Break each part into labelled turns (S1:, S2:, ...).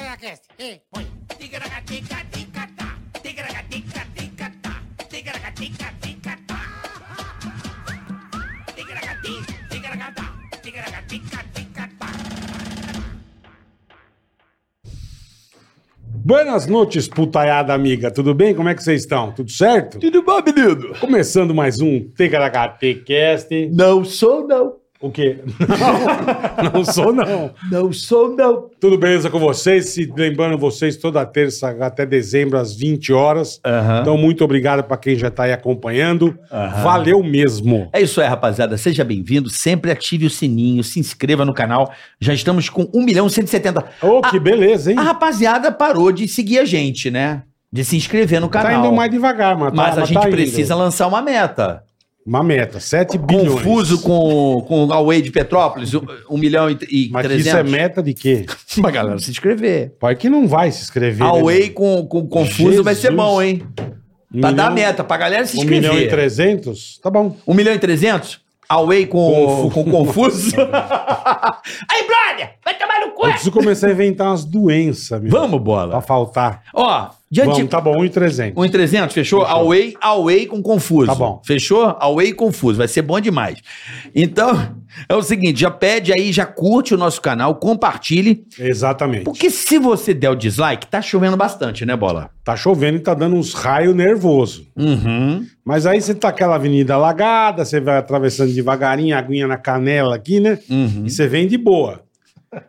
S1: Tigracast. Ei, põe.
S2: Tigragatica-ticatá, tigragatica-ticatá, tigragatica-ticatá. Tigragati, tigragatá, tigragatica-ticatá.
S3: Buenas noites, putaiada amiga. Tudo bem? Como é que vocês estão? Tudo certo?
S4: Tudo bom, menino?
S3: Começando mais um TKHTcast.
S4: Não sou, não.
S3: O quê? Não, não sou não.
S4: Não sou, não.
S3: Tudo beleza com vocês? Se lembrando vocês, toda terça até dezembro às 20 horas.
S4: Aham.
S3: Então, muito obrigado para quem já tá aí acompanhando.
S4: Ah.
S3: Valeu mesmo.
S4: É isso aí, rapaziada. Seja bem-vindo. Sempre ative o sininho, se inscreva no canal. Já estamos com 1 milhão e 170.
S3: Ô, que beleza, hein?
S4: A rapaziada parou de seguir a gente, né? De se inscrever no
S3: tá
S4: canal.
S3: indo mais devagar, mas, tá-
S4: Mas a
S3: mas tá
S4: gente
S3: indo.
S4: precisa lançar uma meta.
S3: Uma meta, 7 bilhões.
S4: Confuso com, com o Huawei de Petrópolis, 1 milhão e, e
S3: Mas isso é
S4: 300.
S3: meta de quê?
S4: Pra galera se inscrever.
S3: Pai que não vai se inscrever. né,
S4: Huawei
S3: meu?
S4: com, com Confuso vai ser
S3: Jesus.
S4: bom, hein?
S3: Um
S4: Pra dar
S3: milhão-
S4: meta, pra galera se
S3: 1 milhão e
S4: inscrever.
S3: 300? Tá bom.
S4: 1 milhão e 300? Away com,
S3: Confu-
S4: com Confuso? Aí, brother! Vai tomar no cu!
S3: Eu preciso começar a inventar umas doenças, meu.
S4: Vamos,
S3: Pra
S4: bola!
S3: faltar.
S4: Ó, diante.
S3: Vamos, tá bom, 1,300.
S4: 1 em 300, fechou? Away, away com Confuso.
S3: Tá bom.
S4: Fechou? Away Confuso, vai ser bom demais. Então, é o seguinte, já pede aí, já curte o nosso canal, compartilhe,
S3: Exatamente.
S4: porque se você der o dislike, tá chovendo bastante, né, Bola?
S3: Tá chovendo e tá dando uns raios nervoso.
S4: Uhum.
S3: Mas aí você tá aquela avenida alagada, você vai atravessando devagarinho, aguinha na canela aqui, né?
S4: Uhum.
S3: E você vem de boa.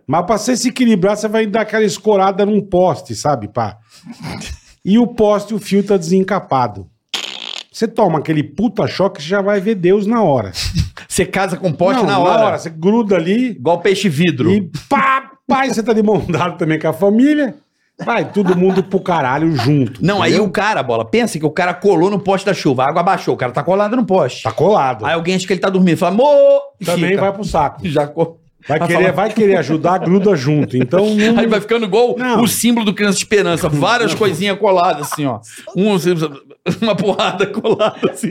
S3: Mas pra você se equilibrar, você vai dar aquela escorada num poste, sabe, pá? E o poste, o fio tá desencapado. Você toma aquele puta choque, você já vai ver Deus na hora.
S4: Você casa com poste
S3: Não,
S4: na hora.
S3: Você gruda ali,
S4: Igual peixe vidro.
S3: E pá, pai, você tá de mão dada também com a família. Vai, todo mundo pro caralho junto.
S4: Não, aí
S3: entendeu?
S4: o cara, bola, pensa que o cara colou no poste da chuva, a água baixou, o cara tá colado no poste.
S3: Tá colado.
S4: Aí alguém acha que ele tá dormindo, fala, amor! e
S3: também
S4: fica.
S3: vai pro saco.
S4: Já co...
S3: Vai querer, vai querer ajudar, gruda junto. Então, não-
S4: Aí vai ficando igual
S3: Não.
S4: o símbolo do Criança Esperança, várias coisinhas coladas assim, ó. Um, uma porrada colada assim.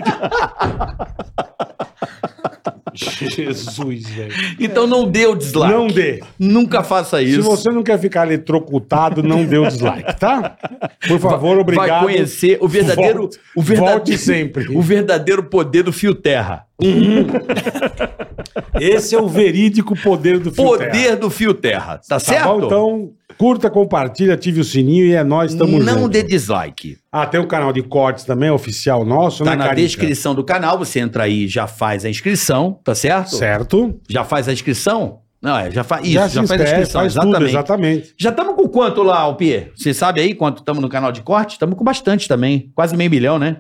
S3: Jesus, velho.
S4: Então não dê o dislike.
S3: Não dê.
S4: Nunca faça
S3: Se
S4: isso.
S3: você não quer ficar eletrocutado, não dê o dislike, tá? Por favor, obrigado.
S4: Vai conhecer o verdadeiro,
S3: Volte-
S4: o verdadeiro
S3: volte sempre.
S4: o verdadeiro poder do fio terra.
S3: Esse é o verídico poder do Fio
S4: Poder
S3: Terra.
S4: do fio terra, tá, certo?
S3: Tá bom? Então, curta, compartilha, ative o sininho e é nós, tamo
S4: não
S3: junto.
S4: dê dislike.
S3: Ah, tem o canal de cortes também, oficial nosso,
S4: Tá
S3: né,
S4: na
S3: Carica?
S4: descrição do canal, você entra aí e já faz a inscrição, tá certo?
S3: Certo.
S4: Já faz a inscrição? Não, é, já faz isso,
S3: já,
S4: já,
S3: se
S4: faz a
S3: inscreve,
S4: inscrição,
S3: faz
S4: exatamente.
S3: tudo, exatamente.
S4: Já estamos com quanto lá, Alpier? Você sabe aí quanto estamos no canal de corte? Estamos com bastante também, quase meio milhão, né?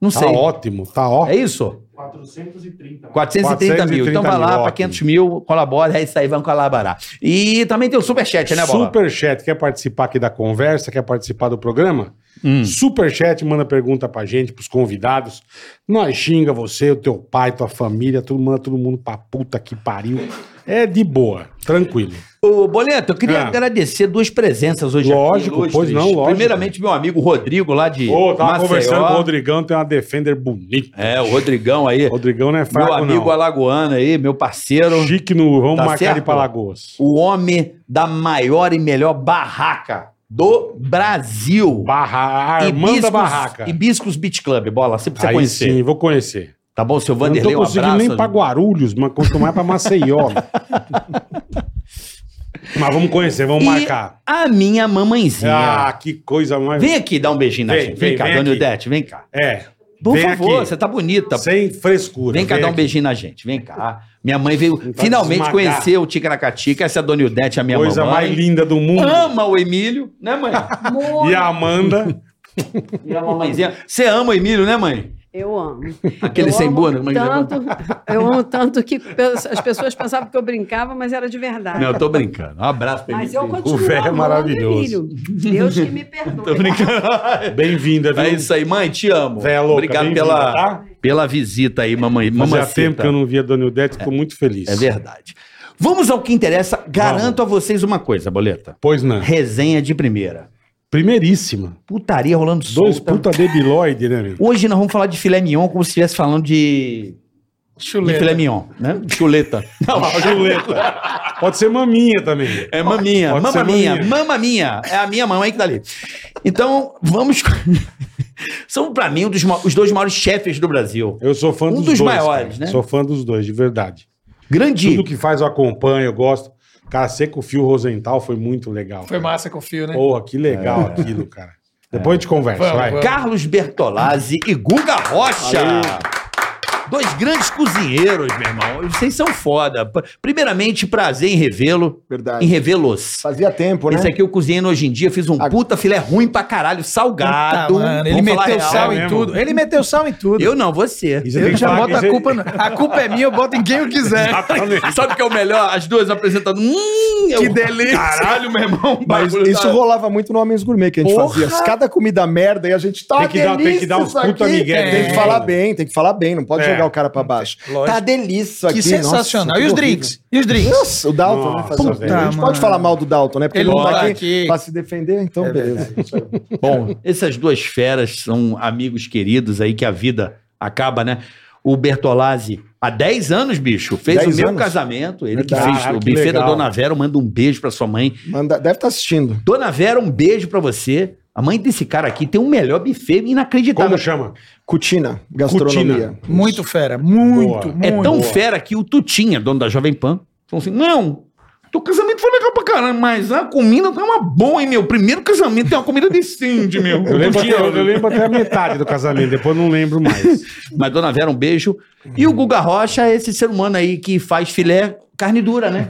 S4: Não
S3: Tá
S4: sei.
S3: ótimo, tá ótimo.
S4: É isso? 430. 430 mil.
S3: 430
S4: Então vai
S3: mil,
S4: lá para
S3: ótimo.
S4: 500 mil, colabora, é isso aí, vamos colaborar. E também tem o superchat, né, Bola?
S3: Superchat, quer participar aqui da conversa, quer participar do programa?
S4: Hum.
S3: Superchat, manda pergunta pra gente, pros convidados. Nós xinga você, o teu pai, tua família, tudo, manda todo mundo pra puta que pariu. É de boa, tranquilo.
S4: Ô, Boleto, eu queria
S3: É.
S4: agradecer duas presenças hoje
S3: Lógico,
S4: ilustres.
S3: pois não, lógico.
S4: Primeiramente, meu amigo Rodrigo, lá de
S3: Ô, tava
S4: Maceió.
S3: conversando com o Rodrigão, tem uma Defender bonita.
S4: É, o Rodrigão aí.
S3: Rodrigão não é
S4: meu
S3: fraco,
S4: amigo alagoano aí, meu
S3: não.
S4: parceiro.
S3: Chique no... Vamos
S4: Tá
S3: marcar
S4: certo?
S3: de Palagos.
S4: O homem da maior e melhor barraca do Brasil.
S3: Barra... Armando da Barraca.
S4: Hibiscus Beach Club, bola. Você precisa
S3: Aí
S4: conhecer.
S3: sim, vou conhecer.
S4: Tá bom, seu
S3: Eu Não
S4: Vanderlei,
S3: tô
S4: um
S3: conseguindo
S4: abraço.
S3: nem pra Guarulhos, mas quanto mais pra Maceió. mas vamos conhecer, vamos
S4: E
S3: marcar.
S4: a minha mamãezinha.
S3: Ah, que coisa mais.
S4: Vem aqui dar um beijinho na
S3: Vem,
S4: gente. Vem,
S3: vem,
S4: cá,
S3: vem
S4: Dona
S3: aqui.
S4: Odete, vem cá.
S3: É.
S4: Por
S3: vem
S4: favor,
S3: aqui.
S4: você tá bonita.
S3: Sem frescura.
S4: Vem cá dar um
S3: aqui. tá
S4: beijinho na gente, vem cá. Minha mãe veio
S3: Vontade
S4: finalmente
S3: de esmagar.
S4: conhecer o Ticaracatica, essa é a Dona Ildete, a minha
S3: Coisa
S4: mamãe.
S3: mais linda do mundo.
S4: Ama o Emílio, né, mãe?
S3: E a Amanda.
S4: E a mamãezinha. Você ama o Emílio, né, mãe?
S5: Eu amo.
S4: Aquele
S5: eu
S4: sem
S5: amo
S4: bunda, como é que chama?
S5: tanto, Eu amo tanto que pens- as pessoas pensavam que eu brincava, mas era de verdade.
S4: Não, eu tô brincando. Um abraço pra
S5: mas
S4: ele.
S5: eu continuo
S3: velho é
S5: amando
S3: maravilhoso.
S5: Emílio. Deus que me
S4: Tô
S5: perdoe.
S4: brincando.
S3: Bem-vinda, viu?
S4: É isso aí, mãe, te amo.
S3: Véia louca,
S4: Obrigado
S3: bem-vinda,
S4: pela,
S3: tá?
S4: pela visita aí, mamãe.
S3: Fazia
S4: Mamacita.
S3: tempo que eu não via a Dona Ildete, tô muito feliz.
S4: É verdade. Vamos ao que interessa. Garanto a vocês uma coisa, Boleta.
S3: Pois não.
S4: Resenha de primeira.
S3: Primeiríssima.
S4: Putaria rolando
S3: Dois
S4: solta.
S3: puta debilóide, né, meu?
S4: Hoje nós vamos falar de filé mignon como se estivesse falando de de filé
S1: Chuleta.
S4: mignon, né? Chuleta. Não,
S3: Juleta. Pode ser maminha também.
S4: É maminha,
S3: Pode ser
S4: mama minha,
S3: maminha.
S4: mama minha. É a minha mamãe que tá ali. Então, vamos. com- São, pra mim, um dos ma- os dois maiores chefes do Brasil.
S3: Eu sou fã
S4: Um
S3: dos,
S4: dos
S3: dois.
S4: maiores, né?
S3: Sou fã dos dois, de verdade.
S4: Grandi.
S3: Tudo que faz eu acompanho, eu gosto. Cara, ser com o Fio Rosental foi muito legal.
S1: Foi
S3: cara.
S1: massa com o fio, né?
S3: Porra, que legal aquilo, cara. Depois a gente conversa,
S1: Vamos,
S3: vai.
S1: vamos.
S4: Carlos Bertolazzi e Guga Rocha. Dois grandes cozinheiros, meu irmão. Vocês são foda. P- Primeiramente, prazer em revê-lo. Em
S6: Verdade.
S4: revê-los.
S6: Fazia tempo, né?
S4: Esse aqui eu cozinhando hoje em dia, fiz um
S6: A-
S4: puta filé ruim pra caralho,
S1: Tá,
S4: salgado.
S1: mano, ele
S4: Vamos falar
S1: meteu
S4: real.
S1: sal
S3: É
S1: em
S3: mesmo?
S1: tudo. Ele meteu sal em tudo.
S4: Eu não, você.
S3: E você tem
S1: Eu
S3: que
S1: já
S3: falar
S1: boto
S3: que
S1: a
S3: você- tá
S1: culpa. na- A culpa é minha, eu boto em quem eu quiser.
S4: Sabe o que é o melhor? As duas apresentando. Hum, que delícia! Caralho, meu irmão.
S3: é um
S6: Mas
S4: bagulho
S6: isso
S4: tá-
S6: rolava muito no Homens Gourmet, que a gente fazia. Cada comida merda e a gente tá
S3: Tem que dar- tem
S6: delícia
S3: que dar uns
S6: isso aqui.
S3: puta migué. né?
S6: Tem que
S1: É.
S6: falar bem, tem que falar bem, não pode
S3: É.
S6: jogar o cara pra baixo.
S1: Lógico.
S6: Tá delícia isso aqui.
S1: Que sensacional.
S6: nossa,
S1: e os
S6: que horrível.
S1: drinks? E os drinks?
S6: Nossa, o Dalton, né?
S3: Nossa,
S6: fazia-
S3: velho.
S6: a gente pode
S1: Tá,
S6: falar mal do Dalton, né? Porque ele, não tá aqui, pra se defender, então
S1: É
S6: beleza.
S4: Bom, essas duas feras são amigos queridos aí que a vida acaba, né? O Bertolazzi, há 10 anos, bicho, fez
S6: 10
S4: o meu
S6: anos?
S4: casamento. Ele que
S6: Caraca,
S4: fez o
S3: que
S4: buffet da
S3: legal.
S4: Dona Vera. Manda um beijo pra sua mãe.
S6: Manda, deve estar assistindo.
S4: Dona Vera, um beijo pra você. A mãe desse cara aqui tem o melhor buffet inacreditável.
S3: Como chama?
S6: Cutina, gastronomia.
S1: Muito fera. Muito,
S3: Boa.
S1: muito.
S4: É tão fera que o Tutinha, dono da Jovem Pan, falou assim: não. Teu casamento foi legal pra caramba, mas a comida tá uma boa, hein, meu? Primeiro casamento tem uma comida decente, meu.
S3: Eu lembro, até, eu lembro até a metade do casamento, depois não lembro mais.
S4: Mas Dona Vera, um beijo. E o Guga Rocha, esse ser humano aí que faz filé, carne dura, né?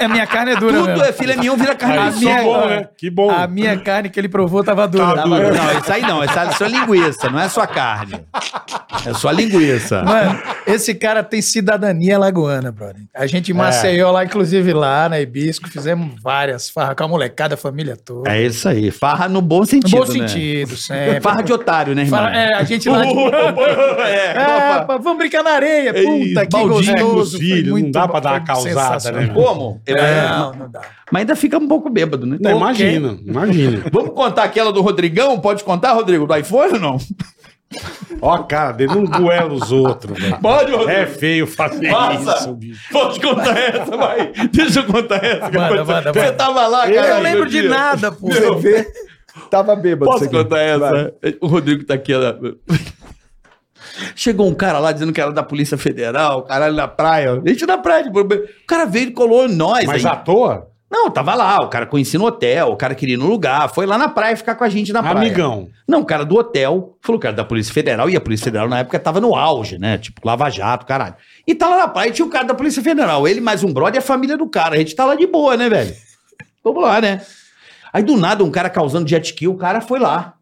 S1: A minha carne é dura
S4: Tudo
S1: mesmo.
S4: é filé mignon, vira
S3: Ah,
S4: carne
S3: isso
S4: dura.
S3: é bom, né? Que bom.
S1: A minha carne que ele provou tava dura.
S3: Tá
S4: Tava- Não, isso aí não, essa é só linguiça, não é só carne. É só linguiça.
S1: Mano, esse cara tem cidadania lagoana, brother. A gente em Maceió lá, inclusive lá na Ibisco, fizemos várias farras com a molecada, a família toda.
S4: É isso aí, farra no bom
S1: No
S4: sentido,
S1: bom
S4: né?
S1: sentido, sempre.
S4: Farra de otário, né, irmão?
S1: Fala- é, a gente lá. tipo, é, pá, vamos brincar na areia, puta, que
S3: baldinho,
S1: gostoso.
S3: com os filhos,
S1: Foi
S3: não dá
S1: bom,
S3: pra dar
S1: foi
S3: uma causada,
S1: sensacional.
S3: né?
S4: Como?
S1: É, Não, não dá.
S4: Mas ainda fica um pouco bêbado, né?
S3: Não, imagina, imagina.
S4: Vamos contar aquela do Rodrigão? Pode contar, Rodrigo? Do iPhone ou não?
S3: Ó, a cara, dele não duela os outros, velho.
S4: Pode, Rodrigo.
S3: É feio fazer
S4: Passa.
S3: isso, bicho.
S4: Pode contar essa, vai. Deixa eu contar essa. que
S1: Manda,
S4: aconteceu.
S1: manda,
S4: Você
S1: manda.
S4: tava lá, cara.
S1: Eu não
S4: no
S1: lembro de
S4: dia.
S1: nada, pô.
S6: Você vê, tava bêbado.
S4: Posso
S6: isso aqui.
S4: contar essa?
S6: Vai.
S4: O Rodrigo tá aqui. Ó. Chegou um cara lá dizendo que era da Polícia Federal, caralho, na praia. Gente na praia. tipo, O cara veio e colou nós.
S3: Mas
S4: aí.
S3: à toa,
S4: Não, tava lá. O cara conhecia no hotel, o cara queria ir no lugar. Foi lá na praia ficar com a gente na praia.
S3: amigão.
S4: Não, o cara do hotel falou o cara da Polícia Federal, e a Polícia Federal na época tava no auge, né? Tipo, Lava Jato, caralho. E tá lá na praia, tinha o cara da Polícia Federal, ele mais um brother e a família do cara. A gente tá lá de boa, né, velho? Vamos lá, né? Aí do nada, um cara causando jet ski, o cara foi lá.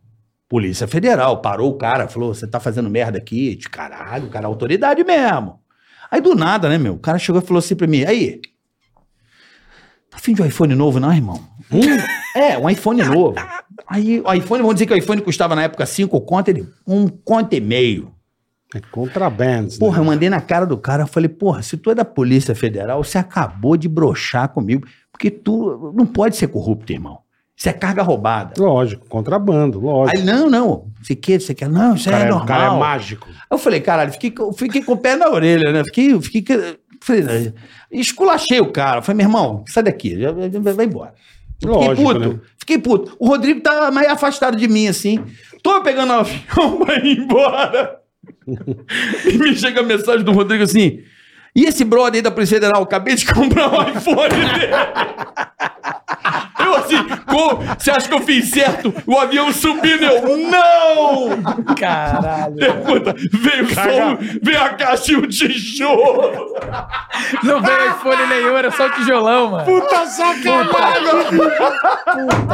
S4: Polícia Federal, parou o cara, falou: você tá fazendo merda aqui? De caralho, o cara é autoridade mesmo. Aí do nada, né, meu? O cara chegou e falou assim pra mim: aí, tá afim de um iPhone novo, não, irmão? É, um iPhone novo. Aí, o iPhone, vamos dizer que o iPhone custava na época 5 conto, ele, um conto e meio.
S3: É contrabands, né?
S4: Porra, eu mandei na cara do cara, eu falei, porra, se tu é da Polícia Federal, você acabou de broxar comigo, porque tu não pode ser corrupto, irmão. Isso é carga roubada.
S3: Lógico, contrabando, lógico.
S4: Aí, não, não, você quer, você quer, não, isso
S3: o, cara
S4: é
S3: é, o
S4: normal.
S3: cara é mágico.
S4: Aí Eu falei, caralho, fiquei, com- fiquei com o pé na orelha, né? Fiquei, fiquei, que- falei, esculachei o cara. Falei, meu irmão, sai daqui, já- já- já- vai embora. Fiquei
S3: Lógico,
S4: puto,
S3: né?
S4: fiquei puto. O Rodrigo tá meio afastado de mim, assim. Tô pegando o avião pra ir embora. e me chega a mensagem do Rodrigo assim, e esse brother aí da Polícia Federal, acabei de comprar um iPhone dele. Eu assim, como? Você acha que eu fiz certo? O avião subindo, eu, não!
S1: Caralho.
S4: Pergunta, veio
S3: Caga.
S4: só um- veio a caixa e o tijolo.
S1: Não veio iPhone nenhum, era só o tijolão, mano.
S3: Puta sacanagem!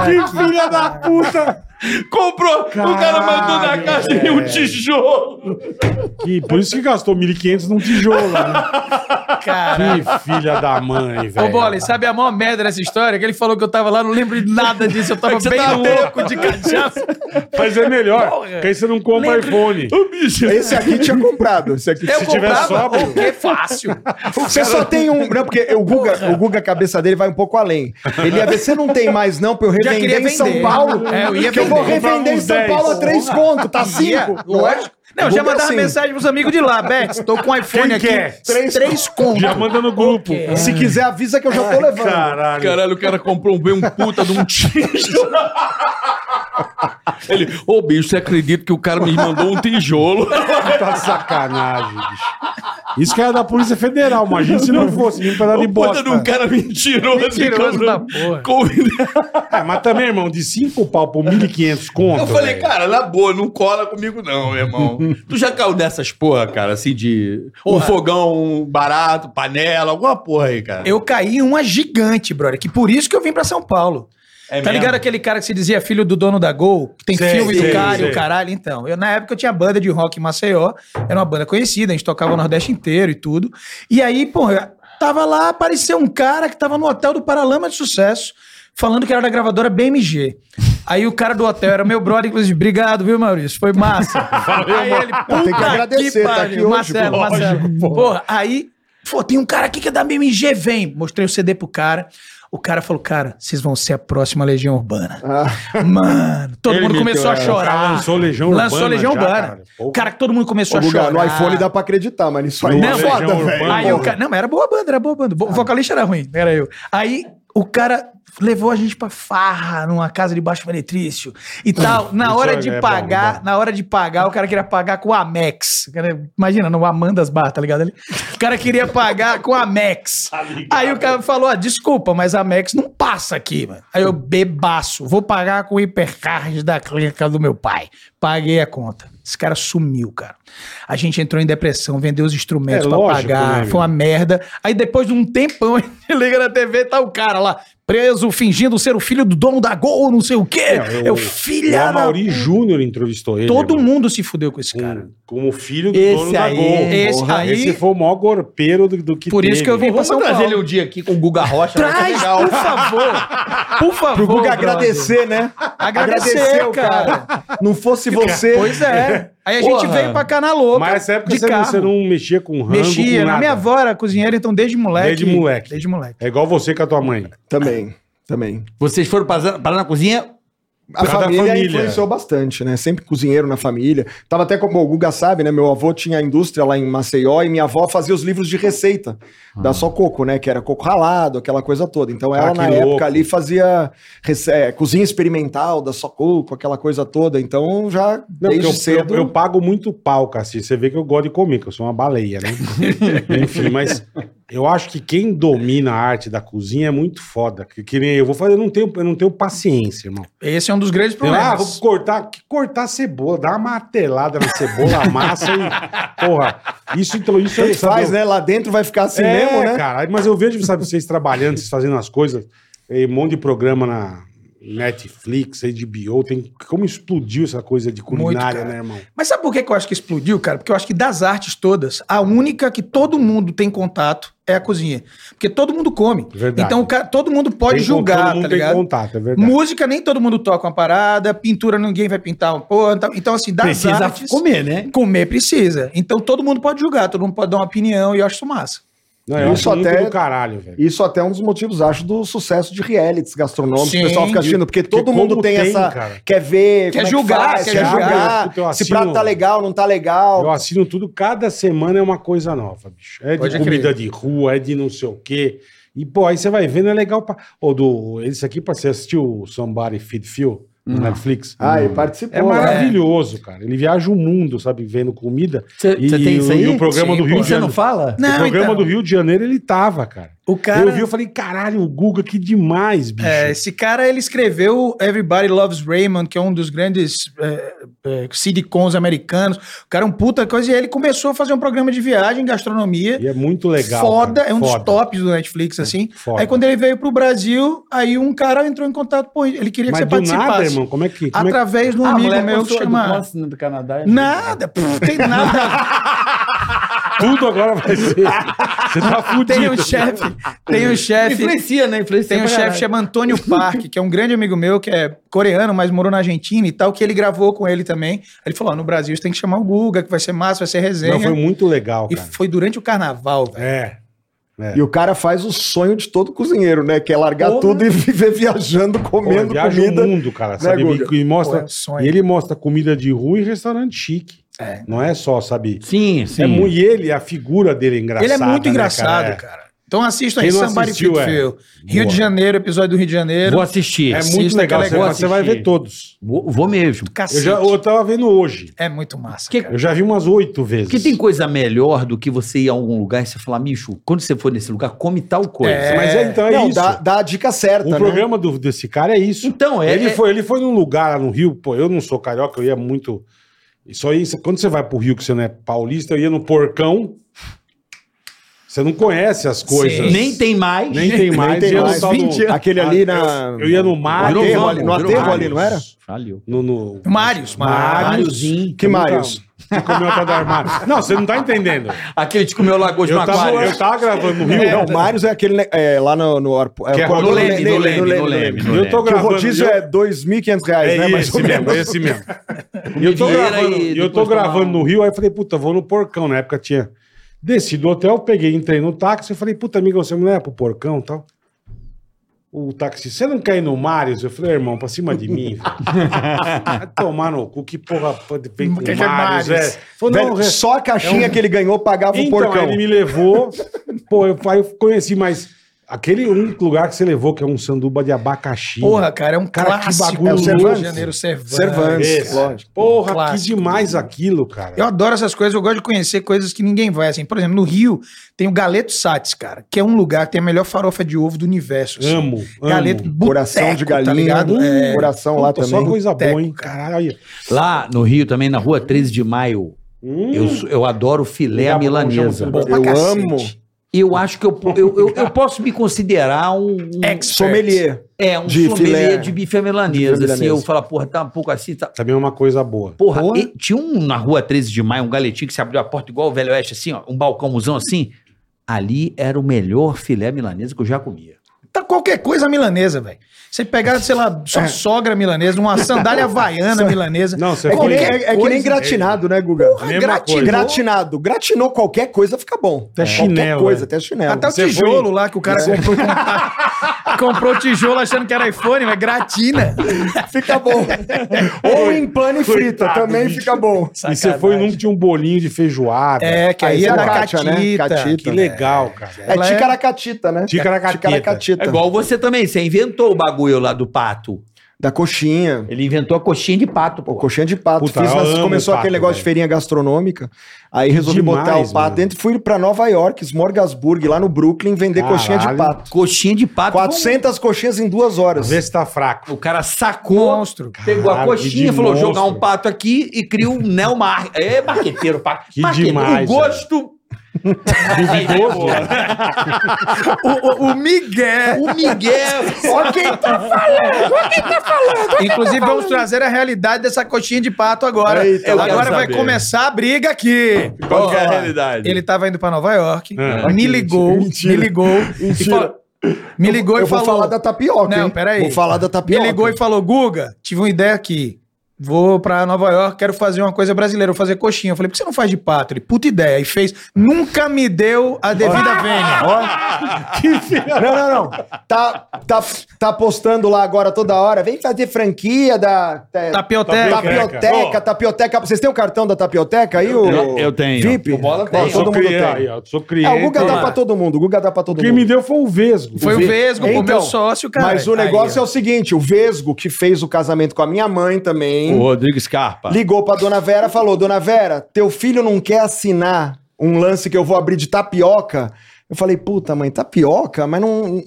S3: que filha da puta!
S4: Comprou, o cara mandou na
S3: Caralho,
S4: caixa e o tijolo.
S3: Que, por isso que gastou 1.500 num tijolo, né?
S1: Caralho.
S3: Que filha da mãe, velho.
S1: É. Ô, Bola, e sabe a maior merda dessa história? Que ele falou que eu tava lá, não lembro de nada disso. Eu
S4: É
S1: tava
S4: que você
S1: bem
S4: tava
S1: louco de cachaça.
S3: Mas é melhor,
S1: Porra.
S3: porque aí você não compra iPhone.
S4: O bicho.
S6: Esse aqui tinha comprado. Esse aqui
S3: Se tiver sóbrio.
S1: Que fácil.
S6: Você só tem um. Não, porque o Guga, o Guga, a cabeça dele vai um pouco além. Ele ia ver, você não tem mais, não, pra eu
S1: Já
S6: revender
S1: queria
S6: em São
S1: vender.
S6: Paulo.
S1: É, eu ia
S6: que eu vou
S1: vender.
S6: revender em
S3: Uns
S6: São
S3: um dez.
S6: Paulo a três conto, tá cinco.
S1: Lógico. Não, já
S6: Guga,
S1: mandava
S6: assim,
S1: mensagem pros amigos de lá, Bex, tô com um iPhone
S3: Quem
S1: aqui.
S3: quer?
S1: Três, três É. contos.
S3: Já manda no grupo.
S6: Se quiser, avisa que eu já tô levando.
S3: Caralho.
S7: Caralho, o cara comprou um bem um puta de um tijolo. Ele, ô bicho, você acredita que o cara me mandou um tijolo?
S3: Tá de sacanagem, bicho. Isso que era da Polícia Federal, imagina se não fosse, vir pra dar de
S7: Um puta de
S3: bosta.
S7: um cara mentiroso.
S1: Mentiroso
S7: cara,
S1: da porra.
S7: convidado.
S3: É, mas também, irmão, de 5 pau por 1.500 conto.
S7: Eu falei,
S3: velho.
S7: cara, na boa, não cola comigo não, meu irmão. tu já caiu dessas porra, cara, assim de... Um fogão barato, panela, alguma porra aí, cara.
S1: Eu caí em uma gigante, brother. Que por isso que eu vim pra São Paulo.
S7: É
S1: tá
S7: mesmo?
S1: ligado aquele cara que se dizia filho do dono da Gol? Que tem
S3: Sei,
S1: filme
S3: sei,
S1: do cara e
S3: sei.
S1: o caralho. Então, eu na época eu tinha banda de rock em Maceió. Era uma banda conhecida, a gente tocava o Nordeste inteiro e tudo. E aí, porra, tava lá, apareceu um cara que tava no hotel do Paralama de Sucesso, falando que era da gravadora BMG. Aí o cara do hotel era meu brother, inclusive. Obrigado, viu, Maurício? Foi massa. aí ele, puta
S6: Ah, Tem que agradecer, tá
S1: pariu,
S6: aqui hoje,
S1: Marcelo,
S6: lógico,
S1: Marcelo. Porra, aí, pô, tem um cara aqui que é da BMG, vem. Mostrei o CD pro cara. O cara falou, cara, vocês vão ser a próxima Legião Urbana.
S6: Ah.
S1: Mano, todo
S3: Ele
S1: mundo
S3: meteu
S1: começou a
S3: essa. Ah,
S1: chorar.
S3: Lançou Legião
S1: Lançou
S3: Urbana
S1: Legião
S3: já,
S1: Urbana.
S3: cara.
S1: Cara,
S3: Porra.
S1: que todo mundo começou
S6: Ô,
S1: a
S6: Guga,
S1: chorar.
S6: no iPhone dá pra acreditar, mas isso aí
S3: Não,
S6: é
S3: Legião
S6: foda,
S3: Urbana. Ah.
S6: velho.
S1: Aí o
S6: Porra.
S1: cara, não, mas era boa banda, era boa banda. O vocalista era ruim, era eu. Aí o cara levou a gente pra farra numa casa de baixo benetrício e tal. Na
S3: Isso
S1: hora
S3: é-
S1: de
S3: é bom,
S1: pagar,
S3: bom.
S1: na hora de pagar, o cara queria pagar com a Max. Imagina, no Amandas Bar, tá ligado ali? O cara queria pagar com a Max.
S3: Tá
S1: Aí o cara falou: "Ah, desculpa, mas a Max não passa aqui, mano. Aí eu bebaço, vou pagar com o hipercard da clínica do meu pai. Paguei a conta. Esse cara sumiu, cara. A gente entrou em depressão, vendeu os instrumentos
S3: É
S1: pra
S3: lógico, né,
S1: pagar.
S3: meu?
S1: Foi uma merda. Aí depois de um tempão, a gente liga na TV e tá o cara lá, preso, fingindo ser o filho do dono da Gol, não sei o quê.
S3: É,
S1: É,
S3: o-
S1: o filho
S3: O Mauri Júnior entrevistou ele.
S1: Todo
S3: irmão.
S1: mundo se fudeu com esse cara.
S3: Com- Como filho do
S4: Esse
S3: dono da
S4: aí,
S3: Gol.
S1: esse
S3: Porra,
S1: aí-
S3: esse foi o maior gorpeiro do, do que
S1: Por isso
S3: teve.
S1: que eu vim pra
S4: Vamos
S1: São
S4: trazer ele
S1: Paulo.
S4: um dia aqui com o Guga
S3: um
S4: Rocha. vai ser
S3: é
S1: Traz,
S4: legal.
S1: por favor. Por favor.
S6: Pro Guga
S1: brother.
S6: agradecer, né?
S1: Agradecer,
S6: o
S1: cara.
S6: Não fosse você.
S1: Pois é. Aí a gente
S4: Porra.
S1: veio pra cá na louca.
S3: Mas nessa época
S1: de
S3: você, não-
S1: carro.
S3: você não mexia com rango, com
S1: Mexia. na
S3: nada.
S1: minha avó era cozinheira, então desde moleque.
S3: Desde moleque.
S1: Desde moleque.
S3: É igual você com a tua mãe.
S6: Também, também.
S4: Vocês foram parar parar na cozinha?
S6: A
S3: Cada
S6: família,
S3: família.
S6: influenciou bastante, né? Sempre cozinheiro na família. Tava até como o Guga sabe, né? Meu avô tinha indústria lá em Maceió e minha avó fazia os livros de receita da Só Coco, né? Que era coco ralado, aquela coisa toda. Então ela,
S3: Ah, que
S6: na
S3: louco.
S6: época ali, fazia rece- é, cozinha experimental da Só Coco, aquela coisa toda. Então já
S3: Não, porque
S6: desde
S3: eu,
S6: cedo.
S3: eu- eu pago muito pau, Cassi. Você vê que eu gosto de comer, que eu sou uma baleia, né? Enfim, mas eu acho que quem domina a arte da cozinha é muito foda. Que, que nem eu vou fazer, eu não tenho, eu não tenho paciência, irmão.
S1: Esse é um dos grandes
S3: Tem lá, ah, vou
S1: problemas.
S3: cortar, que cortar cebola, dar uma martelada na cebola, amassa e. Porra, isso então, isso
S6: Tanto
S3: aí, sabe,
S6: faz,
S3: eu-
S6: né? Lá dentro vai ficar assim
S3: é,
S6: mesmo, né?
S3: cara. Mas eu vejo, sabe, vocês trabalhando, vocês fazendo as coisas. eh, Um monte de programa na Netflix, HBO. Tem, como explodiu essa coisa de culinária,
S1: cara.
S3: né, irmão?
S1: Mas sabe por que que eu acho que explodiu, cara? Porque eu acho que das artes todas, a única que todo mundo tem contato é a cozinha. Porque todo mundo come.
S3: Verdade.
S1: Então o cara- todo mundo pode
S3: Tem-
S1: julgar,
S3: todo mundo
S1: tá
S3: tem
S1: ligado?
S3: contato, é verdade.
S1: Música, nem todo mundo toca uma parada. Pintura, ninguém vai pintar uma porra. Então- Então, assim, das
S4: Precisa
S1: artes...
S4: comer, né?
S1: Comer precisa. Então todo mundo pode julgar, todo mundo pode dar uma opinião e eu acho isso massa.
S3: Não, eu
S6: Isso
S3: acho muito
S6: até-
S3: do caralho, velho.
S6: Isso até é um dos motivos, acho, do sucesso de realities gastronômicos.
S1: Sim.
S6: o pessoal fica assistindo, porque todo
S3: Porque
S6: mundo
S3: como
S6: tem,
S3: tem,
S6: essa.
S3: cara.
S6: Quer
S1: Quer
S6: ver. como é que
S1: julgar,
S6: faz,
S1: quer
S6: quer
S1: julgar.
S6: julgar.
S3: Eu
S6: Se
S3: assino-
S6: prato tá legal, não tá
S3: um Eu
S6: legal.
S3: assino tudo, cada semana é uma coisa nova, bicho. É de
S1: Pode crer.
S3: comida de rua, é de não sei o quê. E, pô, aí você vai vendo, é legal pra. Ou do. Esse aqui, pra você assistiu o Somebody Feed Phil no Netflix.
S6: Ah, ele
S3: Hum.
S6: participou.
S3: É maravilhoso, cara. Ele viaja o mundo, sabe, vendo comida.
S4: Você
S3: E-
S4: tem isso
S3: e o-
S4: aí?
S3: e o programa do Rio de
S4: Você não
S3: Janeiro.
S4: fala?
S1: Não,
S3: o programa
S1: então.
S3: do Rio de Janeiro, ele tava, cara.
S1: O cara.
S3: Eu vi, eu falei, caralho, o Guga, que demais, bicho.
S1: É, esse cara ele escreveu Everybody Loves Raymond, que é um dos grandes é, é, sitcoms americanos. O cara é um puta coisa e aí ele começou a fazer um programa de viagem, gastronomia.
S3: E é muito legal.
S1: foda,
S3: cara.
S1: é um
S3: Foda. É,
S1: dos tops do Netflix, assim.
S3: foda.
S1: Aí quando ele veio pro Brasil, aí um cara entrou em contato com ele. Ele queria que
S3: Mas
S1: você
S3: do
S1: participasse.
S3: nada, irmão, como é que. Como é que...
S1: Através de um amigo meu que chama.
S4: Ah, Do, do Canadá. é-
S1: Nada, pô, tem nada.
S3: Tudo agora vai ser. Você tá fudido.
S1: tem um chefe, tem um chefe.
S4: Influencia, né? Influencia
S1: Tem um
S4: pra
S1: chefe
S4: caralho.
S1: que chama Antônio Park, que é um grande amigo meu, que é coreano, mas morou na Argentina e tal, que ele gravou com ele também. Ele falou: ó, no Brasil você tem que chamar o Guga, que vai ser massa, vai ser resenha.
S3: Não, foi muito legal,
S1: e
S3: cara.
S1: foi durante o carnaval, velho.
S3: É.
S6: E o cara faz o sonho de todo cozinheiro, né? Que é largar tudo e viver viajando,
S3: Pô,
S6: comendo
S3: viaja o
S6: comida.
S3: mundo, cara, sabe? E-
S6: Guga?
S3: e, mostra,
S1: Pô, é um sonho.
S3: e ele mostra comida de rua e restaurante chique. Não é só, sabe?
S4: Sim, sim.
S3: É mu- e ele, a figura dele é engraçada.
S1: Ele é muito
S3: né,
S1: engraçado,
S3: É.
S1: cara? Então assista aí,
S3: Quem não
S1: Somebody
S3: assistiu,
S1: Fit
S3: é.
S1: Feel. Rio
S3: Boa.
S1: de Janeiro, episódio do Rio de Janeiro.
S4: Vou assistir.
S3: É
S1: Assista
S3: muito
S1: que
S3: legal,
S1: é
S3: você,
S1: legal
S3: vai- você vai ver todos.
S4: Vou, vou mesmo.
S3: Eu,
S1: Cacete.
S3: já, eu tava vendo hoje.
S1: É muito massa,
S4: Que-
S1: cara.
S3: Eu já vi umas oito vezes.
S4: Porque tem coisa melhor do que você ir a algum lugar e você falar, bicho, quando você for nesse lugar, come tal coisa.
S1: É.
S3: Mas é, então é
S6: Não,
S3: isso.
S6: dá, dá a dica certa,
S3: O
S6: né?
S3: programa do- desse cara é isso.
S4: Então, é.
S3: ele,
S4: é-
S3: foi, ele foi num lugar lá no Rio, pô, eu não sou carioca, eu ia muito. Isso aí, cê- quando você vai pro Rio que você não é paulista, eu ia no porcão. Você não conhece as coisas.
S4: Nem tem mais.
S3: Nem tem mais.
S6: tem
S3: eu ia no
S6: mais.
S3: tal do-
S1: 20 anos.
S6: Aquele ali na-
S3: Eu, eu ia no mar.
S6: No aterro ali- no
S3: Virou
S6: aterro
S3: Mários.
S6: ali, não era?
S4: Valeu.
S3: No, no...
S1: Marius, Marius.
S3: Mários.
S4: Máriozinho.
S6: Que Marius?
S3: Você comeu atrás do armário. Não, você não tá entendendo.
S4: Aquele que comeu lagosta no
S3: Eu tava,
S4: aquário.
S3: eu tava gravando no Rio.
S6: Não, o Marius é aquele né, é, lá no, no, arpo- é,
S3: Que
S6: o
S3: é
S6: corredor
S3: no
S6: do
S3: Leme,
S6: Le-
S3: no
S6: Le-
S3: Leme,
S6: Le-
S4: no
S6: Le-
S4: Leme,
S6: Le-
S4: no
S3: Eu tô
S4: Leme.
S6: Que o
S3: gravando.
S6: rodízio
S3: eu-
S6: é R$ 2.500,
S3: É
S6: né? Mais
S3: esse
S6: ou
S3: mesmo,
S6: menos.
S3: é esse mesmo. E eu tô
S4: Comidinha
S3: gravando,
S4: e
S3: e eu tô
S4: depois tomar
S3: gravando
S4: um-
S3: no Rio, aí eu falei, puta, vou no porcão. Na época tinha. Desci do hotel, peguei, entrei no táxi, eu falei, puta, amigo, você não é pro porcão e tal. O táxi, você não quer ir no Marius? Eu falei, irmão, pra cima de mim. Vai tomar no cu, que porra pode feito
S1: Que
S3: no
S1: que é
S3: Marius,
S1: Marius?
S3: é. Falei, não,
S6: Velho,
S3: re-
S6: só a caixinha que ele ganhou pagava o
S3: então,
S6: porcão.
S3: aí ele me levou. pô, eu, aí eu conheci, mas aquele um lugar que você levou, que é um sanduba de abacaxi.
S1: Porra, cara, é um
S3: Cara, que
S1: clássico
S3: bagulho
S1: do Rio
S6: louco.
S1: de Janeiro, Cervantes.
S6: Cervantes,
S3: Esse.
S6: lógico.
S3: Porra,
S1: Clássico.
S3: que demais aquilo, cara.
S1: Eu adoro essas coisas, eu gosto de conhecer coisas que ninguém vai, assim. Por exemplo, no Rio tem o Galeto Sates, cara, que é um lugar que tem a melhor farofa de ovo do universo. assim.
S3: Amo, amo.
S1: Galeto, boteco,
S6: Coração de
S1: tá
S6: galinha, uh,
S1: ligado? É,
S6: coração lá
S3: Puta,
S6: também.
S3: Só coisa
S1: Boteco,
S3: boa, hein?
S1: cara.
S3: Caralho. aí.
S4: Lá no Rio também, na rua 13 de maio,
S3: Hum.
S4: eu, sou- eu adoro filé à
S3: Já
S4: milanesa.
S3: bom, já
S1: pra
S6: Eu
S1: cacete.
S6: amo.
S4: Eu acho que eu, eu, eu, eu posso me considerar um, um-
S1: Expert.
S6: Sommelier.
S4: é, um
S6: De
S4: de
S6: filé.
S4: de bife à milanesa.
S6: De bife à
S4: assim, eu
S6: milanesa.
S4: falo, porra, tá um pouco assim, tá...
S3: Também é uma coisa boa.
S4: Porra,
S6: Porra.
S4: e tinha um na rua 13 de maio, um galetinho que se abriu a porta igual o Velho Oeste, assim, ó, um balcãozão assim. Ali era o melhor filé milanesa que eu já comia.
S1: Tá qualquer coisa milanesa, velho. Você pegar, sei lá, sua sogra milanesa, uma sandália havaiana milanesa.
S3: Não, você
S6: É que, nem,
S3: qualquer
S6: é- é que nem
S3: coisa.
S6: gratinado, né, Guga?
S3: Mesma
S1: grati-
S3: coisa.
S6: Gratinou. Gratinou qualquer coisa, fica bom.
S3: Até
S6: É.
S3: chinelo,
S6: Qualquer coisa,
S3: é.
S6: até chinelo.
S1: Até o
S3: Você
S1: tijolo
S3: foi-
S1: lá que o cara comprou. comprou o tijolo achando que era iPhone, mas gratina.
S6: É, Fica bom. Ou em pano e frita,
S3: Coitado,
S6: também
S3: bicho.
S6: fica bom.
S3: E você foi num que tinha um bolinho de feijoada.
S1: É, que aí,
S6: Aí
S1: é
S6: você
S1: da
S6: abaixa,
S1: catita.
S6: né? Catita.
S3: Que legal, cara.
S6: É
S1: Ela é-
S6: ticaracatita, né?
S3: Ticaracatita.
S4: É igual você também, você inventou o bagulho lá do pato.
S6: Da coxinha.
S4: Ele inventou a coxinha de pato,
S6: Pô,
S4: pô.
S6: coxinha de pato.
S3: Puta,
S6: Fiz
S3: eu
S6: nas-
S3: amo
S6: começou
S3: pato,
S6: aquele negócio
S3: velho.
S6: de feirinha gastronômica. Aí resolvi
S3: Demais,
S6: botar o pato
S3: mano.
S6: dentro e fui pra Nova York, Smorgasburg, lá no Brooklyn, vender
S3: Caralho.
S6: coxinha de pato.
S4: Coxinha de pato.
S6: 400 coxinhas em duas
S3: Às
S6: horas.
S3: vezes tá fraco.
S4: O cara sacou,
S1: Monstro.
S4: pegou a
S3: Caralho, que
S4: coxinha,
S3: de
S4: falou
S3: monstro.
S4: jogar um pato aqui e criou um neomar. É marqueteiro, pato.
S3: Que
S4: marqueteiro.
S3: demais,
S4: O gosto.
S3: Duvidoso. né?
S1: O, o, o Miguel.
S4: O Miguel.
S6: Ó quem tá
S1: tá Inclusive, vamos trazer a realidade dessa coxinha de pato agora.
S6: Eita,
S1: Eu
S6: eu
S1: agora
S4: quero
S1: vai
S4: saber.
S1: começar a briga aqui.
S7: Qual que é a
S1: Ó,
S3: "Ah,
S7: realidade?
S1: Ele tava indo pra Nova York,
S3: É.
S1: me ligou, me ligou, e falou- me ligou
S6: Eu
S1: e falou.
S6: vou falar da tapioca,
S1: Não,
S6: hein?
S1: peraí.
S6: Vou falar da tapioca.
S1: Me ligou e falou, Guga, tive uma ideia aqui. Vou pra Nova York, quero fazer uma coisa brasileira, vou fazer coxinha. Eu falei, por que você não faz de pato? Ele, puta ideia. E fez, nunca me deu a devida vênia.
S6: Não, não, não. Tá, tá, tá postando lá agora toda hora. Vem fazer franquia da... é,
S1: Tapioteca.
S6: Tapioteca, tapioteca. Vocês têm o cartão da tapioteca aí? Eu,
S7: eu tenho.
S6: VIP?
S7: O Bola
S6: Ó,
S3: Eu sou
S6: Todo mundo
S3: cria- aí,
S6: tem.
S3: ó, eu Sou
S6: Ah, o
S3: cliente.
S6: Guga dá pra todo mundo. O Guga dá pra todo
S3: Quem
S6: mundo.
S3: me deu foi então, o Vesgo.
S1: Foi o
S3: Ve-
S1: Vesgo, o
S6: Então,
S1: meu sócio, cara.
S6: Mas o
S1: Aí,
S6: negócio
S1: ó.
S6: é o seguinte: o Vesgo, que fez o casamento com a minha mãe também,
S7: O Rodrigo Scarpa.
S6: ligou pra dona Vera e falou: Dona Vera, teu filho não quer assinar um lance que eu vou abrir de tapioca. Eu falei, puta, mãe, tapioca? Mas não.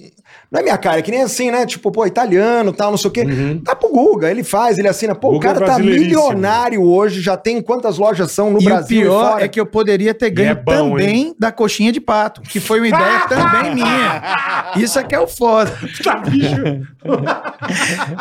S6: Não é minha cara, é que nem assim, né? Tipo, pô, italiano, tal, não sei o quê. Dá pro Guga, ele faz, ele assina. Pô, o
S3: Uhum. Guga é
S6: cara tá
S3: brasileiríssimo.
S6: milionário hoje, já tem quantas lojas são no
S1: E o
S6: Brasil e
S1: pior
S6: fora.
S1: é que eu poderia ter ganho
S3: é bom,
S1: também
S3: hein?
S1: da coxinha de pato, que foi uma ideia também minha. Isso aqui é o foda.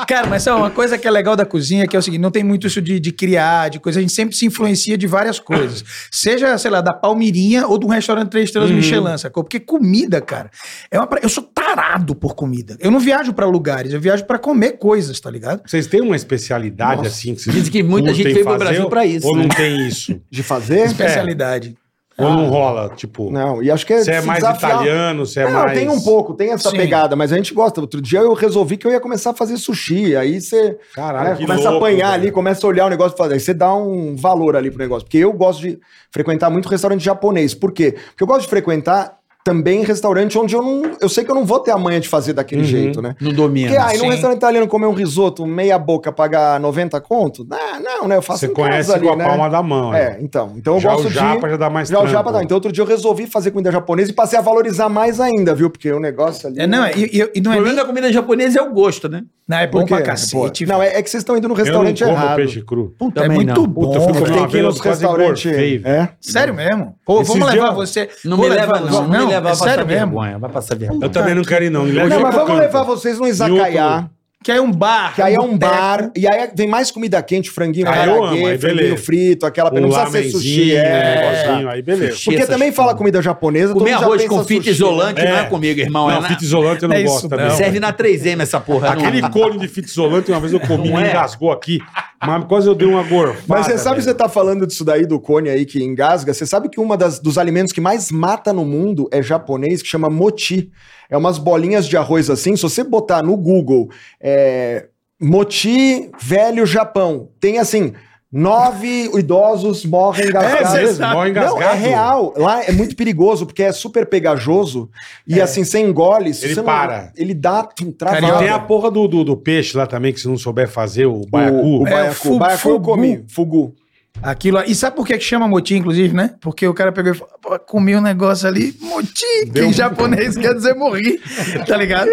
S1: Cara, mas sabe, uma coisa que é legal da cozinha que é o seguinte, não tem muito isso de, de criar, de coisa, a gente sempre se influencia de várias coisas. Seja, sei lá, da Palmirinha ou de um restaurante três
S3: Uhum.
S1: estrelas Michelin, sacou? Porque comida, cara, é uma pra- eu sou tarado por comida. Eu não viajo pra lugares, eu viajo pra comer coisas, tá ligado?
S3: Vocês têm uma especialidade assim? Que vocês
S4: Dizem que muita gente
S3: curtem
S4: veio pro
S3: fazer
S4: Brasil pra isso,
S3: Ou
S4: né?
S6: É.
S3: não tem isso?
S6: De fazer?
S1: Especialidade.
S3: Ou não rola, tipo...
S6: Não, e acho que é.
S3: Você é
S6: se
S3: mais
S6: desafiar-
S3: italiano, você é
S6: não,
S3: mais...
S6: tem um pouco, tem essa
S1: Sim.
S6: pegada, mas a gente gosta. Outro dia eu resolvi que eu ia começar a fazer sushi. Aí você
S3: Caralho,
S6: né,
S3: que
S6: começa
S3: louco,
S6: a apanhar
S3: velho.
S6: ali, começa a olhar o negócio e fazer. Aí você dá um valor ali pro negócio. Porque eu gosto de frequentar muito restaurante japonês. Por quê? Porque eu gosto de frequentar também restaurante onde eu não. Eu sei que eu não vou ter a manha de fazer daquele
S3: Uhum.
S6: jeito, né?
S1: ah, Não domina.
S6: Porque aí num
S1: Sim.
S6: restaurante italiano comer um risoto, meia boca, pagar 90 conto? Não, não, né? Eu faço
S3: Você
S6: em
S3: conhece
S6: casa ali,
S3: com a
S6: né?
S3: palma da mão.
S6: É,
S3: né?
S6: então. Então eu
S3: Já
S6: gosto
S3: o
S6: de.
S3: japa já dá mais
S6: Já o
S3: trampo.
S6: japa dá. Então outro dia eu resolvi fazer comida japonesa e passei a valorizar mais ainda, viu? Porque o negócio ali.
S1: É, não, e, e- e não
S7: O
S1: é
S7: problema
S1: nem...
S7: da comida japonesa é o gosto, né?
S1: Não, é bom
S6: Por quê?
S1: pra
S6: Pô,
S1: cacete.
S6: Não, é, é que vocês estão indo no restaurante
S3: eu não como
S6: errado.
S3: peixe cru.
S1: Puta, é
S4: Também
S1: muito
S4: não.
S1: bom.
S3: Puta, eu fui comer
S1: velho.
S3: uma
S6: Tem que ir
S3: vez, eu
S6: nos
S3: quase
S6: restaurantes.
S3: engordei, velho.
S6: É.
S1: Sério mesmo? Pô,
S3: Esses
S1: vamos
S3: dias
S1: levar
S3: eu-
S1: você.
S4: Não
S1: Vou
S4: me
S1: levar-
S4: leva, não. Não, me leva,
S1: é
S4: vai passar
S1: sério mesmo.
S4: vergonha. Vai passar vergonha.
S3: Eu também não quero ir, não. Me leva em
S6: Não, mas
S3: outro
S6: vamos
S3: canto.
S6: levar vocês num izakaya,
S1: Que aí é um bar.
S6: que aí é um
S1: boteco.
S6: bar, e aí tem mais comida quente, franguinho,
S3: Ah, eu amo, aí
S6: karaguê, franguinho
S3: beleza.
S6: frito, aquela...
S3: Um
S6: não precisa ser sushi,
S3: lamenzinho,
S6: é.
S3: um negocinho, aí beleza.
S6: Porque também fala comida japonesa, todo
S4: Comer
S6: mundo já
S4: arroz
S6: pensa
S4: com fita
S6: sushi, né?
S4: isolante não
S3: É.
S4: é comigo, irmão.
S3: Não,
S4: é na-
S3: fita isolante eu não
S1: né? É isso,
S3: gosto
S1: não.
S3: também.
S4: Serve na 3M essa porra. não- tá-
S3: Aquele cone de fita isolante, uma vez eu comi,
S4: Não
S3: me
S4: é?
S3: engasgou aqui, mas quase eu dei uma gorfada.
S6: Mas você sabe, você
S3: velho.
S6: tá falando disso daí do cone aí que engasga, você sabe que uma das, dos alimentos que mais mata no mundo é japonês, que chama moti. É umas bolinhas de arroz assim, se você botar no Google, é, moti velho Japão, tem assim... Nove idosos morrem engasgados.
S3: É mesmo, morre engasgado.
S6: Não, é real. Lá é muito perigoso, porque é super pegajoso. E assim, você engole...
S3: É.
S6: se
S3: Ele
S6: você não-
S3: para.
S6: ele dá um
S3: E
S6: travado.
S3: tem a porra do, do, do peixe lá também, que se não souber fazer, o baiacu.
S6: O, o
S1: É,
S6: baiacu.
S1: o fu-
S6: baiacu eu
S1: fugu.
S6: comi. Fugu.
S1: Aquilo lá. E sabe por que que chama moti, inclusive, né? Porque o cara pegou e falou, "Pô, comi um negócio ali, moti,
S4: um
S1: que em japonês quer dizer morri, tá ligado?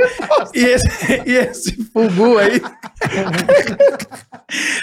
S1: E esse, e esse fugu aí...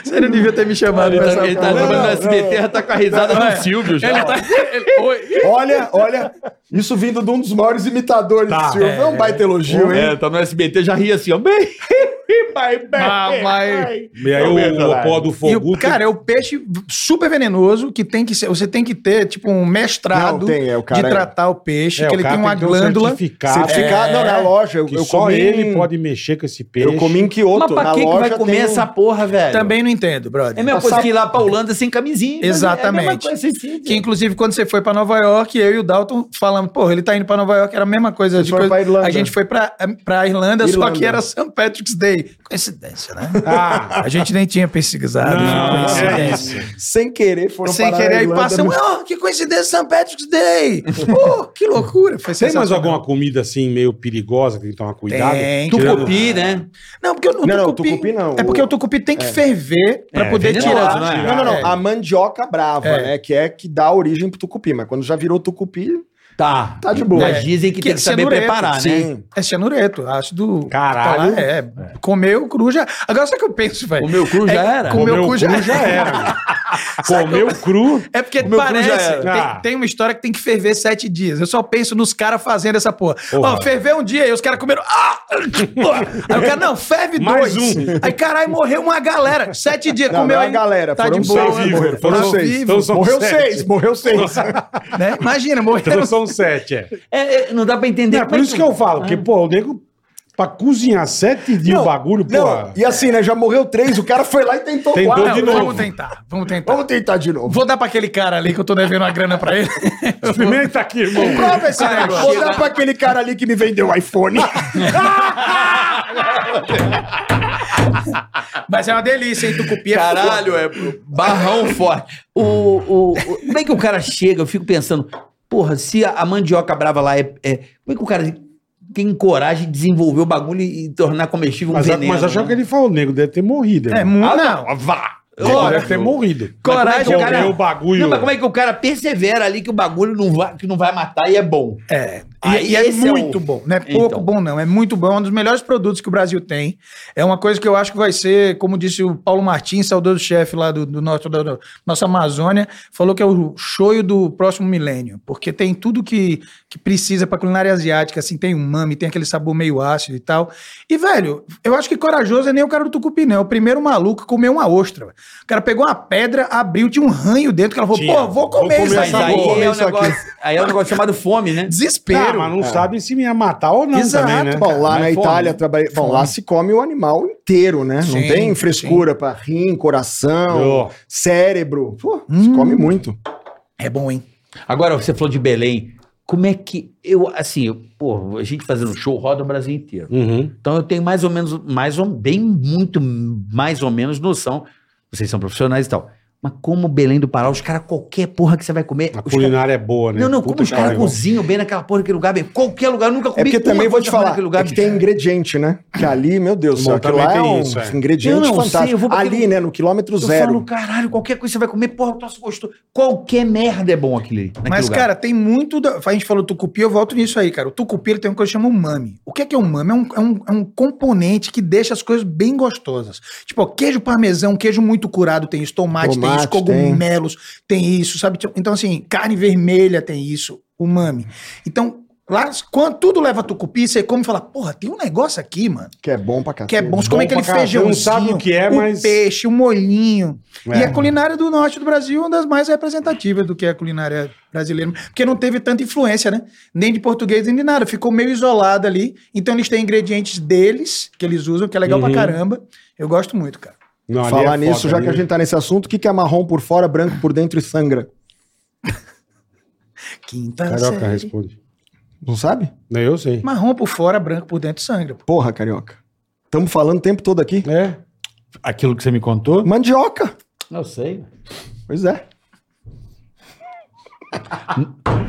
S1: Você não devia ter me chamado pra
S4: Ele
S1: essa
S4: tá, ele tá
S1: porra.
S4: trabalhando
S1: Não,
S4: no SBT, já tá com a risada
S1: Não, é.
S4: do Silvio já.
S1: Ele tá... ele- oi.
S6: Olha, olha, isso vindo de um dos maiores imitadores
S3: Tá,
S6: do Silvio. É, um baita elogio, hein?
S4: É, tá no SBT, já ri assim, ó. Bem, bem, bem.
S1: Ah, vai.
S3: E
S6: é
S3: aí o, o pó do
S1: E o-
S3: fogo.
S1: cara, é o peixe super venenoso que tem que ser. Você tem que ter, tipo, um mestrado
S6: Não, tem, é, o cara
S1: de
S6: é-
S1: tratar o peixe,
S3: É,
S1: que
S3: o
S1: ele
S3: cara
S1: tem uma
S3: tem que ter um
S1: glândula.
S3: certificado. É.
S6: Certificado, não, na loja. Eu,
S3: que
S6: eu
S3: só
S6: comi.
S3: ele
S6: em-
S3: pode mexer com esse peixe.
S6: Eu comi um em
S4: Mas
S6: Kyoto.
S4: pra
S6: na
S4: que, que
S6: loja
S4: vai comer
S6: tem um-
S4: essa porra, velho?
S1: Também não entendo, brother.
S4: É a mesma coisa que ir lá pra Holanda sem camisinha. mas é a mesma
S1: Exatamente.
S4: coisa, assim, sim.
S1: Que inclusive quando você foi pra Nova York, eu e o Dalton falamos, pô, ele tá indo pra Nova York, era a mesma coisa. de
S6: foi
S1: coisa-
S6: pra Irlanda.
S1: A gente foi pra, pra Irlanda, só
S6: Irlanda.
S1: que era St. Patrick's Day. Coincidência, né?
S3: Ah,
S1: A gente nem tinha pesquisado.
S3: não, é
S1: coincidência.
S3: isso.
S6: Sem querer, foram
S1: Sem
S6: parar na
S1: querer, aí
S6: Irlanda,
S1: passam,
S6: no-
S1: oh, que coincidência, St. Patrick's Day! Oh, que loucura! Foi
S3: Tem mais
S1: sensacional.
S3: alguma comida assim, meio perigosa que tem que tomar cuidado?
S1: Tem.
S3: Tirando-
S4: Tucupi, né?
S1: Não, porque o
S6: Não, não,
S1: tucupi,
S6: tucupi não,
S1: É
S6: o-
S1: porque o tucupi tem que ferver pra
S4: É,
S1: poder
S4: venenoso,
S1: tirar.
S4: né?
S6: Não, não, não.
S1: É.
S6: A mandioca brava,
S1: É.
S6: né? Que é que dá origem pro tucupi. Mas quando já virou tucupi,
S4: Tá.
S6: tá de boa.
S4: Mas dizem que,
S1: Que
S4: tem que saber
S1: cenureto,
S4: preparar, né?
S6: Sim.
S1: É cianureto, ácido.
S3: Caralho.
S1: tá lá, É, comeu cru já. Agora sabe o que eu penso, velho?
S4: O meu cru já
S3: É
S4: era?
S1: Comeu cru já era.
S3: era. Comeu cru.
S1: É porque
S4: meu cru já
S1: parece.
S4: era.
S1: Tem,
S3: Ah.
S1: tem uma história que tem que ferver sete dias. Eu só penso nos caras fazendo essa porra.
S3: Porra.
S1: Ó, ferveu um dia e os caras comeram. Ah! Aí o cara, não, ferve
S3: Mais
S1: dois.
S3: um.
S1: Aí, caralho, morreu uma galera. Sete dias,
S6: Não,
S1: comeu
S6: não é
S1: aí.
S6: galera,
S1: Tá
S6: foram
S1: de boa.
S6: seis
S1: né?
S6: vivos,
S1: Morreu.
S6: foram
S1: Tá
S6: seis.
S1: vivo,
S3: Então são
S6: Morreu
S3: sete.
S6: seis, morreu seis.
S1: né? Imagina, morreram
S3: Então são sete, é.
S4: É, é, não dá pra entender.
S3: Não, é
S4: como
S3: por isso que eu falo, porque,
S4: Ah.
S3: pô, o nego, pra cozinhar sete dias o bagulho, pô. ah,
S6: Não, e assim, né? Já morreu três, o cara foi lá e tentou
S3: Tentou
S6: quatro.
S1: Não,
S3: de novo.
S1: Vamos tentar, vamos tentar.
S6: Vamos tentar de novo.
S1: Vou dar pra aquele cara ali que eu tô devendo uma grana pra ele.
S3: Experimenta aqui, irmão.
S6: Prova esse negócio. Vou dar pra aquele cara ali que me vendeu o iPhone.
S1: Mas é uma delícia, hein? Tucupi é
S4: Caralho, é barrão forte. O, o, o- como é que o cara chega? Eu fico pensando, porra, se a, a mandioca brava lá é, é- Como é que o cara tem coragem de desenvolver o bagulho e, e tornar comestível um
S3: Mas,
S4: veneno?
S3: mas achou
S4: né?
S3: que ele falou, o nego deve ter morrido.
S1: É,
S3: irmão.
S1: mu-
S4: Ah,
S1: não.
S4: não, vá!
S3: Ele
S4: Lógico.
S3: deve ter morrido.
S4: Mas como é que
S1: Coragem,
S4: o cara-
S3: Comeu o bagulho.
S4: Não, mas como é que o cara persevera ali que o bagulho não vai, que não vai matar e é bom?
S1: É.
S4: Aí
S1: E, e é
S4: esse é
S1: muito
S4: o-
S1: bom. Não é pouco
S4: Então.
S1: bom, não. É muito bom. É um dos melhores produtos que o Brasil tem. É uma coisa que eu acho que vai ser, como disse o Paulo Martins, saudoso chefe lá do, do nosso, da da nossa Amazônia, falou que é o shoyu do próximo milênio. Porque tem tudo que, que precisa pra culinária asiática, assim, tem umami, tem aquele sabor meio ácido e tal. E, velho, eu acho que corajoso é nem o cara do Tucupi, não. É o primeiro maluco que comeu uma ostra. velho. O cara pegou uma pedra, abriu, tinha um ranho dentro, que ela falou,
S3: Tinha.
S1: pô, vou
S3: Vou
S1: comer,
S3: comer
S1: isso
S4: Mas
S1: aí.
S4: aí
S1: vou comer
S4: é, um
S1: isso aqui.
S4: negócio, aí é um negócio chamado fome, né?
S1: Desespero.
S3: Ah, mas não sabe se ia matar ou não
S1: Exato.
S3: também, né?
S6: Bom,
S3: Mas
S6: lá na
S3: fome.
S6: Itália trabalhei. Bom, lá se come o animal inteiro, né?
S1: Sim,
S6: Não tem frescura pra rim, coração,
S3: Ó.
S6: cérebro. Pô, se come muito.
S1: É bom, hein?
S4: Agora, você falou de Belém. Como é que eu, assim, eu, pô, a gente fazendo show roda o Brasil inteiro.
S3: Uhum.
S4: Então eu tenho mais ou menos, mais ou bem muito mais ou menos noção. Vocês são profissionais e tal. Mas como Belém do Pará, os caras, qualquer porra que você vai comer.
S3: A
S4: os cara-
S3: culinária é boa, né?
S4: Não, não,
S3: Puta
S4: como os
S3: que
S4: caras
S3: pariu.
S4: cozinham bem naquela porra, naquele lugar, bem, qualquer lugar, eu nunca comi
S6: É porque também
S4: uma
S6: vou te
S4: coisa boa
S6: falar,
S4: naquele lugar,
S6: é que
S4: bicho.
S6: tem ingrediente, né? Que ali, meu Deus, do
S3: Bom,
S6: céu, aquilo
S3: também
S6: lá é
S3: tem
S6: um
S3: isso, é.
S6: ingrediente
S4: Eu não sei,
S6: fantástico.
S4: eu vou porque
S6: ali,
S4: eu-
S6: né, no quilômetro
S4: Eu
S6: zero.
S4: falo, caralho, qualquer coisa você vai comer, porra, um troço gostoso. Qualquer merda é bom aquele. naquele
S1: Mas,
S4: lugar.
S1: cara, tem muito. Da... A gente falou tucupi, eu volto nisso aí, cara. O tucupi ele tem uma coisa que chama umami. O que é que é umami? É um, é, um, é um componente que deixa as coisas bem gostosas. Tipo, ó, queijo parmesão, queijo muito curado tem isso, tomate, tem
S6: Tomate,
S1: isso, cogumelos tem. isso, sabe? Tipo, Então, assim, carne vermelha tem isso, umami. Então, lá, quando tudo leva tucupi, você come e fala, porra, tem um negócio aqui, mano.
S6: Que é bom pra cacete.
S1: Que é bom, você come
S3: Assim, Bom
S1: aquele
S3: pra caralho.
S1: feijãozinho,
S3: Não sabe o que é, mas-
S1: peixe, o molhinho.
S3: É.
S1: E a culinária do norte do Brasil é uma das mais representativas do que é a culinária brasileira, porque não teve tanta influência, né? Nem de português, nem de nada. Ficou meio isolado ali. Então eles têm ingredientes deles, que eles usam, que é legal
S3: Uhum.
S1: pra caramba. Eu gosto muito, cara.
S3: Não, ali
S6: Falar
S3: é
S6: nisso,
S3: foda,
S6: já
S3: ali
S6: que a
S3: é-
S6: gente tá nesse assunto, o que, que é marrom por fora, branco por dentro e sangra?
S1: Quinta
S3: Carioca
S1: série.
S3: responde.
S6: Não sabe?
S3: Não, eu sei.
S1: Marrom por fora, branco por dentro, sangra. pô.
S6: Porra, carioca. Estamos falando o tempo todo aqui.
S3: É.
S4: Aquilo que você me contou?
S6: Mandioca.
S4: Eu sei.
S6: Pois é.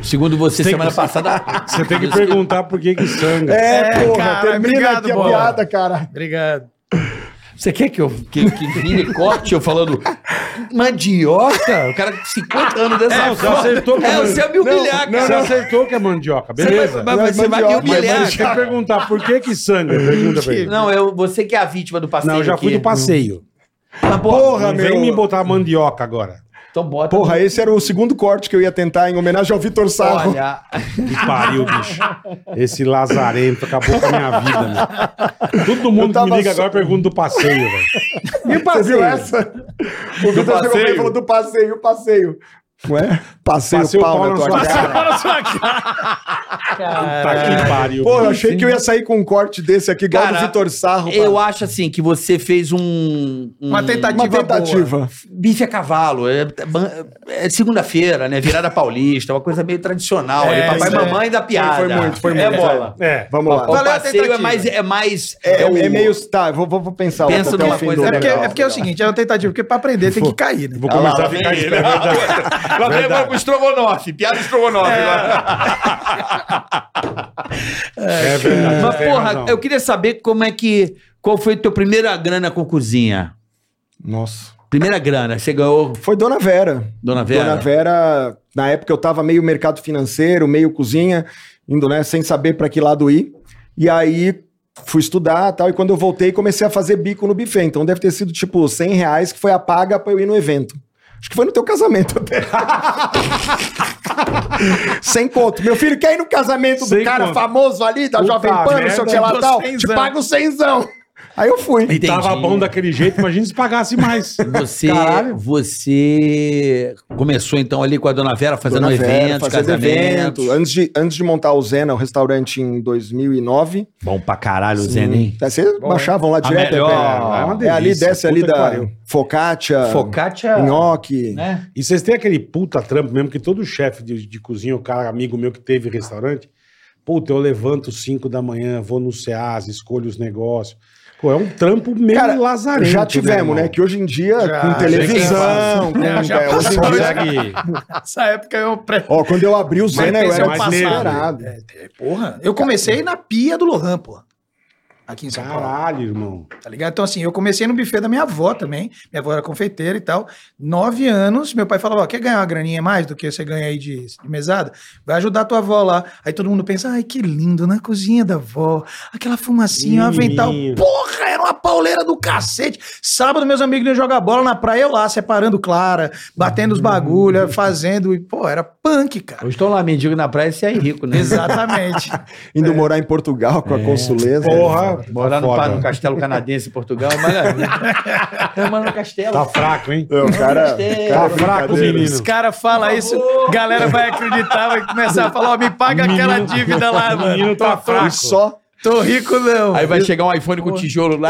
S4: Segundo você, semana passada.
S3: Você tem que perguntar por que que sangra.
S6: É,
S1: É,
S6: porra,
S1: cara,
S6: termina
S1: obrigado,
S6: aqui a
S1: bola.
S6: piada, cara.
S1: Obrigado.
S4: Você quer que eu que, que vire corte eu falando mandioca? O cara com 50 anos dessa
S3: É, você acertou que
S4: É, você vai me humilhar,
S3: não,
S4: cara.
S3: Você acertou que é mandioca, beleza.
S4: Você vai, mas você vai me
S6: Mandioca,
S3: Mas,
S4: humilhar,
S3: mas deixa eu
S4: cara.
S3: perguntar, por que que sangra? Pergunta pra ele.
S4: Não, eu, você que é a vítima do passeio
S3: Não, eu já fui
S4: aqui.
S3: do passeio.
S4: Mas, porra,
S6: Porra,
S3: Não vem
S6: meu.
S3: me botar mandioca agora.
S4: Então bota...
S6: Porra, esse era o segundo corte que eu ia tentar em homenagem ao Vitor Sarro.
S4: Olha,
S3: Que pariu, bicho. Esse lazarento acabou com a minha vida, meu. Todo mundo que
S6: tava
S3: me liga
S6: só-
S3: agora pergunta do passeio, velho.
S6: E o passeio? essa? O Vitor chegou pra mim
S3: passeio?
S6: e falou do passeio, passeio. Ué? Passeio,
S3: Passei o
S6: pau,
S3: pau
S6: na
S3: na
S6: tua
S3: sua
S6: cara.
S3: cara. Tá que pariu.
S6: Pô, eu achei que eu ia sair com um corte desse aqui, igual
S4: Cara,
S6: do Vitor Sarro.
S4: eu
S6: mano.
S4: acho assim que você fez um... um-
S1: Uma tentativa.
S6: Uma tentativa.
S4: Bife a cavalo, é, é segunda-feira, né? Virada paulista, uma coisa meio tradicional.
S1: É,
S4: ali, papai
S1: isso
S4: e
S1: é.
S4: mamãe da piada.
S6: foi muito, foi
S4: É
S6: muito,
S4: bola.
S3: É.
S6: Vamos lá.
S4: O
S1: Valeu a
S4: passeio é
S1: tentativa.
S4: mais... É, mais
S6: É,
S4: o-
S6: é meio. Tá, eu vou, vou, vou pensar
S4: Pensa
S6: até o
S4: numa
S6: fim
S4: coisa
S6: do
S1: É porque,
S6: negócio.
S1: é porque é o seguinte, é uma tentativa, porque pra aprender tem que cair, né?
S3: Vou
S6: Tá
S3: começar a ficar esperando.
S7: Lá vem agora com estrogonofe, piada estrogonofe. lá.
S3: É verdade.
S4: Mas,
S3: tem
S4: porra,
S3: razão.
S4: eu queria saber como é que. Qual foi a tua primeira grana com cozinha?
S6: Nossa.
S4: Primeira grana, você ganhou
S6: Foi Dona Vera.
S4: Dona Vera?
S6: Dona Vera, na época eu tava meio mercado financeiro, meio cozinha, indo, né, sem saber pra que lado ir. E aí fui estudar tal, e quando eu voltei comecei a fazer bico no buffet. Então deve ter sido tipo 100 reais que foi a paga pra eu ir no evento. Acho que foi no teu casamento até. Sem conto. Meu filho quer ir no casamento
S3: Sem
S6: do cara
S3: conto.
S6: famoso ali, da
S3: Puta
S6: Jovem Pan, não sei o que lá
S1: merda,
S6: tal. Te
S1: cenzão.
S6: pago cenzão. Aí eu fui.
S4: Entendi.
S3: Tava bom daquele jeito, imagina se pagasse mais.
S4: Você,
S3: Caralho.
S4: você começou então ali com a Dona Vera fazendo
S6: Dona Vera,
S4: eventos,
S6: fazendo
S4: casamentos.
S6: evento. Antes de, antes de montar o Zena, o restaurante em 2009.
S4: Bom pra caralho, Zena, hein?
S6: Tá, Vocês baixavam lá direto.
S4: melhor,
S6: é,
S3: é uma
S6: é ali,
S3: delícia,
S6: desce ali
S3: puta que
S6: da
S3: pariu.
S6: focaccia,
S4: Focaccia,
S6: nhoque.
S4: né?
S3: E vocês têm aquele puta trampo mesmo que todo chefe de, de cozinha, o cara amigo meu que teve restaurante, puta, eu levanto 5 da manhã, vou no SEAS, escolho os negócios. Pô, é um trampo meio
S6: Cara,
S3: lazarento.
S6: já tivemos, né?
S3: irmão?
S6: Que hoje em dia,
S1: Já,
S6: com
S1: já que-
S6: televisão, com-
S1: já
S6: é, hoje em dia-
S3: Consegue...
S1: Essa época é eu... Pre...
S6: Ó, quando eu abri o Zena, eu
S1: pensei
S6: era
S3: mais É,
S6: desesperado.
S1: Porra, eu comecei na pia do Lohan, porra. Aqui em São Paulo.
S3: Caralho, irmão.
S1: tá ligado? Então, assim, eu comecei no buffet da minha avó também. Minha avó era confeiteira e tal. Nove anos, meu pai falava: ó, quer ganhar uma graninha a mais do que você ganha aí de, de mesada? Vai ajudar tua avó lá. Aí todo mundo pensa: ai, que lindo, na cozinha da avó. Aquela fumacinha, um avental.
S3: Ih.
S1: Porra, era uma pauleira do cacete. Sábado, meus amigos iam jogar bola na praia, eu lá, separando clara, batendo os bagulho, fazendo. E, pô, era punk, cara.
S4: Eu estou lá, mendigo na praia, você é rico, né?
S1: Exatamente.
S6: Indo morar em Portugal com a consuleza.
S3: é. Porra,
S4: Morar no,
S3: Tá
S6: Tá
S3: foda.
S4: pa- no castelo canadense em Portugal, é maravilha. Eu moro É, no castelo.
S3: Tá fraco, hein?
S6: É, O cara,
S4: Gostei.
S3: Tá
S6: cara
S3: fraco,
S6: brincadeira.
S3: menino.
S1: Os caras falam isso, galera vai acreditar, vai começar a falar, ó, me paga aquela dívida lá, mano.
S3: menino tá
S6: E
S3: fraco.
S6: só
S1: Tô rico, não.
S7: Aí vai chegar um iPhone com tijolo lá.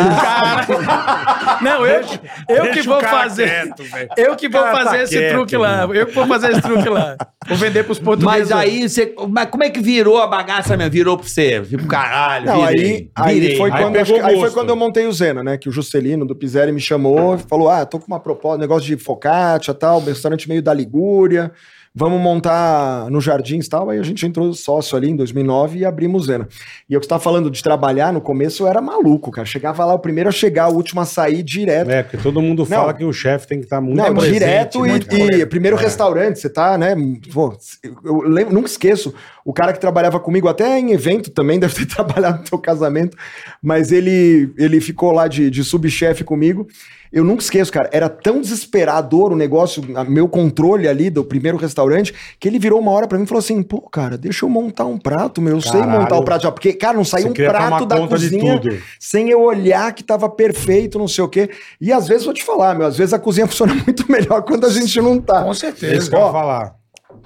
S1: Não, eu, eu que
S8: Deixa
S1: vou
S8: o cara
S1: fazer.
S8: quieto, velho.
S1: eu que vou
S8: O cara tá
S1: fazer esse
S8: quieto,
S1: truque lá. Eu que vou fazer esse truque lá. Vou vender pros portugueses.
S7: Mas aí você. Mas como é que virou a bagaça mesmo? Virou pra você? Tipo, caralho.
S6: Não,
S7: virei,
S6: aí, aí,
S7: virei.
S6: foi
S3: Aí
S6: quando, acho
S3: pegou
S6: que- aí foi
S3: gosto.
S6: quando eu montei o Zena, né? Que o Juscelino do Pizzeri me chamou e falou: Ah, tô com uma proposta, negócio de focaccia e tal, um restaurante meio da Ligúria, vamos montar no Jardins e tal. Aí a gente entrou sócio ali em 2009 e abrimos o Zena. E eu que estava falando de trabalhar no começo, eu era maluco, cara. Chegava lá, o primeiro a chegar, o último a sair direto.
S3: É, porque todo mundo fala que o chefe tem que estar muito
S6: Não,
S3: presente,
S6: direto
S3: né,
S6: e,
S3: cara?
S6: e primeiro restaurante, você tá, né? pô, eu lembro, nunca esqueço, o cara que trabalhava comigo, até em evento também, deve ter trabalhado no teu casamento, mas ele, ele ficou lá de, de subchefe comigo. Eu nunca esqueço, cara, era tão desesperador o negócio, a- meu controle ali do primeiro restaurante, que ele virou uma hora pra mim e falou assim, pô, cara, deixa eu montar um prato, meu, eu sei
S3: Caralho.
S6: montar o prato já, porque, cara, não saiu
S3: Você
S6: um
S3: queria
S6: prato
S3: tomar
S6: da
S3: conta de
S6: cozinha
S3: tudo.
S6: sem eu olhar que tava perfeito, não sei o quê. E às vezes, vou te falar, meu, às vezes a cozinha funciona muito melhor quando a gente não tá.
S1: Com
S3: É isso
S1: certeza.
S3: que eu ia
S6: Ó,
S3: falar.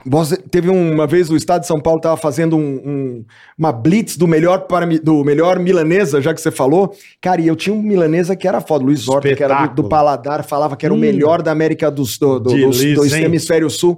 S6: Você- teve um, uma vez o Estado de São Paulo estava fazendo um- um- uma blitz do melhor, para, do melhor milanesa, já que você falou. Cara, e eu tinha um milanesa que era foda, Luiz Horta, que era do- do,
S3: Espetáculo.
S6: paladar, falava que era o melhor da América do, do, do, dos-
S3: Delícia,
S6: dos
S3: hein?
S6: hemisfério sul.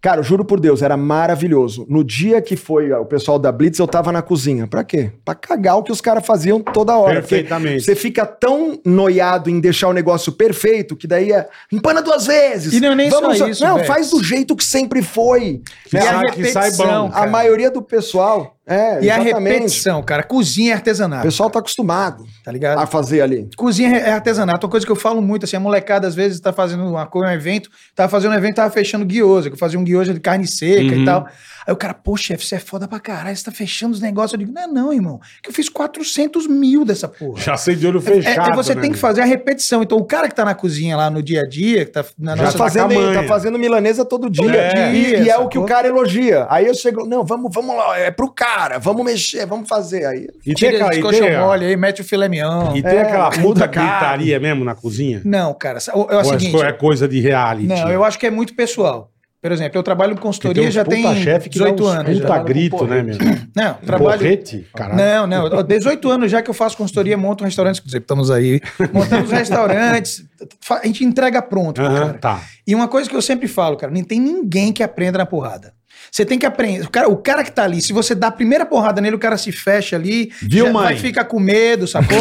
S6: Cara, juro por Deus, era maravilhoso. No dia que foi ó, o pessoal da Blitz, eu tava na cozinha. Pra quê? Pra cagar o que os caras faziam toda hora. porque
S3: Perfeitamente.
S6: Você fica tão noiado em deixar o negócio perfeito que daí é empana duas vezes.
S1: E não é nem só isso,
S6: Não,
S1: velho.
S6: faz do jeito que sempre foi.
S3: Que
S1: E a
S3: sai- que sai
S1: repetição,
S3: bom.
S1: cara.
S6: A maioria do pessoal. É,
S1: E a
S6: exatamente.
S1: repetição, cara. Cozinha é
S6: O
S1: artesanato,
S6: pessoal tá acostumado
S1: tá ligado?
S6: a fazer ali.
S1: Cozinha é artesanato, uma coisa que eu falo muito, assim, a molecada às vezes tá fazendo uma coisa, um evento, tava fazendo um evento, tava fechando guiosa, que eu fazia um guiosa de carne seca
S7: Uhum.
S1: e tal. Aí o cara, pô, chefe, você é foda pra caralho, você tá fechando os negócios. Eu digo, não é não, irmão, que eu fiz 400 mil dessa porra.
S3: Já sei de olho
S1: É- é-
S3: fechado.
S1: você
S3: né,
S1: tem que
S3: meu?
S1: fazer a repetição. Então, o cara que tá na cozinha lá no dia a dia, que tá na
S3: Já
S6: Tá
S1: nossa.
S3: tá
S6: fazendo,
S3: com a manha.
S6: tá fazendo milanesa todo dia.
S1: É.
S6: e, e é o que
S1: Sacou?
S6: o cara elogia. Aí eu chego, não, vamos, vamos lá, é pro cara, vamos mexer, vamos fazer. Aí
S3: E tem
S1: Tira
S3: aquela,
S1: esse
S3: e
S1: colchão
S3: tem, ó,
S1: mole aí, mete o filé mignon.
S3: e tem aquela puta
S1: cara.
S3: gritaria mesmo na cozinha?
S1: Não, cara, sa- é o
S3: Ou é
S1: seguinte.
S3: co- é coisa de reality?
S1: Não, eu acho que é muito pessoal. Por exemplo, eu trabalho em consultoria
S3: uns
S1: já
S3: puta
S1: tem
S3: chefe que dá
S1: 18
S3: uns
S1: anos.
S3: Puta
S1: já.
S3: grito, né, meu?
S1: Não, trabalho.
S3: Porrete? Caralho.
S1: Não, não. eu- 18 anos já que eu faço consultoria, monto um restaurantes. Inclusive, estamos aí. Montamos restaurantes. fa- A gente entrega pronto, pro
S3: Aham,
S1: cara.
S3: tá.
S1: E uma coisa que eu sempre falo, cara, não tem ninguém que aprenda na porrada. Você tem que aprender. O cara, o cara que tá ali, se você dá a primeira porrada nele, o cara se fecha ali.
S3: Viu,
S1: já
S3: mãe?
S1: Vai ficar com medo, sacou?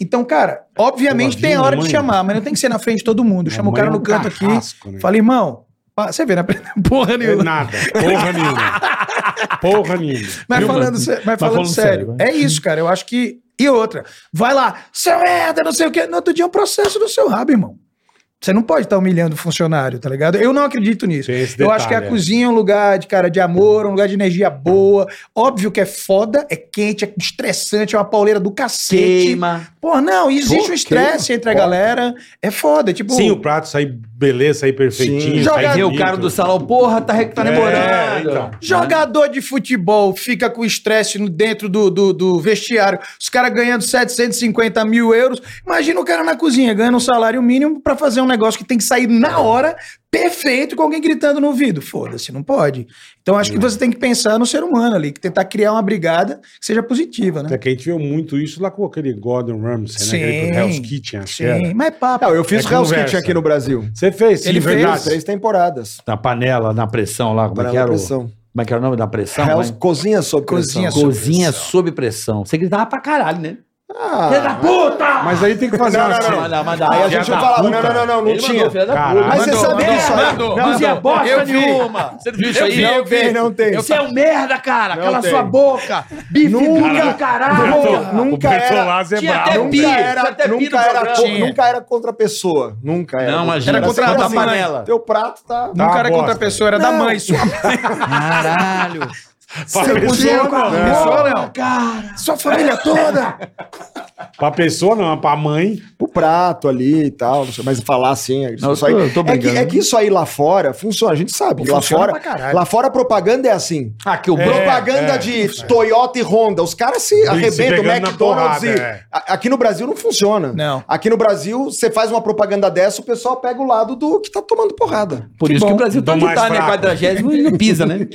S1: então, cara, obviamente
S3: Porra,
S1: tem a
S3: viu,
S1: hora de
S3: mãe?
S1: chamar, mas não tem que ser na frente de todo mundo. Chama o
S3: mãe
S1: cara
S3: é
S1: no
S3: um
S1: canto aqui.
S3: carrasco, né?
S1: Fala, irmão, pá, você vê, não aprende porra
S3: É
S1: nenhuma.
S3: nada. Porra nenhuma. Porra nenhuma.
S1: Mas
S3: Viu,
S1: falando,
S3: mano?
S1: sé- mas falando sério, é isso, cara. Eu acho que. E outra, vai lá, seu merda, não sei o quê. No outro dia é um processo do seu rabo, irmão. Você não pode estar humilhando o funcionário, tá ligado? Eu não acredito nisso.
S3: Tem esse
S1: eu
S3: detalhe,
S1: acho que a
S3: é.
S1: cozinha é um lugar de cara de amor, um lugar de energia boa. Óbvio que é foda, é quente, é estressante, é uma pauleira do cacete.
S7: Queima.
S1: Pô, não, existe
S6: Pô,
S1: um estresse
S6: queima.
S1: entre a
S6: Foda.
S1: galera. É foda, tipo.
S3: Sim, o prato sair beleza, sair perfeitinho.
S6: Sim.
S3: sair
S7: Aí vem o
S3: bonito.
S7: cara do salão, porra, tá, re- tá
S3: É,
S7: demorando.
S3: então.
S1: Jogador de futebol fica com estresse no- dentro do, do, do vestiário. Os caras ganhando 750 mil euros. Imagina o cara na cozinha ganhando um salário mínimo pra fazer um negócio que tem que sair na hora, perfeito, com alguém gritando no ouvido. Foda-se, não pode. Então acho que você tem que pensar no ser humano ali, que tentar criar uma brigada que seja positiva,
S3: Até
S1: né?
S3: que a gente viu muito isso lá com aquele Gordon Ramsay, né? Aquele do Hell's Kitchen, acho que
S1: Sim,
S3: era.
S1: mas papo.
S6: Não, eu fiz
S3: É
S6: o Hell's
S3: conversa.
S6: Kitchen aqui no Brasil.
S3: Você fez, sim,
S1: Ele fez.
S3: verdade.
S6: Três temporadas.
S7: Na panela, na pressão lá, como é que
S6: Panela
S7: era? o-
S6: pressão.
S7: Como é que era o nome da pressão?
S6: Hell's
S7: hein?
S6: Cozinha sob
S1: Cozinha
S6: pressão.
S1: sob-
S7: Cozinha sob pressão. Você gritava pra caralho, né? Filha da
S6: Ah,
S7: puta!
S3: Mas aí tem que fazer
S6: Não,
S3: uma
S6: não,
S4: Assim,
S6: não,
S3: cena.
S6: não.
S7: Mas- mas-
S6: aí a
S7: filha
S6: gente
S7: da
S6: não falava,
S7: puta.
S6: não, não, não, não, não
S7: Ele
S6: tinha.
S7: mandou, filha da
S3: Caralho.
S7: puta.
S6: Mas você sabe disso aí?
S1: mandou.
S7: Não dizia bosta
S1: Eu vi.
S7: nenhuma. Você não viu isso aí?
S6: Não tem, não tem.
S7: Você é um merda, cara.
S6: Não
S7: Cala
S6: tem.
S7: sua boca. Bife
S6: Nunca-
S7: do caralho.
S6: Nunca-
S3: O
S6: Nunca era.
S3: Bertolazzi é
S7: Tinha
S3: brabo.
S7: até
S3: velho.
S7: pi.
S6: Nunca era,
S7: até pi
S6: nunca,
S7: no
S6: era
S7: programa.
S6: co-
S1: Tinha.
S6: nunca era contra a pessoa. Nunca era.
S7: Não, imagina.
S1: Era contra
S6: sempre
S1: a
S6: assim,
S7: panela.
S6: né? Teu prato tá.
S1: Nunca era
S3: Ah, bosta.
S1: contra a pessoa, era da
S6: Não.
S1: mãe. Sua,
S7: Caralho.
S3: Pra pessoa, não.
S6: né?
S1: pessoa, Léo.
S7: Cara.
S1: sua família toda.
S3: Pra pessoa não, mas pra mãe.
S6: pro prato ali e tal, não sei, mas falar assim,
S4: Não,
S6: isso
S4: eu tô-
S6: aí-
S4: tô
S6: é, que,
S4: brincando.
S6: é que isso aí lá fora funciona, a gente sabe. que Lá
S1: funciona
S6: fora,
S1: pra caralho.
S6: lá fora a propaganda é assim.
S4: Ah, que o
S3: É,
S6: propaganda
S3: é.
S6: de Toyota e Honda, os caras se arrebentam,
S3: pegando na
S6: McDonald's
S3: porrada,
S6: e-
S3: é.
S6: a- Aqui no Brasil não funciona.
S1: Não.
S6: Aqui no Brasil, você faz uma propaganda dessa, o pessoal pega o lado do que tá tomando porrada.
S4: Por isso que o Brasil tá
S3: Do
S4: onde
S3: mais
S4: tá, né?
S3: fraco.
S4: Quadragésimo e não pisa, né?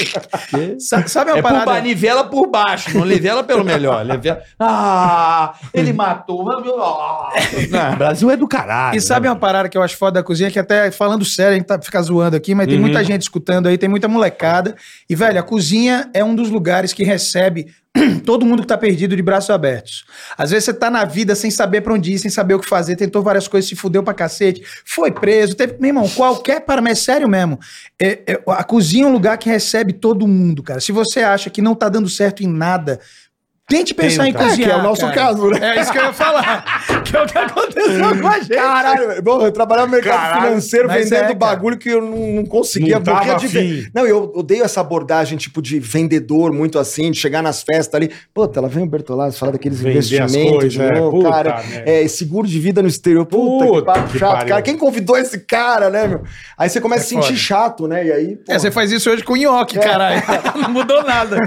S1: Sa- Sabe uma
S4: É por ba-
S1: parada?
S4: nivela por baixo, não nivela pelo melhor. Nivela... Ah, ele matou. Ah. Não, Brasil é do caralho.
S1: E sabe uma parada que eu acho foda da cozinha, que até falando sério, a gente tá, fica zoando aqui, mas tem muita gente escutando aí, tem muita molecada. E, velho, a cozinha é um dos lugares que recebe todo mundo que tá perdido de braços abertos. Às vezes você tá na vida sem saber pra onde ir, sem saber o que fazer, tentou várias coisas, se fudeu pra cacete, foi preso, teve... Meu irmão, qualquer para mas é sério mesmo. É- é- a cozinha é um lugar que recebe todo mundo, cara. Se você acha que não tá dando certo em nada... Tente pensar em
S6: cara. É, que
S1: cozinhar.
S6: é o nosso caso, né?
S1: É isso que eu ia falar. que é o que
S3: tá
S1: aconteceu com a gente.
S6: Caralho, bom, eu trabalhava no mercado
S3: Caralho,
S6: financeiro
S1: mas é,
S6: vendendo
S1: cara.
S6: bagulho que eu não, não conseguia.
S3: Não tava
S6: morria de
S3: afim.
S6: ve- Não, eu odeio essa abordagem tipo de vendedor muito assim, de chegar nas festas ali. Puta, ela vem o Bertolazzi falar daqueles
S3: Vender as
S6: investimentos,
S3: coisas,
S6: de
S3: é,
S6: novo,
S3: puta
S6: cara.
S3: merda.
S6: É, seguro de vida no exterior. Puta,
S3: Puta
S6: que papo
S3: que
S6: chato,
S3: pariu. É
S6: cara. Quem convidou esse cara, né, meu? Aí você começa a sentir
S1: foda.
S6: chato, né? E aí.
S1: É, você faz isso hoje com nhoque, caralho. Não mudou nada.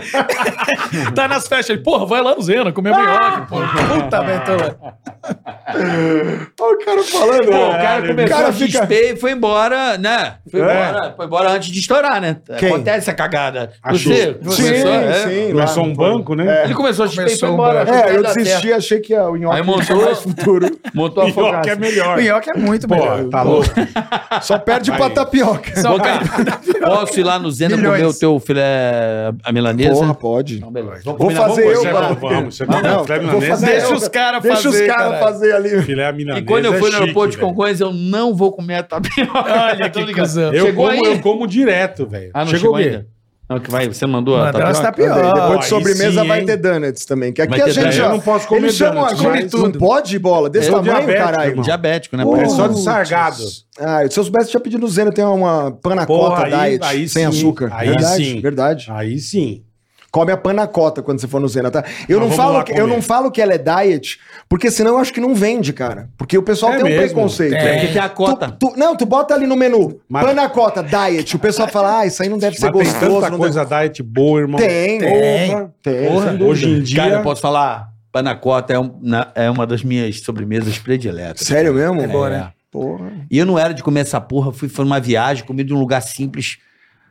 S1: tá nas festas, ele, porra, vai lá no Zena comer um nhoque, porra. Puta, Bertola.
S6: Olha o cara falando.
S4: Pô,
S6: ó.
S4: o cara
S3: Caralho,
S4: começou
S6: o cara
S4: a XP e foi embora, né? Foi,
S3: É.
S4: embora, foi embora antes de estourar, né?
S6: Quem?
S4: Acontece essa cagada.
S3: A
S4: Você
S3: Xuxa.
S4: começou, é?
S3: Não é
S6: lá
S3: só um
S6: no É. fórum.
S3: banco, né?
S4: Ele começou a XP e foi
S1: Começou um
S4: embora.
S1: banco.
S4: achou que
S6: É, eu
S4: ia dar certo.
S6: desisti, achei que a- o nhoque
S4: Aí montou-
S6: tinha mais futuro.
S4: Montou a
S3: Pior que é
S4: fogueira.
S3: melhor.
S1: O nhoque é muito
S3: Pô,
S1: melhor.
S3: tá louco.
S6: Só perde
S3: Aí.
S6: pra tapioca.
S4: Posso ir lá no Zena
S1: Milhões.
S4: comer o teu filé a milanesa?
S6: Porra, pode.
S4: Então, beleza. Vamos
S6: Vou
S4: combinar, vamos
S6: fazer eu,
S4: comer.
S6: mano.
S3: Vamos, você tá
S6: Não,
S3: com filé
S6: eu vou
S3: milanesa?
S6: fazer
S1: Deixa
S6: eu,
S1: os caras
S6: Deixa os
S1: fazer,
S6: caras
S1: caralho.
S6: fazer ali.
S3: Filé milanesa
S4: E quando eu
S3: é
S4: fui no
S3: chique,
S4: aeroporto de
S3: velho.
S4: Congonhas, eu não vou comer a tapioca.
S1: Olha
S4: Tô
S1: que
S4: ligado.
S1: cuzão.
S3: Eu
S4: Chegou
S3: como,
S4: aí?
S3: eu como direto, velho.
S4: Ah, não
S3: Chegou
S4: chegou,
S3: o quê?
S4: ainda? Não, que vai, você mandou a
S1: Mandou as
S4: tapioca?
S6: Mandei.
S1: tapioca.
S6: Depois
S3: aí
S6: de sobremesa
S3: sim,
S6: vai
S3: hein?
S6: ter donuts também. Que aqui
S4: Vai
S6: a
S4: ter
S6: gente
S4: donuts.
S6: já.
S3: Eu não posso comer
S6: Eles chamam
S3: donuts,
S6: a gente-
S3: mas-
S6: Não pode bola? Desse
S4: Eu
S6: tamanho,
S3: diabético,
S6: caralho.
S3: irmão.
S4: Diabético, né?
S3: É
S4: Parece-
S3: só de sargado.
S6: Ah, se eu soubesse, tinha pedido no Zeno. Tem uma panacota
S3: Porra, aí-
S6: diet
S3: aí
S6: sem
S3: sim,
S6: açúcar.
S3: aí
S6: verdade,
S3: sim.
S6: verdade.
S3: Aí sim.
S6: Come a panacota quando você for no Zena, tá?
S3: Mas
S6: Eu não,
S3: vamos
S6: falo
S3: lá
S6: que,
S3: comer.
S6: eu não falo que ela é diet, porque senão eu acho que não vende, cara. Porque o pessoal
S3: É
S6: tem um
S3: mesmo. É,
S6: preconceito.
S1: Tem.
S4: Porque É tem a cota.
S6: Tu- tu- não, tu bota ali no menu,
S3: Mas-
S6: panacota, diet. O pessoal fala, ah, isso aí não deve ser
S3: Mas tem
S6: gostoso.
S3: tanta
S6: não
S3: coisa diet boa, irmão.
S6: deve- Tem,
S1: Tem.
S6: porra, tem.
S3: Porra, hoje em dia.
S4: Cara, eu posso falar, panacota é, um- na- é uma das minhas sobremesas prediletas.
S6: Sério mesmo?
S4: É.
S1: Boa, né?
S6: Porra.
S4: E eu não era de comer essa porra, fui foi numa viagem, comi de um lugar simples.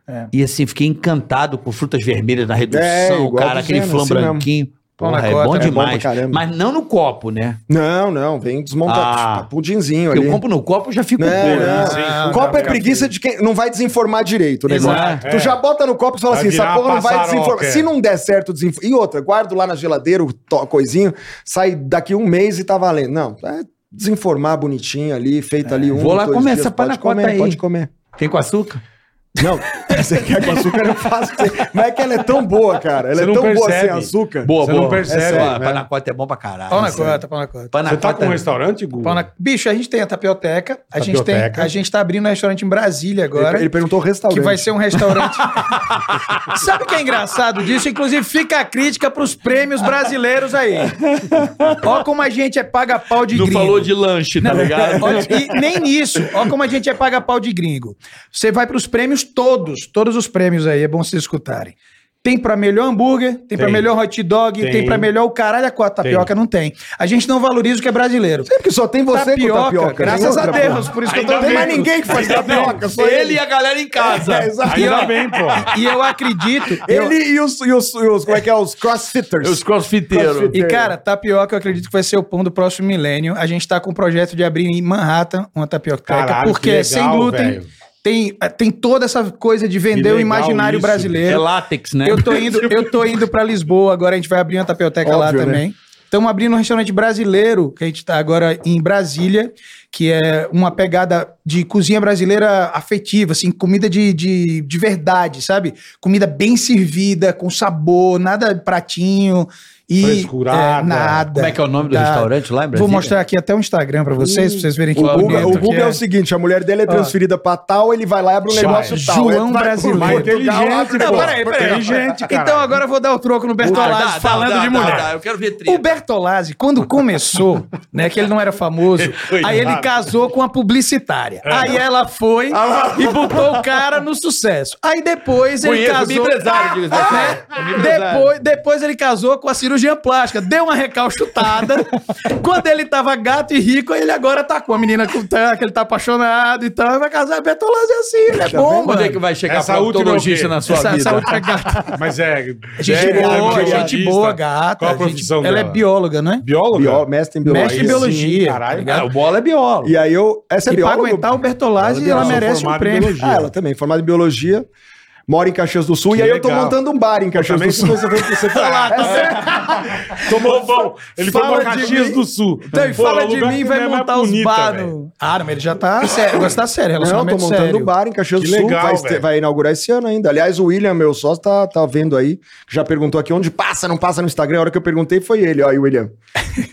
S1: É.
S4: E assim, fiquei encantado com frutas vermelhas na redução,
S6: igual
S4: cara,
S6: do
S4: aquele
S6: Zena,
S4: flan
S6: assim mesmo.
S4: branquinho.
S1: Pão
S4: Porra,
S1: na
S4: é
S1: cota,
S4: bom
S1: é bom
S4: demais.
S6: pra caramba.
S4: mas não no copo, né?
S6: Não, não, vem
S4: Ah.
S6: desmontar tipo, pudinzinho
S4: Porque
S6: ali.
S4: eu compro no copo, eu já fico
S6: Não,
S4: boa, né?
S6: não.
S3: sim,
S1: Ah,
S3: sim.
S6: Copo é preguiça de quem não vai desinformar direito, né? irmão?
S1: Exato.
S3: É.
S6: Tu já bota no copo e fala
S3: Vai
S6: assim,
S3: virar
S6: essa porra não vai
S3: passaroca,
S6: desinformar.
S3: é.
S6: Se não der certo, desinforma. E outra, guardo lá na geladeira o to- coisinho, sai daqui um mês e tá valendo. Não, é desinformar bonitinho ali, feito ali um,
S4: É. Vou lá
S6: dois
S4: comer
S6: dias.
S4: essa
S6: pode
S4: panacota
S6: comer,
S4: aí.
S6: Pode comer.
S4: Tem com açúcar? é
S6: Não, você quer com açúcar, eu faço. Mas é que ela é tão boa, cara. Ela
S3: Você
S6: é
S3: não
S6: tão boa
S3: percebe.
S6: sem açúcar.
S4: Boa,
S3: Você
S4: boa.
S3: não percebe,
S4: É sério,
S3: né?
S4: Panacota é bom pra caralho.
S1: Pau na
S4: Sério.
S1: cota, pau na cota.
S3: Você tá
S4: Panacota-
S3: com um restaurante, Gu?
S1: Pau na- Bicho, a gente tem a Hum. tapioteca. A, Gente tem,
S3: Tapioteca.
S1: a gente tá abrindo um restaurante em Brasília agora.
S6: Ele, ele perguntou o restaurante.
S1: Que vai ser um restaurante. Sabe o que é engraçado disso? Inclusive, fica a crítica pros prêmios brasileiros aí. Ó, como a gente é paga-pau de
S4: Não
S1: gringo.
S4: falou de lanche, tá ligado?
S1: Olha, e nem nisso. Olha como a gente é paga pau de gringo. Você vai pros prêmios todos, todos os prêmios aí, é bom vocês escutarem. Tem pra melhor hambúrguer, tem, pra
S3: Tem.
S1: melhor hot dog, tem,
S3: Tem.
S1: pra melhor o caralho a quatro tapioca, não tem. A gente não valoriza o que é brasileiro.
S6: Porque só tem você com
S1: tapioca,
S6: tapioca. né?
S1: graças
S6: Tem
S1: a
S6: outra,
S1: Deus,
S6: pô.
S1: por isso que eu
S6: Não
S1: tô
S6: tem mais
S1: vendo.
S6: ninguém que faz tapioca, só
S4: ele
S6: ele.
S4: e a galera em
S6: É,
S4: casa.
S6: exato.
S3: Ainda bem, pô.
S1: E eu acredito. eu-
S6: Ele e os, e, os, e os- Como é que é? Os crossfitters.
S4: Os crossfiteiros.
S1: E, cara, tapioca eu acredito que vai ser o pão do próximo milênio. A gente tá com o projeto de abrir em Manhattan uma tapioteca,
S3: Caralho,
S1: porque
S3: que
S1: é sem
S3: legal,
S1: glúten.
S3: velho.
S1: Tem, eh, tem toda essa coisa de vender
S3: Que
S1: o
S3: legal
S1: imaginário
S3: isso.
S1: brasileiro.
S4: É látex, né?
S1: Eu tô indo, eu tô indo para Lisboa agora, a gente vai abrir uma tapioteca lá
S6: Óbvio, né?
S1: também. Estamos abrindo um restaurante brasileiro, que a gente tá agora em Brasília, que é uma pegada de cozinha brasileira afetiva, assim, comida de, de, de verdade, sabe? Comida bem servida, com sabor, nada pratinho e
S3: Frescurada.
S1: é, nada.
S4: Como é que é o nome do
S1: Tá.
S4: restaurante lá em Brasília?
S1: Vou mostrar aqui até o Instagram pra vocês, pra vocês verem que
S6: O Guga,
S1: bonito
S6: o Guga
S1: que Ah.
S6: é. o seguinte, a mulher dele é transferida pra tal, ele vai lá e abre um negócio tal.
S1: João
S6: Ele vai pro
S1: Brasileiro.
S6: Portugal,
S3: Inteligente,
S6: abre um
S3: pô.
S1: Não,
S6: negócio.
S1: peraí, peraí.
S3: Inteligente, cara.
S1: Então agora eu vou dar o troco no Bertolazzi
S7: Dá, dá,
S1: falando
S7: dá,
S1: de
S7: dá,
S1: mulher.
S7: dá, eu quero ver treta.
S1: O Bertolazzi, quando começou, né, que ele não era famoso, aí ele casou com a publicitária.
S7: É.
S1: Aí ela foi
S7: Ah,
S1: e botou o cara no sucesso. Aí depois ele
S7: Conheço,
S1: casou...
S7: meu empresário, diga-se de
S1: né? depois, depois ele casou com a cirurgiã plástica, deu uma recalchutada. quando ele tava gato e rico, ele agora tá com a menina com tan- que ele tá apaixonado e tal, vai casar. Bertolazzi é assim, ele é bom,
S7: Onde é que
S1: mano.
S7: vai chegar
S3: Essa última é o
S7: proctologista
S3: quê?
S7: na sua
S1: Essa-
S7: vida?
S1: essa outra gata.
S3: Mas é.
S1: Gente
S3: é,
S1: boa,
S3: é
S1: gente
S3: biologista.
S1: boa, gata.
S3: Qual a
S1: gente-
S3: profissão
S1: ela
S3: dela?
S1: é bióloga, não é?
S3: Bióloga?
S6: Bió- um mestre em biologia.
S1: Mestre em biologia.
S3: sim, caralho.
S1: tá ligado?
S7: Ah, o bola é biólogo.
S6: E aí eu... Essa é
S1: E pra
S6: bióloga?
S1: aguentar o Bertolazzi,
S6: Ela
S1: ela
S6: é
S1: merece um
S3: formada em
S1: prêmio.
S3: biologia.
S6: Ah, ela também, formada em biologia. Mora em Caxias do Sul.
S3: Que
S6: e aí eu tô
S3: legal.
S6: montando um bar em Caxias
S3: Também
S6: do
S3: se
S6: Sul.
S3: você que você falar. Tomou bom. Ele foi
S1: Fala
S3: pra
S1: de
S3: Caxias
S1: mim.
S3: do Sul.
S1: Então, ele
S3: Pô,
S1: fala de
S3: lugar
S1: mim e
S3: que
S1: vai
S3: não é mais
S1: montar os
S3: bonita,
S1: bar
S3: velho.
S1: no... Ah, não, mas ele já tá sério. Agora tá sério,
S6: Não, tô
S1: relacionamento
S6: montando
S1: sério.
S6: um bar em Caxias
S3: Que
S6: do Sul.
S3: legal,
S6: vai, ter-
S3: velho.
S6: vai inaugurar esse ano ainda. Aliás, o William, meu sócio, tá, tá vendo aí. que Já perguntou aqui onde passa, não passa no Instagram. A hora que eu perguntei foi ele, ó, e o William.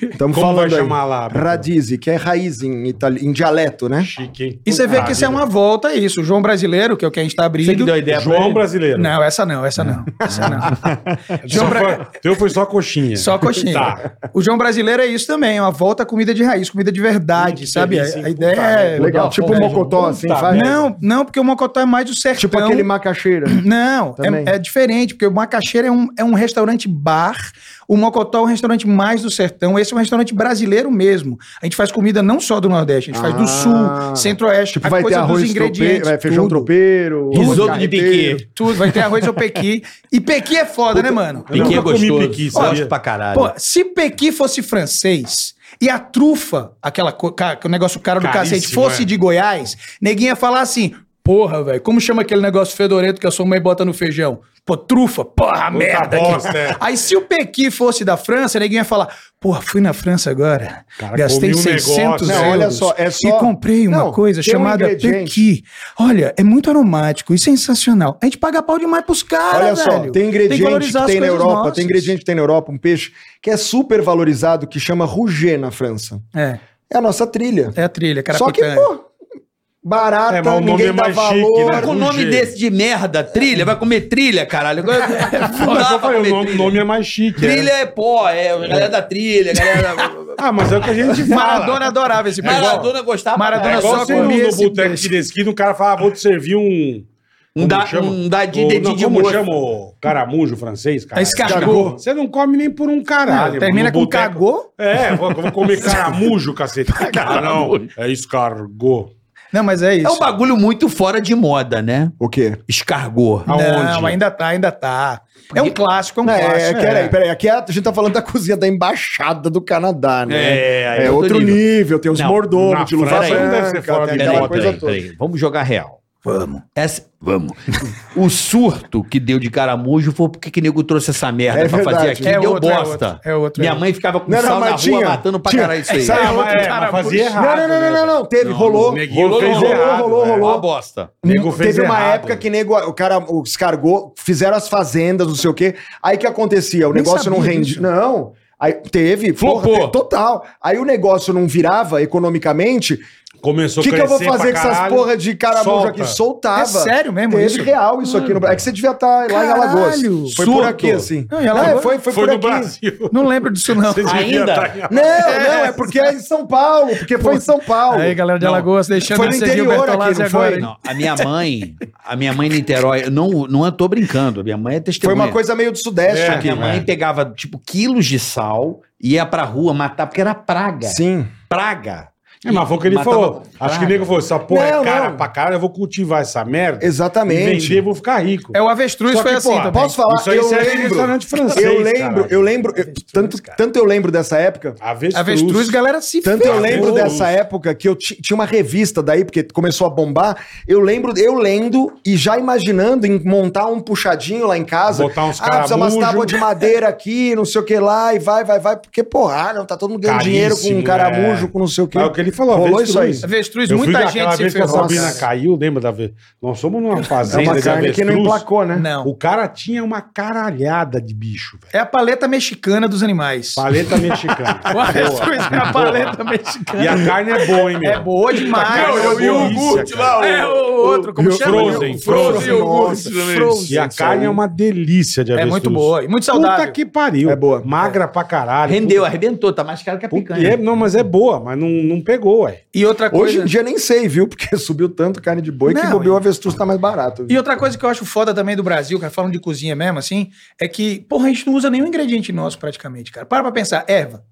S6: Estamos
S3: Como
S6: falando
S3: vai
S6: aí.
S3: chamar lá, Beto?
S6: Radizi, que é raiz em, itali... em dialeto, né?
S3: Chique, hein? Ah,
S1: E você vê que isso é uma volta, é isso. O João Brasileiro, que é o que a gente tá abrindo...
S4: Você que deu a ideia pra
S3: João
S4: ele?
S3: brasileiro.
S1: Não, essa não, essa não. Essa não.
S3: Só
S1: João Bra-
S3: foi, teu foi só coxinha.
S1: Só coxinha.
S3: Tá.
S1: O João Brasileiro é isso também, é uma volta à comida de raiz, comida de verdade,
S3: Hum, que
S1: sabe?
S3: delícia, hein?
S1: a ideia
S3: Puta,
S1: é...
S3: velho.
S6: Legal,
S3: Legal,
S6: tipo o
S3: velho.
S6: Mocotó,
S3: Puta
S6: assim, vai.
S1: Não, não, porque o Mocotó é mais do sertão.
S6: Tipo aquele macaxeira.
S1: Não,
S6: Também.
S1: é, é diferente, porque o Macaxeira é um, é um restaurante bar, o Mocotó é um restaurante mais do sertão, esse é um restaurante brasileiro mesmo. A gente faz comida não só do Nordeste, a gente faz do
S6: Ah.
S1: Sul, Centro-Oeste,
S6: Tipo, vai ter arroz tropeiro, vai, feijão
S1: tudo.
S6: tropeiro.
S4: Risoto de
S6: carreteiro.
S4: piquet.
S1: Tudo, vai ter arroz ou pequi. E pequi é foda, né, mano?
S3: Eu
S4: Piquet é
S3: nunca comi
S4: gostoso.
S3: piqui, sabia?
S4: Gosto pra
S6: Ah,
S4: caralho.
S6: né?
S1: Pô, se pequi fosse francês e a trufa, aquela co- ca- que o negócio cara do
S3: Caríssimo,
S1: cacete, fosse
S3: é.
S1: de Goiás, neguinha ia falar assim: Porra, velho, como chama aquele negócio fedorento que a sua mãe bota no feijão? Pô, trufa, porra, merda. aqui."
S3: bosta, é.
S1: Aí se o Pequi fosse da França, neguinha ia falar: Porra, fui na França agora,
S3: Cara,
S1: gastei
S3: comi um
S1: 600
S3: negócio.
S1: euros
S6: Não, olha só, é só-
S1: e comprei uma
S6: Não,
S1: coisa
S6: tem um
S1: chamada
S6: ingrediente.
S1: Pequi. Olha, é muito aromático e sensacional. A gente paga pau demais pros caras,
S6: Olha
S1: velho.
S6: só, tem ingrediente que,
S1: valorizar as
S6: tem na
S1: coisas
S6: Europa,
S1: nossas.
S6: tem ingrediente que tem na Europa, um peixe que é super valorizado, que chama rouget na França.
S1: É,
S6: É a nossa trilha.
S1: é a trilha, cara.
S6: Só que, pô, barata,
S3: É, mas o nome
S6: ninguém
S3: é
S6: dá
S3: mais
S6: valor.
S3: chique, né?
S4: Com o
S3: Um
S4: nome
S3: jeito.
S4: desse de merda, trilha, vai comer trilha, caralho. Agora- Não
S3: Mas
S4: dá
S3: eu falei, o
S4: pra comer
S3: nome,
S4: trilha.
S3: nome é mais chique. né?
S4: Trilha é pó, é a galera da trilha, a galera...
S3: Ah, mas é o que a gente fala.
S1: Maradona adorava esse peixe.
S4: Maradona gostava.
S1: Maradona
S3: É
S4: pra
S3: igual
S1: só
S4: caralho.
S3: você
S1: comia
S3: no, no
S1: esse
S3: boteco
S1: peixe.
S3: de esquina, o cara fala, "Ah, vou te servir um...
S4: Um da-
S3: chama?
S4: um dadinho
S3: O-
S4: de-
S3: não,
S4: de
S3: Como
S4: mosca.
S3: chama o caramujo francês, cara?
S1: Escargot.
S3: Você não come nem por um caralho.
S1: Não, Ah, termina
S3: mano, no
S1: com
S3: boteco.
S1: cagô?
S3: É, vou, vou comer caramujo, cacete. Ah, não. É escargot.
S1: Não, mas é isso.
S4: É um bagulho muito fora de moda, né?
S6: O quê?
S4: Escargou.
S1: Não,
S3: Aonde?
S1: ainda tá, ainda tá. É um clássico, é um
S6: Não, é,
S1: clássico.
S6: é, peraí, peraí. Aqui a gente tá falando da cozinha da embaixada do Canadá, né?
S4: É, aí
S6: é
S4: é outro
S6: outro nível. tem os
S4: Não,
S3: na
S6: mordomos de luva
S3: França
S6: branca,
S3: não deve ser né? fora
S6: tem
S3: de
S6: aquela
S4: Peraí,
S3: moda,
S6: coisa
S4: peraí,
S6: toda.
S4: peraí. Vamos jogar real. Vamos. vamos. o surto que deu de caramujo foi porque que nego trouxe essa merda
S6: É
S4: pra fazer
S6: verdade.
S4: aqui.
S1: É
S4: deu
S1: outro, é
S4: bosta.
S1: outro, é outro, é
S4: Minha
S1: outro.
S4: mãe ficava com
S6: Não, não,
S4: sal na
S6: mas tinha-
S4: rua matando pra
S6: tinha-
S4: caralho isso aí.
S6: Sabe,
S3: Ah, mas, é, mas
S1: caramujo.
S3: fazia errado. né?
S6: Não, não, não, não, não, não. Teve, rolou.
S3: Neguinho
S4: Rolou,
S3: fez
S4: rolou,
S3: errado,
S6: rolou,
S3: né?
S6: rolou.
S4: É Uma bosta.
S3: Nego fez
S6: Teve uma
S3: errado.
S6: época que nego, o cara, os cargou, fizeram as fazendas, não sei o quê. Aí que acontecia? O
S1: Nem
S6: negócio não
S1: sabia
S6: rendia.
S1: disso.
S6: Não. Aí teve, porra,
S4: Flopou.
S6: teve total. Aí o negócio não virava economicamente. O
S3: Começou a
S6: que, que eu vou
S3: crescer
S6: fazer
S3: pra
S6: com essas
S3: caralho.
S6: porra de caramujo
S3: Solta.
S6: aqui? Soltava.
S1: É sério mesmo
S6: Teve
S1: isso?
S6: real isso aqui no Brasil. É que você devia estar lá em
S1: Caralho.
S6: Alagoas. Foi por
S3: Surto.
S6: aqui, assim.
S1: Não, em Alagoas?
S6: É, foi, foi,
S3: Foi
S6: por
S3: no
S6: aqui.
S3: Brasil.
S1: Não lembro disso, não.
S3: Vocês tá
S1: Aí,
S3: deviam
S4: ainda?
S3: estar em Alagoas.
S6: Não, não, é porque é em São Paulo, porque foi em São Paulo.
S1: aí, galera de
S4: Não.
S1: Alagoas, deixando
S6: Foi no
S1: de seguir o
S6: interior
S1: Bertolazzi
S6: aqui, não
S1: agora.
S6: foi?
S1: hein?
S4: Não, a minha mãe, a minha mãe em Niterói, eu não, não eu tô brincando, a minha mãe é
S6: Foi
S4: testemunha.
S6: uma coisa meio do Sudeste
S3: É,
S6: aqui.
S4: Minha mãe
S3: É.
S4: pegava, tipo, quilos de sal, ia pra rua matar, porque era praga.
S6: Sim.
S4: Praga.
S3: É, mas foi o que ele
S4: Matava
S3: falou. Acho que o nego falou: essa porra
S6: Ah. Não,
S3: é cara
S6: não.
S3: pra cara, eu vou cultivar essa merda. E
S6: Exatamente.
S3: vender, eu vou ficar rico.
S1: É o avestruz
S3: Só que,
S1: foi assim
S3: pô,
S1: também.
S6: Posso falar?
S3: Isso aí é
S6: eu
S3: serve em
S6: lembro.
S3: restaurante francês,
S6: eu lembro,
S3: caralho.
S6: eu lembro, eu- tanto, tanto eu lembro dessa época.
S3: Avestruz.
S1: Avestruz, galera, se
S6: Tanto eu
S1: ferra.
S6: lembro
S3: Avestruz.
S6: dessa época que eu ti- tinha uma revista daí, porque começou a bombar. Eu lembro, eu lendo e já imaginando em montar um puxadinho lá em casa.
S3: Botar uns
S6: ah, precisa umas
S3: caramujo.
S6: tábuas de madeira aqui, não sei o que lá, e vai, vai, vai. Porque, porra, não, tá todo mundo ganhando
S3: Caríssimo,
S6: dinheiro com um caramujo,
S3: é.
S6: com não sei o que.
S3: Mas é o que ele falou
S6: Rolou
S3: avestruz.
S6: isso aí.
S1: Avestruz,
S3: Eu fui
S1: muita
S3: daquela
S1: gente se
S3: vez que a
S1: ferrou.
S3: Sabrina
S1: cara.
S3: caiu, lembra da vez? Nós somos numa
S6: É
S3: fazenda
S6: uma
S3: de
S6: carne
S3: avestruz.
S6: que não emplacou, né?
S1: Não.
S3: O cara tinha uma caralhada de bicho, velho.
S1: É a paleta mexicana dos animais.
S3: Paleta mexicana.
S1: O avestruz é a paleta mexicana.
S3: E a carne é boa, hein, meu? é
S1: É boa demais.
S3: Não, eu-
S7: o iogurte lá, o,
S1: É o outro, como
S3: o
S1: chama?
S3: Frozen.
S7: Frozen iogurte
S6: Nossa,
S7: também.
S3: E a carne é uma delícia de
S1: É
S3: avestruz.
S1: muito boa e muito
S3: Puta
S1: saudável.
S3: que pariu.
S6: É boa.
S3: Magra pra caralho.
S4: Rendeu, arrebentou, tá mais caro que a
S3: Puta,
S4: picanha.
S3: e é- não, mas é boa, mas não, não pegou, ué.
S1: E outra
S6: Hoje
S1: coisa...
S6: em dia nem sei, viu? Porque subiu tanto carne de boi que
S1: Não,
S6: bobeou
S1: e-
S6: o avestruz tá mais barato.
S1: E outra coisa que eu acho foda também do Brasil, cara, falando de cozinha mesmo, assim, é que, porra, a gente não usa nenhum ingrediente nosso praticamente, cara. Para pra pensar, erva.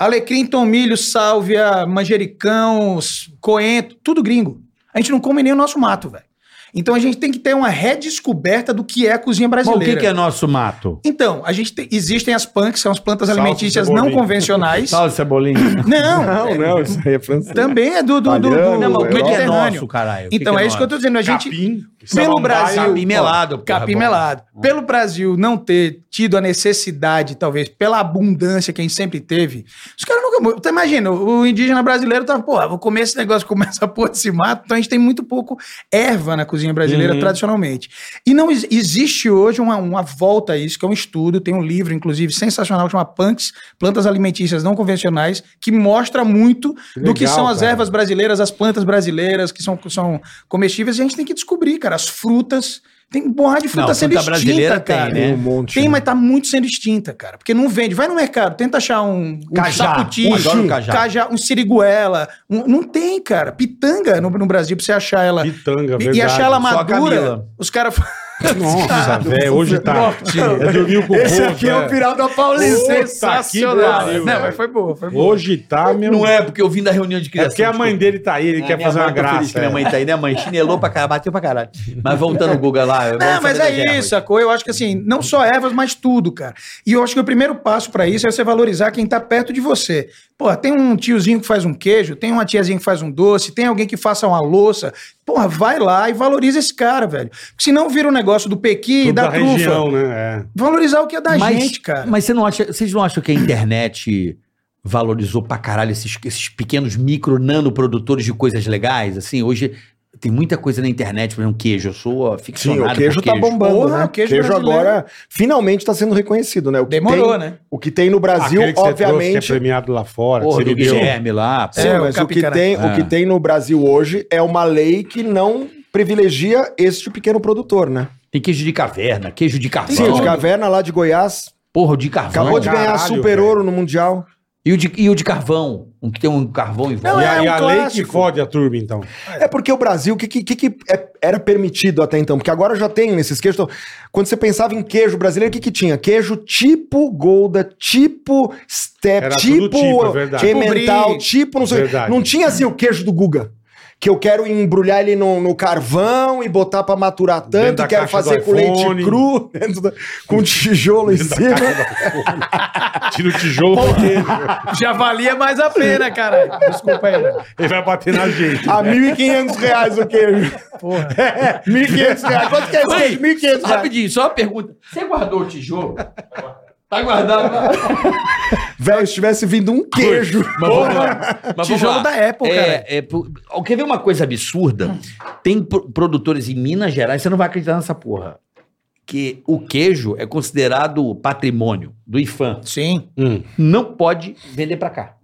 S1: Alecrim, tomilho, sálvia, manjericão, s- coentro, tudo gringo. A gente não come nem o nosso mato, velho. Então a gente tem que ter uma redescoberta do que é a cozinha
S4: Mas o
S1: brasileira.
S4: que, que é nosso mato?
S1: Então, a gente tem- existem as punks, que são as plantas
S3: Salsa,
S1: alimentícias não
S3: cebolinha.
S1: convencionais.
S4: Salve, cebolinha.
S1: Não,
S6: Não, não, isso aí é francês.
S1: também é do, do, do, do- do
S6: Italiano, Não, mas o que que é
S1: Mediterrâneo.
S4: caralho?
S1: então, é isso que eu tô dizendo. A gente,
S3: Capim,
S1: pelo
S3: samambaia,
S1: Brasil,
S4: Capim melado. porra,
S1: Capim
S4: bom.
S1: melado. Pelo Brasil não ter tido a necessidade, talvez, pela abundância que a gente sempre teve, os caras nunca. mo- Então, imagina, o indígena brasileiro tava, porra, vou comer esse negócio, comer essa porra desse mato. Então a gente tem muito pouco erva na cozinha brasileira,
S4: Uhum.
S1: tradicionalmente. E não ex- existe hoje uma, uma volta a isso, que é um estudo, tem um livro, inclusive, sensacional, que chama Punks, Plantas Alimentícias Não Convencionais, que mostra muito do
S3: legal,
S1: que são as
S3: cara.
S1: ervas brasileiras, as plantas brasileiras, que são, que são comestíveis, e a gente tem que descobrir, cara, as frutas. Tem borra de fruta
S4: Não,
S1: sendo
S4: fruta
S1: extinta,
S4: brasileira tem,
S1: cara.
S4: né?
S6: Um monte.
S1: Tem, mas tá muito sendo extinta, cara. Porque não vende. Vai no mercado, tenta achar um, um
S4: Cajá.
S1: sapoti,
S4: Eu adoro cajá.
S1: um siriguela. um- não tem, cara. Pitanga no, no Brasil, pra você achar ela.
S3: Pitanga,
S1: e-
S3: verdade.
S1: e achar ela
S4: Só a
S1: madura,
S4: Camila.
S1: os caras...
S3: Nossa, velho, hoje tá. É dormiu com o
S6: Esse
S3: povo,
S6: aqui é o
S3: velho.
S6: viral da Paulista. hein?
S3: Sensacional.
S1: Não, mas foi boa, foi boa.
S3: Hoje tá, meu.
S4: Não é, porque eu vim da reunião de
S3: É
S4: criação.
S3: porque a mãe dele tá aí, ele quer fazer uma graça.
S4: É, minha
S3: é.
S4: mãe tá aí, né, mãe? Chinelou pra caralho, bateu pra caralho. Mas voltando o Guga lá... eu
S1: Não,
S4: vou
S1: mas
S4: saber da
S1: é
S4: guerra
S1: isso, sacou? Eu acho que assim, não só ervas, mas tudo, cara. E eu acho que o primeiro passo pra isso é você valorizar quem tá perto de você. Pô, tem um tiozinho que faz um queijo, tem uma tiazinha que faz um doce, tem alguém que faça uma louça. Porra, vai lá e valoriza esse cara, velho. Porque senão vira um negócio do Pequi e
S3: Tudo
S1: da
S3: da
S1: trufa.
S3: região, né? É.
S1: Valorizar o que é da
S4: mas,
S1: gente, cara.
S4: Mas você não acha, vocês não acham que a internet valorizou pra caralho esses, esses pequenos micro nanoprodutores de coisas legais? Assim, hoje tem muita coisa na internet, por exemplo, queijo. Eu sou
S6: Sim,
S4: aficionado
S6: o queijo
S4: por
S6: tá bombando,
S1: Porra,
S6: né?
S1: o queijo brasileiro.
S6: agora finalmente tá sendo reconhecido, né? O que
S1: Demorou,
S6: tem-
S1: né?
S6: O que tem no Brasil,
S3: Aquele que você trouxe, que é
S6: obviamente.
S3: premiado lá fora,
S4: Porra,
S3: que
S4: do
S3: você me deu.
S4: Guilherme lá.
S1: É,
S4: porra.
S6: Sim,
S1: o
S6: mas o que,
S1: Capicará.
S6: tem,
S4: É.
S6: o que tem no Brasil hoje é uma lei que não privilegia este pequeno produtor, né?
S4: Tem queijo de caverna, queijo de carvão.
S6: Sim, o de caverna lá de Goiás
S4: Porra, o de carvão.
S6: acabou de ganhar
S3: caralho,
S6: super
S3: velho.
S6: ouro no Mundial.
S4: E o de, e o de carvão, um que tem um carvão em volta.
S1: Não,
S3: E
S1: é
S3: a,
S1: um
S3: e a lei que
S1: clássico.
S3: fode a turma, então.
S6: É porque o Brasil, o que, que, que é- era permitido até então? Porque agora já tem nesses queijos. Então, quando você pensava em queijo brasileiro, o que, que tinha? Queijo tipo Golda, tipo Step,
S3: Era
S6: tipo,
S3: tudo tipo, é verdade.
S6: Emmental,
S1: Tipo Brie.
S6: tipo não sei
S3: Verdade.
S6: Não tinha assim o queijo do Guga. Que eu quero embrulhar ele no, no carvão e botar pra maturar
S3: Dentro
S6: tanto,
S3: da
S6: quero
S3: caixa
S6: fazer
S3: do
S6: com leite
S3: iPhone.
S6: cru, dentro da- com tijolo em cima.
S3: Tira o tijolo do queijo.
S1: Já valia mais a pena, caralho. Desculpa aí, velho.
S3: Ele vai bater na gente.
S1: Ah.
S6: A R$ 1.500 reais o queijo. É,
S1: Porra.
S6: R$ 1.500 reais. Quanto que é
S4: Ei,
S6: isso? R$ 1.500 reais.
S4: Rapidinho, só uma pergunta. Você guardou o tijolo? tá guardado.
S6: Velho, se tivesse vindo um queijo.
S4: Mas vamos lá. Mas vamos
S1: Tijolo
S4: lá.
S1: da Apple,
S4: é,
S1: cara.
S4: É, pu- ó, quer ver uma coisa absurda? Tem pro- produtores em Minas Gerais, você não vai acreditar nessa porra. Que o queijo é considerado patrimônio do IFAM.
S1: Sim.
S3: Hum,
S4: Não pode vender pra cá.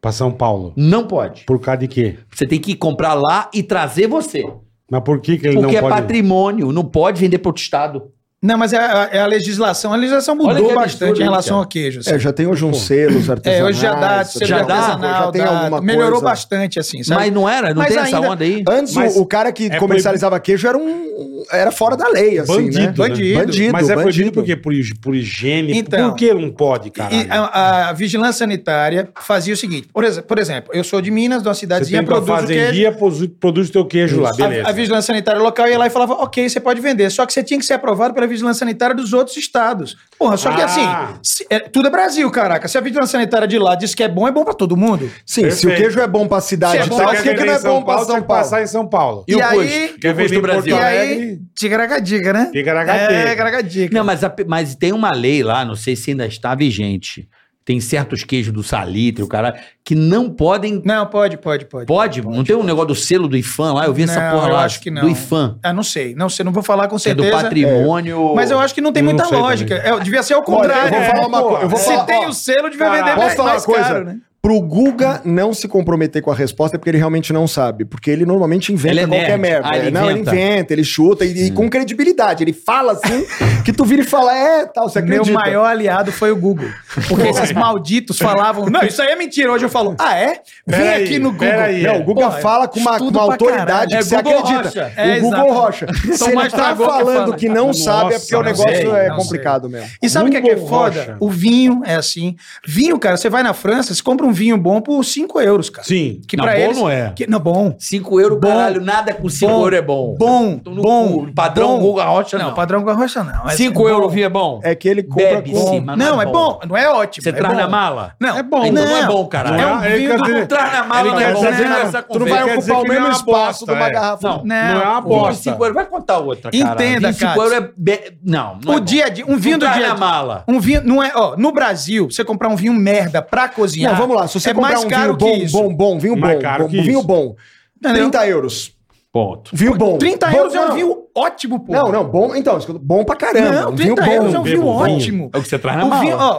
S3: pra São Paulo.
S4: Não pode.
S3: Por causa de quê?
S4: Você tem que comprar lá e trazer você.
S3: Mas por que, que ele
S4: porque é
S3: não pode...
S4: patrimônio, não pode vender para outro estado.
S1: Não, mas é a, é a legislação. A legislação
S4: Olha que
S1: mudou
S4: absurdo,
S1: bastante em
S4: hein,
S1: relação
S4: cara?
S1: ao queijo. assim.
S6: É, já tem hoje uns selos artesanais.
S1: É, hoje já dá,
S6: tudo.
S1: já
S4: já dá,
S1: dá,
S6: já tem alguma
S1: melhorou
S6: coisa.
S1: bastante assim, sabe?
S4: Mas não era, não
S1: Mas
S4: tem essa
S1: ainda-
S4: onda aí.
S6: Antes, o-
S3: Mas
S6: o cara que
S3: é
S6: comercializava queijo era um... Era fora da lei, assim, né?
S3: Bandido, né?
S6: Bandido, bandido.
S3: Mas é proibido
S6: bandido.
S3: por quê? Por, hig- por higiene?
S1: Então.
S3: por que não pode, cara?
S1: E é a, a vigilância sanitária fazia o seguinte, por, exe- por exemplo, eu sou de Minas, de uma
S3: Você
S1: cidadezinha,
S3: tem pra
S1: produz o queijo,
S3: fazendia, produz, produz teu queijo lá, beleza.
S1: a, a vigilância sanitária local ia lá e falava, ok, você pode vender, só que você tinha que ser aprovado pela vigilância sanitária dos outros estados. Porra, só que
S3: Ah.
S1: assim, se- é- tudo é Brasil, caraca, se a vigilância sanitária de lá diz que é bom, é bom pra todo mundo.
S6: Sim, se o
S3: Perfeito.
S6: queijo é bom pra cidade
S1: Se é
S6: e
S1: bom
S6: tal,
S1: pra
S6: por que,
S1: quem
S6: que não é bom pra São
S3: tinha que
S6: Paulo?
S3: passar em São Paulo.
S1: E, aí,
S3: Quer vender
S4: o custo do
S3: em Porto
S1: e
S4: Brasil?
S1: aí, tigragadiga, né?
S3: Tigragadiga.
S1: É, tigragadiga.
S4: Não, mas, a- mas tem uma lei lá, não sei se ainda está vigente, Tem certos queijos do salitre, o caralho, que não podem.
S1: Não, pode, pode, pode.
S4: Pode? não tem um negócio do selo do IFAM lá? Eu vi essa
S1: Não,
S4: porra
S1: eu
S4: lá.
S1: acho que não.
S4: Do IFAM.
S1: Ah, não sei. Não sei, não vou falar com
S4: Que é do
S1: certeza. É.
S4: patrimônio.
S1: Mas eu acho que não tem
S3: Eu
S1: muita
S3: não sei
S1: lógica. É, devia ser ao contrário.
S6: eu vou
S1: né?
S6: falar uma
S1: Pô,
S6: coisa, eu vou
S1: se
S6: falar-
S1: tem
S6: ó,
S1: o selo, devia vender
S6: Cara,
S1: mais,
S6: posso falar uma
S1: mais
S6: coisa?
S1: caro, né?
S6: Pro Guga não se comprometer com a resposta é porque ele realmente não sabe. Porque ele normalmente inventa
S4: Ele é
S6: qualquer
S4: nerd.
S6: merda. né?
S4: Ah, ele
S6: não, ele
S4: inventa.
S6: inventa, ele chuta e, e com credibilidade. Ele fala assim que tu vira e fala, é, tal, você acredita.
S1: Meu maior aliado foi o Google. Porque esses malditos falavam. Não, isso aí é mentira. Hoje eu falo, ah, é? Vem
S3: Pera aí,
S1: aqui no Google.
S3: pera aí.
S6: Não, o Guga
S1: Porra,
S6: fala com uma,
S1: é. estudo
S6: com uma
S1: pra
S6: autoridade
S1: caralho.
S6: que você
S1: É Google
S6: acredita.
S1: Rocha. É,
S6: o Google
S1: exato.
S6: Rocha.
S1: São
S6: Se ele
S1: mais
S6: tá
S1: tragou que
S6: falando
S1: fala.
S6: que não sabe é porque o
S3: não
S6: negócio
S1: sei,
S6: é
S1: não
S6: complicado mesmo.
S1: E sabe o que é, que é
S3: Google
S1: foda?
S3: Rocha.
S1: O vinho é assim. Vinho, cara, você vai na França, você compra um vinho bom por 5 euros, cara.
S3: Sim.
S1: Que
S4: Não,
S1: pra
S4: bom
S1: eles,
S4: não é.
S1: que- não, bom.
S4: 5 euros,
S1: Bom.
S4: caralho, nada com 5
S1: Bom.
S4: euros é bom.
S1: Bom,
S4: Tô no
S1: bom.
S4: cu. Padrão
S1: bom.
S4: Guga Rocha,
S1: Não,
S4: não.
S1: padrão Guga Rocha não. Mas
S4: 5
S1: é
S4: euros o
S1: bom.
S4: vinho é bom.
S6: É que ele compra
S4: Bebe,
S6: com...
S4: sim,
S1: Não,
S4: mas não é
S1: é bom. Não é ótimo.
S4: Você
S1: é
S4: traz
S1: bom.
S4: na mala?
S1: Não,
S3: É bom.
S4: Então não é bom, caralho.
S1: É
S3: Não
S1: um
S3: é? Ele
S1: vinho
S3: quer
S1: do-
S3: dizer-
S4: Traz na
S3: Ele
S4: mala, não
S3: quer
S4: é bom.
S3: dizer que
S4: Não é
S3: não-
S4: essa
S6: Tu não
S3: Quer
S6: vai
S4: conversa.
S3: dizer
S6: ocupar o
S3: que não é
S6: mesmo
S3: uma
S6: espaço
S3: bosta,
S6: de uma
S3: é.
S6: garrafa.
S4: Não,
S1: Não,
S3: Não é uma
S1: pô.
S4: Vinho de
S3: bosta.
S4: 5 euros, vai contar outra, cara.
S1: Entenda,
S4: Vinho de 5
S1: Cássio.
S4: euros é... be- Não, não é
S1: o
S4: bom.
S1: dia a dia, um vinho
S4: Não
S1: do
S4: traz
S1: dia a
S4: na
S1: dia.
S4: mala.
S1: Um vinho não é, ó, no Brasil, você comprar um vinho merda pra cozinhar.
S6: Não, vamos lá. Se você
S1: é
S6: comprar
S1: mais
S6: um
S1: caro
S6: vinho bom,
S1: que isso. É
S6: bom, bom, vinho
S3: Mais
S6: bom,
S3: caro
S6: bom,
S3: que
S6: vinho
S3: isso.
S6: bom.
S1: Entendeu?
S6: 30 euros.
S4: Ponto.
S6: Vinho bom.
S1: 30
S6: Bom-
S1: euros é um
S6: não,
S1: vinho ótimo, pô.
S6: Não, não, bom. Então, isso que eu- bom pra caramba.
S1: Não,
S6: um vinho
S1: 30
S6: bom.
S1: euros é um vinho
S3: bebo bom.
S1: ótimo.
S4: É o que você traz na
S1: O
S4: mala.
S1: vinho, ó,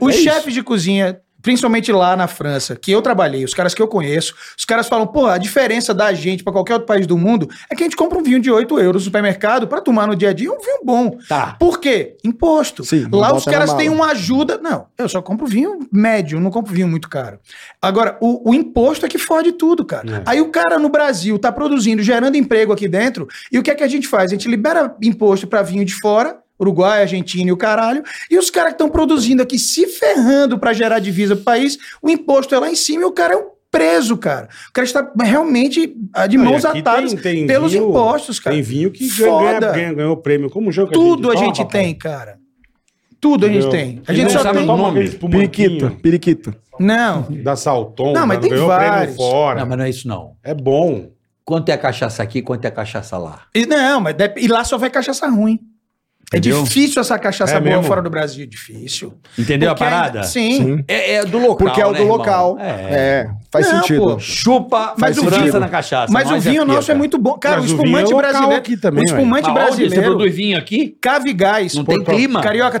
S1: os
S6: é
S1: chefes de cozinha, principalmente lá na França, que eu trabalhei, os caras que eu conheço, os caras falam, pô, a diferença da gente pra qualquer outro país do mundo é que a gente compra um vinho de 8 euros no supermercado pra tomar no dia a dia, um vinho bom.
S4: Tá.
S1: Por quê? Imposto.
S6: Sim, não
S1: lá os
S6: bota na
S1: caras
S6: mala.
S1: têm uma ajuda. Não, eu só compro vinho médio, não compro vinho muito caro. Agora, o, o imposto é que fode tudo,
S3: É.
S1: cara. Aí o cara no Brasil tá produzindo, gerando emprego aqui dentro, e o que é que a gente faz? A gente libera imposto pra vinho de fora. Uruguai, Argentina e o caralho. E os caras que estão produzindo aqui, se ferrando pra gerar divisa pro país, o imposto é lá em cima e o cara é um preso, cara. O cara está realmente ah, de
S3: Não, e
S1: mãos
S3: aqui
S1: atadas
S3: tem- tem
S1: pelos
S3: vinho-
S1: impostos, cara.
S3: Tem vinho que ganha,
S1: Foda.
S3: ganha, ganhou prêmio. Como o jogo que
S1: Tudo a gente
S3: toma,
S1: tem, cara. Tudo a gente tem. A gente
S4: não
S1: só
S4: sabe
S1: tem.
S4: o nome.
S6: Periquito, periquito.
S1: Não.
S3: Da Salton.
S1: Não, mas
S3: mano,
S1: tem
S3: ganhou
S1: vários.
S3: prêmio fora.
S4: Não, mas não é isso, não.
S3: É bom.
S4: Quanto é cachaça aqui, quanto é cachaça lá?
S1: E não, mas dep- e lá só vai cachaça ruim. É
S4: Entendeu?
S1: difícil essa cachaça
S3: É
S1: boa
S3: mesmo?
S1: fora do Brasil. Difícil.
S4: Entendeu
S1: Porque
S4: a
S1: ainda-
S4: parada?
S1: sim.
S4: É, é do local,
S6: Porque é o
S4: né,
S6: do
S4: irmão?
S6: local.
S4: É.
S6: É, faz
S1: Não,
S6: sentido.
S1: pô.
S4: Chupa
S1: Mas
S4: mas
S1: o
S4: França
S1: vinho-
S4: na cachaça.
S1: Mas o
S4: nós
S1: vinho nosso
S4: pica.
S1: é muito bom. Cara,
S3: Mas
S1: o
S3: o vinho
S1: espumante
S3: é local
S1: brasileiro.
S3: aqui também,
S1: o espumante
S4: Mas onde Você
S1: brasileiro.
S4: produz vinho aqui?
S1: Cavigás.
S4: Não tem
S1: Porto-
S4: clima?
S1: Carioca,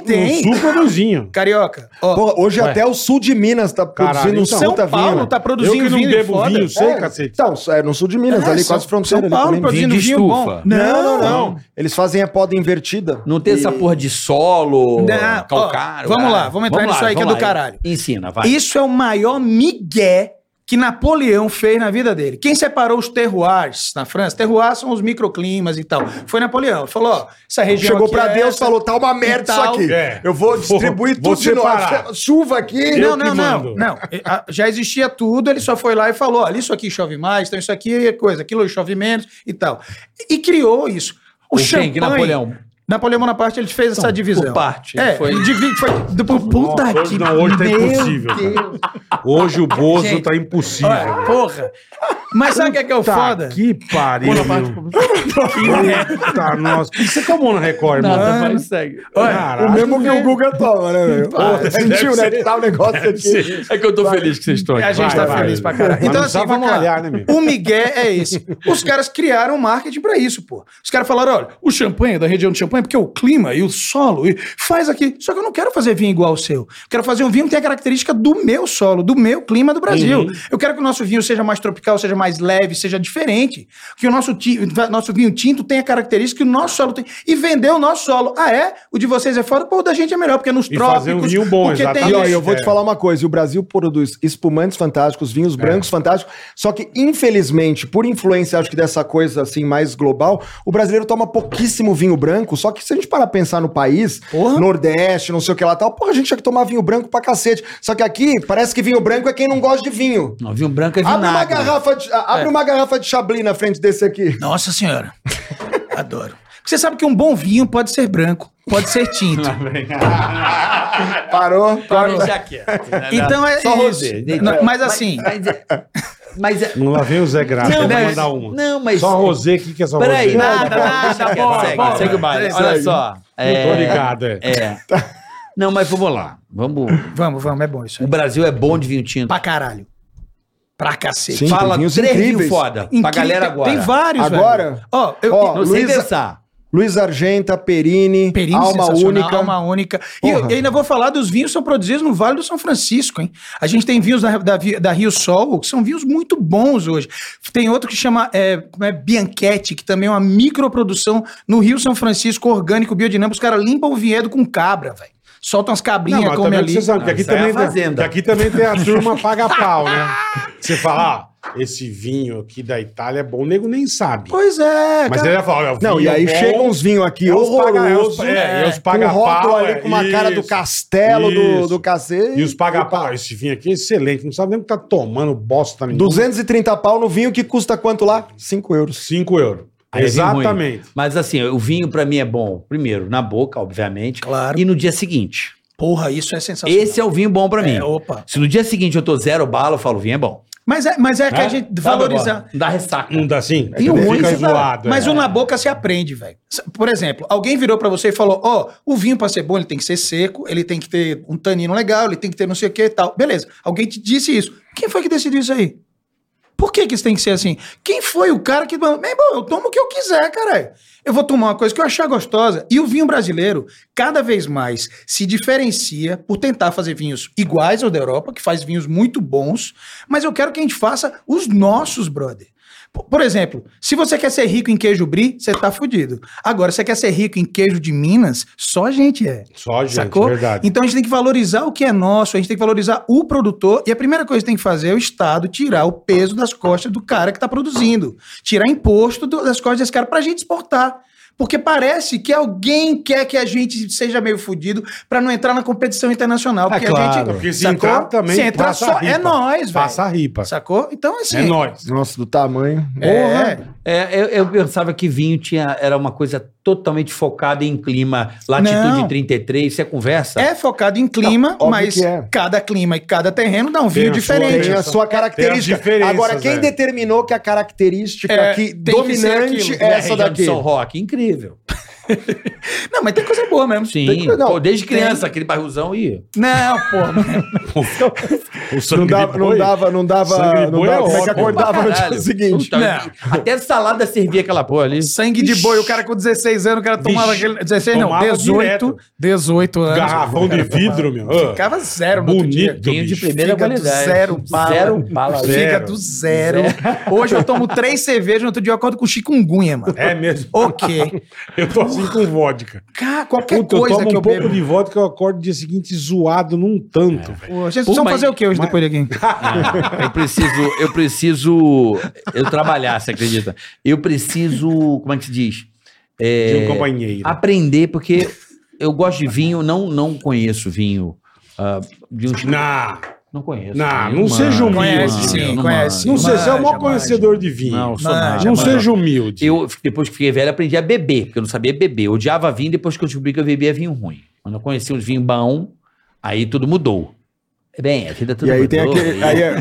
S3: Um
S1: tem.
S3: No sul produzinho.
S1: Carioca. Ó,
S6: Porra, hoje
S3: Ué.
S6: até o sul de Minas tá
S3: Caralho,
S6: produzindo um
S3: então,
S1: São
S6: puta
S1: Paulo
S6: vinho.
S1: tá
S3: Eu
S1: produzindo
S3: que não
S1: vinho.
S3: bebo
S1: foda.
S3: vinho, sei,
S6: É,
S3: cacete.
S6: Então, é no sul de Minas,
S1: É,
S6: ali
S1: São-
S6: quase fronteira.
S1: São
S6: ali
S1: Paulo
S6: também.
S1: produzindo
S4: Vinho de
S1: vinho
S4: estufa.
S1: bom.
S6: Não, não, não. Eles fazem a poda invertida.
S4: Não tem essa porra de solo,
S1: Não,
S4: calcário.
S1: ó, vamos
S4: caralho.
S1: lá, vamos entrar nisso aí que é
S4: vamos
S1: do caralho.
S4: Ensina, vai.
S1: Isso é o maior migué que Napoleão fez na vida dele. Quem separou os terroirs na França? Terroirs são os microclimas e tal. Foi Napoleão. Ele falou, ó, essa região
S6: Chegou
S1: aqui
S6: pra
S1: é
S6: Deus e
S1: essa.
S6: falou: tá uma merda
S1: e
S6: isso
S1: tal.
S6: aqui.
S3: É.
S6: Eu vou distribuir
S3: Vou
S6: tudo de
S3: separar.
S6: novo. Chuva aqui.
S1: Não,
S3: Eu
S1: não,
S3: que
S1: não,
S3: mando.
S1: não. Ah, Já existia tudo, ele só foi lá e falou: olha, isso aqui chove mais, então isso aqui é coisa, aquilo chove menos e tal. E criou isso. O,
S4: O quem?
S1: champanhe...
S4: Que é Napoleão?
S1: Napoleão Bonaparte, ele fez essa divisão.
S4: por parte,
S1: É,
S4: foi-
S1: foi... Divi... foi... Puta
S3: Nossa,
S1: que
S3: hoje não, hoje tá
S1: Meu
S3: impossível, cara. Hoje o Bozo
S1: Gente,
S3: tá impossível.
S1: Olha, porra. Mas sabe o que é que é o
S3: Puta
S1: foda?
S3: Que pariu. Puta, nossa. O que você tomou na Record, irmão?
S1: tá
S4: Nada, vai, segue.
S6: O
S3: Caralho.
S6: mesmo que o Guga toma, né, velho? Ô, Sentiu, né? que Tá o negócio aqui.
S4: É que eu tô feliz que vocês estão aqui.
S1: A gente tá
S3: vai.
S1: feliz pra caralho.
S3: Mas
S1: Então,
S3: não
S1: assim,
S3: precisava
S1: vamos lá.
S3: calhar, né, meu?
S1: o migué é esse. Os caras criaram um marketing pra isso, pô. Os caras falaram, olha, o champanhe da região de champanhe, porque o clima e o solo, e faz aqui. Só que eu não quero fazer vinho igual ao seu. Eu quero fazer um vinho que tem a característica do meu solo, do meu clima do Brasil.
S3: Uhum.
S1: Eu quero que o nosso vinho seja mais tropical, seja mais leve, seja diferente. Que o nosso, ti- nosso vinho tinto tenha a característica que o nosso solo tem. E vender o nosso solo. Ah, é? O de vocês é foda? Pô, o da gente é melhor, porque é nos
S3: E
S1: trópicos.
S3: fazer um vinho bom,
S1: porque tem
S3: exatamente.
S6: E ó,
S1: isso.
S6: eu vou
S3: É.
S6: te falar uma coisa: o Brasil produz espumantes fantásticos, vinhos brancos fantásticos. Só que, infelizmente, por influência, acho que dessa coisa assim mais global, o brasileiro toma pouquíssimo vinho branco. Só que se a gente parar pra pensar no país,
S1: Porra.
S6: Nordeste, não sei o que lá tal, porra, a gente tinha que tomar vinho branco pra cacete. Só que aqui parece que vinho branco é quem não gosta de vinho.
S4: Não, vinho branco é
S6: Abre uma
S4: vinagre.
S6: garrafa de, a-
S1: É.
S6: abre uma garrafa de Chablis na frente desse aqui.
S1: Nossa senhora. Adoro. Você sabe que um bom vinho pode ser branco, pode ser tinto.
S6: Parou.
S4: Pra deixar quieto. né?
S1: então é
S4: Só
S1: isso.
S4: rosé. né?
S1: Não, mas assim,
S4: Mas, é- mas é-
S3: Não lá vem o Zé Graça,
S4: Não,
S3: eu vou
S4: mas-
S3: mandar uma.
S4: não, mas-
S3: Só Rosé, o que, que é só Rosé?
S4: Peraí, nada,
S1: nada,
S4: nada,
S1: bola,
S4: segue,
S1: bola.
S4: segue o baile.
S1: Segue.
S4: Olha só.
S3: Não tô
S4: é,
S3: ligado, é.
S4: É. Não, mas vamos lá. Vamos.
S1: Vamos, vamos, é bom isso
S4: O
S1: aí.
S4: Brasil é bom de vinho tinto.
S1: Pra caralho. Pra cacete.
S6: Sim,
S4: Fala
S6: tem
S4: três
S6: vinhos
S4: vinhos
S6: incríveis.
S4: foda pra
S1: Incrível.
S4: galera agora.
S1: Tem vários,
S6: Agora?
S1: Ó, eu,
S6: Ó,
S4: Não sei
S6: Luísa-
S4: pensar.
S6: Luiz Argenta, Perini,
S1: Perini
S6: Alma
S1: sensacional,
S6: Única.
S1: Alma única. E
S6: Porra.
S1: eu, e ainda vou falar dos vinhos que são produzidos no Vale do São Francisco, hein? A gente tem vinhos da, da, Vi- da Rio Sol, que são vinhos muito bons hoje. Tem outro que chama é, como é, Bianchetti, que também é uma microprodução no Rio São Francisco, orgânico, biodinâmico. Os caras limpam o vinhedo com cabra, velho. Soltam as
S3: Não,
S1: cabrinhas,
S3: mas
S1: comem
S3: também
S1: ali.
S3: você sabe que aqui,
S4: Isso aí é
S3: também
S4: a fazenda.
S3: tem, que aqui também tem a turma paga-pau, né? Você fala, ah, esse vinho aqui da Itália é bom, o nego nem sabe.
S1: Pois é,
S3: Mas
S1: cara.
S3: ele vai falar, olha, o
S6: Não,
S3: vinho é
S6: e aí
S3: bom,
S6: chegam uns vinhos aqui,
S3: é
S6: os
S3: horroroso,
S6: paga
S3: é, e os
S6: com um
S3: paga-pau, é,
S6: rótulo ali com uma cara do
S3: isso,
S6: castelo do,
S3: isso.
S6: do cacete.
S3: E os paga-pau, esse vinho aqui é excelente, não sabe nem o que tá tomando bosta nenhuma.
S6: 230 pau no vinho que custa quanto lá? 5 euros.
S3: 5 euros.
S4: Aí é vinho ruim.
S3: Exatamente.
S4: Mas assim, o vinho pra mim é bom, primeiro, na boca, obviamente.
S1: Claro.
S4: E no dia seguinte.
S1: Porra, isso é sensacional.
S4: Esse é o vinho bom pra mim.
S1: É, opa.
S4: Se no dia seguinte eu tô zero bala, eu falo, o vinho é bom.
S1: Mas é, mas é que a
S3: É?
S1: gente
S4: Sabe,
S1: valorizar.
S4: Bola? Não dá ressaca.
S3: Não dá assim?
S1: E o
S3: Fica
S1: ruim você tá-
S3: zoado,
S1: Mas
S3: é.
S1: o na boca se aprende, velho. S- Por exemplo, alguém virou pra você e falou: Ó, o vinho pra ser bom, ele tem que ser seco, ele tem que ter um tanino legal, ele tem que ter não sei o que e tal. Beleza. Alguém te disse isso. Quem foi que decidiu isso aí? Por que, que isso tem que ser assim? Quem foi o cara que. Meu irmão, eu tomo o que eu quiser, caralho. Eu vou tomar uma coisa que eu achar gostosa. E o vinho brasileiro, cada vez mais, se diferencia por tentar fazer vinhos iguais ao da Europa, que faz vinhos muito bons, mas eu quero que a gente faça os nossos, brother. Por- Por exemplo, se você quer ser rico em queijo brie, você tá fudido. Agora, se você quer ser rico em queijo de Minas, só a gente é.
S3: Só, gente,
S1: Sacou?
S3: verdade.
S1: Então a gente tem que valorizar o que é nosso, a gente tem que valorizar o produtor. E a primeira coisa que tem que fazer é o Estado tirar o peso das costas do cara que está produzindo. Tirar imposto do- das costas desse cara para a gente exportar. Porque parece que alguém quer que a gente seja meio fudido para não entrar na competição internacional. Porque a
S3: É claro.
S1: gente.
S3: Porque se
S1: sacou?
S3: entrar também,
S1: Se entrar
S3: passa
S1: só,
S3: a ripa.
S1: é nós,
S3: Passa
S1: velho.
S3: a ripa.
S1: Sacou? Então, assim.
S3: É nós. né?
S6: Nossa, do tamanho.
S1: É.
S4: É, eu, eu pensava que vinho tinha, era uma coisa totalmente focada em clima, latitude
S1: Não.
S4: 33, isso é conversa.
S1: É focado em clima,
S6: óbvio
S1: mas
S6: que é.
S1: cada clima e cada terreno dá um vinho
S3: Tem a sua
S1: diferente.
S6: Tem a
S3: Isso.
S6: né? sua
S3: Tem
S6: característica.
S3: as diferenças,
S6: Agora, quem
S3: é.
S6: determinou que a característica
S1: É,
S6: que
S1: tem que ser
S6: dominante
S1: aquilo. né?
S6: é
S4: Na
S6: essa
S4: região
S6: daqui?
S4: de São Roque, incrível.
S1: Não, mas tem coisa boa mesmo.
S4: Sim.
S6: que- não,
S4: Pô, desde criança, aquele barrilzão ia.
S1: Não, porra.
S3: O
S6: Não
S3: sangue
S6: dava,
S3: de
S6: não
S3: boi.
S6: dava, não dava,
S3: Sangue de
S6: não
S3: boi
S6: dava.
S3: é
S6: Como é que
S3: ótimo.
S6: acordava no dia
S4: Caralho.
S6: seguinte?
S4: Puta, Até salada servia aquela porra ali.
S1: Sangue de boi, o cara com 16 anos, o cara tomava
S3: Vixe,
S1: aquele. 16 não,
S3: tomava
S1: 18.
S3: direto.
S1: 18 anos.
S3: Garrafão de vidro,
S1: né?
S3: meu. Ah,
S1: Ficava zero no outro dia.
S3: Bonito,
S4: Vinho é de
S3: bicho.
S4: primeira
S1: Fica do
S4: qualidade.
S1: zero bala.
S4: Zero bala.
S1: Fica do zero. Hoje eu tomo três cervejas, no outro dia eu acordo com chikungunya, mano.
S3: É mesmo.
S1: Ok.
S3: Eu tô assim com vodka.
S1: Cara, qualquer
S3: Puta, eu
S1: coisa
S3: tomo
S1: que eu
S3: um pouco
S1: bebo.
S3: de vodka, eu acordo no dia seguinte zoado num tanto, velho.
S1: Pô, Vocês
S4: Pô,
S1: vão
S4: mas-
S1: fazer o que hoje depois daqui?
S4: Eu preciso, eu preciso eu trabalhar, você acredita? Eu preciso, como é que se diz? É,
S3: De um companheiro.
S4: aprender, porque eu gosto de vinho, não, não conheço vinho. ah, de uns-
S3: Não,
S4: Não conheço.
S3: não,
S4: Eu
S3: não seja
S4: manjo,
S3: humilde.
S1: Conhece,
S3: meu.
S1: sim,
S4: não
S1: conhece.
S3: Não
S4: manjo.
S3: seja, você é o maior
S1: Manja, manja.
S3: conhecero de vinho.
S4: Não, eu sou
S1: Manja,
S4: nada.
S3: Não
S1: manja.
S3: seja humilde.
S4: Eu, depois que fiquei velho, aprendi a beber, porque eu não sabia beber. Eu odiava vinho, depois que eu descobri que eu bebia vinho ruim. Quando eu conheci uns vinhos bons, aí tudo mudou. É Bem, a vida tudo
S6: E aí
S4: mudou.
S6: tem aquele. Aí é-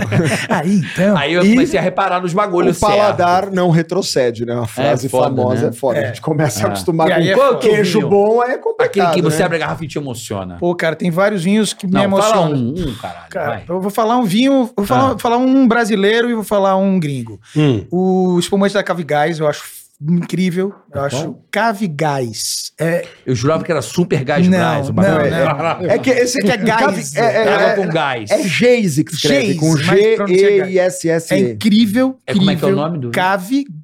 S1: Aí então.
S4: Aí eu
S6: E-
S4: comecei a reparar nos bagulhos
S6: o paladar não retrocede, né? Uma frase
S4: É foda,
S6: famosa
S4: né?
S6: é foda. A gente começa
S4: É.
S6: a acostumar
S1: E aí é
S6: com um
S1: foda.
S6: queijo bom, aí é
S4: Aquele
S6: complicado.
S4: que você
S6: né?
S4: abre a garrafa e te emociona.
S1: Pô, cara, tem vários vinhos que me
S4: não,
S1: emocionam.
S4: fala um, um caralho.
S1: Cara,
S4: vai.
S1: eu vou falar um vinho, vou falar,
S4: Ah.
S1: falar um brasileiro e vou falar um gringo.
S3: Hum.
S1: O espumante da Cavigás, eu acho f- incrível. Eu acho Cavigás. É,
S4: Eu jurava que era super gás
S1: Não,
S4: brás, o
S1: não,
S4: bagulho.
S1: não.
S6: É que esse
S1: Que é gás.
S6: É, é,
S4: Água
S6: é,
S4: com gás.
S6: é Geise que escreve,
S1: Geise,
S6: com
S1: mas pronuncia é
S6: G-E-I-S-S-E.
S1: incrível.
S4: É, como é que é o
S1: incrível.
S4: nome do vinho?
S1: Cavigás.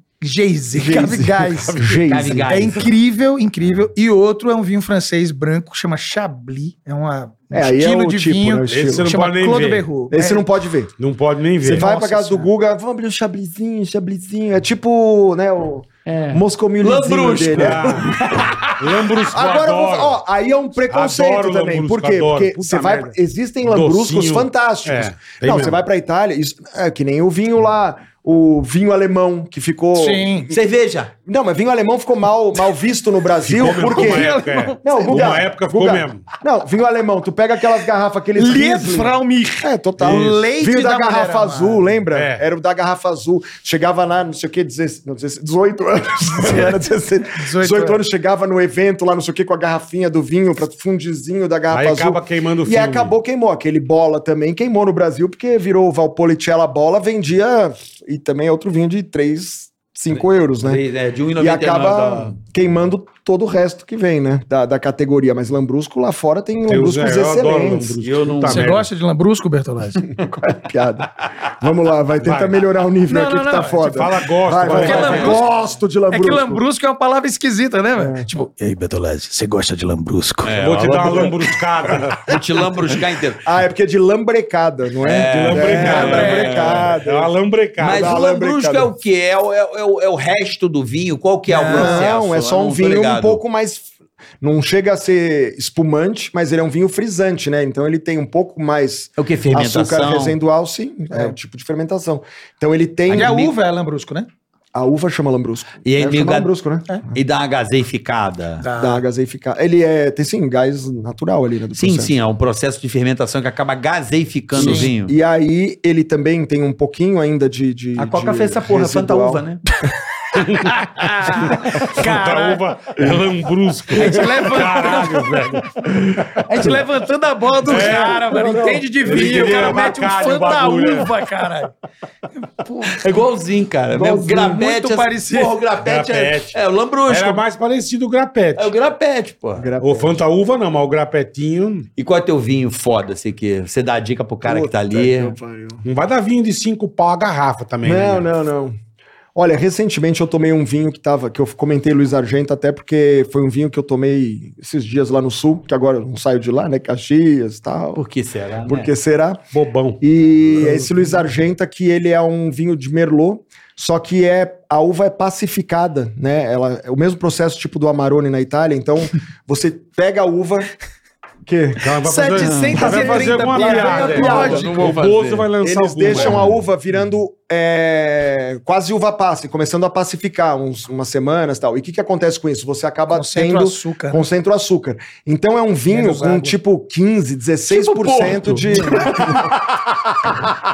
S1: Cavigás.
S6: Geise.
S4: Cavigás.
S1: É incrível, incrível. E outro é um vinho francês branco, chama Chablis. É uma, um
S6: É, aí é o tipo, né? O
S3: Esse você
S6: estilo.
S3: não
S1: chama
S3: pode nem
S1: Claude
S3: ver.
S1: Berrou.
S6: Esse
S1: É,
S6: não pode ver.
S3: Não pode nem
S6: Você
S3: ver.
S6: vai
S1: Nossa
S6: pra casa do
S1: Senhora.
S6: Guga, vamos abrir um chablizinho, chablizinho. É tipo, né, o
S4: É.
S6: Moscou Milzinho
S4: Lambrusco.
S6: dele. é.
S3: Ah, Lambrusco,
S6: Agora, eu vou-
S3: adoro.
S6: ó, aí é um preconceito
S3: Adoro
S6: também.
S3: lambrusco,
S6: Por quê?
S3: adoro.
S6: Porque
S3: Puta
S6: você vai,
S3: merda.
S6: existem lambruscos
S3: Docinho.
S6: fantásticos.
S3: É, tem
S6: não,
S3: mesmo.
S6: você vai pra Itália, isso, é que nem o vinho lá, o vinho alemão, que ficou.
S1: Sim.
S4: Cerveja.
S6: Não, mas vinho alemão ficou mal, mal visto no Brasil,
S3: Ficou mesmo,
S6: porque.
S3: ficou uma época, é.
S6: Não,
S3: Ficou uma época, ficou mesmo.
S6: Não, vinho alemão, tu pega aquelas garrafas,
S1: É.
S6: aqueles. Riesling.
S1: Liefraumich.
S6: É, total.
S1: Isso. Leite
S6: Vinho da,
S1: da
S6: garrafa
S1: mulher amada.
S6: azul, lembra?
S3: É.
S6: Era o da garrafa azul. Chegava lá, não sei o que, 18 anos. Era 16, 18,
S1: 18 anos.
S6: anos, chegava no evento lá, não sei o que, com a garrafinha do vinho, pra fundizinho da garrafa
S3: Aí
S6: azul.
S3: acaba queimando o
S6: E
S3: filme.
S6: acabou, queimou. Aquele bola também queimou no Brasil, porque virou o Valpolicella Bola, vendia. E também é outro vinho de 3, 5 euros, né?
S4: Três, é, de 1,99.
S6: E acaba
S4: tá.
S6: queimando todo o resto que vem, né? Da, da categoria. Mas Lambrusco lá fora tem
S3: Tem os-
S6: Lambruscos
S3: eu adoro
S6: excelentes.
S3: Lambrusco.
S4: Eu não-
S3: Puta
S1: Você
S3: merda.
S1: gosta de lambrusco, Bertolazzi? É
S6: piada. Vamos lá, vai tentar
S3: Vai.
S6: melhorar o nível
S1: Não,
S6: aqui
S1: não,
S6: que
S1: não,
S6: tá
S1: você
S6: foda.
S3: fala gosto, vai,
S6: vai, vai,
S1: vai,
S6: vai.
S1: vai.
S6: gosto de
S1: É
S6: lambrusco.
S1: que lambrusco é uma palavra esquisita, né, velho? Tipo, ei, Bertolazzi, você gosta de lambrusco?
S3: Vou te dar uma lambruscada.
S4: Vou te lambruscar inteiro.
S6: Ah, é porque é de lambrecada, não é?
S3: De lambrecada.
S6: É,
S3: É uma
S6: lambrecada.
S3: lambrecada.
S4: Mas
S6: dá
S4: o
S6: uma
S4: lambrusco
S6: lambricada.
S4: é o quê? É o, é, o- é o- é o resto do vinho? Qual que é o processo?
S6: Não, é
S4: Eu
S6: só um
S4: tô
S6: vinho um
S4: ligado.
S6: pouco mais. Não chega a ser espumante, mas ele é um vinho frisante, né? Então ele tem um pouco mais
S4: É o que? Fermentação?
S6: açúcar residual, sim. É um tipo de fermentação. Então ele tem.
S1: E a uva é lambrusco, né?
S6: A uva chama lambrusco.
S4: E aí
S6: É,
S4: meio
S6: chama
S4: ga-
S6: lambrusco, né?
S4: E dá uma gaseificada.
S6: Da gaseificar. Ele é. Tem sim gás natural ali, né? do
S4: Sim,
S6: processo.
S4: sim, é um processo de fermentação que acaba gaseificando o
S6: Sim.
S4: vinho.
S6: E aí ele também tem um pouquinho ainda de. de
S4: A Coca
S6: de
S4: fez essa porra, Fanta
S6: residual.
S4: Uva, né?
S3: Puta uva é lambrusco. Caralho, velho. Então,
S1: A gente levantando a bola do cara, mano. Entende de
S3: É. Ele
S1: vinho. O
S3: queria
S1: cara mete um
S3: abacate,
S1: fã
S3: o
S1: da
S3: bagulho, é.
S1: uva, caralho.
S4: É igualzinho, cara.
S1: Igualzinho.
S4: O grapete
S1: Muito
S4: é-
S1: parecido.
S4: Porra, o grapete,
S3: Grapete.
S4: É, é o lambrusco.
S3: Era mais parecido o grapete.
S4: É o grapete, porra.
S3: O Fanta Uva não, mas o grapetinho...
S4: E qual é teu vinho foda, assim, que você dá a dica pro cara que tá
S6: Puta
S4: ali?
S6: que pariu.
S3: Não vai dar vinho de cinco pau a garrafa também, né?
S6: Não,
S3: meu?
S6: não, não. Olha, recentemente eu tomei um vinho que tava, que eu comentei Luiz Argento, até porque foi um vinho que eu tomei esses dias lá no sul, que agora eu não saio de lá, né? Caxias e tal.
S4: Por Ah. que será, né?
S6: Porque será?
S3: Bobão.
S6: E é esse Luiz Argenta que ele é um vinho de Merlot, só que é a uva é pacificada, né? Ela é o mesmo processo tipo do Amarone na Itália, então você pega a uva que
S3: Ela vai fazer-
S1: 730
S3: Vai fazer alguma
S1: piada.
S3: piada.
S6: Vai fazer
S3: é. O Bozo vai lançar
S6: eles
S3: alguma.
S6: deixam a uva virando é, quase uva passe, começando a pacificar uns, umas semanas e tal. E o que, que acontece com isso? Você acaba
S1: Concentra
S6: tendo
S1: açúcar. né?
S6: concentra o açúcar. Então é um vinho
S1: Menos
S6: com
S1: água.
S6: tipo 15, 16%
S3: Tipo Porto.
S6: de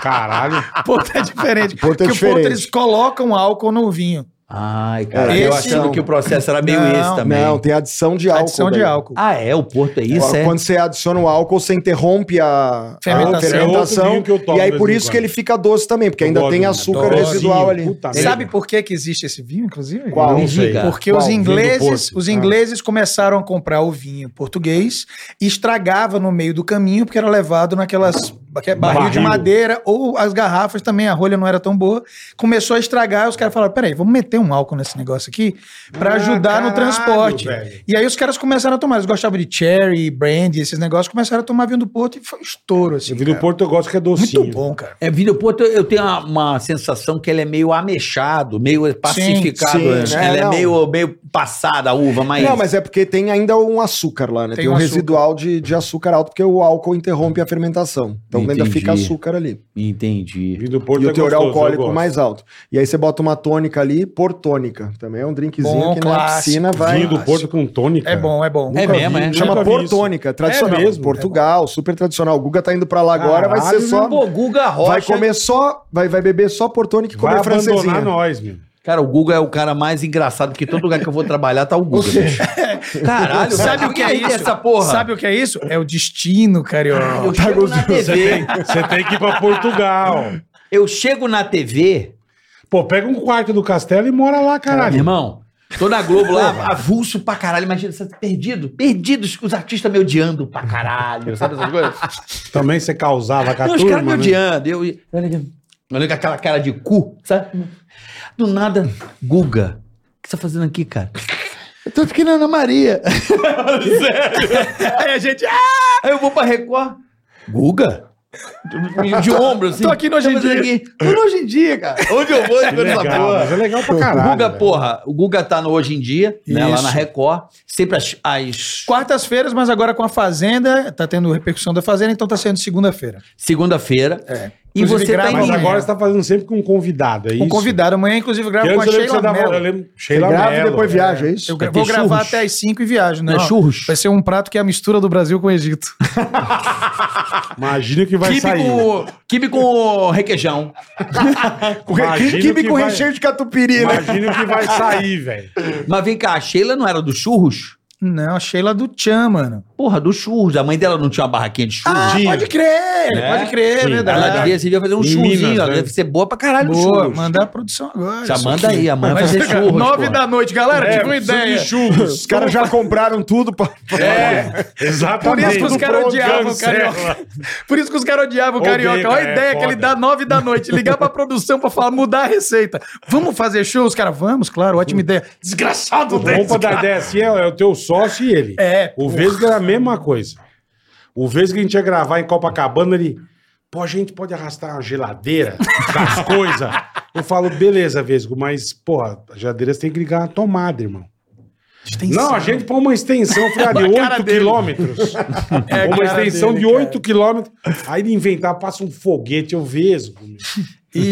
S3: Caralho.
S1: Porto é diferente.
S6: Porto é
S1: Porque o
S6: diferente.
S1: Porto eles colocam álcool no vinho.
S4: Ai, cara,
S1: É,
S4: eu
S1: esse
S4: achando
S6: não.
S4: que o processo era meio
S1: Não,
S4: esse também.
S6: Não, tem adição de álcool.
S1: Adição de
S6: velho.
S1: álcool.
S4: Ah, é? O Porto é isso, é?
S6: Quando você adiciona o álcool, você interrompe a
S1: Fermentação.
S6: a fermentação,
S3: É outro vinho que eu tomo
S6: e aí
S3: de
S6: por
S3: vez em
S6: isso
S3: quando.
S6: que ele fica doce também, porque
S3: Eu
S6: ainda
S3: gosto
S6: tem
S3: de um
S6: açúcar
S1: docinho,
S6: residual ali.
S3: puta merda.
S1: Sabe por que, que existe esse vinho, inclusive?
S6: Qual?
S4: Me
S6: Não sei.
S4: diga.
S1: Porque
S6: Qual?
S1: os
S6: Vinho
S3: do Ah.
S1: ingleses,
S3: Porto.
S1: os ingleses começaram a comprar o vinho português e estragava no meio do caminho porque era levado naquelas barril, de
S3: Barril.
S1: madeira ou as garrafas também, a rolha não era tão boa. Começou a estragar, os caras falaram: "Peraí, vamos meter um álcool nesse negócio aqui pra
S3: Ah,
S1: ajudar no
S3: caralho,
S1: transporte".
S3: velho.
S1: E aí os caras começaram a tomar, eles gostavam de cherry, brandy, esses negócios, começaram a tomar vinho do Porto e foi um estouro assim.
S3: Eu vi do
S1: cara.
S3: Porto, eu gosto que é docinho.
S1: Muito bom, cara.
S4: É, Vinho Porto, eu tenho uma, uma sensação que ele é meio ameixado, meio pacificado.
S6: sim,
S4: né?
S6: né?
S4: Ele é
S6: Não.
S4: meio, meio passada a uva, mas...
S6: Não, mas é porque tem ainda um açúcar lá, né?
S1: Tem
S6: Tem, um
S1: um
S6: residual de, de açúcar alto, porque o álcool interrompe a fermentação. Então ainda
S4: Entendi.
S6: fica açúcar ali.
S4: Entendi.
S3: Vinho do Porto
S6: e
S3: é
S6: o teor
S3: gostoso, eu
S6: alcoólico
S3: gosto.
S6: mais alto. E aí você bota uma tônica ali, por tônica. Também é um drinkzinho
S1: Bom,
S6: que na
S1: clássico.
S6: piscina vai.
S3: Vinho do Porto com tônica.
S1: É bom, é bom.
S4: É mesmo, é?
S6: Chama
S3: Nunca vi isso.
S6: portônica, tradicional.
S3: É mesmo?
S6: Portugal, super tradicional. O Guga tá indo pra lá agora, vai
S3: Caralho,
S6: ser só.
S4: Pô, Guga Rocha...
S6: Vai comer só, vai, vai beber só portônica e
S3: Vai
S6: comer
S3: abandonar
S6: é francesinha.
S3: nós, meu.
S4: Cara, o Guga é o cara mais engraçado que todo lugar que eu vou trabalhar tá o Guga. bicho. É, Caralho,
S1: Sabe o que é isso?
S4: Essa porra.
S1: Sabe o que é isso? É o destino, carioca.
S4: Eu chego na TV,
S3: Você tem que ir pra Portugal.
S4: eu chego na TV,
S3: Pô, pega um quarto do castelo e mora lá,
S4: meu
S3: caralho.
S4: irmão, tô na Globo lá, avulso pra caralho, imagina, você tá perdido, perdidos, os artistas me odiando pra caralho, sabe essas coisas?
S3: Também você causava com a
S4: Não, os
S3: turma,
S4: caras me
S3: né?
S4: odiando, eu... eu olhei- Olhei com aquela cara de cu, Tá sabe? Do nada, Guga, o que você tá fazendo aqui, cara? Eu tô ficando Ana Maria.
S1: Aí a gente.
S4: "Ah!" Aí eu vou pra Record. Guga? De, de ombro, assim.
S1: Tô aqui no Hoje em
S4: Tá fazendo
S1: Dia.
S4: aqui. Tô no hoje em dia, cara. né? Onde eu vou, eu
S3: É
S4: tô nessa
S3: legal,
S4: porra.
S3: mas é legal pra
S4: O
S3: caralho.
S4: Guga,
S3: velho.
S4: porra, o Guga tá no Hoje em Dia, né, lá
S1: Isso.
S4: na Record. Sempre as. as-
S1: Quartas-feiras, mas agora com a Fazenda, tá tendo repercussão da Fazenda, então tá sendo segunda-feira.
S4: Segunda-feira. E
S1: Inclusive,
S4: você tá
S1: grava-
S4: em
S3: Mas
S1: Entendi.
S3: agora você tá fazendo sempre com um convidado, é isso?
S1: Um convidado. Amanhã, inclusive, eu gravo
S3: Que
S1: com a
S3: antes eu lembro que você
S1: Sheila
S3: dava... Eu
S1: Mello.
S3: lembro, Sheila
S6: grava e
S3: Mello,
S6: depois
S3: é.
S6: viaja, é isso?
S1: Eu gra- vou
S4: Tem
S1: gravar
S4: churros?
S1: até às 5 e viajo.
S4: Não é
S1: Não,
S4: churros?
S1: Vai ser um prato que é a mistura do Brasil com o Egito.
S3: Imagina que vai
S7: Kibe
S3: sair. né?
S7: com, kibe com requeijão.
S6: Com
S3: Imagino
S6: kibe
S3: que
S6: com
S3: vai-
S6: recheio de catupiry, né?
S3: Imagina que vai sair, velho.
S4: Mas vem cá, a Sheila não era dos churros?
S1: Não, a Sheila do Tchan, mano.
S4: Porra, dos churros. A mãe dela não tinha uma barraquinha de churros?
S1: Ah,
S3: Churrinho.
S1: pode crer,
S4: É?
S1: pode crer,
S3: Sim.
S1: é
S4: ela
S1: verdade.
S4: devia, você devia fazer um
S3: Em
S4: churrozinho.
S3: Minas,
S4: ela
S3: né?
S4: deve ser boa pra caralho nos
S1: Boa,
S4: churros.
S1: mandar a produção agora.
S4: Já
S1: isso
S4: manda
S1: aqui.
S4: aí, a mãe vai
S1: Mas
S4: fazer
S1: fica
S4: churros.
S1: Nove
S4: porra. É,
S1: da noite, galera, tive
S3: É,
S1: uma ideia.
S3: Churros.
S6: Os caras já compraram tudo pra...
S3: É,
S1: Por
S3: exatamente.
S1: isso que os caras odiavam o
S3: Cancela.
S1: Carioca. Por isso que os caras odiavam o
S3: Odeio,
S1: Carioca. Olha a
S3: cara, é
S1: ideia que
S3: foda.
S1: ele dá nove da noite. Ligar pra produção pra falar, mudar a receita. Vamos fazer show? Os caras, vamos, claro, ótima ideia. Desgraçado desse,
S3: Roupa da
S1: cara.
S3: DSI é, é o teu sócio e ele.
S1: É,
S3: O
S1: porra.
S3: Vesga era a mesma coisa. O Vesga a gente ia gravar em Copacabana, ele. Pô, a gente pode arrastar uma geladeira das coisas. Eu falo, beleza, Vesgo, mas, porra, a geladeira você tem que ligar na tomada, irmão. Não, a gente põe uma extensão, eu falei, ah, de
S1: A cara
S3: 8
S1: dele.
S3: quilômetros.
S1: a
S3: É uma
S1: É, cara
S3: extensão
S1: dele,
S3: de
S1: cara.
S3: 8 quilômetros. Aí ele inventar, passa um foguete, eu Vesgo. meu.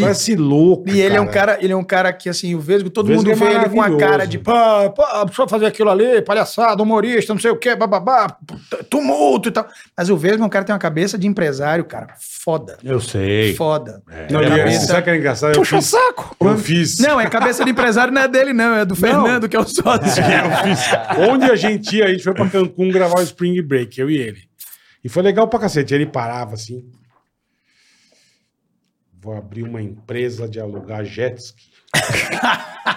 S3: Parece louco.
S1: E ele é um cara, ele é um cara que assim, o Vesgo, todo
S3: Vesgo
S1: mundo
S3: é
S1: vê ele com a
S3: maravilhoso.
S1: cara de pá, pá, só fazer aquilo ali, palhaçada, humorista, não sei o quê, bababá, tumulto e tal. Mas o Vesgo é um cara que tem uma cabeça de empresário, cara, foda.
S7: Eu sei.
S1: Foda.
S3: Não,
S1: Tem
S3: e
S1: cabeça-
S3: sabe o que é engraçado? Eu
S1: Puxa
S3: fiz,
S1: saco.
S3: eu fiz.
S1: Não, é cabeça de empresário não é dele não, é do Fernando, que é o sócio.
S3: Onde a gente ia, a gente foi pra Cancún gravar o Spring Break, eu e ele. E foi legal pra cacete. Ele parava assim. Vou abrir uma empresa de alugar jet ski.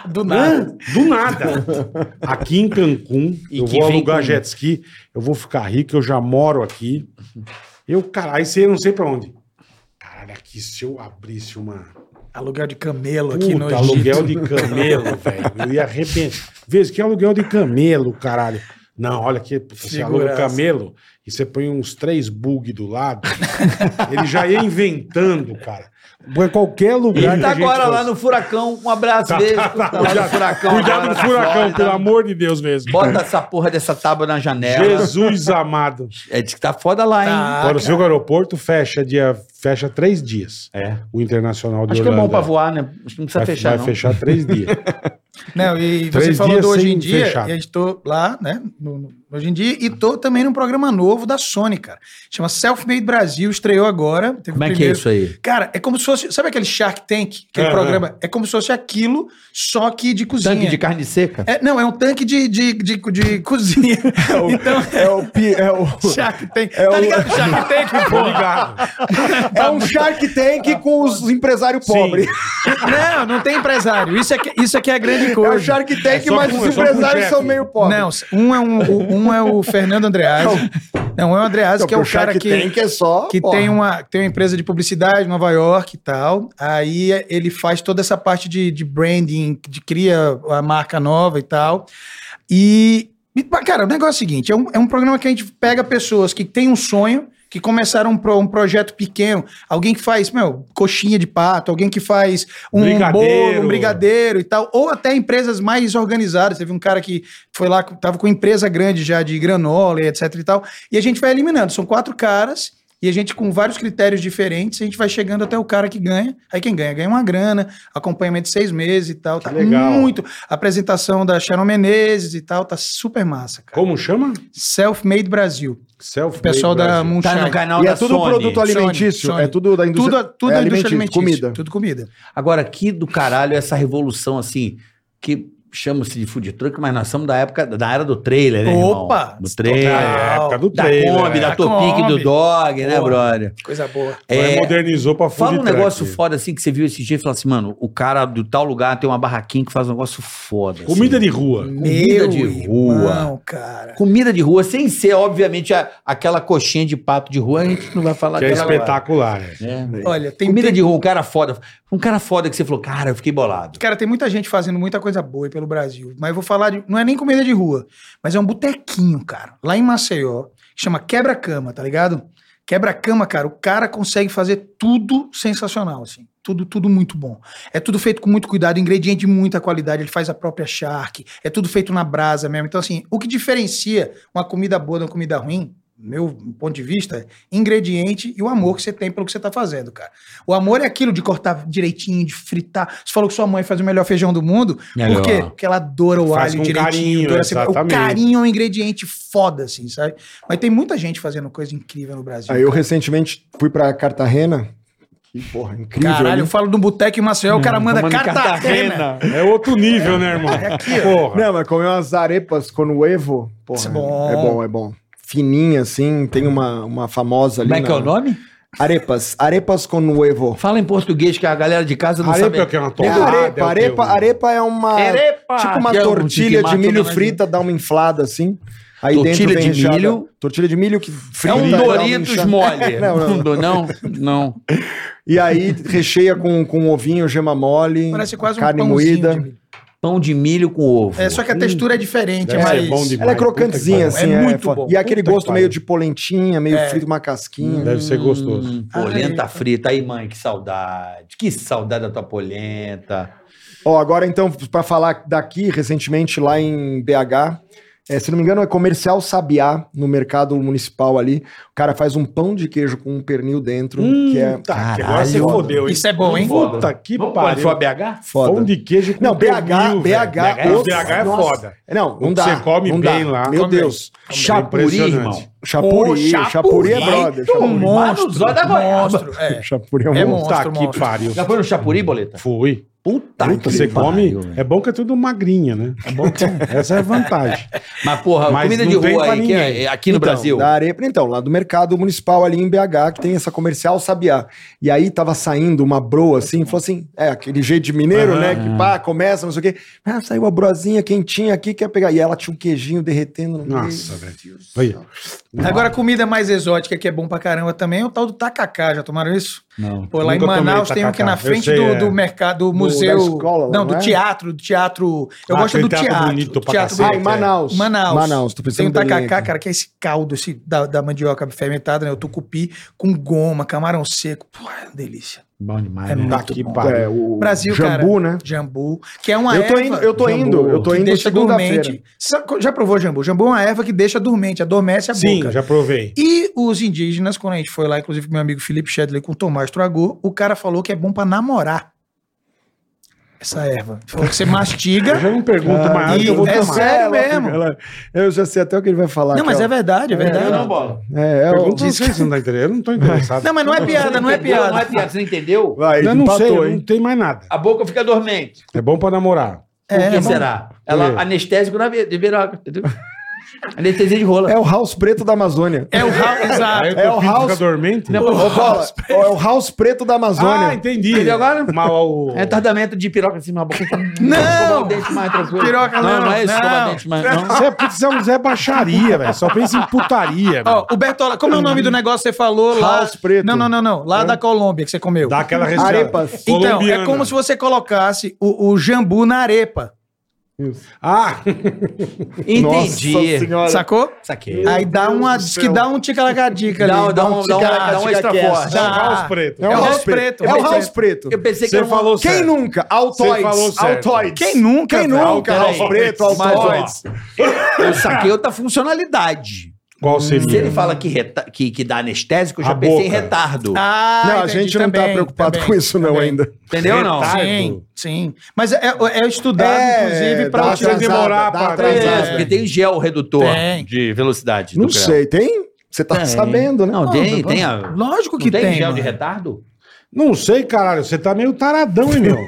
S1: do nada.
S3: Do nada. Aqui em Cancún,
S4: E
S3: eu
S4: que
S3: vou
S4: vem
S3: alugar
S4: com-
S3: jet ski, eu vou ficar rico, eu já moro aqui. Eu, cara, aí você ia não sei pra onde. Caralho, aqui se eu abrisse uma.
S1: Aluguel de camelo aqui no
S3: Puta,
S1: Egito.
S3: aluguel de camelo, velho. Eu ia arrebentar. Vez que é aluguel de camelo, caralho. Não, olha aqui, você aluga o
S1: Figuraça.
S3: camelo e você põe uns três bug do lado. ele já ia inventando, cara. Põe qualquer lugar.
S4: Ele
S3: que
S4: tá
S3: a gente
S4: agora lá
S3: fosse.
S4: no Furacão. Um abraço, Vesgo. Tá lá no Furacão.
S3: Cuidado
S4: agora,
S3: do
S4: na
S3: furacão,
S4: Flórida.
S3: pelo amor de Deus mesmo.
S4: Bota essa porra dessa tábua na janela.
S3: Jesus amado.
S4: É, diz que tá foda lá, hein?
S1: Tá.
S3: Agora, o seu aeroporto fecha dia fecha três dias.
S4: É.
S3: O internacional de
S4: Acho que é
S3: Orlando.
S4: bom pra voar, né? Acho que não precisa
S3: Vai,
S4: fechar,
S3: vai
S4: não.
S3: fechar três dias.
S1: Não, e
S3: Três
S1: você falou
S3: dias
S1: do Hoje em
S3: sem
S1: Dia,
S3: fechar.
S1: e eu estou lá, né, no- no Hoje em Dia, e tô também num programa novo da Sony, cara. Chama Self-Made Brasil, estreou agora. teve o
S4: Como é que é
S1: primeiro-
S4: isso aí?
S1: Cara, é como se fosse, sabe aquele Shark Tank, aquele
S3: Aham.
S1: programa? É como se fosse aquilo, só que de cozinha.
S4: Tanque de carne seca?
S1: É, não, é um tanque de, de, de, de cozinha. então,
S6: É o... pi- É, o...
S1: Shark Tank.
S6: É
S1: tá
S6: o-
S1: ligado o... Shark Tank, pô?
S3: Tô ligado.
S6: é um Shark Tank com os empresários pobres.
S1: Não, não tem empresário. Isso é que, isso é, que é a grande
S6: É
S1: coisa.
S6: o Shark
S3: É
S6: Tank,
S3: só
S6: mas
S3: com-
S6: os
S3: é só com
S6: empresários
S3: chefe.
S6: são meio pobres.
S1: Não, um é, um, o- um é o Fernando Andreazzi. Não, é o Andreazzi, que é o
S6: porque
S1: cara que,
S6: Tank é só...
S1: que um
S6: porra.
S1: tem, uma, que tem uma empresa de publicidade em Nova York e tal. Aí é, ele faz toda essa parte de, de branding, de cria a marca nova e tal. E, e, mas, cara, o negócio é o seguinte: é um, é um programa que a gente pega pessoas que têm um sonho. Que começaram um, pro- um projeto pequeno, alguém que faz, meu, coxinha de pato, alguém que faz um
S3: Brigadeiro.
S1: bolo, um brigadeiro e tal, ou até empresas mais organizadas. Teve um cara que foi lá, tava com empresa grande já de granola e etc e tal. E a gente vai eliminando. São quatro caras e a gente, com vários critérios diferentes, a gente vai chegando até o cara que ganha. Aí quem ganha, ganha uma grana, acompanhamento de seis meses e tal. Tá
S3: legal.
S1: muito. Apresentação da Sharon Menezes e tal, tá super massa, cara.
S3: Como chama?
S1: Self-Made Brasil.
S3: Self
S1: O pessoal da
S4: Tá no
S1: Moonshine.
S4: canal
S6: E
S4: da
S6: é tudo
S4: Sony.
S6: produto alimentício,
S1: Sony.
S6: é tudo da indústria...
S1: tudo tudo é
S6: é
S1: indústria alimentícia.
S6: alimentício, comida.
S1: Tudo comida.
S4: Agora, que do caralho é essa revolução, assim, que chama-se de food truck, mas nós somos da época, da era do trailer, né, irmão?
S1: Opa!
S4: Do trailer,
S3: É, época do
S4: da
S3: trailer.
S4: Kombi,
S3: é.
S4: da
S1: Da
S4: Topic, do
S1: Kombi.
S4: Dog, né,
S1: Boa.
S4: brother?
S1: Coisa boa.
S3: Mas
S4: É,
S3: modernizou pra food
S4: fala um
S3: truck.
S4: negócio foda, assim, que você viu esse dia e falou assim, mano, o cara do tal lugar tem uma barraquinha que faz um negócio foda. assim.
S3: Comida de rua.
S4: Comida de
S1: irmão, cara.
S4: Comida de rua, sem ser, obviamente, a- aquela coxinha de pato de rua, a gente não vai falar
S3: Que é
S4: dela agora.
S3: espetacular. né?
S4: É.
S1: Olha, tem,
S4: Comida
S1: tem-
S4: de rua, um cara foda. Um cara foda que você falou, cara, eu fiquei bolado.
S1: Cara, tem muita gente fazendo muita coisa boa aí pelo Brasil. Mas eu vou falar de. Não é nem comida de rua, mas é um botequinho, cara. Lá em Maceió, que chama Quebra-Cama, tá ligado? Quebra-cama, cara, o cara consegue fazer tudo sensacional, assim. Tudo, tudo muito bom. É tudo feito com muito cuidado, ingrediente de muita qualidade, ele faz a própria charque, é tudo feito na brasa mesmo. Então, assim, o que diferencia uma comida boa de uma comida ruim meu ponto de vista, é ingrediente e o amor que você tem pelo que você tá fazendo, cara. O amor é aquilo de cortar direitinho, de fritar. Você falou que sua mãe faz o melhor feijão do mundo.
S4: Melhor.
S1: Por quê? Porque ela adora o
S3: Faz
S1: alho
S3: com
S1: direitinho.
S3: carinho,
S1: adora a cebola. o
S3: exatamente.
S1: carinho é um ingrediente foda, assim, sabe? Mas tem muita gente fazendo coisa incrível no Brasil.
S6: Aí eu recentemente fui pra Cartagena. Que porra, incrível.
S1: Caralho, eu
S6: né?
S1: falo do Boteco em Maceió, o cara manda
S4: Tomando
S1: Cartagena.
S3: É outro nível, né, irmão?
S4: É
S3: Porra.
S6: Não, mas comer umas arepas com o Evo, porra,
S1: Isso
S6: é
S1: é
S6: bom.
S1: bom.
S6: é bom, Fininha, assim, tem uma, uma famosa ali.
S4: Como é que é
S6: na-
S4: o nome?
S6: Arepas, arepas com o Evo.
S4: Fala em português que a galera de casa não
S3: Arepa
S4: sabe.
S3: é o que é uma
S6: É
S3: torrada? é o quê?
S6: arepa, arepa, arepa é uma...
S1: Ah,
S6: Tipo uma
S4: Que é um
S6: tortilha
S4: que
S6: de
S4: mata
S6: milho
S1: um.
S4: todo
S6: frita, dá uma inflada, assim. Aí
S4: Tortilha
S6: dentro vem
S4: de
S6: recheada-
S4: milho.
S6: Tortilha de milho que
S4: É
S6: frita.
S4: um
S6: e dá uma
S4: Doritos
S6: inchada.
S4: mole.
S6: Não, não, não.
S4: não, não. não.
S6: E aí recheia com, com ovinho, gema mole,
S1: Parece quase um
S6: carne
S1: pãozinho
S6: moída.
S1: de milho.
S4: Pão de milho com ovo.
S1: É, só que a textura é diferente, é
S3: Deve ser
S1: mais...
S3: bom demais.
S6: Ela é crocantezinha,
S3: Puta que
S6: assim.
S1: É
S6: É
S1: muito
S6: foda.
S1: bom.
S6: E aquele
S3: Puta que
S6: gosto
S3: pariu.
S6: meio de polentinha, meio
S1: É.
S6: frito, uma
S3: pariu.
S6: casquinha.
S3: Deve ser gostoso.
S4: Hum, polenta frita. Aí, mãe, que saudade. Que saudade da tua polenta.
S6: Ó, agora então, pra falar daqui, recentemente lá em BH, é, se não me engano, é comercial Sabiá, no mercado municipal ali. O cara faz um pão de queijo com um pernil dentro, que é
S3: Tá, que agora você
S6: Caralho.
S3: fodeu, hein?
S1: Isso é bom, hein?
S3: Puta que
S4: Vamos para
S3: pariu.
S4: sua BH?
S6: foda.
S3: Pão de queijo com
S6: Não, BH,
S3: pernil, velho.
S6: BH,
S3: Os
S6: nossa,
S3: BH é
S6: nossa.
S3: foda.
S6: Não, não
S3: que
S6: dá.
S3: você come
S6: não
S3: bem
S6: dá.
S3: lá.
S6: Meu
S3: Come bem. é
S6: Deus.
S4: Chapuri,
S3: impressionante.
S4: irmão.
S6: Chapuri,
S1: Ô,
S6: Chapuri é brother.
S1: Um
S6: Chapuri,
S1: monstro,
S4: Vai no Zóio da Goiaba.
S1: monstro. É.
S6: Chapuri é um
S1: É
S6: monstro.
S1: monstro,
S3: Puta que
S1: monstro.
S3: pariu.
S4: Já foi no Chapuri, boleta?
S3: Fui.
S4: Puta
S3: Puta, você come.
S4: pariu, velho.
S3: é bom que é tudo magrinha, né? É bom que... Essa é a vantagem.
S4: Mas, porra,
S3: Mas
S4: comida
S3: não
S4: de
S3: tem
S4: rua
S3: pra
S4: aí, que
S3: ninguém.
S4: é- é aqui no
S6: Então,
S4: Brasil.
S6: Da arepa, então, lá do mercado municipal ali em BH, que tem essa comercial Sabiá. E aí tava saindo uma broa assim, falou assim: é, aquele jeito de mineiro,
S3: Aham.
S6: né? Que pá, começa, não sei o quê. Ah, saiu uma broazinha quentinha aqui, quer pegar. E ela tinha um queijinho derretendo no meio.
S3: Nossa, velho. Olha.
S1: Agora, comida mais exótica que é bom pra caramba também é o tal do tacacá. Já tomaram isso?
S4: Não.
S1: Pô, lá em
S3: Nunca tomei
S1: Manaus tem um que é na
S3: tacacá. Eu
S1: frente
S3: sei,
S1: do,
S3: é.
S1: do mercado, do
S6: da
S1: museu.
S6: escola lá,
S1: não,
S6: não
S1: do
S6: é?
S1: teatro, do teatro. Eu
S3: Ah,
S1: gosto
S3: aquele
S1: do
S3: teatro
S1: teatro.
S3: bonito
S1: do
S3: pra
S1: teatro
S3: cacete.
S6: Ah, em Manaus.
S1: Manaus.
S6: Manaus, tô
S1: Tem
S6: pensando
S1: um tacacá,
S6: cara.
S1: cara, que é esse caldo esse da, da mandioca fermentada, né? O tucupi com goma, camarão seco. Pô, é uma delícia.
S4: Bom demais,
S1: É
S4: né?
S1: muito
S3: Tá que
S1: bom.
S3: pariu.
S6: É, o
S1: Brasil,
S6: jambu,
S1: cara.
S6: né?
S1: Jambu, que é uma
S6: Eu tô
S1: erva
S6: indo, eu tô
S3: Jambu.
S6: indo, eu tô
S1: que
S6: indo
S1: deixa
S6: segunda-feira.
S1: dormente. Sa- Já provou jambu? Jambu é uma erva que deixa dormente, adormece a
S3: Sim,
S1: É boca.
S3: já provei.
S1: E os indígenas, quando a gente foi lá, inclusive com meu amigo Felipe Shedley com o Tomás Tragô, o cara falou que é bom pra namorar. Essa erva. Falou que você
S3: Eu
S1: mastiga.
S3: já não pergunto
S6: Ah,
S3: mais, eu vou
S1: é
S3: tomar.
S1: sério
S6: Ela-
S1: mesmo.
S6: ela- eu já sei até o que ele vai falar.
S1: não, mas é
S6: cara.
S1: verdade, é verdade.
S4: Não, bola.
S6: É, é, o-
S3: Pergunta pra vocês, você não tá entendendo. Eu não tô interessado.
S1: Não, mas não é piada, não é
S4: Entendeu? Não é
S1: piada.
S4: piada, você não entendeu?
S6: Vai,
S3: Eu não sei,
S6: empatou,
S3: eu não
S6: hein?
S3: tem mais nada.
S4: A boca fica dormente.
S3: É bom pra namorar.
S4: Por
S1: É,
S4: que
S1: não-
S4: será? Ela
S3: quê?
S4: anestésico na ve- de piroca, entendeu? Anestesia de rola.
S6: É o House Preto da Amazônia.
S1: É o Raul, exato.
S3: Aí
S6: É o
S3: teu filho
S6: House- Né?
S3: fica dormente.
S4: Não,
S6: Ô, Bola, ó, é o House Preto da Amazônia.
S3: Ah, entendi.
S4: Entendeu agora?
S3: Mal o...
S4: É tardamento de piroca assim na boca.
S1: Não!
S4: Escova o dente mais tranquilo.
S1: Piroca
S4: não.
S1: não,
S4: Não, é isso, escova o
S1: não.
S4: dente mais. Não.
S3: Você é, putz, você é um Zé Baixaria, velho. Só pensa em putaria, velho.
S1: Ó, o Bertola, como é o nome do negócio que você falou lá?
S6: House preto.
S1: Não, não, não, não. Lá da Colômbia que você comeu.
S3: Dá aquela recheada.
S6: Arepas.
S1: Então,
S3: Colombiana.
S1: é como se você colocasse o, o jambu na arepa.
S3: Ah,
S6: Nossa
S4: Entendi. É
S6: senhora.
S1: Sacou?
S4: Saquei.
S1: Aí dá uma. Diz que dá um ticalacadica ali.
S4: Dá, dá um, dá um, dá um extra
S6: tica-
S4: forte.
S3: é o
S1: Dá.
S3: House Preto.
S1: É o House Preto.
S6: É o
S1: Eu
S6: House
S1: pensei-
S6: Preto.
S4: Eu pensei que
S3: Você
S4: era uma-
S3: falou
S6: Quem
S3: certo.
S6: nunca?
S3: Você falou
S6: Altoids.
S3: certo.
S6: Altoids.
S1: Quem nunca,
S6: Quem
S1: velho?
S6: nunca?
S1: Peraí.
S6: House Preto, Altoids.
S4: Eu saquei é outra funcionalidade.
S3: Qual
S4: Se
S3: seria?
S4: ele fala que, reta- que, que dá anestésico, eu já
S3: A
S4: pensei em
S3: boca.
S4: retardo.
S1: Ah,
S6: Tipo, Não, a
S1: entendi,
S6: gente não tá
S1: também,
S6: preocupado
S1: também,
S6: com isso não
S1: também.
S6: ainda.
S4: Entendeu ou não?
S3: Retardo.
S1: Sim, sim. Mas é, é estudado,
S6: É,
S1: inclusive,
S6: dá
S1: para
S3: você
S6: atrasada,
S3: demorar
S6: dá
S3: pra-
S6: atrasada.
S4: Isso, É, porque tem gel redutor
S1: Tem.
S4: de velocidade. do
S6: é. Não
S4: creme.
S6: sei, tem? Você tá
S4: Tem.
S6: sabendo, né?
S4: Não, tem, tem. a-
S1: Lógico
S4: não
S1: que tem.
S4: gel
S1: mano.
S4: de retardo?
S3: Não sei, caralho. Você tá meio taradão, hein, meu?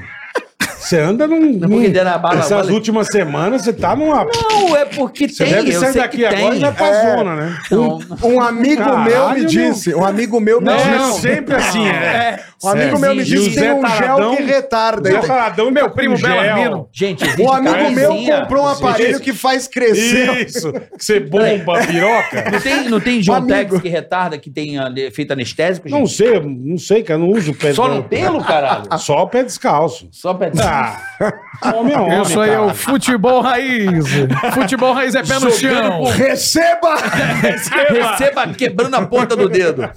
S3: Você anda num.
S4: Não, é
S3: num-
S4: porque deram a bala-
S3: Essas
S4: bala-
S3: últimas semanas você tá numa.
S4: Não, é porque
S3: Você
S4: tem.
S3: deve
S4: eu
S3: sair
S4: sei
S3: daqui
S4: que
S3: agora e
S4: tem.
S3: já pra
S6: É.
S3: zona, né?
S4: Então,
S6: Um amigo
S3: Caralho,
S6: meu me
S3: meu.
S6: disse, um amigo meu me
S3: Não,
S6: disse.
S3: é sempre assim, é.
S6: Um amigo
S4: Sim.
S6: meu me
S4: E
S6: disse
S4: o
S6: que
S3: Zé
S6: tem um
S3: Taradão-
S6: gel que retarda.
S3: Zé Taradão, meu primo Belarmino.
S4: gente, existe
S6: Um amigo meu
S4: camisinha.
S6: comprou um aparelho
S3: Isso.
S6: que faz crescer.
S3: Isso. que Você bomba a piroca.
S4: Não tem, não tem John
S6: Amigo.
S4: Tex que retarda, que tem ah, efeito anestésico, gente?
S3: Não sei, não sei, cara. Não uso o pé
S4: Só
S3: não-
S4: no pelo, caralho?
S3: Só o pé descalço.
S4: Só pra...
S3: Ah, homem é homem.
S1: Eu sou
S3: cara.
S1: eu, futebol raiz. futebol raiz é pé no chão.
S6: Receba!
S4: Receba quebrando a ponta do dedo.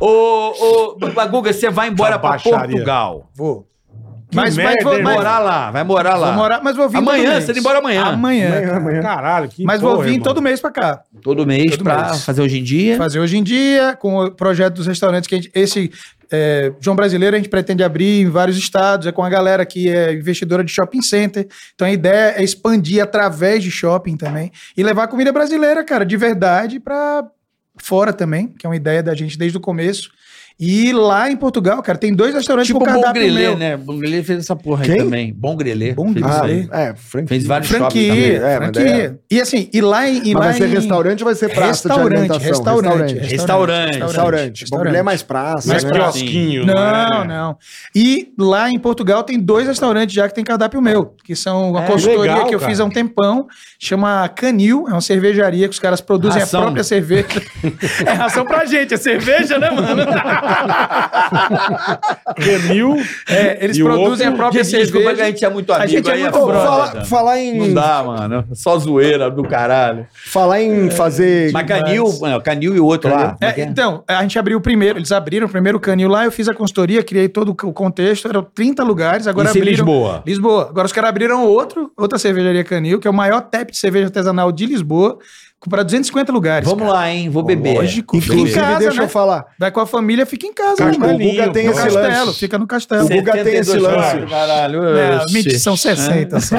S4: Ô, ô, Guga, você vai embora
S3: Essa
S4: pra
S3: baixaria.
S4: Portugal.
S1: Vou. Mas, mas,
S3: merda,
S1: vou,
S3: hein,
S1: mas,
S4: Morar lá, vai morar lá.
S1: vou morar, mas vou vir todo
S4: amanhã,
S1: mês.
S4: você tem embora amanhã.
S1: Amanhã.
S3: Caralho, que
S1: Mas vou
S3: porra,
S1: vir
S3: irmão.
S1: todo mês pra cá.
S4: Todo mês
S1: Todo
S4: pra
S1: mês.
S4: fazer hoje em dia.
S1: Fazer hoje em dia, com o projeto dos restaurantes que a gente. Esse é, João Brasileiro a gente pretende abrir em vários estados, é com a galera que é investidora de shopping center. Então a ideia é expandir através de shopping também e levar comida brasileira, cara, de verdade, pra fora também, que é uma ideia da gente desde o começo. E lá em Portugal, cara, tem dois restaurantes
S4: Tipo
S1: com
S4: Bom
S1: cardápio
S4: Grelê,
S1: meu.
S4: né? Bom Grelê fez essa porra aí
S6: Quem?
S4: também. Bom Grelê.
S1: Bom
S4: Fez isso
S6: Ah,
S4: aí.
S6: é, franquia.
S4: Fez vários shopping também.
S1: Franquia,
S6: É, mas daí
S1: franquia. E assim, e lá em. E
S6: Mas
S1: lá
S6: vai ser
S1: em-
S6: restaurante ou vai ser praça de
S1: Restaurante,
S6: alimentação?
S1: restaurante,
S6: Restaurante.
S4: Restaurante.
S6: Restaurante. Bom, ele é mais praça,
S3: Mas
S6: né?
S3: quiosquinho.
S1: Não,
S3: né?
S1: não. E lá em Portugal tem dois restaurantes já que tem cardápio meu, que são uma
S4: É,
S1: consultoria
S3: legal,
S1: que eu
S3: cara.
S1: fiz há um tempão, chama Canil, é uma cervejaria que os caras produzem
S4: Ração. né?
S1: a própria cerveja. é ração pra gente, é cerveja, né, mano?
S3: Canil.
S1: É, eles
S3: E o
S1: produzem a
S3: outro-
S1: própria
S4: Gente, desculpa que
S1: cerveja.
S4: a gente é muito
S1: A
S4: amigo.
S1: gente é
S4: aí,
S1: muito
S6: Ô,
S4: foda.
S6: fala- falar
S4: Não
S6: em,
S4: dá, mano. Só zoeira do caralho.
S6: falar em fazer...
S4: Mas Canil, mano, Canil e o outro lá.
S1: É, então, a gente abriu o primeiro, eles abriram o primeiro canil lá, eu fiz a consultoria, criei todo o contexto, eram 30 lugares, agora
S4: Isso em
S1: abriram...
S4: Lisboa.
S1: Lisboa. Agora os caras abriram outro, outra cervejaria canil, que é o maior tap de cerveja artesanal de Lisboa, para 250 lugares.
S4: Vamos lá, hein? Vou beber.
S1: Lógico.
S4: Fica em
S6: Inclusive,
S1: casa,
S6: deixa eu
S1: né?
S6: falar.
S1: Vai com a família, fica em casa,
S3: Cara,
S1: né, mano?
S6: O Guga
S3: Castelinho,
S6: tem
S1: No
S6: esse
S1: castelo,
S6: lance.
S1: fica no castelo.
S6: O Guga tem esse lance.
S4: anos, Caralho,
S1: É,
S4: oxe.
S1: mentira, são 60 só.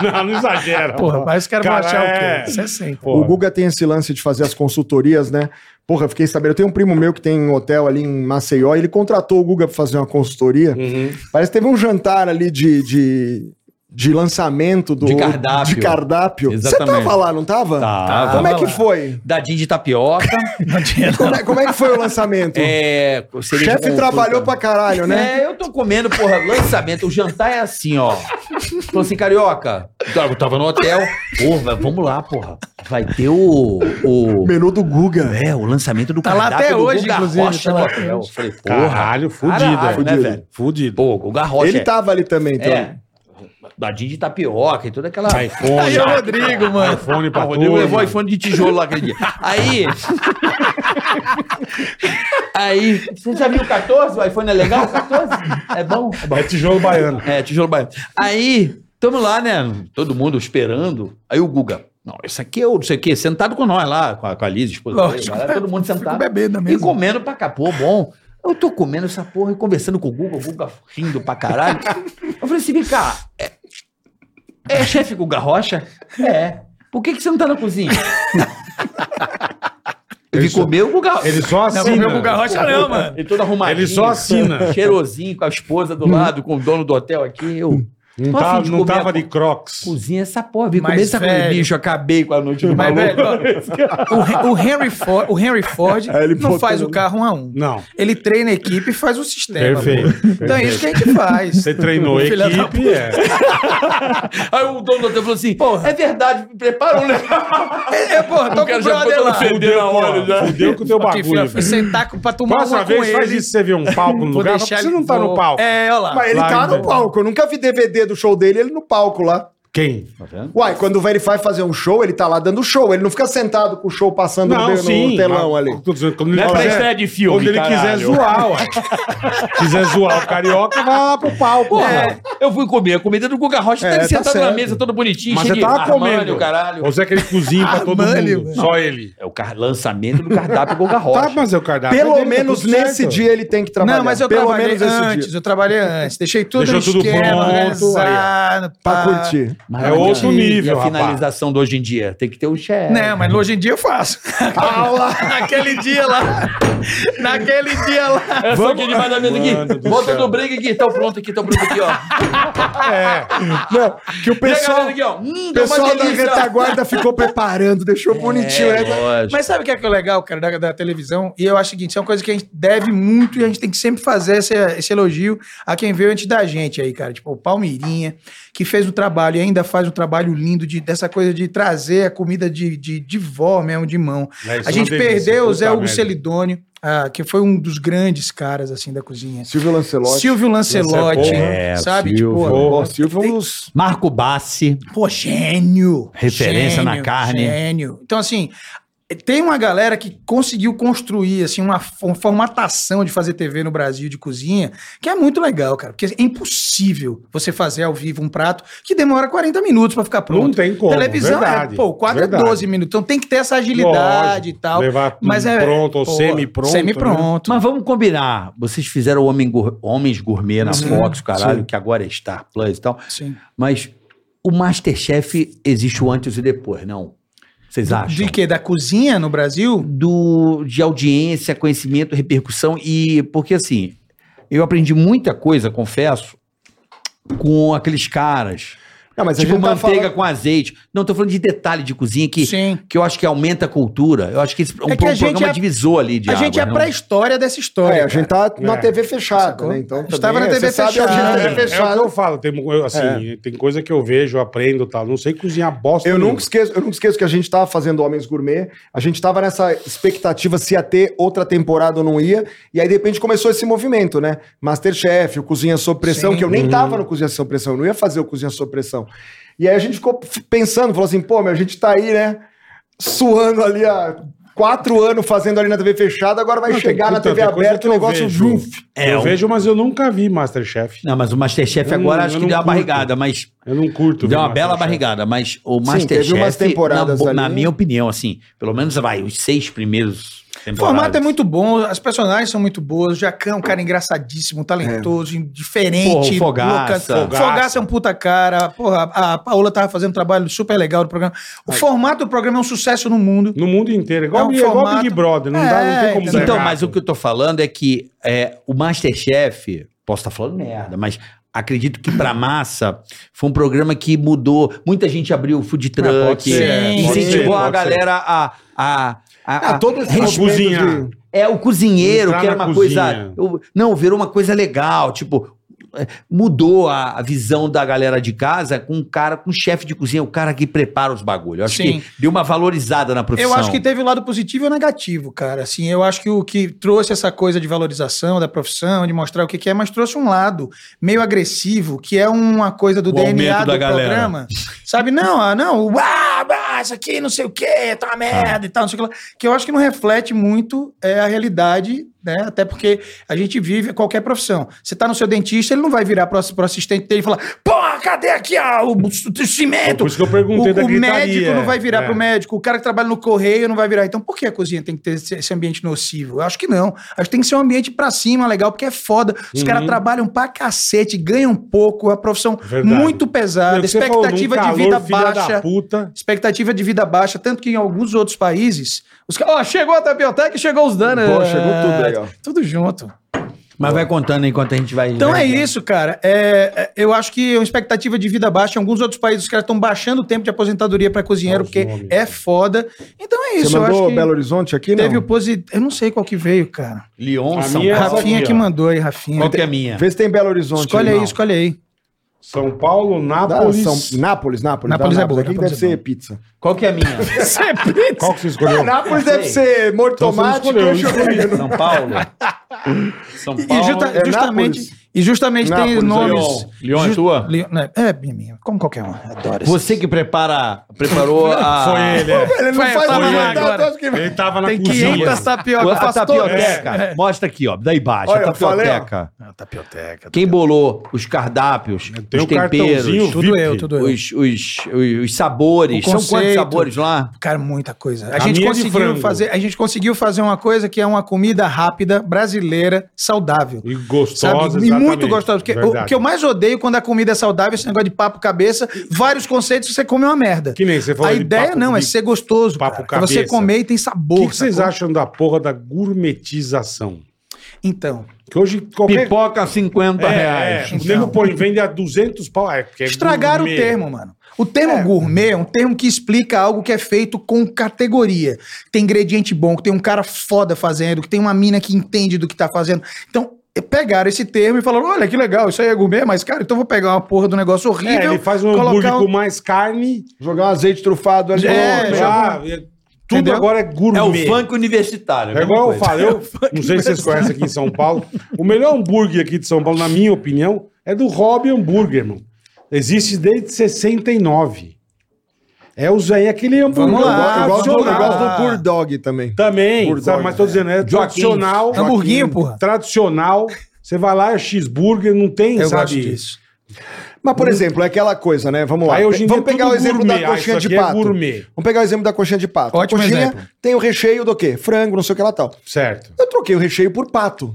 S3: Não, não exagera.
S1: Porra, mas os caras vão
S3: Cara,
S1: achar o
S3: é.
S1: quê? 60.
S3: Porra.
S6: O Guga tem esse lance de fazer as consultorias, né? Porra, eu fiquei sabendo. Eu tenho um primo meu que tem um hotel ali em Maceió, e ele contratou o Guga pra fazer uma consultoria.
S4: Uhum.
S6: Parece que teve um jantar ali de, de, de lançamento do.
S4: De cardápio.
S6: de cardápio.
S4: Exatamente.
S6: Você tava lá, não tava?
S3: Ah,
S4: Tava.
S6: Como é
S1: Tava
S6: que
S1: lá.
S6: foi?
S4: Dadinho de tapioca.
S6: Como é, como é que foi o lançamento?
S4: é,
S6: o
S4: cereja de
S6: chefe
S4: consulta.
S6: trabalhou pra caralho, né?
S4: É, eu tô comendo, porra, lançamento. O jantar é assim, ó. Falou assim, carioca. Eu tava no hotel. Porra, vamos lá, porra. Vai ter o. o...
S6: Menu do Guga.
S4: É, o lançamento do
S1: Tá lá até
S4: do
S1: hoje,
S4: Guga
S1: inclusive,
S4: Rocha
S1: tá
S4: no
S1: lá até
S4: hotel.
S1: hoje.
S4: Falei, porra.
S3: Caralho, fudido.
S4: Caralho, né,
S3: fudido.
S4: velho?
S3: fudido.
S4: Pô, o Guga Rocha.
S6: Ele
S4: é-
S6: tava ali também, então.
S4: É. Dadinho de tapioca e toda aquela.
S3: iPhone.
S1: Aí é o Rodrigo, mano.
S3: iPhone pra
S4: Ah, o Rodrigo
S3: todo.
S4: levou iPhone de tijolo lá aquele dia. Aí. Aí. Você já viu o 14? O iPhone é legal? O 14? É bom? É bom.
S3: É tijolo baiano.
S4: É, tijolo baiano. Aí, tamo lá, né? Todo mundo esperando. Aí o Guga. Não, isso aqui é o não sei o quê, sentado com nós lá, com a, com a Liz, esposa. dele,
S1: Lógico.
S4: galera, todo mundo
S1: Fico
S4: sentado.
S1: bebendo
S4: tá E
S1: mesmo.
S4: comendo pra cá, pô, bom. Eu tô comendo essa porra e conversando com o Guga, o Guga rindo pra caralho. Eu falei assim, vem cá, é, é chefe Guga Rocha? É. Por que, que você não tá na cozinha? Eu vim comer o Guga
S3: Ele só
S1: Não,
S4: assim,
S3: assina.
S1: não meu é Guga Rocha não, mano.
S4: Ele todo arrumadinho.
S3: Ele só assina. Hum.
S4: Cheirosinho, com a esposa do lado, com o dono do hotel aqui. Eu,
S3: Não,
S4: Tô
S3: tá-
S4: afim de
S3: não
S4: comer
S3: tava
S4: a-
S3: de crocs.
S4: cozinha essa porra, vim
S1: Mas,
S4: comer essa coisa
S1: velho-
S4: bicho, acabei com a noite do
S1: Mas,
S4: maluco.
S1: velho, o, Hen- o Henry Ford, o Henry Ford
S6: Aí ele
S1: não
S6: botou-
S1: faz o carro um a um.
S3: Não.
S1: Ele treina a equipe e faz o sistema.
S3: Perfeito,
S1: pô. Então é isso que a gente faz.
S3: Você treinou a
S1: Filha da
S3: equipe, é.
S4: Aí o dono do hotel falou assim, é verdade, me prepara um negócio.
S1: É, é, porra, tô com o brother lá.
S3: Fudeu,
S4: na hora já.
S3: porra. Fudeu com o teu bagulho.
S1: Que fui, Tipo assim,
S3: velho.
S1: fui sentar com- pra tomar
S3: Próxima
S1: uma com
S3: vez
S1: ele.
S3: faz isso, você vê um palco no
S1: Vou
S3: lugar.
S1: deixar
S3: Você
S1: ele-
S3: não tá no
S1: vou-
S3: palco.
S1: É, olha lá.
S6: Mas ele
S3: Lá
S6: tá
S4: né?
S6: no
S3: ainda.
S6: palco. Eu nunca vi DVD do show dele, ele no palco lá.
S3: Quem?
S6: Uai, quando o Verify fazer um show, ele tá lá dando show. Ele não fica sentado com o show passando no,
S3: Não,
S6: meio-
S3: sim.
S6: no telão ali.
S3: Tô dizendo, quando ele
S4: Não é pra
S3: quiser-
S4: estreia de filme,
S3: Quando ele quiser
S4: caralho.
S3: zoar, ué. quiser zoar o carioca, vai lá pro palco.
S4: Porra,
S3: cara.
S4: É, eu fui comer a comida do Guga Rocha,
S6: É,
S4: tá
S6: tá
S4: sentado na
S6: certo.
S4: mesa, todo bonitinho,
S3: Mas você
S4: de
S3: tava
S4: Armani,
S3: comendo.
S4: o caralho.
S3: Ou será que ele cozinha pra todo
S1: Armani,
S3: mundo?
S1: velho.
S3: Só ele.
S4: É o car- lançamento do cardápio Guga Rocha.
S3: Tá, mas é o cardápio.
S6: Pelo
S3: dele, tá
S6: menos
S3: tudo
S6: nesse
S3: certo.
S6: dia ele tem que trabalhar.
S1: Não, mas eu
S6: Pelo
S1: trabalhei
S6: menos esse
S1: antes,
S6: dia.
S1: eu trabalhei antes. Deixei tudo
S3: Deixou
S1: no
S3: tudo
S1: esquema,
S3: pronto, aí, ó.
S1: organizado.
S6: Pra
S1: pá.
S6: curtir.
S4: Mas
S3: É
S4: não
S3: outro
S4: adianta.
S3: nível,
S4: E a
S3: rapaz.
S4: finalização do hoje em dia? Tem que ter o chefe.
S1: Não, mas hoje em dia eu faço.
S6: Aula!
S1: Naquele dia lá. Naquele dia lá.
S4: É só que ele vai na mesa
S3: Mano
S4: aqui.
S3: do
S4: Bota
S3: céu.
S4: do briga aqui, tá pronto aqui, tá pronto aqui, ó.
S3: É.
S6: Não, que o
S4: Pega a
S6: pessoal,
S4: galera aqui, ó. Hum,
S6: o
S4: deu uma
S6: pessoal da
S4: delícia.
S6: retaguarda ficou preparando, deixou bonitinho, né?
S4: Lógico.
S1: Mas sabe o que é, que é legal, cara, da, da televisão? E eu acho o seguinte, isso é uma coisa que a gente deve muito e a gente tem que sempre fazer esse, esse elogio a quem veio antes da gente aí, cara. Tipo, o Palmeirinha, que fez um trabalho e ainda faz um trabalho lindo de, dessa coisa de trazer a comida de, de, de vó mesmo, de mão.
S3: É, isso
S1: a
S3: é
S1: gente
S3: uma delícia,
S1: perdeu o
S3: puta
S1: Zé Hugo
S3: merda.
S1: Celidônio, ah, que foi um dos grandes caras, assim, da cozinha.
S6: Silvio Lancelotti.
S1: Silvio Lancelotti,
S3: Lancelotti.
S4: É,
S1: sabe?
S4: Silvio.
S1: Tipo,
S6: Pô, Silvio é um dos...
S4: Marco Bassi.
S1: Pô, gênio.
S4: Referência na carne.
S1: Gênio. Então, assim, Tem uma galera que conseguiu construir assim, uma, f- uma formatação de fazer TV no Brasil de cozinha, que é muito legal, cara. Porque é impossível você fazer ao vivo um prato que demora 40 minutos pra ficar pronto.
S3: Não tem como,
S1: tá Televisão
S3: verdade,
S1: é, pô, 4
S3: verdade.
S1: a 12 minutos. Então tem que ter essa agilidade e tal.
S3: Levar tudo
S1: Mas é.
S3: pronto ou
S1: pô,
S3: semi-pronto. né?
S1: Semi-pronto.
S4: Mas vamos combinar. Vocês fizeram Homem Gour- Homens Gourmet na
S1: Sim,
S4: Fox, caralho,
S3: sim.
S4: que agora é Star Plus e tal.
S1: Sim.
S4: Mas o Masterchef existe o antes e o depois, não? Vocês acham?
S1: De quê? Da cozinha no Brasil?
S4: do, de audiência, conhecimento, repercussão e porque assim, eu aprendi muita coisa, confesso, com aqueles caras,
S6: Não, mas
S4: tipo
S6: tá
S4: manteiga
S6: falando-
S4: com azeite. Não tô falando de detalhe de cozinha que
S1: Sim.
S4: que eu acho que aumenta a cultura. Eu acho que esse é um,
S1: É que a
S4: um
S1: gente
S4: programa
S1: é-
S4: divisor ali de né?
S1: a gente é
S4: águas,
S1: a
S4: não?
S1: pré-história dessa história.
S6: É, a gente tá na
S3: É.
S6: TV fechada,
S1: Sacou?
S6: né? Então,
S1: Estava
S6: também,
S1: na
S6: você
S1: TV
S6: sabe onde
S1: fechada.
S6: a
S3: É,
S6: TV
S3: é o que
S6: fechada.
S3: eu falo, tem, eu, assim, tem coisa que eu vejo, aprendo e tal. Não sei cozinhar bosta.
S6: Eu
S3: nenhuma.
S6: nunca esqueço, eu nunca esqueço que a gente tava fazendo Homens Gourmet, a gente tava nessa expectativa se ia ter outra temporada ou não ia, e aí de repente começou esse movimento, né? Masterchef, o Cozinha Sob Pressão,
S1: Sim.
S6: que eu nem tava
S3: Uhum.
S6: no Cozinha Sob Pressão, eu não ia fazer o Cozinha Sob Pressão. E aí a gente ficou f- pensando, falou assim, pô, meu, a gente tá aí, né, suando ali há quatro anos fazendo ali na TV fechada, agora vai
S3: Não, tem-
S6: chegar na
S3: então,
S6: TV
S3: tem coisa
S6: aberta
S3: que eu
S6: o negócio
S3: vejo.
S6: juf.
S4: É,
S3: eu
S4: um-
S3: vejo, mas eu nunca vi Masterchef.
S4: Não, mas o Masterchef
S3: Eu não-
S4: agora
S3: eu
S4: acho que
S3: não
S4: deu uma
S3: curto.
S4: barrigada, mas
S3: Eu não curto. ver
S4: deu uma bela
S3: Masterchef.
S4: barrigada, mas o
S6: Sim, teve
S4: Masterchef,
S6: umas temporadas
S4: na, bo-
S6: ali.
S4: na minha opinião, assim, pelo menos vai, os seis primeiros
S1: O formato é
S4: temporadas.
S1: muito bom, as personagens são muito boas. O Jacan é um cara engraçadíssimo,
S6: É.
S1: talentoso, diferente.
S4: Porra, o Fogaça.
S1: louca-
S3: Fogaça.
S1: Fogaça é um puta cara. Porra, a a Paola tava fazendo um trabalho super legal do programa. O formato do programa é um sucesso no mundo.
S3: No mundo inteiro.
S1: É
S3: Igual,
S1: um
S3: é igual
S1: formato-
S3: Big Brother. Não, dá, não
S1: É,
S3: tem como
S1: entendeu?
S3: dar
S4: Então,
S3: errado.
S4: mas o que eu tô falando é que é, o Masterchef, posso estar falando merda, mas acredito que pra massa foi um programa que mudou. Muita gente abriu o food truck,
S3: Ah, pode ser,
S1: é, pode
S4: incentivou
S3: ser, É,
S4: a
S3: pode
S4: galera a. a, a,
S6: Ah,
S4: a-
S6: todo esse
S4: res-
S3: respeito
S6: movimento de-
S4: é o cozinheiro,
S3: Entrar
S4: que era
S3: na
S4: uma
S3: cozinha.
S4: coisa. eu- não, virou uma coisa legal, tipo. é, Mudou a a visão da galera de casa com um cara, com um chefe de cozinha, o cara que prepara os bagulhos. Eu Acho
S1: Sim.
S4: que deu uma valorizada na profissão.
S1: Eu acho que teve o lado positivo e o negativo, cara. Assim, eu acho que o que trouxe essa coisa de valorização da profissão, de mostrar o que, que é, mas trouxe um lado meio agressivo, que é uma coisa do
S4: O
S1: DNA
S4: aumento
S1: do
S4: da galera.
S1: programa. Sabe? Não, ah, não, uá, bah, isso aqui não sei o quê,
S4: Ah.
S1: tá uma merda e tal, não sei o que lá. Que eu acho que não reflete muito é, a realidade, né? Até porque a gente vive qualquer profissão. Você tá no seu dentista, ele não vai virar pro, pro assistente dele e falar, porra, cadê aqui ah, o, o cimento?
S3: É, Por isso que eu perguntei
S1: o,
S3: da
S1: o
S3: gritaria,
S1: médico não vai virar
S3: é.
S1: pro médico, o cara que trabalha no correio não vai virar. Então, por que a cozinha tem que ter esse esse ambiente nocivo? Eu acho que não. Acho que tem que ser um ambiente pra cima, legal, porque é foda. Os
S3: Uhum.
S1: caras trabalham pra cacete, ganham pouco, é uma profissão
S3: Verdade.
S1: muito pesada,
S3: Meu, é você falou, num
S1: expectativa
S3: calor,
S1: de vida
S3: filha Da
S1: baixa.
S3: puta.
S1: Expectativa de vida baixa, tanto que em alguns outros países. Os ca- Ó, chegou a tapioteca e chegou os danos.
S6: Pô, chegou tudo aí, ó.
S1: Tudo junto.
S4: Mas vai contando enquanto a gente vai.
S1: Então
S4: vai-
S1: é isso, cara. É, é, eu acho que é uma expectativa de vida baixa. Em alguns outros países, os caras estão baixando o tempo de aposentadoria para cozinheiro,
S3: Olha os
S1: porque
S3: nomes.
S1: é foda. Então é isso.
S6: Você
S1: eu acho
S6: mandou
S1: que
S6: Belo Horizonte aqui,
S1: teve
S6: não?
S1: o positivo. Eu não sei qual que veio, cara.
S4: Lyon,
S3: A
S4: São
S3: minha-
S4: Paulo.
S1: Rafinha
S3: sabia.
S1: que mandou aí, Rafinha.
S4: Qual que é a minha?
S6: Vê se tem Belo Horizonte.
S1: Escolhe
S6: aí,
S1: aí,
S6: não.
S1: escolhe aí.
S3: São Paulo,
S6: Da
S3: Nápoles.
S6: São... Nápoles, um Nápoles.
S1: Nápoles
S6: da
S1: é boa,
S6: Aqui que
S1: Nápoles
S6: deve
S1: é
S6: ser
S1: boa.
S6: pizza. É,
S4: Qual que é a minha?
S3: Qual que você escolheu?
S6: Nápoles deve ser molho de
S3: Então você não
S6: tomate,
S3: escolheu,
S6: queijo
S3: né?
S6: mineiro.
S4: São Paulo. São
S1: E,
S4: Paulo.
S1: justa-
S6: é
S1: justamente,
S6: Nápoles.
S1: e justamente tem
S6: Nápoles,
S1: nomes.
S7: Lyon é tua?
S1: Lyon- né, é, minha, minha. Como qualquer um. Adoro esse.
S4: Você que prepara, preparou a.
S3: Foi ele, é.
S6: Ele não
S1: Vai,
S6: faz
S1: tá
S6: mais
S1: lá
S6: nada,
S1: agora.
S6: acho que vai.
S3: Ele tava na
S1: Tem
S3: cozinha.
S1: 500
S4: A,
S1: tapioca.
S4: a
S1: faz todas.
S4: tapioteca. Mostra aqui, ó. Daí embaixo.
S6: Olha,
S4: a
S6: eu falei,
S4: tapioteca.
S1: Ah,
S4: Quem bolou os cardápios,
S3: Tem
S4: os
S3: um cartãozinho
S4: temperos,
S1: Tudo
S3: VIP.
S1: eu, tudo eu.
S4: os, os, os, os sabores.
S1: O
S4: São quantos
S1: conceito.
S4: sabores lá?
S1: Cara, muita coisa. A,
S3: A
S1: gente
S3: minha é de
S1: conseguiu
S3: frango.
S1: fazer, a gente conseguiu fazer uma coisa que é uma comida rápida, brasileira, saudável.
S3: E gostosa,
S1: Sabe? E
S3: exatamente.
S1: muito gostosa. Porque o
S3: Verdade.
S1: que eu mais odeio quando a comida é saudável, esse negócio de papo cabeça, vários conceitos você come uma merda.
S3: Que nem você falou
S1: A
S3: de
S1: ideia
S3: papo
S1: não é
S3: de-
S1: ser gostoso,
S3: papo
S1: cara. É você
S3: cabeça.
S1: comer e tem
S3: O
S1: sabor.
S3: que que vocês
S1: sacou?
S3: acham da porra da gourmetização?
S1: Então,
S3: Que hoje qualquer...
S4: Pipoca
S3: É,
S4: 50
S3: é,
S4: reais.
S3: o nego põe, vende a 200 pau. É, porque é
S1: estragaram
S3: gourmet.
S1: o termo, mano. O termo gourmet é um termo que explica algo que é feito com categoria. Tem ingrediente bom, que tem um cara foda fazendo, que tem uma mina que entende do que tá fazendo. Então, pegaram esse termo e falaram: olha que legal, isso aí é gourmet, mas, cara, então eu vou pegar uma porra do negócio
S3: É,
S1: horrível.
S3: ele faz um hambúrguer
S1: colocar um-
S3: com mais carne.
S6: Jogar um azeite trufado ali.
S1: É,
S6: pronto,
S1: já-
S6: já.
S3: já- é- tudo
S1: Entendeu?
S3: agora é gourmet.
S4: É o funk universitário.
S3: É igual eu falo, eu não sei se vocês conhecem aqui em São Paulo. O melhor hambúrguer aqui de São Paulo, na minha opinião, é do Rob Hambúrguer, irmão. Existe desde 69. É o Zé, aquele hambúrguer.
S1: Vamos lá,
S6: eu, gosto, eu gosto do, eu
S1: Jogar.
S6: gosto do Bulldog também.
S3: Também,
S6: Burger,
S3: sabe? Mas tô dizendo, é tradicional.
S1: Hamburguinho, porra.
S3: Tradicional. Você vai lá, é cheeseburger, não tem,
S1: Eu
S3: sabe?
S1: gosto disso.
S6: Mas, por exemplo, é aquela coisa, né? Vamos lá.
S3: Aí hoje em dia
S6: Vamos
S3: é
S6: pegar
S3: tudo
S6: o exemplo
S3: gourmet.
S6: da
S3: Ah,
S6: coxinha
S3: isso
S6: de
S3: aqui é
S6: pato.
S3: gourmet.
S6: Vamos pegar o exemplo da coxinha de pato.
S1: Ótimo
S6: a coxinha
S1: exemplo.
S6: tem o recheio do quê? Frango, não sei o que lá tal.
S3: Certo.
S6: Eu troquei o recheio por pato.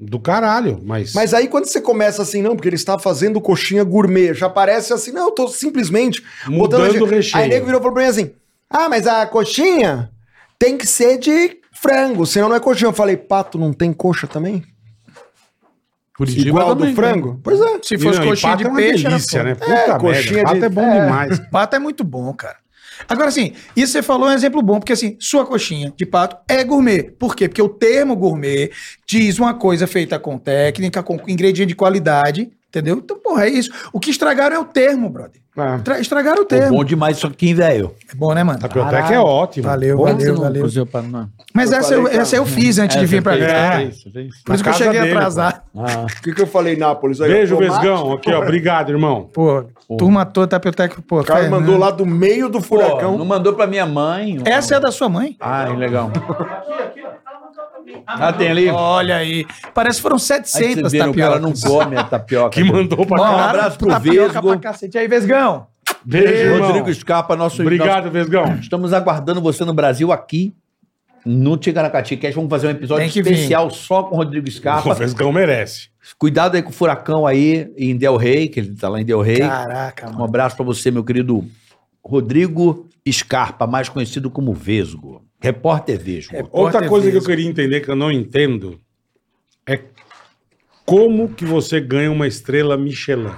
S3: Do caralho, mas.
S6: Mas aí quando você começa assim, não, porque ele está fazendo coxinha gourmet, já parece assim, não, eu tô simplesmente
S3: Mudando
S6: botando
S3: o recheio.
S6: Aí nego virou e falou pra mim assim: ah, mas a coxinha tem que ser de frango, senão não é coxinha. Eu falei, pato, não tem coxa também?
S3: Curitiba
S6: Igual
S3: também,
S6: do frango?
S3: né?
S6: Pois é.
S1: Se
S3: E
S1: fosse
S3: não, e
S1: coxinha
S3: pato
S1: de
S3: é uma
S1: peixe, era
S3: delícia,
S1: foda.
S3: né? Puta
S6: É,
S3: merda.
S6: coxinha
S3: Pato
S6: de-
S3: é bom
S6: é.
S3: demais.
S1: Pato é muito bom, cara. Agora, assim, isso você falou é um exemplo bom, porque assim, sua coxinha de pato é gourmet. Por quê? Porque o termo gourmet diz uma coisa feita com técnica, com ingrediente de qualidade, entendeu? Então, porra, é isso. O que estragaram é o termo, brother.
S6: É.
S3: Ah,
S1: Tra- Estragaram o termo.
S4: Bom demais isso aqui, velho.
S1: É bom, né, mano?
S3: a Protec é ótima.
S1: Valeu,
S3: Pô,
S1: valeu, valeu. Mas essa eu, essa eu fiz antes de
S4: É,
S1: vir pra cá. Por isso que eu
S3: casa
S1: cheguei
S3: dele,
S1: atrasado.
S6: O que, que eu falei, Nápoles? Aí, ó,
S3: Beijo,
S6: tomate,
S3: Vesgão. Aqui, ó. Obrigado, irmão.
S1: Pô, turma toda, tapioteca, tá pô.
S6: O cara
S1: Fernando.
S6: mandou lá do meio do furacão.
S4: não mandou pra minha mãe.
S1: Essa é a da sua mãe?
S4: Ai, legal. Ah, tem ali.
S1: Olha aí. Parece que foram
S4: Aí vocês
S1: 700
S4: viram, o cara não
S1: tapiocas.
S4: come a tapioca.
S3: Que mandou pra
S1: Bom,
S3: cá.
S4: Um abraço pro
S1: tapioca
S4: Vesgo.
S1: pra cacete. E aí, Vesgão?
S3: Beijo,
S4: Rodrigo
S3: irmão.
S4: Scarpa, nosso...
S3: Obrigado, Vesgão.
S4: nosso- Estamos aguardando você no Brasil aqui. No Ticaracati Cast, vamos fazer um episódio
S1: Tem que
S4: especial só com o Rodrigo
S3: O
S4: Scarpa.
S3: Vesgão merece.
S4: Cuidado aí com o furacão aí em Del Rey, que ele tá lá em Del Rey.
S1: Caraca,
S4: Um
S1: mano.
S4: abraço pra você, meu querido Rodrigo Scarpa, mais conhecido como Vesgo. Repórter Vesgo.
S3: Outra
S1: Repórter
S3: coisa
S1: mesmo.
S3: que eu queria entender, que eu não entendo, é como que você ganha uma estrela Michelin? O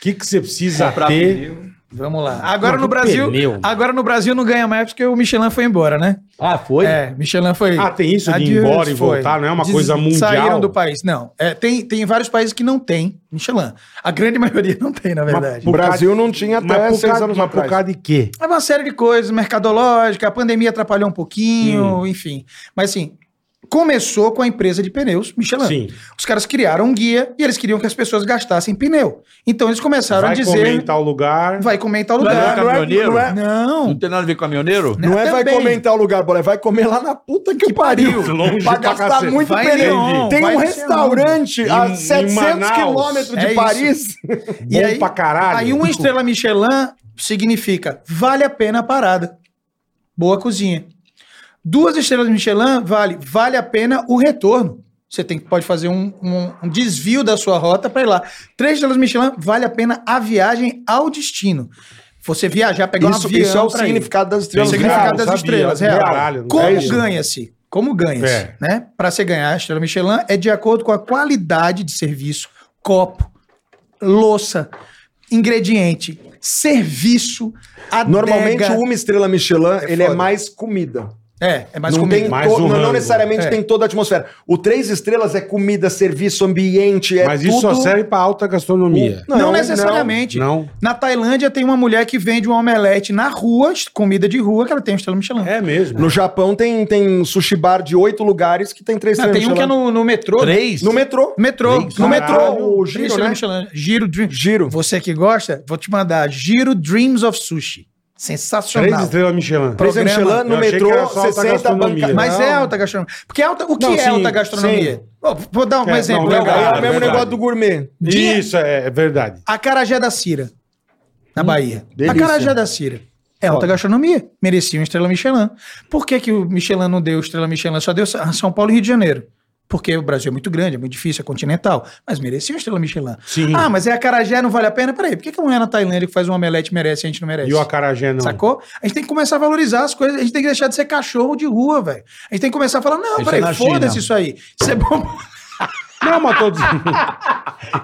S3: que, que você
S6: É
S3: precisa ter?
S1: Vamos lá. Agora
S3: Mano,
S1: no
S3: que
S1: Brasil,
S3: pneu.
S1: agora no Brasil não ganha mais porque o Michelin foi embora, né?
S4: Ah, foi?
S1: É, Michelin foi.
S3: Ah, tem isso de ir
S1: Adios,
S3: embora e
S1: foi.
S3: voltar, não é uma
S1: Des-
S3: coisa mundial?
S1: Saíram do país. Não, é, tem, tem vários países que não tem Michelin. A grande maioria não tem, na verdade.
S6: O
S3: por causa-
S6: Brasil não tinha
S3: Mas
S6: até
S3: por
S6: seis
S3: causa-
S6: anos
S3: mas por
S6: atrás.
S3: causa de quê?
S1: É uma série de coisas, mercadológica, a pandemia atrapalhou um pouquinho,
S3: Hum.
S1: enfim. Mas assim, começou com a empresa de pneus Michelin.
S3: Sim.
S1: Os caras criaram um guia e eles queriam que as pessoas gastassem pneu. Então eles começaram
S3: Vai
S1: a dizer...
S3: comer em tal lugar.
S1: Vai comer em tal
S4: Não é
S1: lugar.
S4: caminhoneiro?
S1: Não, é- não.
S4: Não tem nada a ver com caminhoneiro?
S6: Não é vai
S1: Também.
S6: comentar o lugar, bola, é vai comer lá na puta que, pariu.
S3: Longe
S6: pra
S3: pra
S6: gastar
S3: cacete.
S6: muito
S1: Vai em
S6: pneu.
S1: Lyon,
S6: Tem
S1: vai
S6: um
S1: em
S6: restaurante
S3: um Em-
S6: a
S3: em
S6: 700
S3: Manaus.
S6: quilômetros
S1: É
S6: de
S1: isso.
S6: Paris.
S1: E
S3: Bom
S1: aí-
S3: pra caralho.
S1: Aí uma estrela Michelin significa vale a pena a parada. Boa cozinha. Duas estrelas Michelin vale vale a pena o retorno. Você tem, pode fazer um, um- um desvio da sua rota para ir lá. Três estrelas Michelin vale a pena a viagem ao destino. Você viajar, pegar
S6: Isso,
S1: um avião
S6: isso é o
S1: pra ir. é
S6: significado das
S1: O
S6: estrelas.
S1: significado
S3: Real,
S1: das
S3: sabia.
S1: estrelas, real.
S3: Caralho, não
S1: Como
S3: é isso?
S1: ganha-se? Como ganha-se?
S3: É.
S1: Né? Para você ganhar a estrela Michelin é de acordo com a qualidade de serviço, copo, louça, ingrediente, serviço, adega.
S6: Normalmente, um uma estrela Michelin, ele é
S1: foda.
S6: mais comida.
S1: É, é mais
S6: não
S1: comida.
S6: tem
S3: Mais
S6: to-
S3: um
S6: não- não,
S3: rango.
S6: necessariamente
S1: É.
S6: tem toda a atmosfera. O três estrelas é comida, serviço, ambiente, é
S3: Mas
S6: tudo...
S3: isso só serve pra alta gastronomia.
S1: Não,
S6: Não,
S1: necessariamente.
S3: não.
S1: Na Tailândia tem uma mulher que vende um omelete na rua, comida de rua, que ela tem uma estrela Michelin.
S3: É mesmo.
S6: No Japão tem, tem sushi bar de oito lugares que tem três
S1: Não,
S6: estrelas
S1: tem um que é no, no metrô.
S4: Três?
S6: No metrô.
S1: Metrô. no
S6: Caralho,
S1: metrô.
S6: o
S1: Três
S6: giro,
S1: estrelas
S6: né?
S1: Michelin. Giro, Dream-
S6: Giro.
S1: Você que gosta, vou te mandar Giro Dreams of Sushi.
S3: Três
S1: Sensacional.
S3: estrelas Michelin.
S1: Pro-
S6: Três estrelas
S1: programa.
S6: Michelin, no
S3: Eu achei que era
S6: metrô,
S3: só alta
S6: 60
S3: gastronomia.
S6: banca...
S1: Mas
S6: Não.
S1: é alta gastronomia. Porque alta, o que
S3: Não,
S1: é
S3: sim,
S1: alta gastronomia?
S3: sim.
S1: Ó, vou dar um
S3: É,
S1: exemplo.
S3: não,
S1: legal.
S3: legal.
S6: É
S3: Ah,
S6: o mesmo
S3: verdade.
S6: negócio do gourmet.
S3: Isso, é, é verdade.
S1: A Carajé da Cira, na
S3: Hum,
S1: Bahia. A
S6: delícia.
S1: Carajé da Cira. É alta gastronomia. Merecia uma estrela Michelin. Por que, que o Michelin não deu estrela Michelin? Só deu Sa- São Paulo e Rio de Janeiro. Porque o Brasil é muito grande, é muito difícil, é continental. Mas merecia uma estrela Michelin.
S3: Sim.
S1: Ah, mas é a Carajé, não vale a pena? Peraí, por que, que a mulher na Tailândia que faz um omelete merece e a gente não merece?
S3: E o acarajé não.
S1: Sacou? A gente tem que começar a valorizar as coisas. A gente tem que deixar de ser cachorro de rua, velho. A gente tem que começar a falar: não,
S4: Isso é na
S1: peraí,
S4: China.
S1: foda-se isso aí. Isso é bom.
S3: Não, mas tô dizendo...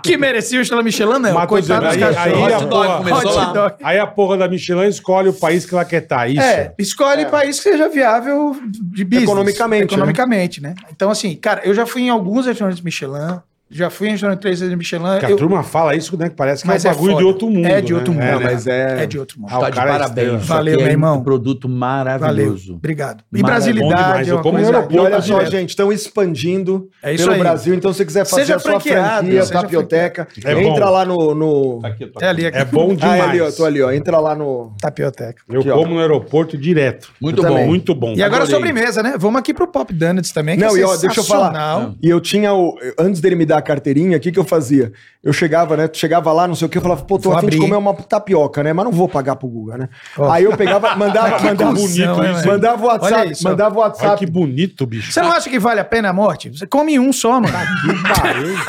S1: que merecia o Estrela Michelin, não.
S3: Mas tô
S1: Coitado dos
S3: dizendo, aí- aí
S1: cachorros.
S3: a porra-
S1: Hot
S4: lá.
S1: dog.
S3: Aí a porra da Michelin escolhe o país que ela quer estar. Isso.
S1: É, escolhe país que seja viável de business.
S6: Economicamente, né?
S1: Economicamente, né? Então, assim, cara, eu já fui em alguns restaurantes Michelin, Já fui em restaurante três vezes Michelin.
S3: Porque a
S1: É, eu-
S3: turma fala isso, né? Que parece que é um
S1: Mas é
S3: bagulho de
S1: foda.
S3: outro mundo.
S1: É de outro
S3: né?
S1: mundo.
S3: né?
S6: mas é-
S1: É de outro mundo.
S3: Ah, o
S7: Tá de
S3: cara é estrela.
S7: parabéns. Isso
S1: Valeu,
S7: aqui é
S1: meu irmão.
S7: Um produto
S1: Valeu.
S7: maravilhoso.
S1: Obrigado. E
S7: Maravilha.
S3: Bom
S1: brasilidade
S3: demais,
S1: é
S3: eu
S1: uma
S3: como no
S1: coisa...
S3: aeroporto.
S6: E olha só,
S1: direto.
S6: gente, estão expandindo
S1: É isso
S6: pelo
S1: aí.
S6: Brasil. Então, se você quiser fazer
S1: Seja
S6: a sua
S1: franqueado,
S6: franquia,
S1: seja
S6: tapioteca,
S3: franqueado. É
S6: entra
S3: bom.
S6: lá no. no...
S4: tá.
S1: É ali, aqui.
S3: É bom
S6: Ah,
S3: demais.
S6: é ali, ó, tô ali, ó. Entra lá no.
S1: Tapioteca.
S3: Eu
S6: Aqui, ó.
S3: como no aeroporto direto.
S7: Muito
S6: Eu também.
S7: bom.
S3: Muito bom.
S1: E agora
S3: Adorei.
S1: sobremesa, né? Vamos aqui pro Pop Donuts também, que
S6: Não,
S1: é
S6: e ó, deixa eu falar.
S1: sensacional.
S6: E eu tinha o. Antes dele me dar a carteirinha, o que, que eu fazia? Eu chegava, né? Chegava lá, não sei o que, eu falava, pô, tô
S1: Vou
S6: a fim de
S1: abrir.
S6: comer uma tapioca, né? Mas não vou pagar pro Guga, né?
S1: Ó.
S6: Aí eu pegava, mandava,
S1: Que
S6: mandava,
S1: cuzão,
S3: bonito
S1: né,
S3: isso,
S1: velho?
S6: mandava o WhatsApp,
S1: Olha isso, ó.
S6: mandava o
S3: Olha
S6: WhatsApp.
S3: que bonito, bicho.
S1: Você não acha que vale a pena a morte? Você come um só, mano.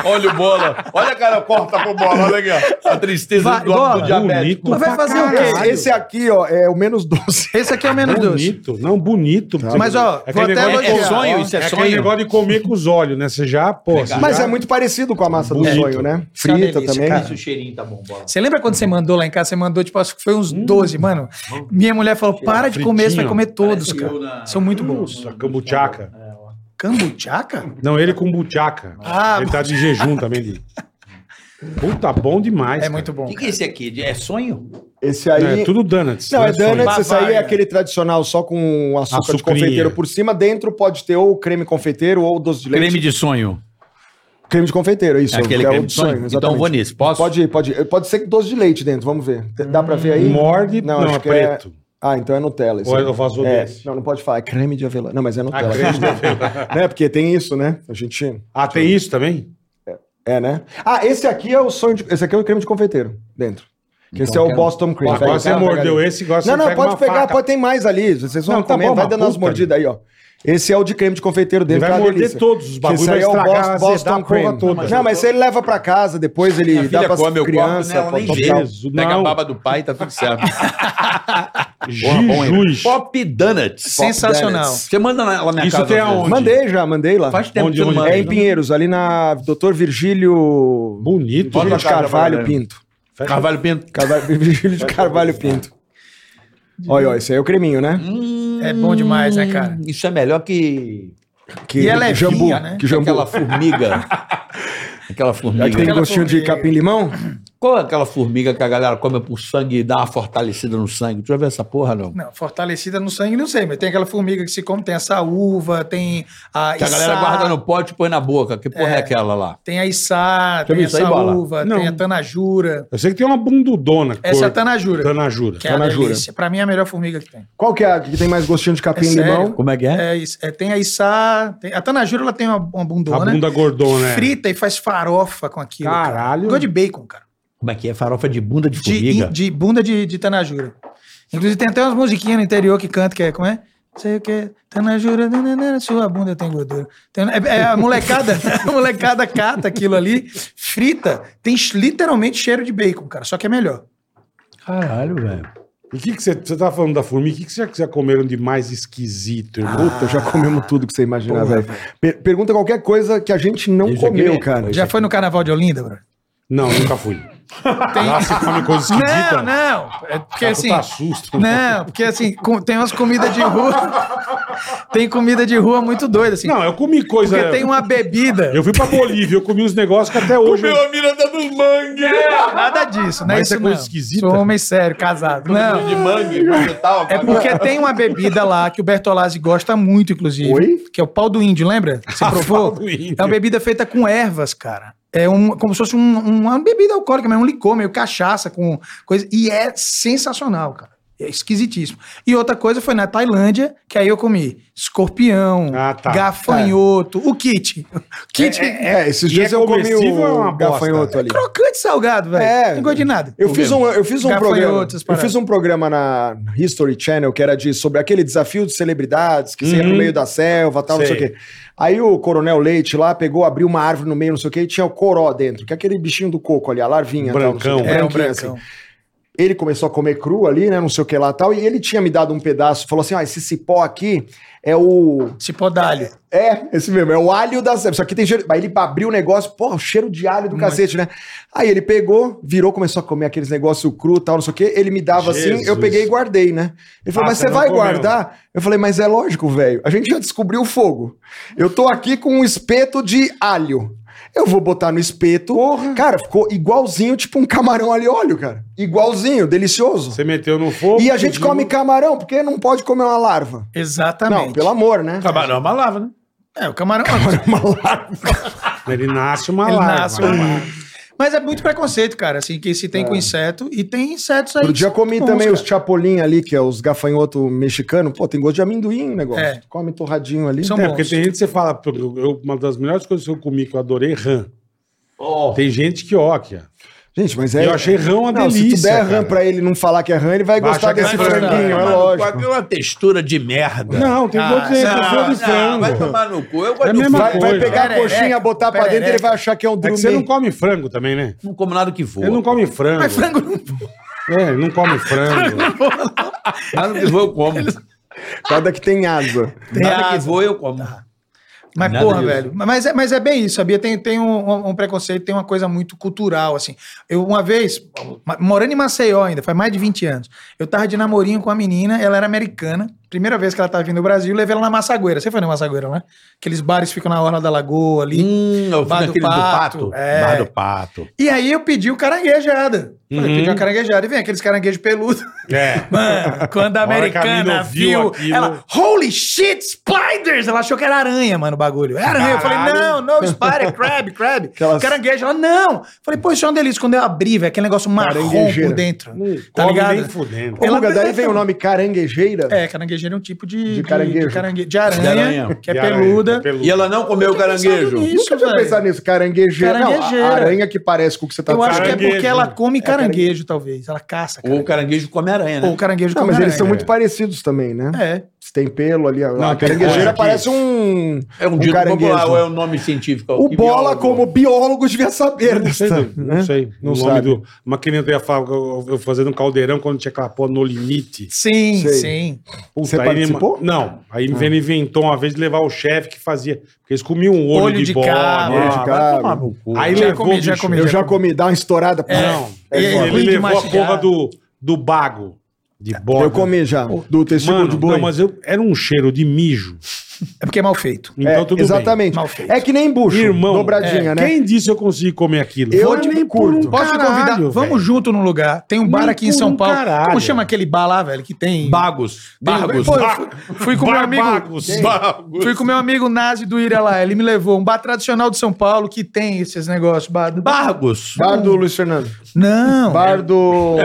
S7: Olha o bola. Olha a cara corta pro bola. Olha aqui, ó. A tristeza
S1: Vai,
S7: do,
S1: bola.
S7: do diabético.
S3: Bonito.
S1: Mas vai
S3: pra
S1: fazer o quê?
S3: caralho.
S6: Esse aqui, ó, é o menos doce.
S1: Esse aqui é o menos doce.
S3: Bonito, não, bonito.
S1: Mas, ó,
S3: aquele
S1: vou até
S3: negócio de-
S1: elogiar.
S7: É sonho, isso é
S3: aquele
S7: sonho.
S3: negócio de comer com os olhos, né? Você já, pô. você
S6: Mas
S3: já-
S6: é muito parecido com a massa do
S3: Bonito.
S6: sonho, né?
S1: Isso é uma
S6: Frita
S1: delícia,
S6: também.
S1: cara.
S7: o cheirinho tá bom, bola.
S1: Você lembra quando você mandou lá em casa? Você mandou, tipo, acho que foi uns 12, mano. Minha mulher falou: para de comer, você vai
S3: fritinho.
S1: comer todos,
S7: Parece
S1: cara.
S7: eu na-
S1: São muito bons.
S3: Nossa, cambuchaca.
S1: Cambuchaca?
S3: Não, ele com buchaca.
S1: Ah,
S3: ele tá de jejum também. De... Puta, bom demais.
S1: É
S3: cara.
S1: muito bom.
S7: O que, que é esse aqui? É sonho?
S6: Esse
S3: Não,
S6: aí.
S3: é tudo donuts.
S6: Não, é donuts,
S1: sonho.
S6: esse aí é
S1: Papaya.
S6: aquele tradicional só com açúcar de
S3: Açucrinha.
S6: confeiteiro por cima. Dentro pode ter ou creme confeiteiro ou doce de leite.
S7: Creme de sonho.
S6: Creme de confeiteiro, isso.
S7: É aquele
S6: é o
S7: creme de sonho? então
S6: exatamente.
S7: vou nisso. Posso?
S6: Pode ir, pode ir. Pode ser que doce de leite dentro, vamos ver. Dá pra ver aí?
S3: Morde,
S6: Não,
S3: não,
S6: acho
S3: é
S6: que é-
S3: preto.
S6: Ah, então é Nutella. esse
S3: Ou
S6: aí.
S3: é o vazou
S6: É,
S3: desse?
S6: não, não pode falar. É creme de avelã. Não, mas é Nutella.
S3: Ah, creme de
S6: né? Porque tem isso, né? A gente...
S3: Ah, tem isso também?
S6: É, né? Ah, esse aqui é o sonho de... Esse aqui é o creme de confeiteiro dentro. Que esse é
S7: Então,
S6: o
S7: quero-
S6: Boston Cream.
S3: Agora
S6: Pega-
S3: você
S6: pega
S3: mordeu
S6: ali.
S3: esse, agora você
S6: Não, não,
S3: pega
S6: pode
S3: uma
S6: pegar,
S3: faca.
S6: pode ter mais ali. Vocês vão
S3: Não, tá
S6: comer,
S3: bom,
S6: vai
S3: mas
S6: dando umas
S3: puta,
S6: mordidas aí, ó. Esse é o de creme de confeiteiro dentro.
S3: vai
S6: que é uma
S3: morder
S6: delícia.
S3: todos os bagulho,
S6: Esse aí
S3: vai estragar,
S6: é o Bos-
S3: azedar a
S6: Boston
S3: porra
S6: Cream.
S3: toda.
S6: Não, mas você leva pra casa, depois ele
S7: Minha
S6: dá
S7: filha
S6: pras
S7: come, eu corto,
S6: crianças.
S7: né? Ela
S6: pô,
S7: nem
S6: total.
S7: vê.
S3: Jesus,
S7: Pega
S3: não.
S7: a baba do pai, tá tudo certo.
S3: Jijus.
S7: Pop Donuts.
S1: Sensacional.
S6: Donuts.
S7: Você manda na- lá na minha
S3: Isso
S7: casa.
S3: tem
S7: às vezes.
S3: aonde?
S6: Mandei já, mandei lá.
S7: Faz tempo
S3: Onde,
S7: que eu não
S3: onde?
S7: mando.
S6: É em Pinheiros, ali na Doutor Virgílio.
S3: Bonito.
S6: Virgílio de
S7: Bota a cara
S6: Carvalho
S7: pra galera.
S6: Pinto.
S7: Carvalho Pinto.
S6: Carvalho- Virgílio de Carvalho Pinto. Olha, olha, esse aí é o creminho, né?
S7: Hum?
S1: É bom demais, né, cara?
S7: Isso é melhor que,
S6: Que,
S1: E ela é
S6: jambu,
S1: vinha, né?
S6: Que
S7: que
S6: jambu.
S7: aquela formiga. aquela formiga.
S6: Aí que tem
S1: Aquela
S6: gostinho de
S1: formiga.
S6: capim-limão?
S7: Qual é aquela formiga que a galera come por sangue e dá uma fortalecida no sangue? Tu já viu essa porra, não?
S1: Não, fortalecida no sangue, não sei, mas tem aquela formiga que se come, tem essa uva, tem a
S7: Que a
S1: içá,
S7: galera guarda no pote e põe na boca. Que porra é,
S1: É.
S7: aquela lá?
S1: tem a içá, tem
S7: viu isso
S1: essa
S7: aí, Bola?
S1: uva,
S3: Não.
S1: tem a tanajura.
S3: Eu sei que tem uma bundudona.
S1: Essa é a
S3: cor-
S1: tanajura,
S3: Tanajura.
S1: que é a
S6: tanajura.
S1: delícia. Pra mim é a melhor formiga que tem.
S6: Qual que é a que tem mais gostinho de capim-limão?
S1: sério?
S7: Como é que é?
S1: É isso, é, tem a içá, tem- a tanajura ela tem uma, uma bundona.
S3: A bunda gordona, é.
S1: Frita e faz farofa com aquilo. cara.
S3: Caralho.
S1: Igual de bacon, cara.
S7: Como é que é? Farofa de bunda de
S1: De,
S7: formiga?
S1: de bunda de, de Tanajura. Inclusive tem até umas musiquinhas no interior que canta, que é, como é? Sei o que, Tanajura, né, nananana, sua bunda tem gordura. Tem- é, é a molecada, a molecada cata aquilo ali, frita, tem ch- literalmente cheiro de bacon, cara, só que é melhor.
S7: Caralho, velho.
S3: E o que, que você, você tava falando da formiga? O que, que você já comeram de mais esquisito, irmão?
S6: Puta, já comemos tudo que você imaginar, velho. Per- pergunta qualquer coisa que a gente não
S7: Esse aqui
S6: comeu,
S7: é-
S6: cara.
S1: Já foi no carnaval de Olinda, bro?
S3: Não, nunca fui.
S1: Tem-
S3: Lá você come coisa esquisita.
S1: Não, não. É porque
S3: Ah,
S1: assim.
S3: puta susto.
S1: Não, porque assim, com- tem umas comidas de rua. tem comida de rua muito doida, assim.
S3: Não, eu comi coisa...
S1: porque tem uma bebida.
S3: Eu fui pra Bolívia, eu comi uns negócios que até hoje... eu-
S7: a Miranda dos Mangue!
S1: Nada disso, não é
S3: Mas
S1: isso
S3: é coisa
S1: não.
S3: esquisita.
S1: Sou homem sério, casado.
S7: De
S1: Não.
S7: mangue, coisa e tal.
S1: É porque tem uma bebida lá que o Bertolazzi gosta muito, inclusive.
S6: Oi?
S1: Que é o pau do índio, lembra? Você provou?
S3: Ah, do índio.
S1: É uma bebida feita com ervas, cara. É um, como se fosse um- um- uma bebida alcoólica, mas um licor, meio cachaça com coisa. E é sensacional, cara. É esquisitíssimo. E outra coisa foi na Tailândia, que aí eu comi escorpião,
S3: Ah, tá.
S1: gafanhoto, o kit. Kit é,
S6: É, esses
S3: E
S6: dias
S3: é
S6: eu comi
S3: comestível ou é
S6: o
S3: uma bosta?
S6: gafanhoto ali.
S1: crocante salgado, velho.
S6: É.
S1: Não gosto de nada.
S6: Eu fiz, um, eu fiz um
S1: Gafanhoto,
S6: programa.
S1: essas
S6: Eu
S1: paradas.
S6: fiz um programa na History Channel que era de sobre aquele desafio de celebridades que você ia
S3: Uhum.
S6: no meio da selva, tal, não sei
S3: Sei.
S6: o quê. Aí o Coronel Leite lá pegou, abriu uma árvore no meio, não sei o quê, e tinha o coró dentro, que é aquele bichinho do coco ali, a larvinha,
S3: Brancão.
S6: tal, não sei o quê,
S1: É, um
S6: branquinha,
S1: brancão.
S6: ele começou a comer cru ali, né? Não sei o que lá tal. E ele tinha me dado um pedaço, falou assim: ó, esse cipó aqui é o.
S1: Cipó d'alho.
S6: É, esse mesmo, é o alho da selva. Isso aqui tem cheiro. Aí ele abriu o negócio, porra, o cheiro de alho do cacete, né? Aí ele pegou, virou, começou a comer aqueles negócios cru tal, não sei o que. Ele me dava assim,
S3: Jesus.
S6: eu peguei e guardei, né? Ele falou,
S3: Ah,
S6: mas
S3: você
S6: você
S3: não
S6: vai
S3: comeu.
S6: guardar? Eu falei, mas é lógico, velho. A gente já descobriu o fogo. Eu tô aqui com um espeto de alho. Eu vou botar no espeto. Cara, ficou igualzinho, tipo um camarão ali óleo, cara. Igualzinho, delicioso.
S3: Você meteu no fogo.
S6: E a gente
S3: pediu-
S6: come camarão, porque não pode comer uma larva.
S1: Exatamente.
S6: Não, pelo amor, né?
S4: Camarão é uma lava, né?
S1: É, o camarão.
S3: Ele nasce uma
S1: Ele
S3: larva.
S1: nasce uma larva. Mas é muito preconceito, cara, assim, que se tem com inseto. E tem insetos aí.
S6: É. Outro
S1: que
S6: dia
S1: são
S6: comi
S1: bons,
S6: também
S1: cara.
S6: os chapolim ali, que é os gafanhoto mexicano. Pô, tem gosto de amendoim o negócio.
S1: É.
S6: Come torradinho ali.
S1: São
S3: É,
S1: bons.
S3: porque tem gente que você fala, pô, eu- eu- uma das melhores coisas que eu comi que eu adorei rã. Tem gente que óquia.
S6: Gente, mas é.
S3: Eu achei rã uma
S6: Não,
S3: delícia.
S6: Se tu der rã
S3: cara.
S6: pra ele e não falar que é rã, ele vai
S3: Vai
S6: gostar
S3: achar que é
S6: desse
S4: um
S3: frango,
S6: franguinho, é
S3: mano.
S6: lógico.
S4: uma textura de
S6: É.
S4: merda.
S3: Não, tem
S1: Ah,
S3: gosto de gosto
S1: não,
S3: de
S4: Não, vai
S3: frango.
S4: tomar no cu. Eu gosto
S3: É a
S4: do
S3: mesma
S4: frango.
S6: Vai, vai
S3: coisa.
S6: pegar a
S1: Perereca,
S6: coxinha, botar pra dentro, ele
S1: perereca.
S6: vai achar que é um
S3: É que
S6: drummond.
S3: você não come frango também, né?
S4: Não como nada que voa.
S3: Ele não come frango.
S1: Mas frango não.
S3: É, ele não come frango.
S4: Nada que voa eu como.
S6: Cada que tem asa.
S4: Nada que voa eu como.
S1: Mas,
S4: Nada
S1: porra,
S4: disso.
S1: velho. Mas é, mas é bem isso, sabia? Tem, tem um, um preconceito, tem uma coisa muito cultural, assim. Eu, uma vez, ma- morando em Maceió ainda, faz mais de 20 anos, eu tava de namorinho com uma menina, ela era americana. Primeira vez que ela tava vindo no Brasil, eu levei ela na Massagueira. Você foi na Massagueira, né? Aqueles bares que ficam na orla da lagoa ali.
S4: Hum, eu
S1: Bar
S4: fui
S1: do
S4: naquele do
S1: pato,
S4: pato.
S1: é.
S4: Bar do pato.
S1: E aí eu pedi o caranguejada. Falei,
S3: Uhum.
S1: pedi uma caranguejada. E vem aqueles caranguejos peludos.
S3: É.
S1: Mano, quando a
S3: A hora que a
S1: americana
S3: mina
S1: viu,
S3: viu aquilo-
S1: ela, holy shit, spiders! Ela achou que era aranha, mano, o bagulho. É aranha. Eu
S3: Caralho.
S1: falei, não, não, spider, crab, crab.
S6: Aquelas-
S1: Caranguejo. Ela, não. Eu falei, pô, isso é uma delícia. Quando eu abri, velho, aquele negócio marrom
S6: Caranguejeira.
S1: por dentro.
S3: Não
S1: tá
S3: come
S1: ligado?
S3: nem fudendo.
S6: Ô,
S1: Ela-
S6: Guga, daí vem o nome caranguejeira.
S1: É, caranguejeira é um tipo de... De,
S6: caranguejo.
S1: De, carangue- de aranha,
S4: De aranha.
S1: que é
S3: E aranha,
S1: peluda.
S3: é peluda.
S4: E ela não comeu caranguejo.
S1: Pensado
S6: Nunca
S1: Nisso,
S6: tinha
S1: velho.
S6: pensado nisso. Caranguejeira.
S1: Caranguejeira.
S6: Não, a aranha que parece com o que você tá
S1: Eu acho que é
S3: Caranguejo.
S1: porque ela come
S6: caranguejo.
S1: caranguejo, talvez. Ela caça
S4: Ou o
S1: caranguejo.
S4: caranguejo come aranha, né?
S1: Ou o caranguejo
S6: Não,
S1: come
S6: mas eles são
S1: aranha.
S6: muito parecidos também, né?
S1: É.
S6: Se tem pelo ali. a- a
S3: tem
S6: caranguejeira
S3: coisa aqui.
S6: parece um.
S4: É um dito
S6: caranguejo.
S4: popular ou é um nome científico?
S6: O
S4: Que
S6: bola,
S4: biólogo?
S6: como biólogo, devia saber
S3: Não sei,
S6: dessa,
S3: não
S6: né?
S3: sei.
S6: Não
S3: o nome
S6: sabe.
S3: do. Uma que nem eu ia falar, eu, eu fazendo um caldeirão quando tinha aquela porra no limite.
S1: Sim,
S6: Sei.
S1: sim.
S3: Puta,
S6: Você
S3: aí ele-
S6: participou? Ah.
S3: Não. Aí ele inventou uma vez de levar o chefe que fazia. Porque eles comiam um olho,
S1: Olho
S3: de,
S1: de
S3: bode.
S1: cabra,
S3: né?
S6: olho de
S3: Ah,
S6: cabra.
S3: vai tomar no cu. Aí
S1: Já
S3: levou.
S1: comi, já
S3: bicho.
S1: comi,
S6: Eu já comi, dá uma estourada.
S1: É.
S3: Não.
S1: É,
S3: Ele,
S1: é ruim de
S3: levou a
S1: mastigar.
S3: porra do, do bago. De bode.
S6: Eu comi já. Do testículo
S3: né? Mano,
S6: de boi.
S3: não, mas eu, era um cheiro de mijo.
S1: É porque é mal feito.
S3: Então
S6: é,
S3: tudo
S6: exatamente.
S1: Mal feito.
S6: É que nem bucho.
S3: bem. Irmão,
S6: Dobradinha,
S3: é,
S6: né?
S3: quem disse eu consegui comer aquilo?
S6: Eu
S3: Foi
S6: te
S3: nem
S6: curto.
S3: por um
S1: Posso te
S3: caralho,
S1: convidar?
S3: velho.
S1: Vamos junto num lugar. Tem um bar
S3: Nem
S1: aqui em
S3: por
S1: São
S3: um
S1: Paulo.
S3: caralho.
S1: Como chama aquele bar lá, velho? Que tem.
S4: Bagos.
S1: tem-
S4: Bargos.
S1: Pô, eu
S4: Bar-
S1: fui, fui com meu amigo.
S3: Barbagos. Barbagos.
S1: Fui com meu amigo Nazi do Ira lá. Ele me levou. Um bar tradicional de São Paulo que tem esses negócios. Bar do...
S4: Bargos.
S6: Bar do Luiz Fernando.
S1: Não.
S6: Bar do.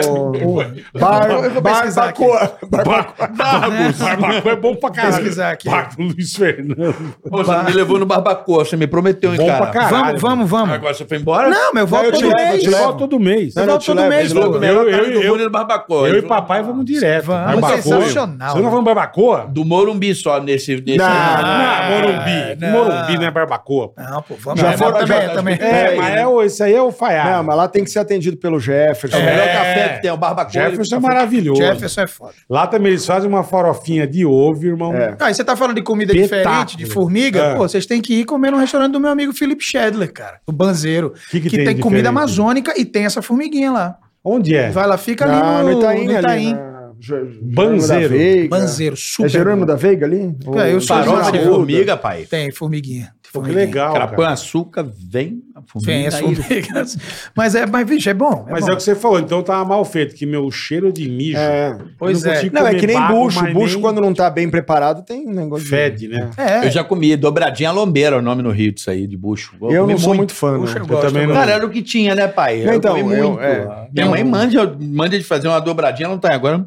S6: Bar,
S1: Eu vou
S6: bar,
S1: pesquisar aqui.
S6: Bacoa.
S3: Barbacoa. Barbacoa é bom pra caralho.
S1: Pesquisar aqui.
S3: Barco Luiz Fernando.
S4: Pô, você me levou no barbacoa, você me prometeu, hein,
S3: Bom
S4: cara.
S3: pra caralho.
S1: Vamos, vamos, vamos.
S4: Agora você foi embora?
S1: Não, meu, eu volto
S6: eu te
S1: todo
S6: levo, eu
S1: mês.
S6: te levo.
S3: Só todo mês.
S6: Não,
S1: Eu
S6: não,
S1: volto
S6: te
S1: todo
S6: levo,
S1: mês,
S6: te
S1: pô.
S6: levo.
S4: Eu, eu, eu,
S3: eu-
S4: no barbacoa.
S3: Eu
S4: Eles
S3: e papai
S4: vão-
S3: vamos direto.
S1: Vamos, sensacional.
S3: Você não falando barbacoa?
S4: Do Morumbi só, nesse... nesse
S6: Não.
S3: Ah, Morumbi.
S1: não.
S3: Morumbi não é barbacoa.
S1: Não, pô, vamos.
S6: Já
S1: É,
S6: foram-
S1: também,
S6: já-
S1: também.
S3: É,
S6: É,
S3: mas
S6: né?
S3: é o, esse aí é o falhado.
S6: Não, mas lá tem que ser atendido pelo Jefferson.
S4: O melhor
S3: É.
S4: café que tem, o barbacoa.
S3: Jefferson é maravilhoso.
S1: Jefferson é foda.
S3: Lá também eles fazem uma farofinha de ovo, irmão.
S6: É.
S1: Ah, e você tá falando de comida
S3: Espetáculo.
S1: diferente, de formiga?
S3: É.
S1: Pô, vocês têm que ir comer no restaurante do meu amigo Felipe Schedler, cara. O Banzeiro.
S3: Que
S1: Que,
S3: que tem
S1: tem,
S3: de diferente?
S1: comida amazônica e tem essa formiguinha lá.
S3: Onde é?
S1: Vai lá, fica ali
S6: Ah,
S1: no,
S6: no Itaim,
S1: no Itaim.
S6: ali. na- Ge- Jerônimo
S3: Banzeiro.
S6: da Veiga.
S1: Banzeiro, super.
S6: É Jerônimo da Veiga ali? Ou-
S1: eu sou
S4: Farofa de
S1: Jefferson.
S4: formiga, pai.
S1: Tem, formiguinha. Tem
S3: Pô, que
S1: formiguinha.
S3: legal, cara.
S4: Carapã, açúcar, vem a formiga.
S1: Tem as
S4: tá aí.
S1: formigas. Mas é, mas, vixe, é bom.
S3: Mas
S1: bom.
S3: é o que você falou, então tava mal feito, que meu cheiro de mijo.
S6: É.
S1: Pois
S3: eu não
S1: é.
S3: consigo
S6: Não, é
S3: comer
S6: que nem
S3: bago,
S6: bucho.
S3: mas
S6: Bucho,
S3: nem
S6: quando não tá bem preparado, tem um negócio. de-
S3: Fede, né?
S1: É.
S4: Eu já comi dobradinha lombeira, é o nome no Rio disso aí, de bucho.
S6: Eu
S4: comi
S6: não sou muito fã, não.
S1: Puxa, eu
S3: Eu
S1: gosto.
S3: também não.
S4: Cara, era o que tinha, né, pai? Eu
S6: Então,
S4: comi
S6: eu-
S4: muito.
S6: é.
S4: Minha mãe manda, manda de fazer uma dobradinha, não tá aí agora.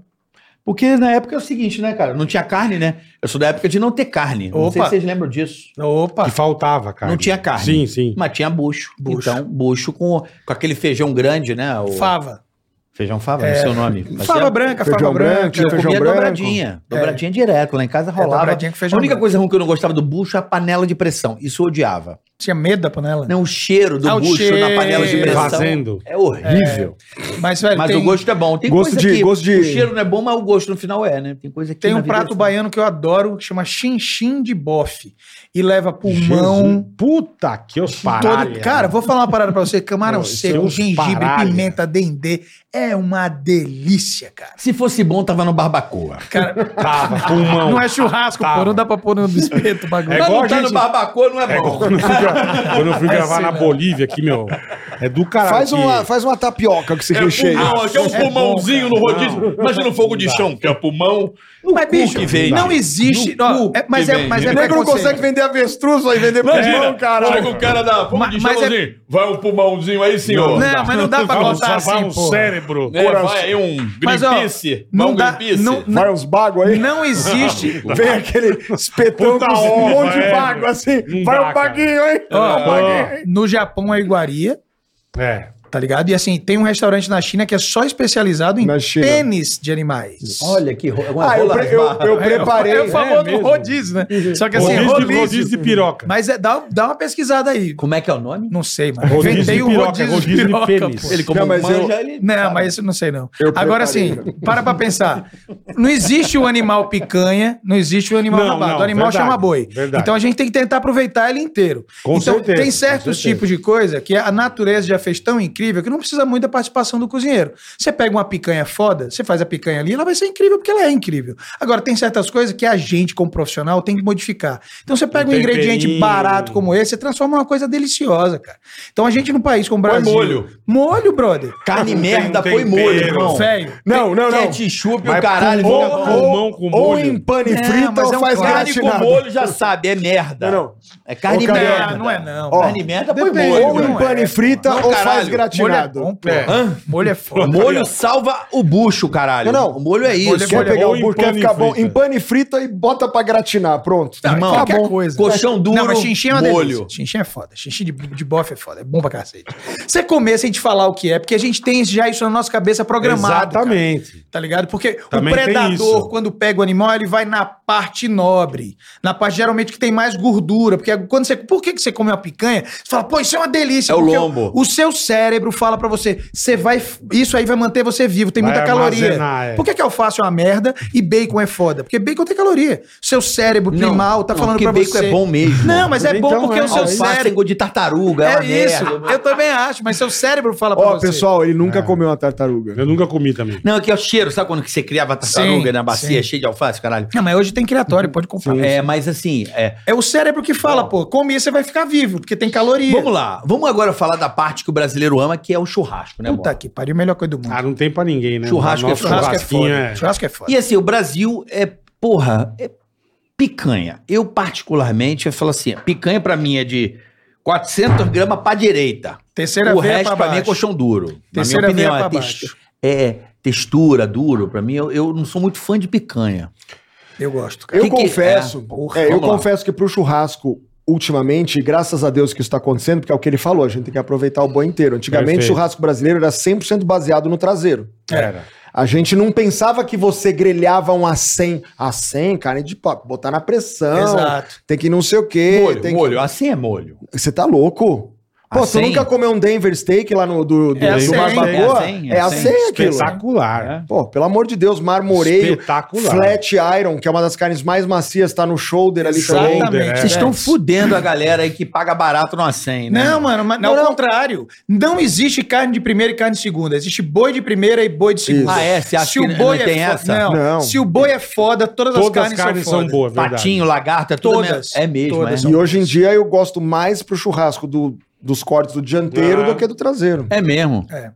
S4: Porque na época é o seguinte, né, cara? Não tinha carne, né? Eu sou da época de não ter carne. Não sei
S1: Opa.
S4: se vocês lembram disso.
S1: Opa.
S3: Que faltava, cara.
S4: Não tinha carne.
S3: Sim, sim.
S4: Mas tinha bucho.
S1: Bucho.
S4: Então, bucho com, com aquele feijão grande, né? O
S1: Fava.
S4: Feijão fava, não
S1: É.
S4: sei o nome. Mas
S1: Fava
S4: é-
S1: branca,
S6: feijão
S1: fava branca.
S6: branco,
S4: Eu
S6: feijão
S4: comia
S6: branco.
S4: dobradinha. Dobradinha direto. Lá em casa rolava.
S1: dobradinha com
S4: a
S1: feijão
S4: única
S1: branco.
S4: coisa ruim que eu não gostava do bucho é a panela de pressão. Isso eu odiava.
S1: Tinha medo da panela?
S4: Não, o cheiro do
S1: Ah, o
S4: bucho na
S1: cheiro.
S4: panela é de pressão.
S3: Fazendo.
S4: É horrível.
S1: Mas, velho,
S4: Mas
S1: tem,
S4: o gosto é bom. Tem
S6: Gosto
S4: coisa
S6: de-
S4: que
S6: gosto de-
S4: o cheiro não é bom, mas o gosto no final é, né? Tem coisa que
S1: tem
S4: na
S1: um
S4: vida é
S1: prato
S4: assim.
S1: baiano que eu adoro, que chama chinchim de bofe. E leva pulmão...
S3: Jesus. Puta que os
S1: Todo,
S3: paralhos.
S1: cara, vou falar uma parada pra você. Camarão
S3: né? Não, isso é
S1: seco,
S3: uns
S1: gengibre,
S3: paralha.
S1: pimenta, dendê. É uma delícia, cara.
S4: Se fosse bom, tava no barbacoa.
S1: Cara,
S3: Tava, pulmão.
S1: não é churrasco,
S3: Tá.
S1: pô. Não dá pra pôr no espeto o bagulho.
S3: É
S1: Mas
S4: Mas
S3: igual
S4: não
S3: a
S4: tá
S3: gente-
S4: no barbacoa, não é,
S3: É
S4: bom.
S3: igual quando eu fui de Quando eu fui gravar
S1: né?
S3: na Bolívia aqui, meu. É do caralho.
S6: Faz uma,
S3: que-
S6: faz uma tapioca com esse
S7: É um
S6: recheio.
S7: pulmão, aqui é um pulmãozinho no rodízio. Imagina o fogo de chão, que é pulmão. No
S1: Mas,
S7: cu
S1: bicho,
S7: que vem.
S1: não existe. ó, é- mas,
S7: que
S1: é,
S7: vem.
S1: mas é
S6: O negro não
S1: preconceito.
S6: consegue vender avestruz, vai vender pulmão,
S7: Imagina,
S6: caralho.
S7: chega o cara da fogo de
S1: Mas- mas é-
S7: chãozinho. Vai um pulmãozinho aí, senhor.
S1: Não, mas não dá pra
S3: Vamos
S1: contar
S3: salvar
S1: assim,
S3: um
S1: pô.
S3: cérebro.
S7: É, vai aí um
S1: Mas, ó,
S7: Greenpeace. Vai
S1: não
S7: um
S1: dá-
S7: Greenpeace.
S1: não-
S6: Vai uns bagos aí.
S1: Não existe.
S6: Vem aquele espetão
S3: Puta
S6: com um
S3: ova,
S6: monte de
S3: é,
S6: bago
S3: meu.
S6: assim.
S3: Não
S6: vai
S3: dá,
S6: um baguinho, hein?
S1: Ó,
S3: Ah.
S1: no Japão é iguaria.
S3: É.
S1: Tá ligado? E assim, tem um restaurante na China que é só especializado em
S6: Na China.
S1: pênis de animais.
S4: Olha que ro- uma
S6: Ah, eu,
S4: rola
S6: pre- eu,
S4: barra.
S6: eu preparei.
S1: É o famoso
S3: mesmo?
S1: rodízio, né? Só que assim,
S3: rodízio, de,
S1: rodízio.
S3: rodízio de piroca.
S1: Mas é, dá, dá uma pesquisada aí.
S4: Como é que é o nome?
S1: Não sei, mano.
S3: Rodízio de
S1: Inventei um
S3: piroca,
S1: rodízio,
S3: rodízio de
S1: de piroca,
S3: pênis.
S1: pô.
S4: Ele como
S6: Não, mas
S4: manja, ele...
S1: Não, mas isso eu não sei não.
S6: Eu
S1: Agora
S6: preparei,
S1: sim, para pra pensar. Não existe o animal picanha, não existe o animal
S3: Não,
S1: rabado.
S3: não,
S1: o animal
S3: verdade,
S1: chama boi.
S3: verdade.
S1: Então a gente tem que tentar aproveitar ele inteiro.
S3: Com
S1: então
S3: certeza,
S1: tem
S3: com
S1: certos
S3: certeza.
S1: tipos de coisa que a natureza já fez tão incrível que não precisa muito da participação do cozinheiro. Você pega uma picanha foda, você faz a picanha ali, ela vai ser incrível porque ela é incrível. Agora tem certas coisas que a gente como profissional tem que modificar. Então você pega
S3: Um
S1: um ingrediente
S3: temperinho.
S1: barato como esse, você transforma numa coisa deliciosa, cara. Então a gente num país como o
S7: Põe
S1: Brasil,
S7: molho.
S1: molho, brother.
S4: Carne
S3: Não tem
S4: merda,
S3: tempero,
S4: põe molho, irmão.
S1: Velho.
S6: Não, não, não.
S4: Ketchup,
S3: Mas
S4: o caralho.
S3: pulmão,
S4: fica bom.
S3: pulmão com
S6: Ou
S3: molho.
S6: em pane
S1: Não,
S6: frita
S1: mas
S6: ou
S1: é um
S6: faz
S1: clássico.
S4: Carne com
S6: gratinado.
S4: molho já sabe, é merda.
S6: Não, não.
S4: É carne
S6: Ô, cara,
S4: merda.
S1: Não, não é não.
S6: Ó,
S4: Carne merda, põe
S1: depende.
S4: molho.
S6: Ou em
S1: Não é.
S6: pane frita
S4: Não,
S6: ou faz
S4: caralho.
S1: Molho é
S6: gratinado.
S1: bom, pô. Molho é foda.
S4: Molho salva o bucho, caralho.
S6: Não, não.
S4: O molho é isso.
S6: Quer pegar
S3: Ou
S6: o
S3: em
S6: burro, quer
S3: pane
S6: ficar bom
S3: frita.
S6: em pane frita e bota pra gratinar, pronto.
S4: Irmão,
S6: Tá
S1: qualquer
S6: bom.
S1: coisa.
S4: Colchão duro,
S1: mas xinxim é uma
S4: molho.
S1: delícia. Xinxim é foda. Xinxim de, de bofe é foda. É bom pra cacete. Você comer sem te falar o que é, porque a gente tem já isso na nossa cabeça programado. cara.
S3: Exatamente.
S1: Tá ligado? Porque
S3: Também
S1: o
S3: tem isso.
S1: predador, quando pega o animal, ele vai na parte nobre. Na parte geralmente que tem mais gordura. Porque quando você. Por que, que você come uma picanha? Você fala, pô, isso é uma delícia.
S4: É o
S1: porque
S4: lombo.
S1: O, o seu cérebro fala pra você, você vai. Isso aí vai manter você vivo, tem
S3: Vai
S1: muita caloria.
S3: armazenar, é.
S1: Por que, que alface é uma merda e bacon é foda? Porque bacon tem caloria. Seu cérebro
S4: Não,
S1: primal tá
S4: não,
S1: falando
S4: porque
S1: pra
S4: bacon
S1: você.
S4: é bom mesmo.
S1: Não, mas é bom
S3: Então,
S1: porque
S3: é.
S1: o seu
S4: um Alface tem
S1: cérebro.
S4: gosto de tartaruga.
S1: É
S4: uma
S1: isso.
S4: merda.
S1: Eu também acho, mas seu cérebro fala pra
S6: Ó,
S1: você.
S6: pessoal, ele nunca comeu uma tartaruga.
S3: Eu nunca comi também.
S4: Não, aqui é o cheiro. Sabe quando que você criava tartaruga
S1: Sim,
S4: na bacia
S1: sim.
S4: cheia de alface, caralho?
S1: Não, mas hoje tem criatório, pode comprar.
S4: É, mas assim, é,
S1: É o cérebro que fala, pô, come isso você vai ficar vivo, porque tem caloria.
S4: vamos lá. Vamos agora falar da parte que o brasileiro ama, que é o churrasco, né,
S1: Puta
S4: Bola?
S1: que pariu, melhor coisa do mundo.
S3: Ah, não tem pra ninguém, né?
S4: Churrasco
S3: Nosso
S4: é foda.
S1: churrasco é
S3: churrasquinho
S1: foda.
S3: é...
S1: Churrasco é foda.
S4: E assim, o Brasil é, porra, é picanha. Eu, particularmente, eu falo assim, picanha pra mim é de 400 gramas pra direita.
S1: Terceira
S4: o
S1: veia
S4: resto,
S1: pra
S4: pra mim, é
S1: baixo.
S4: colchão duro.
S1: Terceira
S4: Na minha opinião,
S1: veia
S4: é,
S1: pra
S4: tex-
S1: baixo.
S4: é textura, duro. Pra mim, eu, eu não sou muito fã de picanha.
S1: Eu gosto, cara.
S6: Eu
S4: Que que-
S6: confesso,
S4: é, porra,
S6: é, eu
S4: vamos lá.
S6: confesso que pro churrasco, ultimamente, graças a Deus que isso tá acontecendo, porque é o que ele falou, a gente tem que aproveitar o boi inteiro. Antigamente,
S3: Perfeito.
S6: o churrasco brasileiro era 100% baseado no traseiro.
S3: Era.
S6: A gente não pensava que você grelhava um a 100, a 100, carne de pop, botar na pressão,
S1: Exato.
S6: tem que não sei o quê.
S4: Molho,
S6: tem que-
S4: molho. Assim é molho.
S6: Você tá louco? Pô,
S4: A
S6: você
S4: 100?
S6: nunca comeu um Denver Steak lá no do, do,
S1: É a
S6: do
S1: 100,
S6: Barbacoa?
S4: é a 100,
S6: É a 100 aquilo.
S1: É.
S3: Espetacular.
S6: Pô, pelo amor de Deus, marmoreio,
S3: Espetacular.
S6: flat iron, que é uma das carnes mais macias, tá no shoulder ali
S1: Exatamente.
S6: também.
S3: Shoulder, é.
S4: Vocês estão
S1: velho.
S4: fudendo a galera aí que paga barato no acém, né?
S1: Não, mano, mas
S6: Não,
S1: ao
S6: não.
S1: contrário. Não existe carne de primeira e carne de segunda. Existe boi de primeira e boi de segunda.
S6: Isso.
S4: Ah, é? Você acha
S1: Se
S4: que
S1: o boi
S4: não
S1: é
S4: tem
S1: foda-
S4: essa?
S1: Não.
S6: Não.
S1: Se o boi é foda, todas,
S3: Todas
S1: as carnes, são, foda.
S3: boas, verdade.
S4: Patinho, lagarta, tudo
S1: Todas.
S4: É mesmo,
S1: Todas.
S4: é.
S6: E hoje em dia eu gosto mais pro churrasco do- dos cortes do dianteiro
S3: Ah.
S6: do que do traseiro.
S4: É mesmo.
S1: É.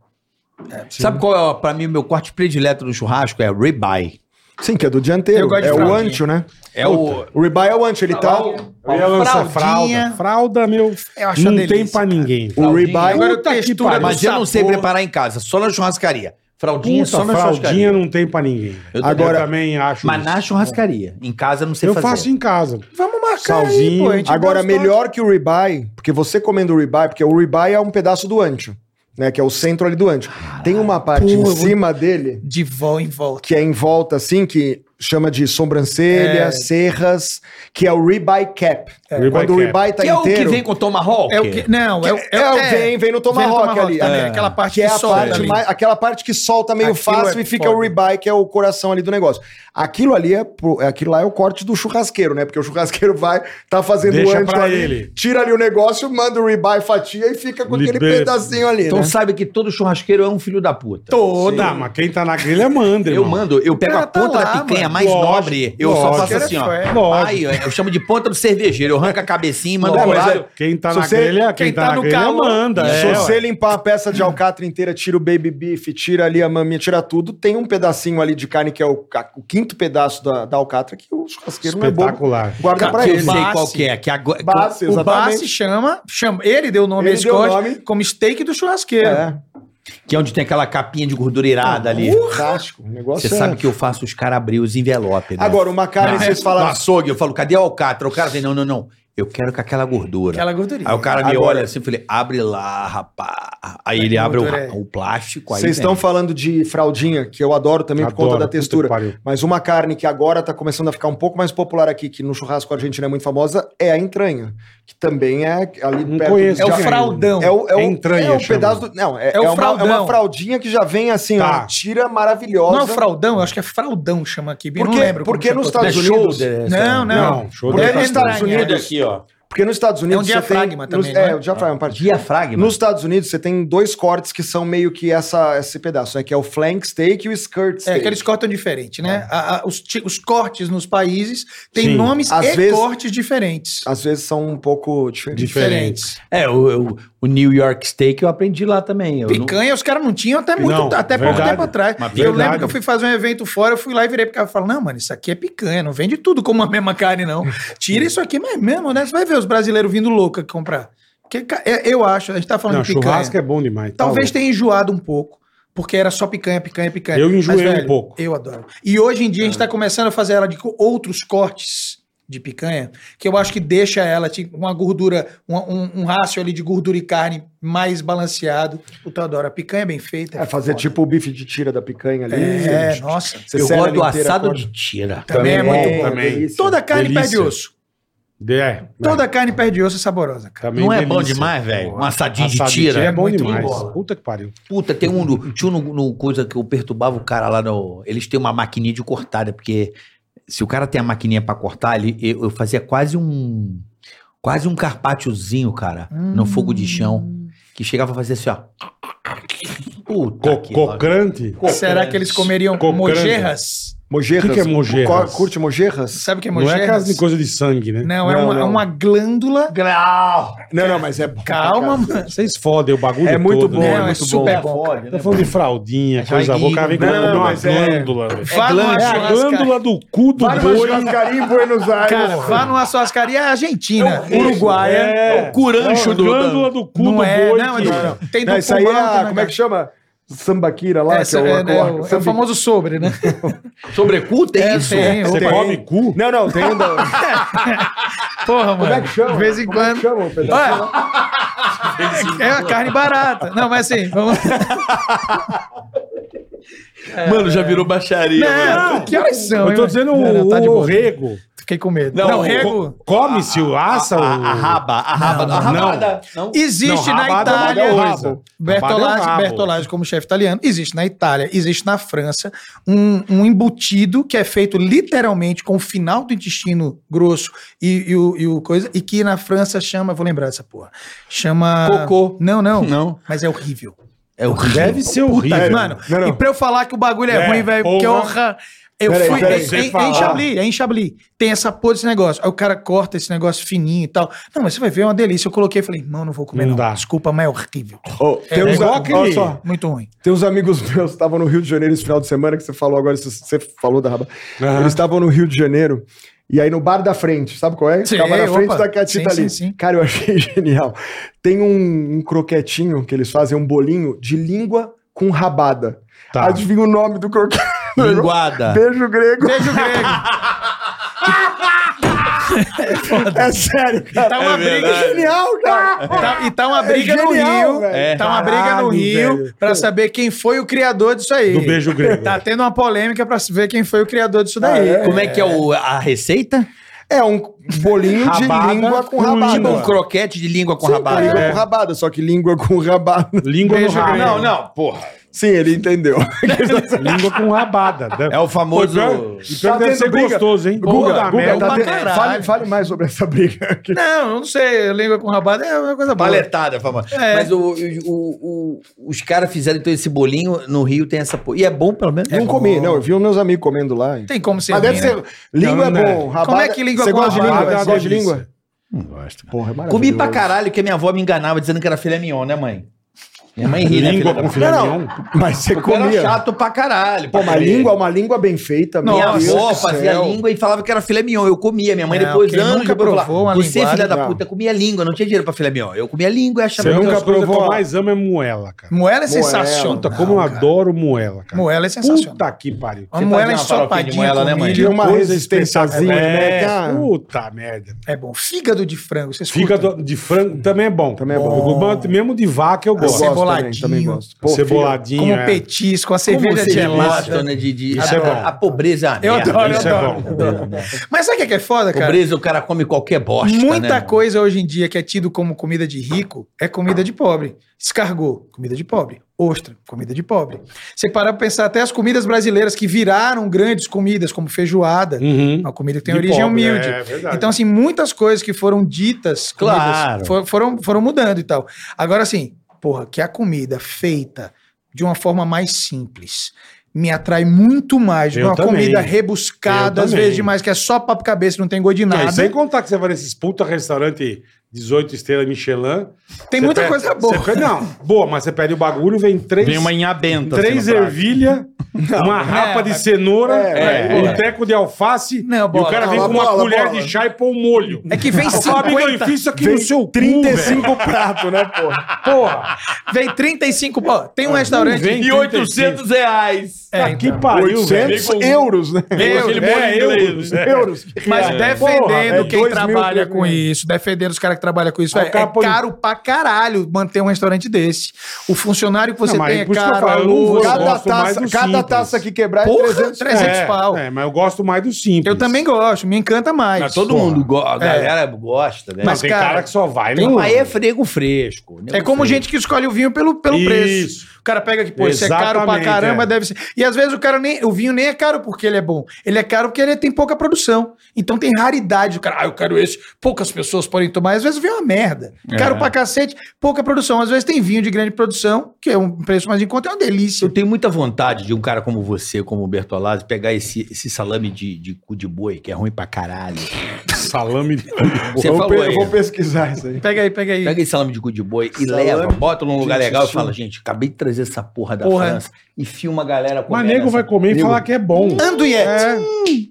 S4: Sabe qual é, ó, pra mim, o meu corte predileto no churrasco? É ribeye.
S6: Sim, que é do dianteiro.
S1: Eu gosto de
S6: É o
S1: fraldinha.
S6: ancho, né?
S4: É o...
S6: O ribeye é o ancho, ele tá...
S3: Eu ia lançar
S1: Fraldinha.
S3: fralda. Fralda, meu.
S1: Eu acho
S3: não
S1: uma delícia,
S3: tem pra ninguém.
S6: O ribeye...
S1: Agora
S3: Puta que
S1: textura
S3: pariu.
S1: do
S4: Mas eu não sei
S1: sabor.
S4: preparar em casa, só na churrascaria. Fraldinha
S3: Puta,
S4: só na
S3: fraldinha
S4: churrascaria.
S3: não tem pra ninguém.
S4: Eu
S3: Agora,
S4: também-
S6: Agora-
S3: eu também acho.
S4: Mas
S3: isso.
S4: na churrascaria. Em casa eu não sei
S3: eu
S4: fazer.
S3: faço em casa.
S1: Vamos marcar aí,
S3: Salzinho.
S1: pô. a gente dá
S6: Agora,
S1: uns
S6: melhor que o ribeye, porque você comendo o ribeye, porque o ribeye é um pedaço do ancho, né? Que é o centro ali do ancho. Tem
S4: Ah,
S6: uma parte
S1: Pô, eu
S6: em
S1: vou-
S6: cima dele,
S1: toques De vó em volta.
S6: que é em volta assim, que chama de sobrancelha,
S1: É.
S6: serras, que é o ribeye cap.
S3: Ribeye
S6: Quando o
S3: cap.
S6: ribeye tá
S4: Que é o
S6: inteiro...
S4: que vem com o tomahawk?
S1: É o que, não, é, o-
S6: É, o vem, vem no tomahawk, ali.
S1: também,
S6: É.
S1: Aquela parte
S6: que é a
S1: solta
S6: parte
S1: ali.
S6: mais, aquela parte que solta meio
S1: Aquilo
S6: fácil
S1: é
S6: e fica
S1: foda.
S6: o ribeye, que é o coração ali do negócio. Aquilo ali é, pro- é- aquilo lá é o corte do churrasqueiro, né? Porque o churrasqueiro vai, tá fazendo
S3: Deixa
S6: o ancho
S3: pra
S6: ali,
S3: ele.
S6: tira ali o negócio, manda o ribeye fatia e fica com aquele
S3: Libera.
S6: pedacinho ali,
S4: Então
S6: né?
S4: saiba que todo churrasqueiro é um filho da puta.
S3: Toda, mas quem tá na grelha manda,
S4: Eu
S3: irmão.
S4: mando, eu pego
S1: cara
S4: a
S1: tá
S4: ponta
S1: lá,
S4: da picanha
S1: mano.
S4: mais
S3: Lógico,
S4: nobre. Eu só
S3: lógico.
S4: faço assim, ó.
S1: Lógico.
S4: Ai, eu chamo de ponta do cervejeiro. Eu arranco a cabecinha e mando
S6: Não,
S4: pro
S6: mas
S4: lado.
S6: é-
S3: Quem tá
S6: Se
S3: na
S6: você-
S3: grelha, quem,
S1: quem
S3: tá,
S1: tá
S3: na
S1: no
S3: grelha
S1: calor-
S3: manda.
S6: Se
S3: é,
S6: você
S3: ué.
S6: limpar a peça de alcatra inteira, tira o baby beef, tira ali a maminha, tira tudo, tem um pedacinho ali de carne que é o, ca- o quinto pedaço da, da alcatra que o churrasqueiro não é bom.
S3: Espetacular.
S6: Guarda pra
S4: Que
S6: ele.
S4: Eu sei
S1: Basse.
S4: qual que é. Que agora,
S6: Basse,
S1: O bar
S6: exatamente.
S1: se chama, chama. Ele deu o nome
S6: Ele
S1: a
S6: deu o
S1: Scott
S6: nome.
S1: como steak do churrasqueiro.
S6: É,
S4: que é onde tem aquela capinha de gordura irada ali.
S6: fantástico. O negócio é
S4: Você sabe que eu faço os caras abrir os envelopes, né?
S6: Agora, uma carne,
S4: Ah,
S6: vocês
S4: No
S6: falaram...
S4: açougue, eu falo, cadê o alcatra? O cara vem, não, não, não. Eu quero com aquela gordura.
S1: Aquela gordurinha.
S4: Aí o cara me
S6: Agora-
S4: olha assim, eu falei, abre lá, rapaz. Aí ele abre o,
S1: gordura é-
S4: o plástico. aí
S6: Vocês
S4: vem.
S6: estão falando de fraldinha, que eu adoro também por
S3: Adoro, tipo
S6: conta da
S3: puta que
S6: textura.
S3: pariu.
S6: Mas uma carne que agora tá começando a ficar um pouco mais popular aqui, que no churrasco argentino é muito famosa, é a entranha. Que também é ali
S3: Não conheço.
S1: É o
S3: Já-
S1: fraldão.
S6: É o, é o,
S3: É entranha,
S6: é o
S3: chama.
S6: pedaço do. Não, é,
S1: É o
S6: é uma, é uma
S1: fraldão.
S6: fraldinha que já vem assim,
S3: Tá.
S6: ó, tira
S1: Não é o
S6: maravilhosa.
S1: fraldão? Eu acho que é fraldão que chama aqui.
S6: Porque-
S1: não lembro. como
S6: porque
S1: chama.
S6: nos Estados
S1: Não é
S6: Unidos-
S1: shoulder, essa- Não, não.
S3: Não, show
S6: Porque
S1: Porque
S3: de
S1: é
S6: nos Estados
S1: entranha. É um
S6: Unidos.
S7: aqui, ó.
S6: Porque nos Estados Unidos. você
S1: diafragma
S6: tem, nos-
S1: também,
S6: é,
S1: né?
S6: o diafragma. parte.
S4: Diafragma.
S6: Nos Estados Unidos, você tem dois cortes que são meio que essa, esse pedaço, né? Que é o flank steak e o skirt
S1: É
S6: steak.
S1: que eles cortam diferente, né? A- a- os, ti- os cortes nos países têm
S3: Sim.
S1: nomes
S6: Às
S1: e
S6: vezes-
S1: cortes diferentes.
S6: Às vezes são um pouco diferentes.
S3: Diferente.
S1: Diferentes.
S4: É, o, o- o New York Steak eu aprendi lá também. Eu não-
S1: Picanha os caras não tinham até muito,
S3: Não,
S1: até pouco
S3: verdade.
S1: tempo atrás.
S3: Mas
S1: eu
S3: verdade.
S1: lembro que eu fui fazer um evento fora, eu fui lá e virei pro cara e falei, não, mano, isso aqui é picanha, não vende tudo como a mesma carne, não. Tira isso aqui, mas mesmo, né? Você vai ver os brasileiros vindo louco aqui comprar. Porque, ca- é- eu acho, a gente tá falando
S3: Não,
S1: de picanha.
S3: churrasco é bom demais. tá
S1: Talvez
S3: louco.
S1: tenha enjoado um pouco, porque era só picanha, picanha, picanha.
S3: Eu enjoei
S1: Mas,
S3: um pouco.
S1: Eu adoro. E hoje em dia a gente tá começando a fazer ela de co- outros cortes de picanha, que eu acho que deixa ela tipo, uma gordura, um, um, um rácio ali de gordura e carne mais balanceado. Puta, eu adoro. A picanha é bem feita.
S6: É fazer
S1: foda.
S6: tipo o bife de tira da picanha ali.
S1: É, nossa.
S6: Você
S4: Eu
S6: serve
S4: gosto do
S6: ela inteira,
S4: assado
S6: corta.
S4: de tira.
S1: Também é muito
S3: bom.
S6: Também.
S3: Delícia.
S1: Toda carne
S3: Delícia.
S1: perde osso.
S3: É, é.
S1: Toda carne perde osso é saborosa, cara.
S3: Também
S4: não é
S3: delícia.
S4: bom demais, velho? Um assadinho de
S3: Assado
S4: tira.
S3: É bom
S1: Muito
S3: demais.
S1: bom.
S3: Puta que pariu.
S4: Puta, tem um. no- Tinha um no, no coisa que eu perturbava o cara lá no. Eles têm uma maquininha de cortada, porque se o cara tem a maquininha pra cortar, ele, eu, eu fazia quase um. Quase um carpacciozinho, cara, no fogo de chão. Que chegava a fazer assim, ó. Puta
S3: Co-
S4: que pariu.
S3: Cocrante?
S1: Será que eles comeriam
S3: Cocrante.
S1: mojerras?
S6: Mojerras.
S3: O que que é mojerras?
S6: Co- Curte mojerras?
S1: Sabe o que é
S3: Não
S1: mojerras?
S3: é caso de coisa de sangue, né?
S1: Não, é
S6: Não,
S1: uma, é
S6: não.
S1: uma glândula.
S6: Não, não, mas é bom.
S1: Calma, mano.
S3: Vocês fodem o bagulho
S6: É muito
S3: todo,
S6: bom,
S3: né?
S6: é
S1: Não, é
S6: muito
S1: super
S6: bom.
S1: bom. cara.
S3: Tá falando de fraldinha,
S4: É
S3: coisa boa. O cara vem com
S6: joguinho. Não,
S3: uma
S6: mas é-
S3: glândula, velho.
S1: Vá numa
S3: É a
S1: churrascaria.
S3: glândula do cu do
S6: Vai numa
S3: boi.
S6: churrascaria em Buenos Aires.
S1: Cara, vá numa churrascaria argentina, uruguaia.
S3: É.
S7: curancho
S3: É a
S7: do-
S3: glândula do cu
S1: Não
S3: do
S1: é,
S3: boi.
S1: não,
S3: que-
S1: não, não. Tem do
S6: Não, isso aí é,
S1: pulmão, tem
S6: a-
S1: na
S6: como é que chama? Sambaquira lá,
S1: É,
S6: que é o,
S1: é,
S6: é,
S1: é, o- é o famoso sobre, né?
S7: Sobrecu tem
S1: É,
S7: isso?
S1: tem,
S3: Você
S1: opa.
S3: come cu?
S6: Não, não, tem um da-
S1: Porra, mano.
S6: Como é que chama?
S1: De vez em
S6: Como é
S1: quando.
S6: que chama o pedaço?
S1: Olha, é uma carne barata. Não, mas assim, vamos...
S4: é.
S7: Mano, já virou baixaria. mano.
S1: Não, que horas são,
S3: Eu
S1: hein,
S3: tô
S1: mano?
S3: dizendo
S1: Não, não,
S3: o,
S1: tá de
S3: o
S1: boa.
S3: rego.
S1: Fiquei com medo.
S7: Não,
S1: Não,
S7: o-
S1: rego...
S3: Come-se o assa?
S4: A,
S3: o-
S4: a raba, a raba, a rabada. Não.
S1: Existe
S3: Não,
S1: na
S3: rabada é uma coisa. Rabada
S1: Itália.
S3: é um
S1: Bertolazzi,
S3: rabo.
S1: Bertolazzi, como chefe italiano, existe na Itália, existe na França um, um embutido que é feito literalmente com o final do intestino grosso e, e o, e o coisa, e que na França chama, vou lembrar dessa porra, chama.
S4: Cocô.
S1: Não, não.
S7: Não.
S1: Mas é horrível.
S4: É o
S3: Deve ser horrível.
S1: Mano,
S6: Não, não.
S1: e pra eu falar que o bagulho é,
S3: É,
S1: ruim, velho, porque
S3: porra.
S1: honra. Eu
S6: Peraí,
S1: fui.
S6: peraí,
S1: é-
S3: você
S1: é- é,
S3: falar.
S1: em Chablis, é em Chablis. Tem essa porra desse negócio. Aí o cara corta esse negócio fininho e tal. Não, mas você vai ver, é uma delícia. Eu coloquei e falei, irmão, não vou comer,
S3: Não
S1: não.
S3: dá.
S1: Desculpa, mas é horrível.
S6: Ô, tem, uns,
S3: é igual
S6: olha
S3: aquele-
S6: só,
S1: Muito ruim.
S6: tem uns amigos meus que estavam no Rio de Janeiro esse final de semana, que você falou agora, você- você falou da raba.
S3: Aham.
S6: Eles estavam no Rio de Janeiro. E aí no bar da frente, sabe qual é?
S1: Sim,
S6: Ficava na
S1: opa.
S6: frente da catita
S1: Sim,
S6: ali.
S1: sim, sim.
S6: Cara, eu achei genial. Tem um, um croquetinho que eles fazem, um bolinho de língua com rabada.
S3: Tá.
S6: Adivinha o nome do croquete?
S4: linguada.
S6: Beijo grego.
S1: Beijo grego.
S6: É sério, cara.
S1: Tá uma briga
S6: É genial, cara.
S1: Tá- e tá uma briga
S6: É genial,
S1: no Rio.
S6: velho.
S1: Tá uma briga
S6: Caralho,
S1: no Rio
S6: velho.
S1: pra saber quem foi o criador disso aí.
S3: Do beijo grego.
S1: Tá tendo uma polêmica pra ver quem foi o criador disso daí.
S6: Ah,
S4: Como é que é o- a receita?
S6: É um bolinho de
S3: Rabada
S6: língua com
S3: com
S6: rabada.
S4: Tipo um
S3: língua.
S4: croquete de língua com
S6: Sim, é.
S4: rabada.
S6: Língua com rabada, só que língua com rabada.
S3: Língua no
S1: Beijo
S3: rabo.
S1: grego.
S7: Não, não, porra.
S6: Sim, ele entendeu.
S3: Língua com rabada.
S4: É o famoso-
S3: Pô, pior- E pior
S6: Tá
S3: que deve
S6: tendo
S3: ser
S6: briga.
S3: gostoso, hein?
S6: Guga, Guga, tá
S1: pra
S6: te-
S1: caralho.
S6: fale, fale mais sobre essa briga aqui.
S1: Não, eu não sei. Língua com rabada é uma coisa boa.
S4: Paletada, famosa.
S1: É.
S4: Mas o- o- o- os caras fizeram então esse bolinho no Rio, tem essa. po- E é bom, pelo menos.
S6: não comi, não. Eu vi meus amigos comendo lá.
S1: Tem como ser. né?
S6: Mas deve ser. Língua
S3: Não,
S6: é
S3: né?
S6: bom. Rabada,
S1: é que língua
S6: Você
S1: com
S6: gosta de
S1: rabada?
S6: língua?
S3: É
S6: Você
S3: uma
S6: gosta de
S3: delícia.
S6: língua?
S4: Não gosto.
S6: Porra, é maravilhoso.
S4: Comi pra caralho, que a minha avó me enganava dizendo que era filé mignon, né, mãe? Minha mãe ri, né?
S3: Língua
S4: filha
S3: com
S4: da-
S3: filé
S6: Não,
S3: mignon.
S6: Mas você
S4: Porque eu era
S6: comia.
S4: chato pra caralho.
S6: Pô,
S4: pra
S6: uma
S4: comer.
S6: língua, uma língua bem feita. meu
S4: Minha
S6: Deus
S4: avó
S6: do
S4: fazia
S6: céu.
S4: língua e falava que era filé mignon. Eu comia. Minha mãe
S1: Não,
S4: depois,
S1: quem
S4: anos
S1: nunca
S4: depois, falava,
S1: provou uma
S4: Você, filha da
S6: não.
S4: puta, comia língua. Não tinha dinheiro pra filé mignon. Eu comia língua e achava...
S3: Você nunca
S6: das coisas
S3: provou.
S6: que
S3: Eu
S6: eu
S3: mais amo é moela, cara.
S1: Moela é
S6: Moela, tá
S1: sensacional.
S3: Puta, como eu adoro moela, cara.
S1: Moela é sensacional.
S3: Puta que pariu.
S1: Uma
S4: Você
S1: moela
S4: fazia uma farofinha de
S1: ensopadinha
S4: moela, né,
S1: com
S4: mãe?
S1: milho.
S6: Tinha uma
S3: Coisa
S6: resistênciazinha, né? Tem
S3: É,
S6: uma-
S3: puta merda.
S1: É bom. Fígado de frango, vocês
S3: Fica
S1: curtem?
S3: do- de frango também é bom.
S6: Também é bom.
S3: Eu gosto- Mesmo de vaca eu
S6: Eu gosto
S3: gosto.
S1: Cebola-
S6: também, também gosto. Pô,
S3: Ceboladinho.
S1: Assim, Como
S3: é.
S1: petisco, a
S4: Como
S1: cerveja
S4: vocês
S1: gelada.
S4: gostam, né, de, de-
S3: Isso
S4: a,
S3: é bom.
S4: a pobreza é uma
S1: Eu
S4: merda.
S1: adoro, eu
S3: Isso é
S1: adoro.
S3: bom.
S1: Mas sabe o que é foda, cara?
S4: Pobreza, o cara come qualquer bosta, né,
S1: Muita
S4: mano?
S1: coisa hoje em dia que é tido como comida de rico é comida de pobre. Escargot, comida de pobre. Ostra, comida de pobre. Você parar pra pensar até as comidas brasileiras que viraram grandes comidas, como feijoada,
S4: Hum.
S3: Uhum.
S1: uma comida que tem
S3: De
S1: origem
S3: pobre,
S1: humilde.
S4: né?
S3: é verdade.
S1: então, assim, muitas coisas que foram ditas, comidas,
S4: Claro.
S1: fo- foram, foram mudando e tal. Agora, assim, porra, que a comida feita de uma forma mais simples me atrai muito mais do que
S3: Eu
S1: uma
S3: também.
S1: comida
S3: Eu
S1: rebuscada, às
S3: também.
S1: vezes demais, que é só papo cabeça, não tem gosto de
S3: Não, e
S1: nada.
S3: sem contar que você vai nesses puta restaurante 18 estrelas Michelin.
S1: Tem
S3: você
S1: muita
S3: pede-
S1: coisa boa.
S3: você pede- não, boa, mas você pede o bagulho, vem três.
S9: Vem uma inhabenta. assim,
S3: Três ervilha, uma rapa de cenoura,
S6: É,
S3: um teco de alface,
S1: Não,
S3: e o
S1: bola,
S3: cara vem
S6: bola,
S3: com uma
S6: bola,
S3: colher
S6: bola.
S3: de chá e põe um molho.
S1: É que vem
S3: Eu falo, amigo,
S1: 50.
S3: enfia isso aqui no
S6: Vem
S3: seu cu,
S6: 35
S3: velho.
S6: pratos, né, pô?
S3: Porra,
S1: Vem 35. Ó, tem um restaurante.
S3: vem
S4: E 800 reais.
S1: É,
S3: que
S1: então.
S3: pariu,
S6: 800
S3: velho.
S6: euros, né?
S9: Tem aquele
S3: É,
S9: bolinho
S3: euros,
S9: inglês.
S3: é.
S6: Euros.
S1: Mas
S6: É.
S1: defendendo
S6: Porra, é
S1: quem
S6: dois mil,
S1: trabalha
S6: três
S1: com
S6: mil.
S1: isso, defendendo os caras que trabalham com isso,
S3: Aí
S1: é,
S3: o cara
S1: é
S3: põe-
S1: caro pra caralho manter um restaurante desse. O funcionário que você
S3: Não, mas
S1: tem é
S3: por isso que eu
S1: caro, a
S3: falo, eu não
S1: luz,
S3: vou-
S1: a-
S6: Cada
S3: gosto mais
S6: taça,
S3: do
S6: cada
S3: simples.
S6: taça que quebrar é
S1: Porra,
S6: 300
S1: 300
S3: É,
S1: pau.
S3: é, mas eu gosto mais do simples.
S1: Eu também gosto, me encanta mais.
S4: Mas todo mundo, go- a galera gosta, né?
S3: Não,
S1: Mas,
S3: tem
S1: cara,
S3: cara, que só vai,
S4: Tem,
S3: não.
S4: mas é frego fresco. né?
S1: É como gente que escolhe o vinho pelo, pelo
S3: Isso.
S1: preço. O cara pega que, pô, isso é caro pra
S3: Exatamente,
S1: caramba,
S3: é.
S1: deve ser. E às vezes o cara nem. O vinho nem é caro porque ele é bom. Ele é caro porque ele tem pouca produção. Então tem raridade. O cara, ah, eu quero esse. Poucas pessoas podem tomar. Às vezes o vinho é uma merda. Caro pra cacete, pouca produção. Às vezes tem vinho de grande produção, que é um preço mais em conta, é uma delícia.
S4: Eu tenho muita vontade de um cara como você, como o Bertolazzi, pegar esse, esse salame de, de cu de boi, que é ruim pra caralho.
S3: Salame de...
S4: Você
S3: é
S6: eu, vou
S4: falou
S6: pe- eu
S4: aí.
S6: vou pesquisar isso aí.
S1: Pega aí, pega aí.
S4: Pega esse salame de cu de boi e
S6: Salame
S4: leva, bota num lugar
S6: de
S4: legal e
S6: chuchu.
S4: fala, gente, acabei de trazer essa porra da
S1: Porra.
S4: França e filma a galera com
S3: Mas nego vai comer e falar que é bom.
S1: Anduiete.
S3: É.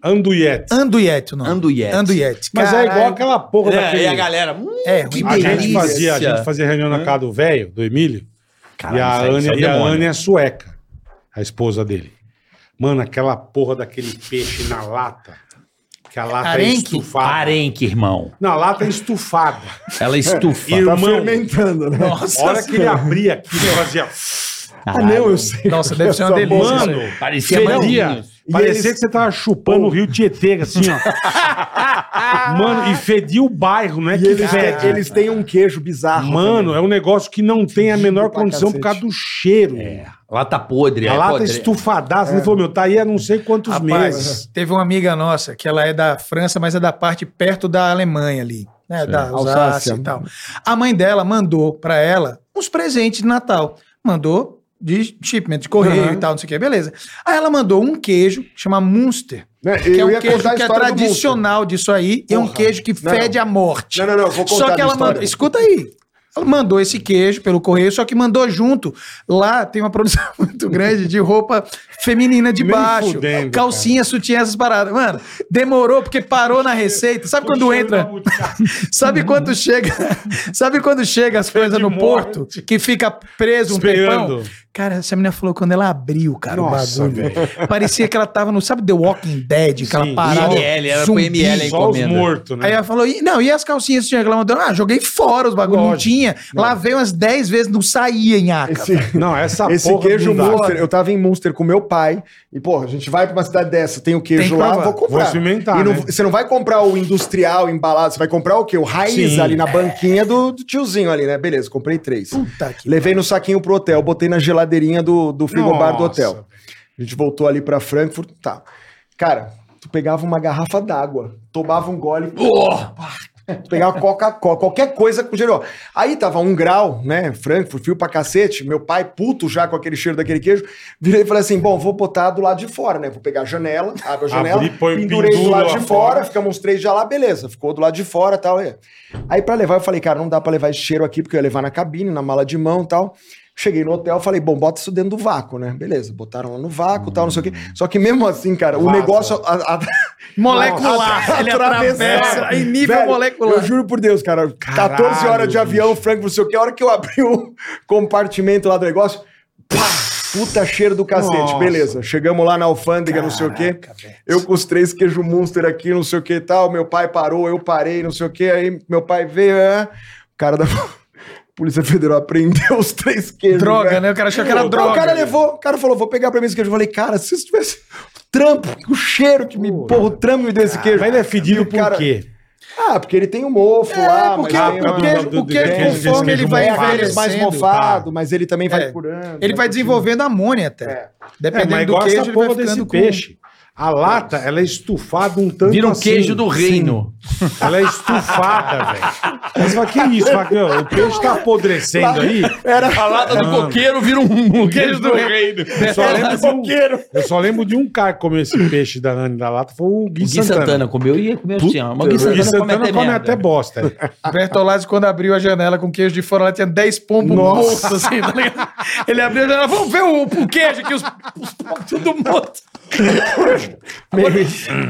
S3: Anduiete.
S1: Anduiete o nome.
S4: Anduiete.
S1: Anduiete.
S3: Mas é igual
S1: Caralho.
S3: aquela porra
S4: É,
S3: daquele...
S4: e a galera, hum,
S1: É, ruim
S4: Que
S1: pra
S3: A gente,
S1: caralho.
S4: delícia.
S3: fazia, a gente fazia reunião na casa do velho, do Emílio,
S4: caralho,
S3: e a,
S4: isso aí-
S3: Anne,
S4: isso é o
S3: e a
S4: demônio.
S3: Anne é sueca, a esposa dele. Mano, aquela porra daquele peixe na lata, que a lata é
S1: Arenque?
S3: estufada.
S4: Parenque, irmão.
S3: Na lata é estufada.
S4: Ela estufa.
S6: Tá
S3: Irmão,
S6: fermentando, né?
S1: Nossa,
S3: a hora que ele abria aqui, ele fazia...
S6: Ah, não, eu sei.
S1: Nossa, deve ser uma
S6: Essa
S1: delícia.
S3: Mano,
S7: tá
S4: Parecia
S3: feria.
S4: manguinhos.
S6: E
S3: Parecia
S6: eles-
S3: que você tava chupando o rio Tietê, assim, ó. Mano, e fedia o bairro, não é
S6: E
S3: que
S6: eles,
S3: fede.
S6: têm, eles têm um queijo bizarro.
S3: Mano, é um negócio que não tem a menor
S6: Pra
S3: condição por causa
S6: cacete.
S3: do cheiro. Tá
S4: Lata podre.
S3: A
S4: é
S3: lata
S4: podre.
S3: estufadaça.
S1: É.
S3: Ele falou, meu, tá aí há não sei quantos
S1: Rapaz,
S3: meses.
S1: teve uma amiga nossa que ela é da França, mas é da parte perto da Alemanha ali, né? Da Alsácia,
S6: Alsácia.
S1: e tal. A mãe dela mandou pra ela uns presentes de Natal. Mandou de shipment, de correio
S6: Aham.
S1: e tal, não sei o que, beleza. Aí ela mandou um queijo, chama Munster,
S6: Né,
S1: que é
S6: eu
S1: um
S6: ia
S1: queijo
S6: contar a
S1: que é
S6: história do
S1: tradicional disso aí, e é um
S6: Porra.
S1: queijo que
S6: Não.
S1: fede a morte.
S6: Não, não, não, eu vou contar
S1: Só que
S6: da
S1: ela
S6: história.
S1: mandou, escuta aí. Ela mandou esse queijo pelo correio, só que mandou junto. Lá tem uma produção muito grande de roupa feminina de
S3: Nem
S1: baixo.
S3: fudendo,
S1: calcinha, sutiã, essas paradas. Mano, demorou porque parou na receita. Sabe quando entra? Sabe quando chega? Sabe quando chega as coisas no
S3: morte.
S1: porto que fica preso um
S3: Esperando.
S1: tempão? Cara, essa menina falou quando ela abriu, cara,
S3: Nossa,
S1: o bagulho. Parecia que ela tava no, sabe, The Walking Dead, aquela
S3: Sim.
S1: parada.
S4: IML, era com
S1: zumbi.
S4: IML, hein?
S3: Só os
S4: é encomenda.
S3: mortos,
S1: Aí
S3: né?
S1: ela falou, e, não, e as calcinhas que tinha reclamando? Ah, joguei fora os bagulhos, não
S3: Lógico.
S1: tinha. Lavei umas 10 vezes, não saía em aca.
S6: Esse,
S3: Não, essa
S6: esse
S3: porra
S6: queijo
S3: não dá.
S6: Munster, eu tava em Munster com meu pai. E, porra, a gente vai pra uma cidade dessa, tem o
S1: Tem
S6: queijo
S1: que
S6: lá,
S1: provar.
S6: vou comprar.
S3: Vou experimentar,
S6: E não-
S3: né?
S6: Você não vai comprar o industrial embalado, você vai comprar o quê? O raiz
S3: Sim.
S6: ali na banquinha do, do tiozinho ali, né? Beleza, comprei três.
S1: Puta que
S6: Levei no saquinho pro hotel, botei na geladeirinha do, do frigobar do
S3: Nossa,
S6: hotel.
S3: velho.
S6: A gente voltou ali pra Frankfurt, tá. Cara, tu pegava uma garrafa d'água, tomava um gole, tu pegava Coca-Cola, qualquer coisa com gerou. Aí tava um grau, né, Frankfurt, frio pra cacete, meu pai puto já com aquele cheiro daquele queijo, virei e falei assim, bom, vou botar do lado de fora, né, vou pegar a janela, abro a janela,
S3: Abri, põe o
S6: pendurei do
S3: pendura
S6: lado
S3: lá
S6: de fora,
S3: fora.
S6: ficamos uns três já lá, beleza, ficou do lado de fora e tal. é. Aí pra levar, eu falei, cara, não dá pra levar esse cheiro aqui, porque eu ia levar na cabine, na mala de mão e tal. Cheguei no hotel, falei, bom, bota isso dentro do vácuo, né? Beleza, botaram lá no vácuo e tal, não sei o quê. Só que mesmo assim, cara, o
S3: Vaza.
S6: negócio... a- a-
S1: Molecular.
S6: Nossa,
S1: ele
S6: atravessou.
S1: atravessa em nível
S6: Velho,
S1: molecular.
S6: Eu juro por Deus, cara. 14 horas de
S3: bicho.
S6: avião, Franco, não sei o que. A hora que eu abri o compartimento lá do negócio, pá, puta cheiro do cacete.
S3: Nossa.
S6: Beleza, chegamos lá na alfândega, não sei o que. Eu com os três queijo monster aqui, não sei o que e tal. Meu pai parou, eu parei, não sei o que. Aí meu pai veio, é. O cara da Polícia Federal apreendeu os três queijos.
S1: Droga,
S6: velho.
S1: né? O cara achou que era
S6: Não,
S1: droga.
S6: O cara levou, o cara falou, vou pegar pra mim esse queijo. Eu falei, cara, se isso tivesse trampo, o cheiro que me, porra, o trampo me deu esse queijo.
S3: Mas ele é fedido
S6: E o
S3: por
S6: cara-
S3: quê?
S6: Ah, porque ele tem um mofo lá,
S1: porque
S6: mas
S3: Ah,
S6: tem um
S3: por
S6: uma-
S3: causa
S1: queijo-
S3: do-
S1: o
S3: do-
S1: queijo,
S3: daquele
S1: conforme
S3: queijo
S1: ele vai
S3: mofado.
S6: é, aqueles mais
S1: envelhecendo. tá.
S6: mofado, mas ele também vai
S1: É.
S6: curando. né,
S1: Ele vai desenvolvendo amônia até.
S6: É.
S3: É,
S1: Dependendo
S3: mas
S1: do
S3: gosta
S1: queijo, ele
S3: porra
S1: vai
S3: desse
S1: ficando com...
S3: peixe. A lata, ela é estufada um tanto
S4: Vira um
S3: assim.
S4: queijo do reino.
S3: Ela é estufada, velho. Mas fala, que isso? Fala, meu, o peixe tá apodrecendo aí.
S7: A lata do coqueiro vira um Ah. queijo do reino.
S3: Eu
S1: É,
S3: só, lembro de um, eu só lembro de um cara que comeu esse peixe da Nani da lata, foi o Gui,
S4: O Gui Santana. comeu e comeu assim, ó. Mas o Gui
S3: O
S4: Santana,
S3: Gui Santana
S4: come até,
S3: come
S4: merda.
S3: até bosta.
S1: Bertolazzi, quando abriu a janela com queijo de fora, ela tinha 10 pombos mortos, assim, tá ligado? Ele abriu a janela, vamos ver o, o queijo aqui, os, os pombos tudo morto.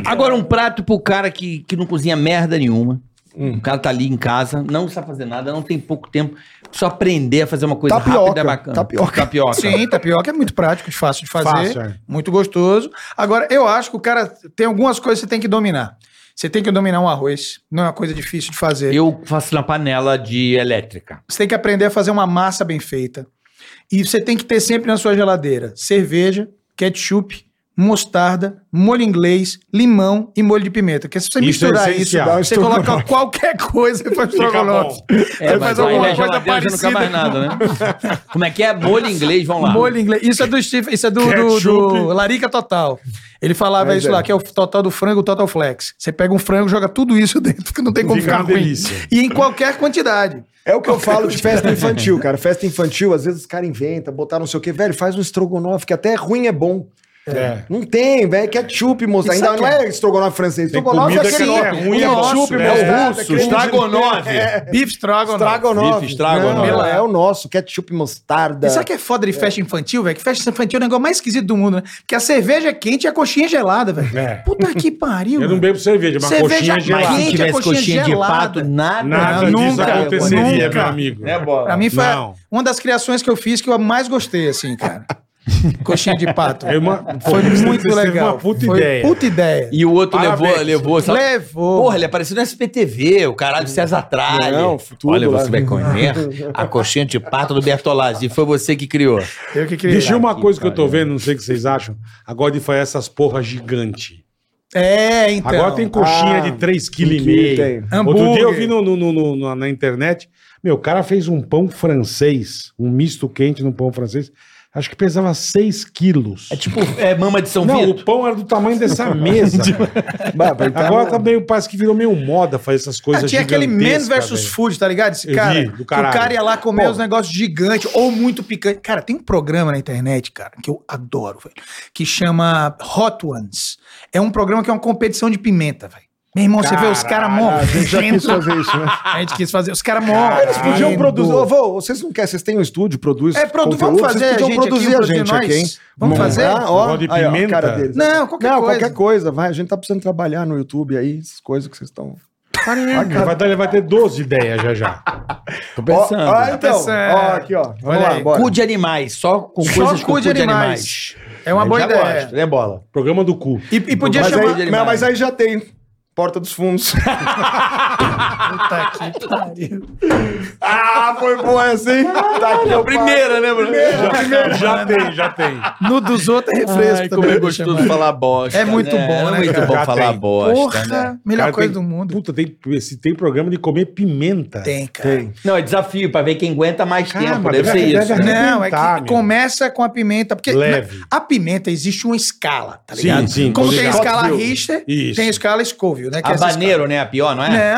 S4: Agora, um prato pro cara que, que não cozinha merda nenhuma. O cara tá ali em casa, não sabe fazer nada, não tem pouco tempo. Só aprender a fazer uma coisa
S6: Tapioca,
S4: rápida é bacana.
S6: tapioca.
S4: Tapioca.
S1: Sim, tapioca é muito prático, fácil de fazer,
S3: Fácil, é.
S1: muito gostoso. Agora, eu acho que o cara tem algumas coisas que você tem que dominar. Você tem que dominar um arroz, não é uma coisa difícil de fazer.
S4: Eu faço na panela de elétrica.
S1: Você tem que aprender a fazer uma massa bem feita. E você tem que ter sempre na sua geladeira cerveja, ketchup, mostarda, molho inglês, limão e molho de pimenta. Porque se você
S3: Isso é
S1: misturar isso,
S3: essencial.
S1: você coloca qualquer coisa e faz estrogonofe.
S4: É, mas
S1: Aí faz
S4: aí
S1: alguma
S4: na
S1: coisa
S4: geladeira já não quer mais nada, né? Como é que é? Molho inglês, vamos lá.
S1: Molho inglês. Isso é do Steve, isso é do, do, do Larica Total. Ele falava
S6: Mas
S1: isso
S6: é.
S1: lá, que é o total do frango, o total flex. Você pega um frango, joga tudo isso dentro, que não tem como
S3: Fica
S1: ficar
S3: uma
S1: ruim.
S3: delícia.
S1: E em qualquer quantidade.
S6: É o que eu falo de festa infantil, cara. Festa infantil, às vezes os caras inventam, botar não sei o quê. Velho, faz um estrogonofe, que até ruim é bom.
S3: É.
S6: Não tem, velho. Ketchup, mostarda.
S1: Isso
S6: Ainda
S1: aqui
S6: não
S1: é-
S6: é estrogonofe francês.
S3: Tem
S6: Estrogonofe é
S3: comida que
S6: aquele...
S3: não é ruim, é
S6: nosso,
S3: bom, né?
S6: mostarda,
S3: É
S7: russo,
S6: creme de-
S7: estrogonofe.
S6: É,
S1: Bife estrogonofe.
S6: Estrogonofe.
S7: Bife, estrogonofe.
S3: né?
S6: Não, é o nosso. Ketchup, mostarda.
S1: Isso aqui é foda de festa infantil, velho. Que festa infantil é o negócio mais esquisito do mundo, né? Porque a cerveja é quente e a coxinha é gelada, velho.
S3: É.
S1: Puta que pariu.
S3: Eu não bebo cerveja, mas
S1: Cerveja
S3: coxinha
S1: quente.
S3: gelada.
S4: Mas se
S1: Gente, a
S4: tivesse
S1: coxinha
S4: coxinha de
S1: gelada.
S4: pato, nada,
S3: Nada disso
S1: nunca,
S3: aconteceria,
S1: nunca.
S3: meu amigo.
S7: Né, bola?
S1: Pra mim foi a-
S3: Não.
S1: uma das criações que eu fiz que eu mais gostei, assim, cara. coxinha de pato.
S3: É uma- pô,
S1: Foi
S3: você
S1: muito
S3: teve
S1: legal.
S3: uma puta
S1: Foi
S3: ideia.
S1: Puta ideia.
S4: E o outro levou,
S3: Parabéns.
S4: levou, sabe?
S1: Levou.
S4: Porra, ele apareceu no SPTV, o caralho do César Tralli.
S6: Não, tudo
S4: Olha,
S6: lá.
S4: você vai conhecer a coxinha de pato do Bertolazzi. Foi você que criou.
S1: Eu que criei.
S3: Deixa uma coisa que eu tô vendo, não sei o que vocês acham. Agora de fazer essas porras gigante.
S1: É, então.
S3: Agora tem coxinha
S6: Ah,
S3: de 3,5 kg.
S6: um quilo tem.
S1: Hambúrguer.
S3: Outro dia eu vi no- no- no- no- na, na internet, meu, o cara fez um pão francês, um misto quente no pão francês, acho que pesava 6 quilos.
S4: É tipo, é mama de São
S3: Não,
S4: Vito.
S3: o pão era do tamanho dessa mesa.
S6: Bah, vai tá-
S3: Agora tá meio, parece que virou meio moda fazer essas
S1: Ah,
S3: coisas
S1: tinha aquele
S3: gigantescas,
S1: Man versus
S3: velho.
S1: Food, tá ligado? Esse
S3: Eu
S1: cara.
S3: vi, do
S1: que o
S3: caralho.
S1: cara ia lá comer
S3: Pô.
S1: os negócios gigantes ou muito picante. Cara, tem um programa na internet, cara, que eu adoro, velho, que chama Hot Ones. É um programa que é uma competição de pimenta, velho. Meu irmão, você vê os caras
S3: Caralho,
S6: Ah, a gente já quis
S1: morrendo.
S6: fazer isso, né?
S1: A gente quis fazer. Os caras morrem.
S6: Eles podiam produzir. Ô, vô, vocês não querem, vocês têm um estúdio, produz.
S1: É, produ- vamos
S6: conteúdo,
S1: fazer a
S6: Vocês podiam
S1: gente
S6: produzir
S1: aqui,
S6: a
S1: produzir
S6: gente
S1: nós.
S6: aqui, hein?
S1: Vamos fazer?
S6: Ó,
S3: Negócio de
S6: aí, ó, a
S3: pimenta.
S6: cara deles.
S1: Não, qualquer
S6: Não,
S1: coisa.
S6: qualquer coisa. Vai, a gente tá precisando trabalhar no YouTube aí, essas coisas que vocês estão.
S3: Vai, dar- vai ter 12 ideias já já.
S4: Tô
S6: Ó,
S4: pensando.
S6: ó, então.
S1: Pensando.
S6: Ó, aqui, ó. Vamos
S1: Olha
S6: lá,
S1: aí.
S6: bora.
S4: Cu de animais, só com
S1: Só
S4: coisas
S1: cu
S4: com cu
S1: de
S4: de
S1: animais.
S4: animais.
S1: É uma
S4: Eu
S1: boa
S4: já
S1: ideia.
S4: gosto, né, bola?
S3: Programa do cu.
S1: E, e podia
S6: mas,
S1: chamar.
S6: aí, mas aí já tem. Porta dos Fundos.
S1: Puta que pariu.
S6: ah, foi boa essa, hein? Tá aqui, ó,
S7: Primeira, né, Bruno?
S3: Já tem, já tem.
S1: No dos outros é refresco.
S7: Ai, como é
S1: né,
S7: gostoso
S1: bicho, mano?
S7: falar bosta.
S1: É muito bom, né,
S7: É muito
S1: cara?
S7: bom
S3: Já
S7: falar
S3: tem.
S4: Ah,
S7: bosta. né?
S1: Porra, melhor
S3: Cara,
S1: coisa
S3: tem-
S1: do mundo.
S3: Puta, tem, se tem programa de comer pimenta.
S1: Tem, cara.
S4: Não, é desafio pra ver quem aguenta mais
S3: Cara,
S4: tempo.
S3: mas
S4: Deve
S3: deve-
S4: ser
S3: deve-
S4: isso. né?
S3: deve-
S1: Não, é
S3: Arrebentar,
S1: que
S3: meu.
S1: começa com a pimenta, porque
S3: Leve.
S1: na- a pimenta existe uma escala, tá
S3: Sim,
S1: ligado?
S3: sim,
S1: Como
S3: tô
S1: tem a
S3: ligado.
S1: escala
S3: Scoville.
S1: Richter,
S3: Isso.
S1: tem a escala Scoville, né? que é essa
S4: Habaneiro, né? A pior, não é?
S1: escala-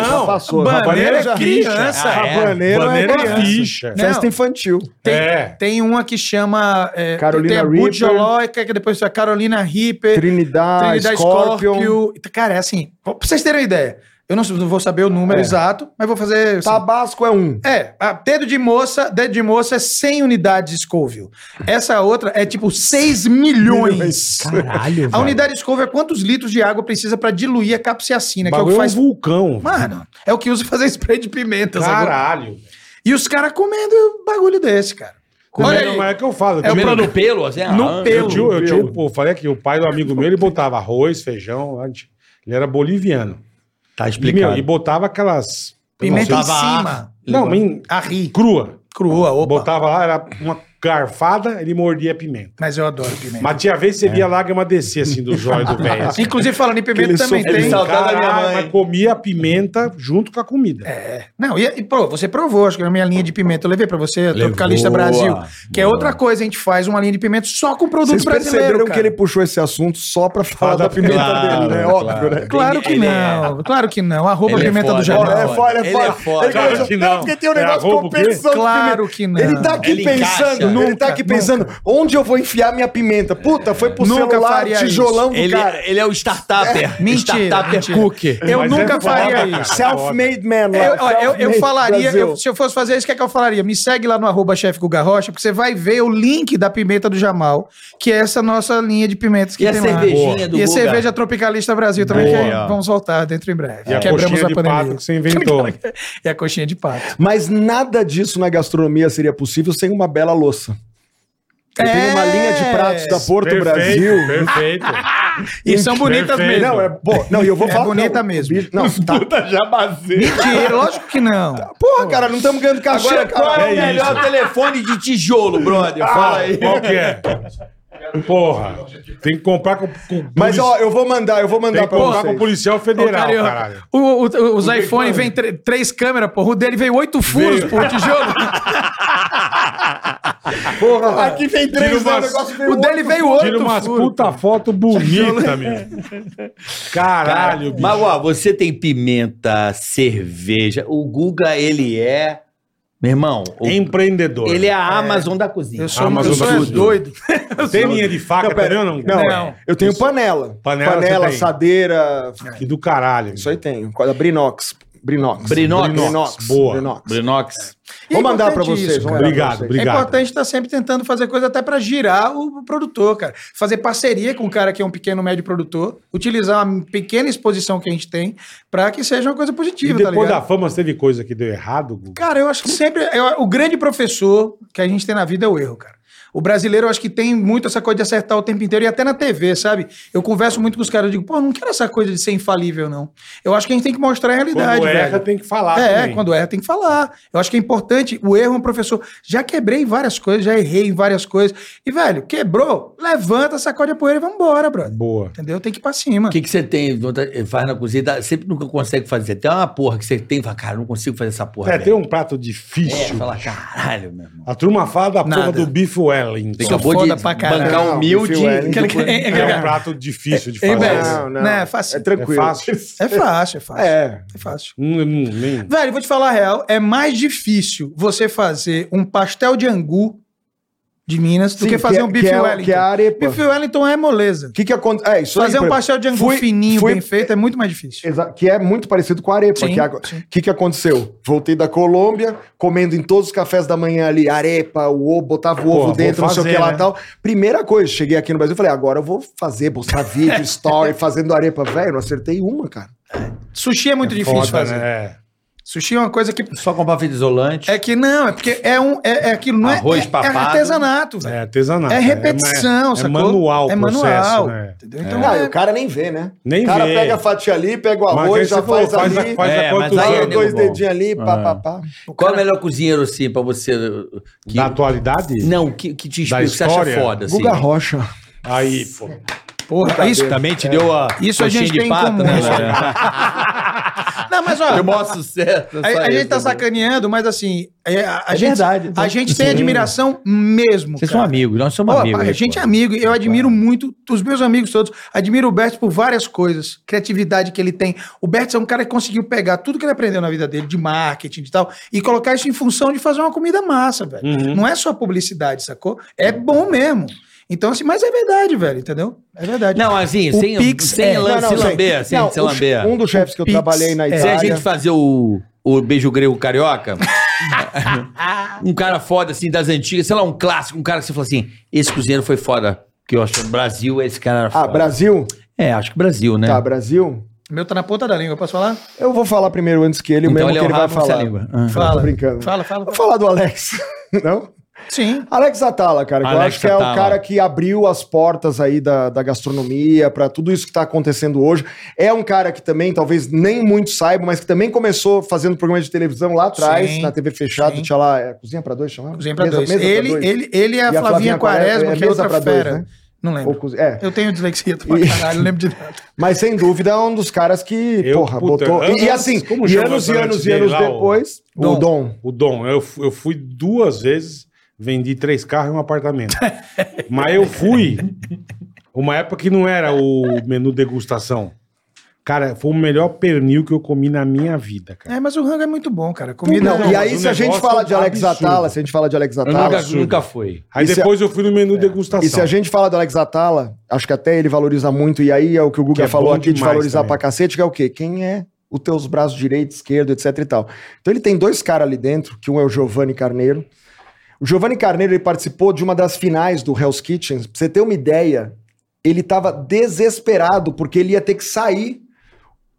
S1: Não,
S3: Não,
S6: passou.
S1: Habaneiro
S3: Habaneiro
S1: é
S3: já-
S1: criança.
S4: Ah, é?
S3: Habaneiro
S6: Habaneiro é
S3: é ficha.
S1: Não.
S6: Festa infantil.
S1: Tem,
S3: É.
S1: tem uma que chama. É,
S6: Carolina
S1: tem a
S6: Reaper.
S1: Budjolóica, que depois foi a Carolina Reaper.
S6: Trinidad,
S1: Trinidad
S6: Ah, Scorpion.
S1: Scorpio. Cara, é assim, pra vocês terem uma ideia. Eu não, não vou saber o número exato, mas vou fazer. assim.
S6: Tabasco é um.
S1: É, a dedo de moça, dedo de moça é 100 unidades de Scoville. Essa outra é tipo 6 milhões.
S3: Caralho,
S1: A unidade de Scoville é quantos litros de água precisa pra diluir a capsaicina, que é o que faz.
S3: um vulcão.
S1: Mano, é o que usa fazer spray de pimentas agora.
S3: Caralho.
S1: E os caras comendo um bagulho desse, cara. Olha
S3: Comendo,
S1: aí.
S3: mas é que eu falo.
S1: É o
S3: comendo-
S4: Comendo no pelo, assim? ah,
S1: No
S3: eu, tinha, eu,
S1: pelo.
S3: tinha um- pô, falei aqui, o pai do amigo meu, ele botava arroz, feijão, a gente- ele era boliviano.
S4: Tá
S3: E, meu,
S4: explicado.
S3: e botava aquelas...
S1: Pimenta em
S4: Botava a-
S1: cima.
S3: Não, mas
S1: A ri.
S3: crua.
S1: Crua, opa.
S3: Botava lá, era uma garfada, ele mordia a pimenta.
S1: Mas eu adoro pimenta.
S3: Mas tinha vez que você via a lágrima descer, assim, dos olhos do velho. assim.
S1: Inclusive, falando em pimenta,
S6: Aquele
S1: também
S6: sofrimento.
S1: tem.
S4: Ele saudade da minha
S3: Caralho,
S4: mãe.
S3: mas comia a pimenta junto com a comida.
S1: Não, e, e, pô, você provou, acho que na minha linha de pimenta eu levei pra você, a Tropicalista Brasil,
S4: ah,
S1: que é outra coisa, a gente faz uma linha de pimenta só com produto
S6: Vocês
S1: brasileiro,
S6: perceberam
S1: cara.
S6: que ele puxou esse assunto só pra falar
S3: Fala
S6: da
S3: da
S6: pimenta
S4: Claro,
S6: dele, né?
S4: claro.
S6: Óbvio, né?
S1: Claro que
S4: Ele é.
S1: não, claro que não, arroba
S4: Ele é
S1: pimenta
S4: foda,
S1: do
S4: ele é
S1: Janel.
S6: Olha, é foda, é
S4: Ele
S6: foda.
S4: é foda.
S6: Ele começou-
S3: Claro que não.
S6: porque tem um
S3: É
S6: negócio de
S3: arroba o quê?
S6: competição de
S1: Claro
S6: pimenta.
S1: que não.
S6: Ele tá aqui
S4: Ele
S6: pensando,
S4: encaixa.
S6: ele tá aqui
S1: Nunca,
S6: pensando, onde eu vou enfiar minha pimenta? Puta, foi pro
S1: Nunca
S6: celular,
S1: faria
S6: tijolão do
S4: Ele,
S6: cara.
S4: ele é o é startupper.
S1: Mentira,
S4: Startupper
S1: mentira.
S4: cooker.
S1: Eu
S3: Mas
S1: nunca
S3: é foda,
S1: faria
S3: cara.
S1: isso.
S6: Self-made man. lá,
S1: Eu, ó, eu, eu
S6: self-made
S1: falaria,
S6: Brasil.
S1: eu- se eu fosse fazer isso, o que é que eu falaria? Me segue lá no arroba chefe Guga Rocha, porque você vai ver o link da pimenta do Jamal, que é essa nossa linha de pimentas que
S4: E a
S1: tem lá.
S4: cervejinha do
S1: E
S4: Guga?
S1: a cerveja Tropicalista Brasil também,
S3: Boa.
S1: que é- vamos voltar dentro em breve.
S3: E a coxinha de pato que você inventou.
S1: e a coxinha de pato.
S6: Mas nada disso na gastronomia seria possível sem uma bela louça. Eu tenho uma
S1: É.
S6: linha de pratos da Porto Brasil.
S3: Perfeito.
S1: E são bonitas
S3: Perfeito.
S1: mesmo.
S6: Não, é bom. Não, e eu vou
S1: É
S6: falar.
S1: bonita
S6: não,
S1: mesmo.
S6: bicho, Não, tá.
S1: Mentira, lógico que não.
S3: Tá
S6: Porra, cara, não estamos ganhando cachê,
S4: Agora, qual
S6: cara.
S4: é,
S6: Ah,
S4: o
S3: É
S4: melhor
S3: isso.
S4: telefone de tijolo, brother? Fala aí.
S3: Qual que é? Porra. Tem que comprar com, com
S6: Mas, ó, eu vou mandar, eu vou
S3: tem
S6: mandar
S3: que
S6: pra
S3: comprar
S6: vocês.
S3: com o policial
S1: Ô,
S3: federal,
S1: Carioca,
S3: caralho.
S1: o, o- os iPhone vem tre- três câmeras, porra. O dele veio oito furos, por tijolo.
S6: Porra, aqui vem três,
S3: Tira
S6: né, o
S3: umas-
S6: negócio veio
S1: O dele veio oito
S3: Tira umas
S1: furos.
S3: puta foto
S1: um-
S3: bonita, meu. Caralho, bicho.
S4: Mas, ó, você tem pimenta, cerveja. O Guga, ele é. Meu irmão, o-
S3: Empreendedor.
S4: ele é a Amazon da cozinha.
S1: Eu sou,
S3: Ah, mas
S1: eu
S3: um
S1: sou é
S3: absurdo.
S1: doido.
S3: Tem linha de faca
S6: Não, pera,
S3: também ou não?
S6: Não,
S1: Não. é.
S6: eu tenho panela.
S3: Panela
S6: Panela,
S3: você tem? É.
S6: assadeira.
S3: Que do caralho.
S6: Isso aí tenho. Qual é? Brinox. Brinox.
S4: Brinox?
S6: Brinox.
S3: Boa.
S6: Brinox.
S4: Brinox.
S1: E
S6: Vou
S1: é
S6: mandar pra
S1: importante
S6: vocês.
S1: isso,
S6: vou
S1: cara.
S6: mandar pra
S3: Obrigado,
S6: vocês.
S3: obrigado.
S1: É importante estar sempre tentando fazer coisa até para girar o produtor, cara. Fazer parceria com o cara que é um pequeno médio produtor, utilizar uma pequena exposição que a gente tem para que seja uma coisa
S3: E
S1: positiva, tá
S3: depois
S1: ligado?
S3: da fama, você teve coisa que deu errado, Guga?
S1: Cara, eu acho que sempre. eu- o grande professor que a gente tem na vida é o erro, cara. O brasileiro, eu acho que tem muito essa coisa de acertar o tempo inteiro e até na TV, sabe? Eu converso muito com os caras, eu digo, pô, eu não quero essa coisa de ser infalível, não. Eu acho que a gente tem que mostrar a realidade.
S3: Quando erra,
S1: velho.
S3: tem que falar
S1: É,
S3: também.
S1: quando erra tem que falar. Eu acho que é importante. O erro é um professor. Já quebrei várias coisas, já errei em várias coisas. E, velho, quebrou, levanta, sacode a poeira e vambora, brother.
S3: Boa.
S1: Entendeu? Tem que ir pra cima.
S4: O que, que você tem, vontade- eh, faz na cozinha? Dá- Sempre nunca consegue fazer. Tem uma porra que você tem, fala, cara, eu não consigo fazer essa porra.
S3: É,
S4: velho.
S3: tem um prato
S4: É,
S3: difícil.
S4: fala, caralho, meu irmão.
S3: A turma fala da porra
S1: Nada.
S3: do bife Wellington.
S1: Sou
S4: Acabou
S1: foda
S4: de
S1: pra caralho.
S4: bancar
S6: Não,
S4: humilde.
S6: Bill Wellington.
S1: Aquele que-
S4: É,
S1: é,
S3: É um prato difícil de
S1: Hein, Bex?
S3: fazer.
S6: Não, não.
S1: Né, É fácil.
S6: É tranquilo.
S3: É fácil.
S1: É fácil, é fácil.
S6: É.
S1: É fácil.
S3: Hum, hum, nem-
S1: Velho, vou te falar a real. É mais difícil você fazer um pastel de angu de Minas do
S6: Sim,
S1: que fazer
S6: é-
S1: um bife
S6: que é-
S1: Wellington.
S6: Que é a arepa.
S1: Bife Wellington é moleza.
S6: O que que acontece? É, isso aí,
S1: fazer
S6: por
S1: um
S6: exemplo.
S1: pastel de angu
S6: Fui-
S1: fininho,
S6: fui-
S1: bem feito, é muito mais difícil.
S6: Exa- que é muito parecido com a arepa.
S1: Sim,
S6: que a- O
S1: sim.
S6: que, que aconteceu? Voltei da Colômbia, comendo em todos os cafés da manhã ali, arepa, o ovo, botava o
S3: Pô,
S6: ovo
S3: vou
S6: dentro, não sei o
S3: fazer,
S6: que lá
S3: né?
S6: e tal. Primeira coisa, cheguei aqui no Brasil e falei, agora eu vou fazer, postar vídeo, story, fazendo arepa. Velho, não acertei uma, cara.
S1: Sushi é muito difícil
S3: Foda,
S1: fazer.
S3: né? É.
S1: Sushi é uma coisa que.
S4: Só comprar fita isolante.
S1: É que não, é porque é um. É, é aquilo, não é-
S4: Arroz
S1: é.
S4: papado.
S1: É artesanato, velho.
S3: É artesanato.
S1: É repetição,
S3: é,
S1: sacou?
S3: manual
S1: É
S3: o processo,
S1: manual.
S3: né?
S1: Entendeu? Então,
S6: Ah,
S1: é-
S6: e o cara nem vê, né?
S3: Nem
S6: o cara
S3: vê.
S6: pega a fatia ali, pega o
S3: Mas aí
S6: arroz,
S3: você
S6: já
S3: falou,
S6: faz,
S3: faz,
S6: ali,
S3: a- faz
S4: É,
S3: a quantos
S4: mas aí
S6: dá
S4: é
S3: anos?
S4: nego
S6: dois
S4: bom.
S6: dedinhos ali, pá, pá, pá.
S7: Qual é o melhor cozinheiro, assim, pra você...
S4: eh,
S7: Que,
S3: Da atualidade?
S7: não, que, que te inspira,
S3: Da
S7: que você acha
S3: história?
S7: foda, assim.
S6: Guga Rocha.
S3: Aí, pô.
S1: porra, é isso.
S4: Também te deu a
S1: Isso a
S4: coxinha
S1: gente
S4: de
S1: tem em
S4: pato,
S1: comum,
S4: né?
S1: isso. Não, mas ó.
S7: Eu mostro certo.
S1: A, a gente tá sacaneando, mas assim, é, né? a, a gente,
S4: verdade.
S1: a gente tem admiração mesmo.
S4: Vocês são
S1: cara.
S4: amigos, nós somos
S1: Pô,
S4: amigos.
S1: pai,
S4: né,
S1: a gente
S4: pô?
S1: é amigo, eu admiro muito os meus amigos todos. Admiro o Bert por várias coisas, criatividade que ele tem. O Bert é um cara que conseguiu pegar tudo que ele aprendeu na vida dele, de marketing e tal, e colocar isso em função de fazer uma comida massa, velho.
S6: Uhum.
S1: Não é só publicidade, sacou? É bom mesmo. Então, assim, mas é verdade, velho, entendeu? É verdade.
S7: Não, assim,
S1: O
S7: sem,
S1: Pix
S7: sem
S1: é-
S7: lan-
S1: Não,
S7: se
S6: sei.
S7: lamber,
S4: assim,
S7: sem
S6: Não,
S7: se
S6: o-
S7: lamber.
S6: Um dos chefes que eu
S1: Pix,
S6: trabalhei na
S1: é.
S7: Se a
S6: Itália.
S7: gente fazer o, o beijo grego carioca, um cara foda, assim, das antigas, sei lá, um clássico, um cara que você falou assim, esse cozinheiro foi foda. Que eu acho Brasil, esse cara era
S6: Ah,
S7: foda.
S6: Brasil?
S7: É, acho que Brasil, né?
S6: Tá, Brasil.
S1: O meu tá na ponta da língua, posso falar?
S6: Eu vou falar primeiro antes que ele, o
S7: Então
S6: mesmo que
S7: ele é o
S6: ele vai
S7: rabo da
S6: falar.
S7: língua. Ah.
S6: Não, tô
S1: Fala.
S6: brincando.
S1: Fala, fala.
S6: Vou falar do Alex, não?
S1: Sim.
S6: Alex Atala, cara, que eu
S4: Alex
S6: acho que é
S4: Atala.
S6: o cara que abriu as portas aí da, da gastronomia pra tudo isso que tá acontecendo hoje. É um cara que também, talvez nem muito saiba, mas que também começou fazendo programa de televisão lá atrás,
S1: Sim,
S6: na TV fechada,
S1: sim.
S6: tinha lá, é, Cozinha pra Dois, chamava?
S1: Cozinha pra
S6: Mesa-
S1: dois.
S6: Mesa pra
S1: ele,
S6: Dois.
S1: ele, ele é a
S6: E
S1: Flavinha, Quaresma, que é
S6: Mesa
S1: outra
S6: pra dois,
S1: fera.
S6: né?
S1: Não
S6: Ou
S1: lembro.
S6: cozi- É.
S1: Eu tenho um dislexia pra
S6: E-
S1: caralho, não lembro de nada.
S6: Mas sem dúvida é um dos caras que,
S3: Eu,
S6: porra,
S3: puta,
S6: botou.
S3: anos-
S6: E, e assim,
S3: como
S6: e
S3: chama o
S6: anos e
S3: restaurante
S6: anos e
S3: dele
S6: anos
S3: lá, o-
S6: depois, o
S1: Dom.
S6: Dom.
S3: O Dom, eu, fu- eu fui duas vezes, vendi três carros e um apartamento. Mas eu fui uma época que não era o menu degustação. Cara, foi o melhor pernil que eu comi na minha vida, cara.
S1: É, mas o rango é muito bom, cara. Comida.
S6: Não,
S3: não,
S6: Então, e
S3: mas
S6: aí,
S3: o
S6: se a gente
S3: negócio é um
S6: fala de Alex
S3: absurdo.
S6: Atala, se a gente fala de Alex
S7: Eu
S6: Atala.
S1: tá
S7: nunca,
S3: absurdo.
S7: nunca foi.
S3: Aí
S6: Isso é-
S3: depois eu fui no menu degustação.
S6: E se a gente fala do Alex Atala, acho que até ele valoriza muito, e aí é o que o
S3: Que
S6: Guga
S3: é
S6: falou
S3: bom
S6: aqui de
S3: demais
S6: valorizar
S3: também.
S6: pra cacete, que é o quê? Quem é os teus braços direito, esquerdo, etc e tal. Então ele tem dois caras ali dentro, que um é o Giovanni Carneiro. O Giovanni Carneiro, ele participou de uma das finais do Hell's Kitchen. Pra você ter uma ideia, ele tava desesperado, porque ele ia ter que sair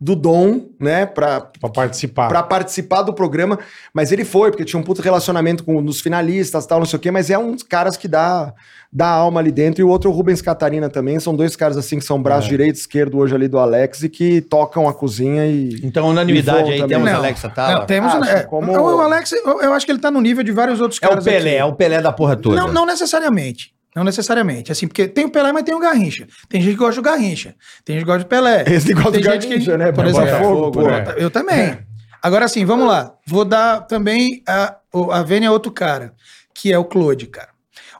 S6: do Dom, né, pra,
S3: Pra participar.
S6: Pra participar do programa, mas ele foi, porque tinha um puto relacionamento com um dos finalistas, tal, não sei o quê, mas é um dos caras que dá, dá alma ali dentro, e o outro é o Rubens Catarina também, são dois caras assim que são braço direito e esquerdo hoje ali do Alex e que tocam a cozinha e...
S4: Então, unanimidade
S6: E
S4: aí,
S6: vou
S4: temos
S1: também.
S4: Alex
S1: Não,
S4: Atala.
S1: temos.
S6: Ah, Acho
S1: é,
S6: como-
S1: O Alex, eu, eu acho que ele tá no nível de vários outros
S4: É o
S1: caras.
S4: Pelé,
S1: aqui.
S4: é o Pelé da porra toda.
S1: Não, não necessariamente. Não necessariamente. Assim, porque tem o Pelé, mas tem o Garrincha. Tem gente que gosta do Garrincha. Tem gente que gosta do Pelé.
S6: Esse negócio
S1: tem
S6: do
S1: gente
S6: Garrincha,
S1: que,
S6: né?
S1: Por
S6: É
S1: exemplo, né?
S6: Botafogo, É.
S1: pô,
S6: pô.
S1: Bota- eu também. Agora sim, vamos lá. Vou dar também a, o- a Vênia a outro cara, que é o Claude, cara.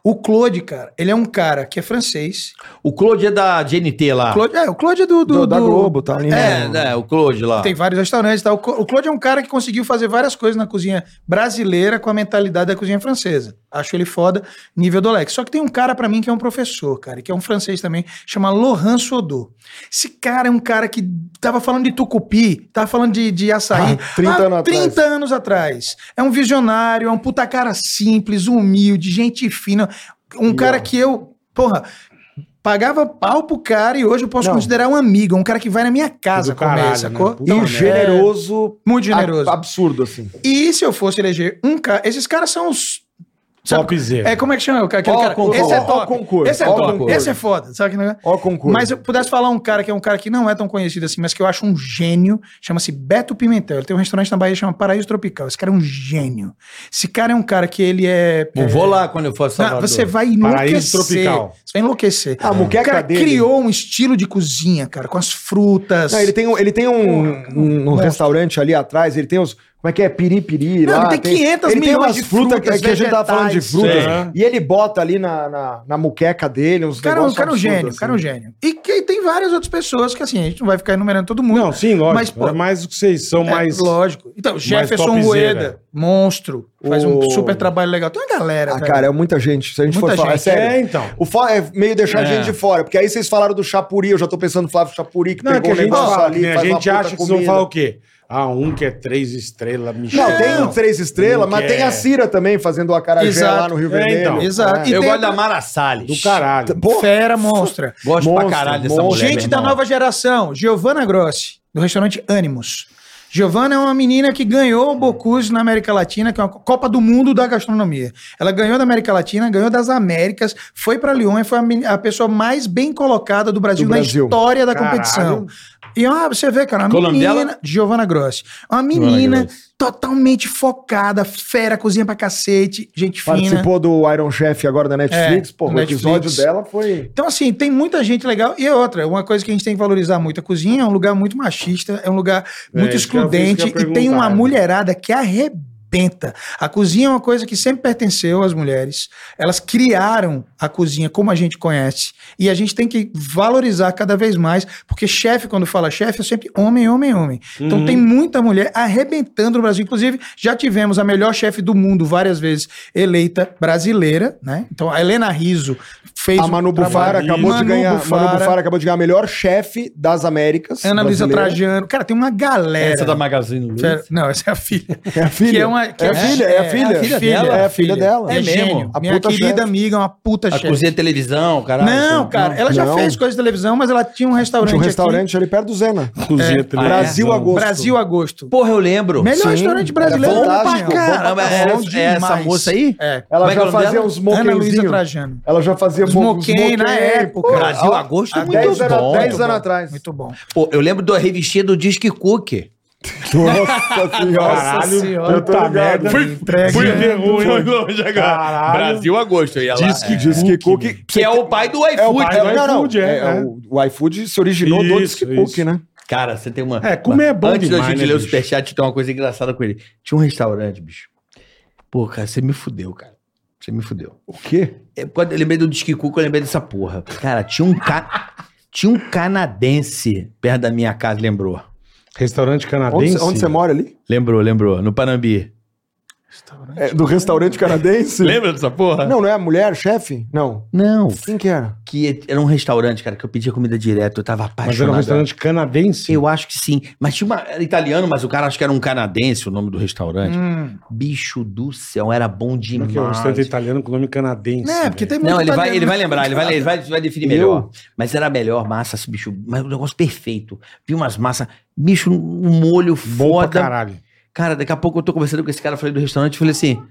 S1: O Claude, cara, ele é um cara que é francês.
S4: O Claude é da GNT lá.
S1: Claude, é, o Claude é do, do,
S6: Do- da
S1: do-
S6: Globo, tá ali.
S4: É,
S6: né?
S4: né, o Claude lá.
S1: um- Tem vários restaurantes e tal. O Cla- O Claude é um cara que conseguiu fazer várias coisas na cozinha brasileira com a mentalidade da cozinha francesa. Acho ele foda, nível do Alex. Só que tem um cara pra mim que é um professor, cara, que é um francês também, chama Laurent Sodô. Esse cara é um cara que tava falando de tucupi, tava falando de, de açaí.
S6: Ah, 30 anos atrás.
S1: 30 anos atrás. É um visionário, é um puta cara simples, humilde, gente fina. Um cara que eu, porra, pagava pau pro cara e hoje eu posso
S6: Não.
S1: considerar um amigo, um cara que vai na minha casa
S3: Do caralho,
S1: comer,
S3: né?
S1: sacou?
S3: Puta
S1: Então,
S6: E É, generoso,
S1: muito generoso.
S6: a- absurdo, assim.
S1: E se eu fosse eleger um cara. Esses caras são os. sabe-
S3: Topzera.
S1: É como é que chama? Aquele
S6: Ó,
S1: cara.
S6: concurso.
S1: Esse é
S6: Ó,
S1: top.
S6: concurso.
S1: Esse é
S6: Ó,
S1: top.
S6: concurso.
S1: Esse é foda. Sabe que negócio?
S6: Ó o concurso.
S1: Mas eu pudesse falar um cara que é um cara que não é tão conhecido assim, mas que eu acho um gênio, chama-se Beto Pimentel. Ele tem um restaurante na Bahia que chama Paraíso Tropical. Esse cara é um gênio. Esse cara é um cara que ele é.
S4: Eu vou lá quando eu for a
S1: Não,
S4: Salvador.
S1: você vai
S3: Paraíso
S1: enlouquecer.
S3: Tropical.
S1: Você vai enlouquecer.
S6: A
S1: o
S6: muqueca
S1: cara
S6: dele.
S1: criou um estilo de cozinha, cara, com as frutas.
S6: Não, ele tem, um- ele tem um, um- um restaurante ali atrás, ele tem os. Como é que é? Piripiri.
S1: Não,
S6: lá,
S1: ele tem 500
S6: Ele tem
S1: milhões
S6: umas
S1: de
S6: frutas, que-
S1: frutas,
S6: que, a gente tava falando de
S1: vegetais.
S6: frutas.
S3: Sim.
S6: E ele bota ali na, na, na muqueca dele uns
S1: O cara, é um- o
S6: negócios
S1: cara é um
S6: absurdos,
S1: gênio, o
S6: assim.
S1: cara é um gênio. E que tem várias outras pessoas que, assim, a gente não vai ficar enumerando todo mundo.
S3: Não, sim, lógico.
S1: Mas, pô,
S3: é mais o que vocês são
S1: É,
S3: mais.
S1: lógico. Então, Jefferson
S3: topzera.
S1: Rueda, monstro, faz um
S6: O-
S1: super trabalho legal. Tem uma galera,
S6: Ah,
S1: velho.
S6: cara, é muita gente. Se a gente
S1: Muita
S6: for falar, é
S1: gente.
S6: sério.
S3: É, então.
S6: O fo- é meio deixar a gente de fora, porque aí vocês falaram do Chapuri, eu já tô pensando no Flávio Chapuri, que
S3: Não, é que a
S6: pegou o
S3: gente,
S6: negócio
S3: fala,
S6: ali,
S3: né? a
S6: faz uma
S3: gente
S6: puta
S3: acha que vocês vão
S6: comida.
S3: falar o quê? Ah, um que é três estrelas, Michel.
S6: Não, tem o Três Estrelas, mas
S3: que
S6: tem
S3: é.
S6: a Cira também fazendo o acarajé
S1: Exato.
S6: lá no Rio
S3: É,
S6: Vermelho.
S3: então.
S1: Exato. E
S4: Ah, Eu
S1: tem
S4: gosto da
S1: outra-
S4: Mara Salles.
S3: Do caralho.
S6: Pô,
S1: Fera monstra.
S4: Gosto pra
S6: Monstro,
S4: caralho dessa
S6: monstro.
S4: mulher.
S1: Então,
S4: meu
S1: Gente da
S4: irmão.
S1: nova geração, Giovanna Grossi, do restaurante Animus. Giovana é uma menina que ganhou o Bocuse na América Latina, que é uma Copa do Mundo da Gastronomia. Ela ganhou da América Latina, ganhou das Américas, foi pra Lyon e foi a, meni- a pessoa mais bem colocada do Brasil,
S6: Brasil.
S1: na história da
S3: Caralho.
S1: competição. E ó, você vê, cara,
S4: Qual o
S1: uma
S4: nome
S1: menina.
S4: dela?
S1: Giovana Grossi. Uma menina totalmente focada, fera, cozinha pra cacete, gente fina.
S6: Participou do Iron Chef agora da Netflix,
S1: É,
S6: pô, o
S1: do Netflix.
S6: episódio dela foi.
S1: Então, assim, tem muita gente legal. E é outra, uma coisa que a gente tem que valorizar muito: a cozinha é um lugar muito machista, é um lugar muito
S3: isso que eu- isso que eu ia
S1: excludente e tem uma
S3: perguntar, né?
S1: mulherada que arrebenta. A cozinha é uma coisa que sempre pertenceu às mulheres. Elas criaram a cozinha como a gente conhece. E a gente tem que valorizar cada vez mais, porque chefe, quando fala chefe, é sempre homem, homem, homem. Então
S3: Uhum.
S1: tem muita mulher arrebentando no Brasil. Inclusive, já tivemos a melhor chefe do mundo várias vezes eleita brasileira, né? Então a Helena Riso fez
S6: A Manu
S1: o trabalho.
S6: Bufara acabou de
S1: Manu
S6: ganhar.
S1: Bufara,
S6: Manu Bufara acabou de ganhar a melhor chefe das Américas.
S1: É Ana Luísa
S6: brasileira.
S1: Trajano. Cara, tem uma galera.
S4: Essa da Magazine
S1: Fera-
S4: Luiza.
S1: Não, essa é a filha.
S6: É a filha.
S1: Que é, uma, que
S6: é, a filha, é a filha.
S1: dela.
S6: É a filha dela.
S1: É,
S4: É mesmo?
S1: gênio.
S6: A
S1: Minha
S6: puta
S1: querida
S6: chefe.
S1: amiga, é uma puta
S4: A
S1: chefe.
S4: cozinha televisão, caralho.
S1: Não, cara, ela já
S6: Não.
S1: fez coisa de televisão, mas ela tinha um restaurante.
S6: Tinha um
S1: aqui,
S6: restaurante ali perto do Zena.
S3: Cozinha
S6: É.
S3: também.
S6: Brasil Agosto.
S1: Brasil Agosto.
S4: Porra, eu lembro.
S1: Melhor
S6: Sim,
S1: restaurante
S6: é
S1: brasileiro.
S6: fantástico,
S1: pra
S6: bom pra
S1: caramba.
S4: Caramba, é, essa- é essa
S1: demais.
S4: moça aí?
S1: É.
S4: Como é
S6: Ela
S4: que é o
S6: já
S4: nome
S6: fazia
S4: dela?
S6: uns
S1: Ana Luísa
S6: moquenzinhos.
S1: Trajano.
S6: Ela já fazia
S1: Os
S6: mo-
S1: moquém na
S6: moquém,
S1: época.
S6: pô.
S4: Brasil
S6: Há-
S4: Agosto é
S6: há
S4: muito
S6: 10 anos-
S4: bom.
S6: 10 anos atrás.
S1: Muito bom.
S4: Pô, eu lembro da revistinha do Disque Cookie.
S6: Nossa senhora.
S1: Nossa senhora.
S6: eu tô ligado.
S1: Fui- Entrega.
S3: Fui de ruim. Caralho.
S4: Brasil Agosto. eu ia lá.
S3: Diz que,
S6: Diz que Cook.
S4: Que é o pai do iFood.
S6: É o pai
S1: né?
S3: do
S6: não, não.
S3: iFood, é,
S6: É,
S3: é.
S6: o- O iFood se originou do
S3: Isso,
S6: Disque Cook,
S3: isso.
S6: né?
S4: Cara, você tem uma.
S3: É, comer é bom
S4: Antes
S3: demais,
S4: da gente
S3: né,
S4: ler o
S3: bicho?
S4: superchat, tem uma coisa engraçada com ele. Tinha um restaurante, bicho. Pô, cara, você me fudeu, cara. Você me fudeu.
S6: O quê?
S4: É, quando eu lembrei do Disque Cuco, eu lembrei dessa porra. Cara, tinha um, ca... tinha um canadense perto da minha casa, lembrou.
S3: Restaurante
S6: Onde,
S3: canadense.
S6: onde você mora ali?
S4: Lembrou, lembrou. No Panambi.
S6: É, do restaurante canadense?
S4: Lembra dessa porra? Não.
S6: Não, não é a mulher, chefe? Não.
S4: Não.
S6: Quem que era?
S4: Que era um restaurante, cara, que eu pedia comida direto. Eu tava apaixonado.
S3: Mas era um restaurante assim? canadense.
S4: Eu acho que sim. Mas tinha uma. Era italiano, mas o cara acho que era um canadense o nome do restaurante.
S1: Hum.
S4: Bicho do céu, era bom
S3: Como é que é um
S4: demais.
S3: restaurante italiano com nome canadense.
S1: É, porque
S3: velho?
S1: tem
S6: né?
S1: muito
S4: Não, ele vai,
S1: italiano.
S4: ele vai lembrar, ele vai, ele vai, ele vai definir melhor. Mas era melhor massa, esse bicho. Mas um negócio perfeito. Vi umas massas, bicho, um molho
S3: Bom pra
S4: foda.
S3: caralho.
S4: Cara, daqui a pouco eu tô conversando com esse cara, falei do restaurante, falei assim: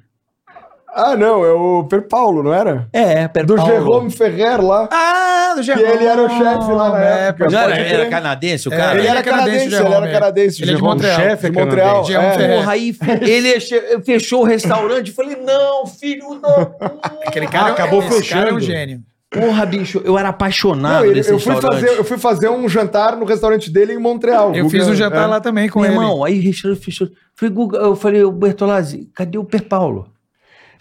S6: Ah, não, é o Per Paulo, não era?
S4: é, pera,
S6: Do
S4: Paulo.
S6: Jerome Ferrer lá.
S1: Ah, do Germão.
S6: ele era o chefe lá na época.
S4: Não era,
S6: É, pode
S4: era
S6: crer.
S4: canadense, o
S1: É,
S4: cara.
S6: ele era
S1: canadense,
S6: canadense, ele
S1: Jerome,
S6: era
S1: é.
S6: canadense.
S1: Ele é de
S6: Jerome.
S1: Montreal.
S3: O chefe é
S6: De Montreal.
S3: canadense.
S1: Jerome
S6: é.
S1: Ferrer.
S4: Porra, aí ele che- fechou o restaurante. Falei, não, filho da puta.
S1: Aquele cara
S3: Ah, acabou
S1: esse cara é um
S3: fechando.
S1: gênio.
S4: Porra, bicho, eu era apaixonado
S6: Não, ele-
S4: desse
S6: eu, fui
S4: restaurante.
S6: fazer, eu fui fazer um jantar no restaurante dele em Montreal.
S1: Eu
S6: Guga,
S1: fiz um jantar
S6: é.
S1: lá também com
S4: Meu
S1: ele.
S4: irmão, aí o restaurante fechou. Falei, Guga, eu falei, ô Bertolazzi, cadê o Per Paulo?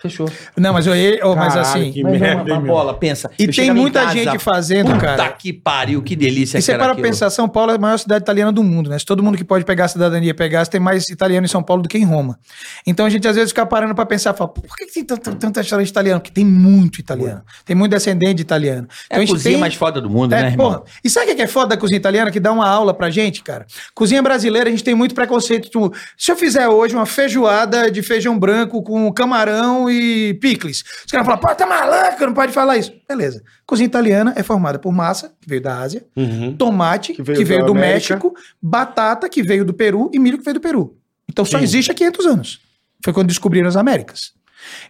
S4: Fechou.
S1: Não, mas eu, ele, oh, mas
S3: Caralho,
S1: assim.
S3: que
S4: Mas é uma,
S3: merda, hein,
S4: uma
S3: meu?
S4: bola, pensa.
S1: E
S4: Eu
S1: tem
S4: chegava em
S1: muita gente fazendo,
S4: puta
S1: cara.
S4: que pariu, que delícia
S1: E
S4: que
S1: você é para
S4: era
S1: pra
S4: aquilo.
S1: pensar, São Paulo é a maior cidade italiana do mundo, né? Se todo mundo que pode pegar a cidadania pegasse, tem mais italiano em São Paulo do que em Roma. Então a gente às vezes fica parando pra pensar, fala, por que que tem tanto, tanto restaurante italiano? Porque tem muito italiano. Tem muito descendente de italiano. Então
S4: É a cozinha mais foda do mundo,
S1: É,
S4: né,
S1: porra.
S4: irmão?
S1: E sabe o que é foda da cozinha italiana que dá uma aula pra gente, cara? Cozinha brasileira, a gente tem muito preconceito. tipo, Se eu fizer hoje uma feijoada de feijão branco com camarão e picles, os caras falam, pô, tá maluco, não pode falar isso. Beleza. Cozinha italiana é formada por massa, que veio da Ásia,
S3: Uhum.
S1: tomate, que
S6: Que
S1: veio,
S6: veio da
S1: do
S6: América.
S1: México, batata, que veio do Peru, e milho, que veio do Peru. Então só existe há 500 anos. Foi quando descobriram as Américas.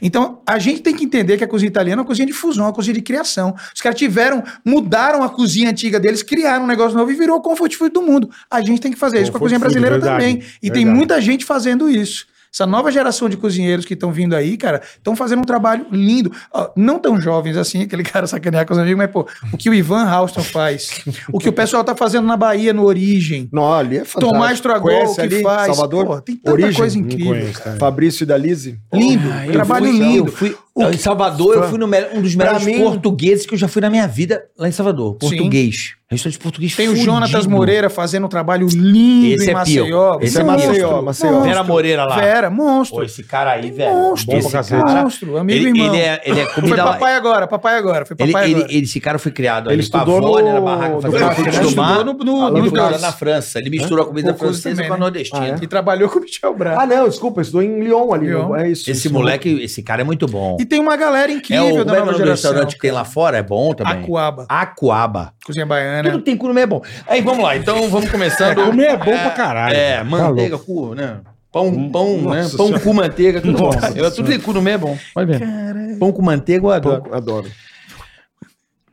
S1: Então, a gente tem que entender que a cozinha italiana é uma cozinha de fusão, é uma cozinha de criação. Os caras tiveram, mudaram a cozinha antiga deles, criaram um negócio novo e virou o comfort food do mundo. A gente tem que fazer isso com a
S3: Comfort
S1: cozinha
S3: food,
S1: brasileira
S3: verdade,
S1: também. E tem
S3: verdade.
S1: muita gente fazendo isso. Essa nova geração de cozinheiros que estão vindo aí, cara, estão fazendo um trabalho lindo. Ó, não tão jovens assim, aquele cara sacanear com os amigos, mas, pô, o que o Ivan Houston faz, o que o pessoal tá fazendo na Bahia, no Origem,
S6: Não, ali é fantástico.
S1: Tomás Tragol,
S6: Conhece
S1: que
S6: ali,
S1: faz.
S6: Salvador,
S1: Pô, tem tanta
S6: Origem,
S1: coisa
S6: não
S3: Não
S1: incrível.
S3: conheço, tá? cara.
S6: Fabrício e Dalise.
S1: Lindo,
S4: Ah, Eu
S1: trabalho
S4: fui-
S1: lindo.
S4: Eu fui, em Salvador, eu fui no mel- um dos
S6: Pra
S4: melhores
S6: mim-
S4: portugueses que eu já fui na minha vida, lá em Salvador. Português. Restaurante português
S1: Tem o
S4: fudido.
S1: Jonatas Moreira fazendo um trabalho lindo
S4: Esse
S1: em
S4: é
S1: Maceió.
S4: pio. Esse
S6: é
S1: monstro.
S6: Maceió, Maceió.
S1: Monstro.
S4: Vera Moreira lá.
S1: Vera,
S4: Pô,
S1: monstro.
S4: esse cara aí, velho.
S1: monstro.
S3: Bom pra
S4: Esse
S3: cacete.
S4: cara...
S1: monstro, amigo
S4: Ele,
S1: e irmão.
S4: ele é, ele é
S1: Foi
S4: comida lá.
S1: papai agora, papai agora. Foi
S4: Ele,
S1: papai
S4: ele-
S1: agora.
S4: ele- esse cara foi criado.
S6: Ele estudou
S4: pavô,
S6: no-
S4: era barraca,
S6: no
S4: fazia
S6: Parque
S4: comida
S6: Nacional.
S4: do mar.
S1: no, no,
S4: Ele
S1: no,
S4: estudou
S1: Brás.
S4: na França. Ele misturou a comida
S1: Concurso
S4: francesa
S1: também,
S4: com a
S1: né?
S4: nordestina.
S1: E trabalhou com o Michel Braga.
S6: Ah, não, desculpa, estudou em Lyon ali.
S1: Lyon.
S6: É isso.
S4: Esse
S6: isso.
S4: moleque, esse cara é muito bom.
S1: E tem uma galera
S4: É
S1: incrível
S4: o
S1: da
S4: mesmo
S1: nova geração.
S4: restaurante que tem lá fora, é bom também.
S1: Acuaba.
S4: Acuaba.
S1: Cozinha baiana.
S4: Tudo que tem cu no meio é bom. Aí vamos lá, então vamos começando.
S3: Comer é bom pra caralho.
S4: É, manteiga,
S3: Tá
S4: cu, né? Pão, pão, né?
S3: Nossa
S4: Pão
S3: Senhora.
S4: com manteiga, tudo bom. Eu, tudo tem cu no meio é bom. Pode ver. Pão com manteiga eu adoro.
S6: Pouco, adoro.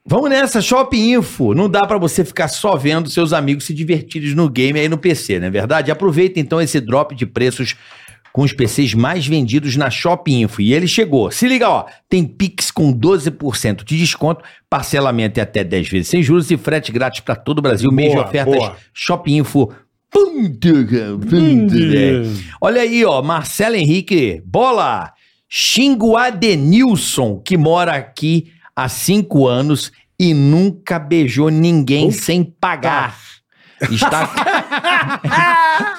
S4: Vamos nessa, Shopping Info. Não dá pra você ficar só vendo seus amigos se divertirem no game aí no PC, não é verdade? Aproveita então esse drop de preços com os PCs mais vendidos na Shopping Info. E ele chegou. Se liga, ó. Tem Pix com 12% de desconto, parcelamento em até 10 vezes sem juros e frete grátis pra todo o Brasil. Mês de
S3: Boa,
S4: ofertas
S3: boa.
S4: Shopping Info.
S3: é um
S4: Olha aí, ó, Marcelo Henrique, bola! Xingo Adenilson, que mora aqui há cinco anos e nunca beijou ninguém sem pagar. Está...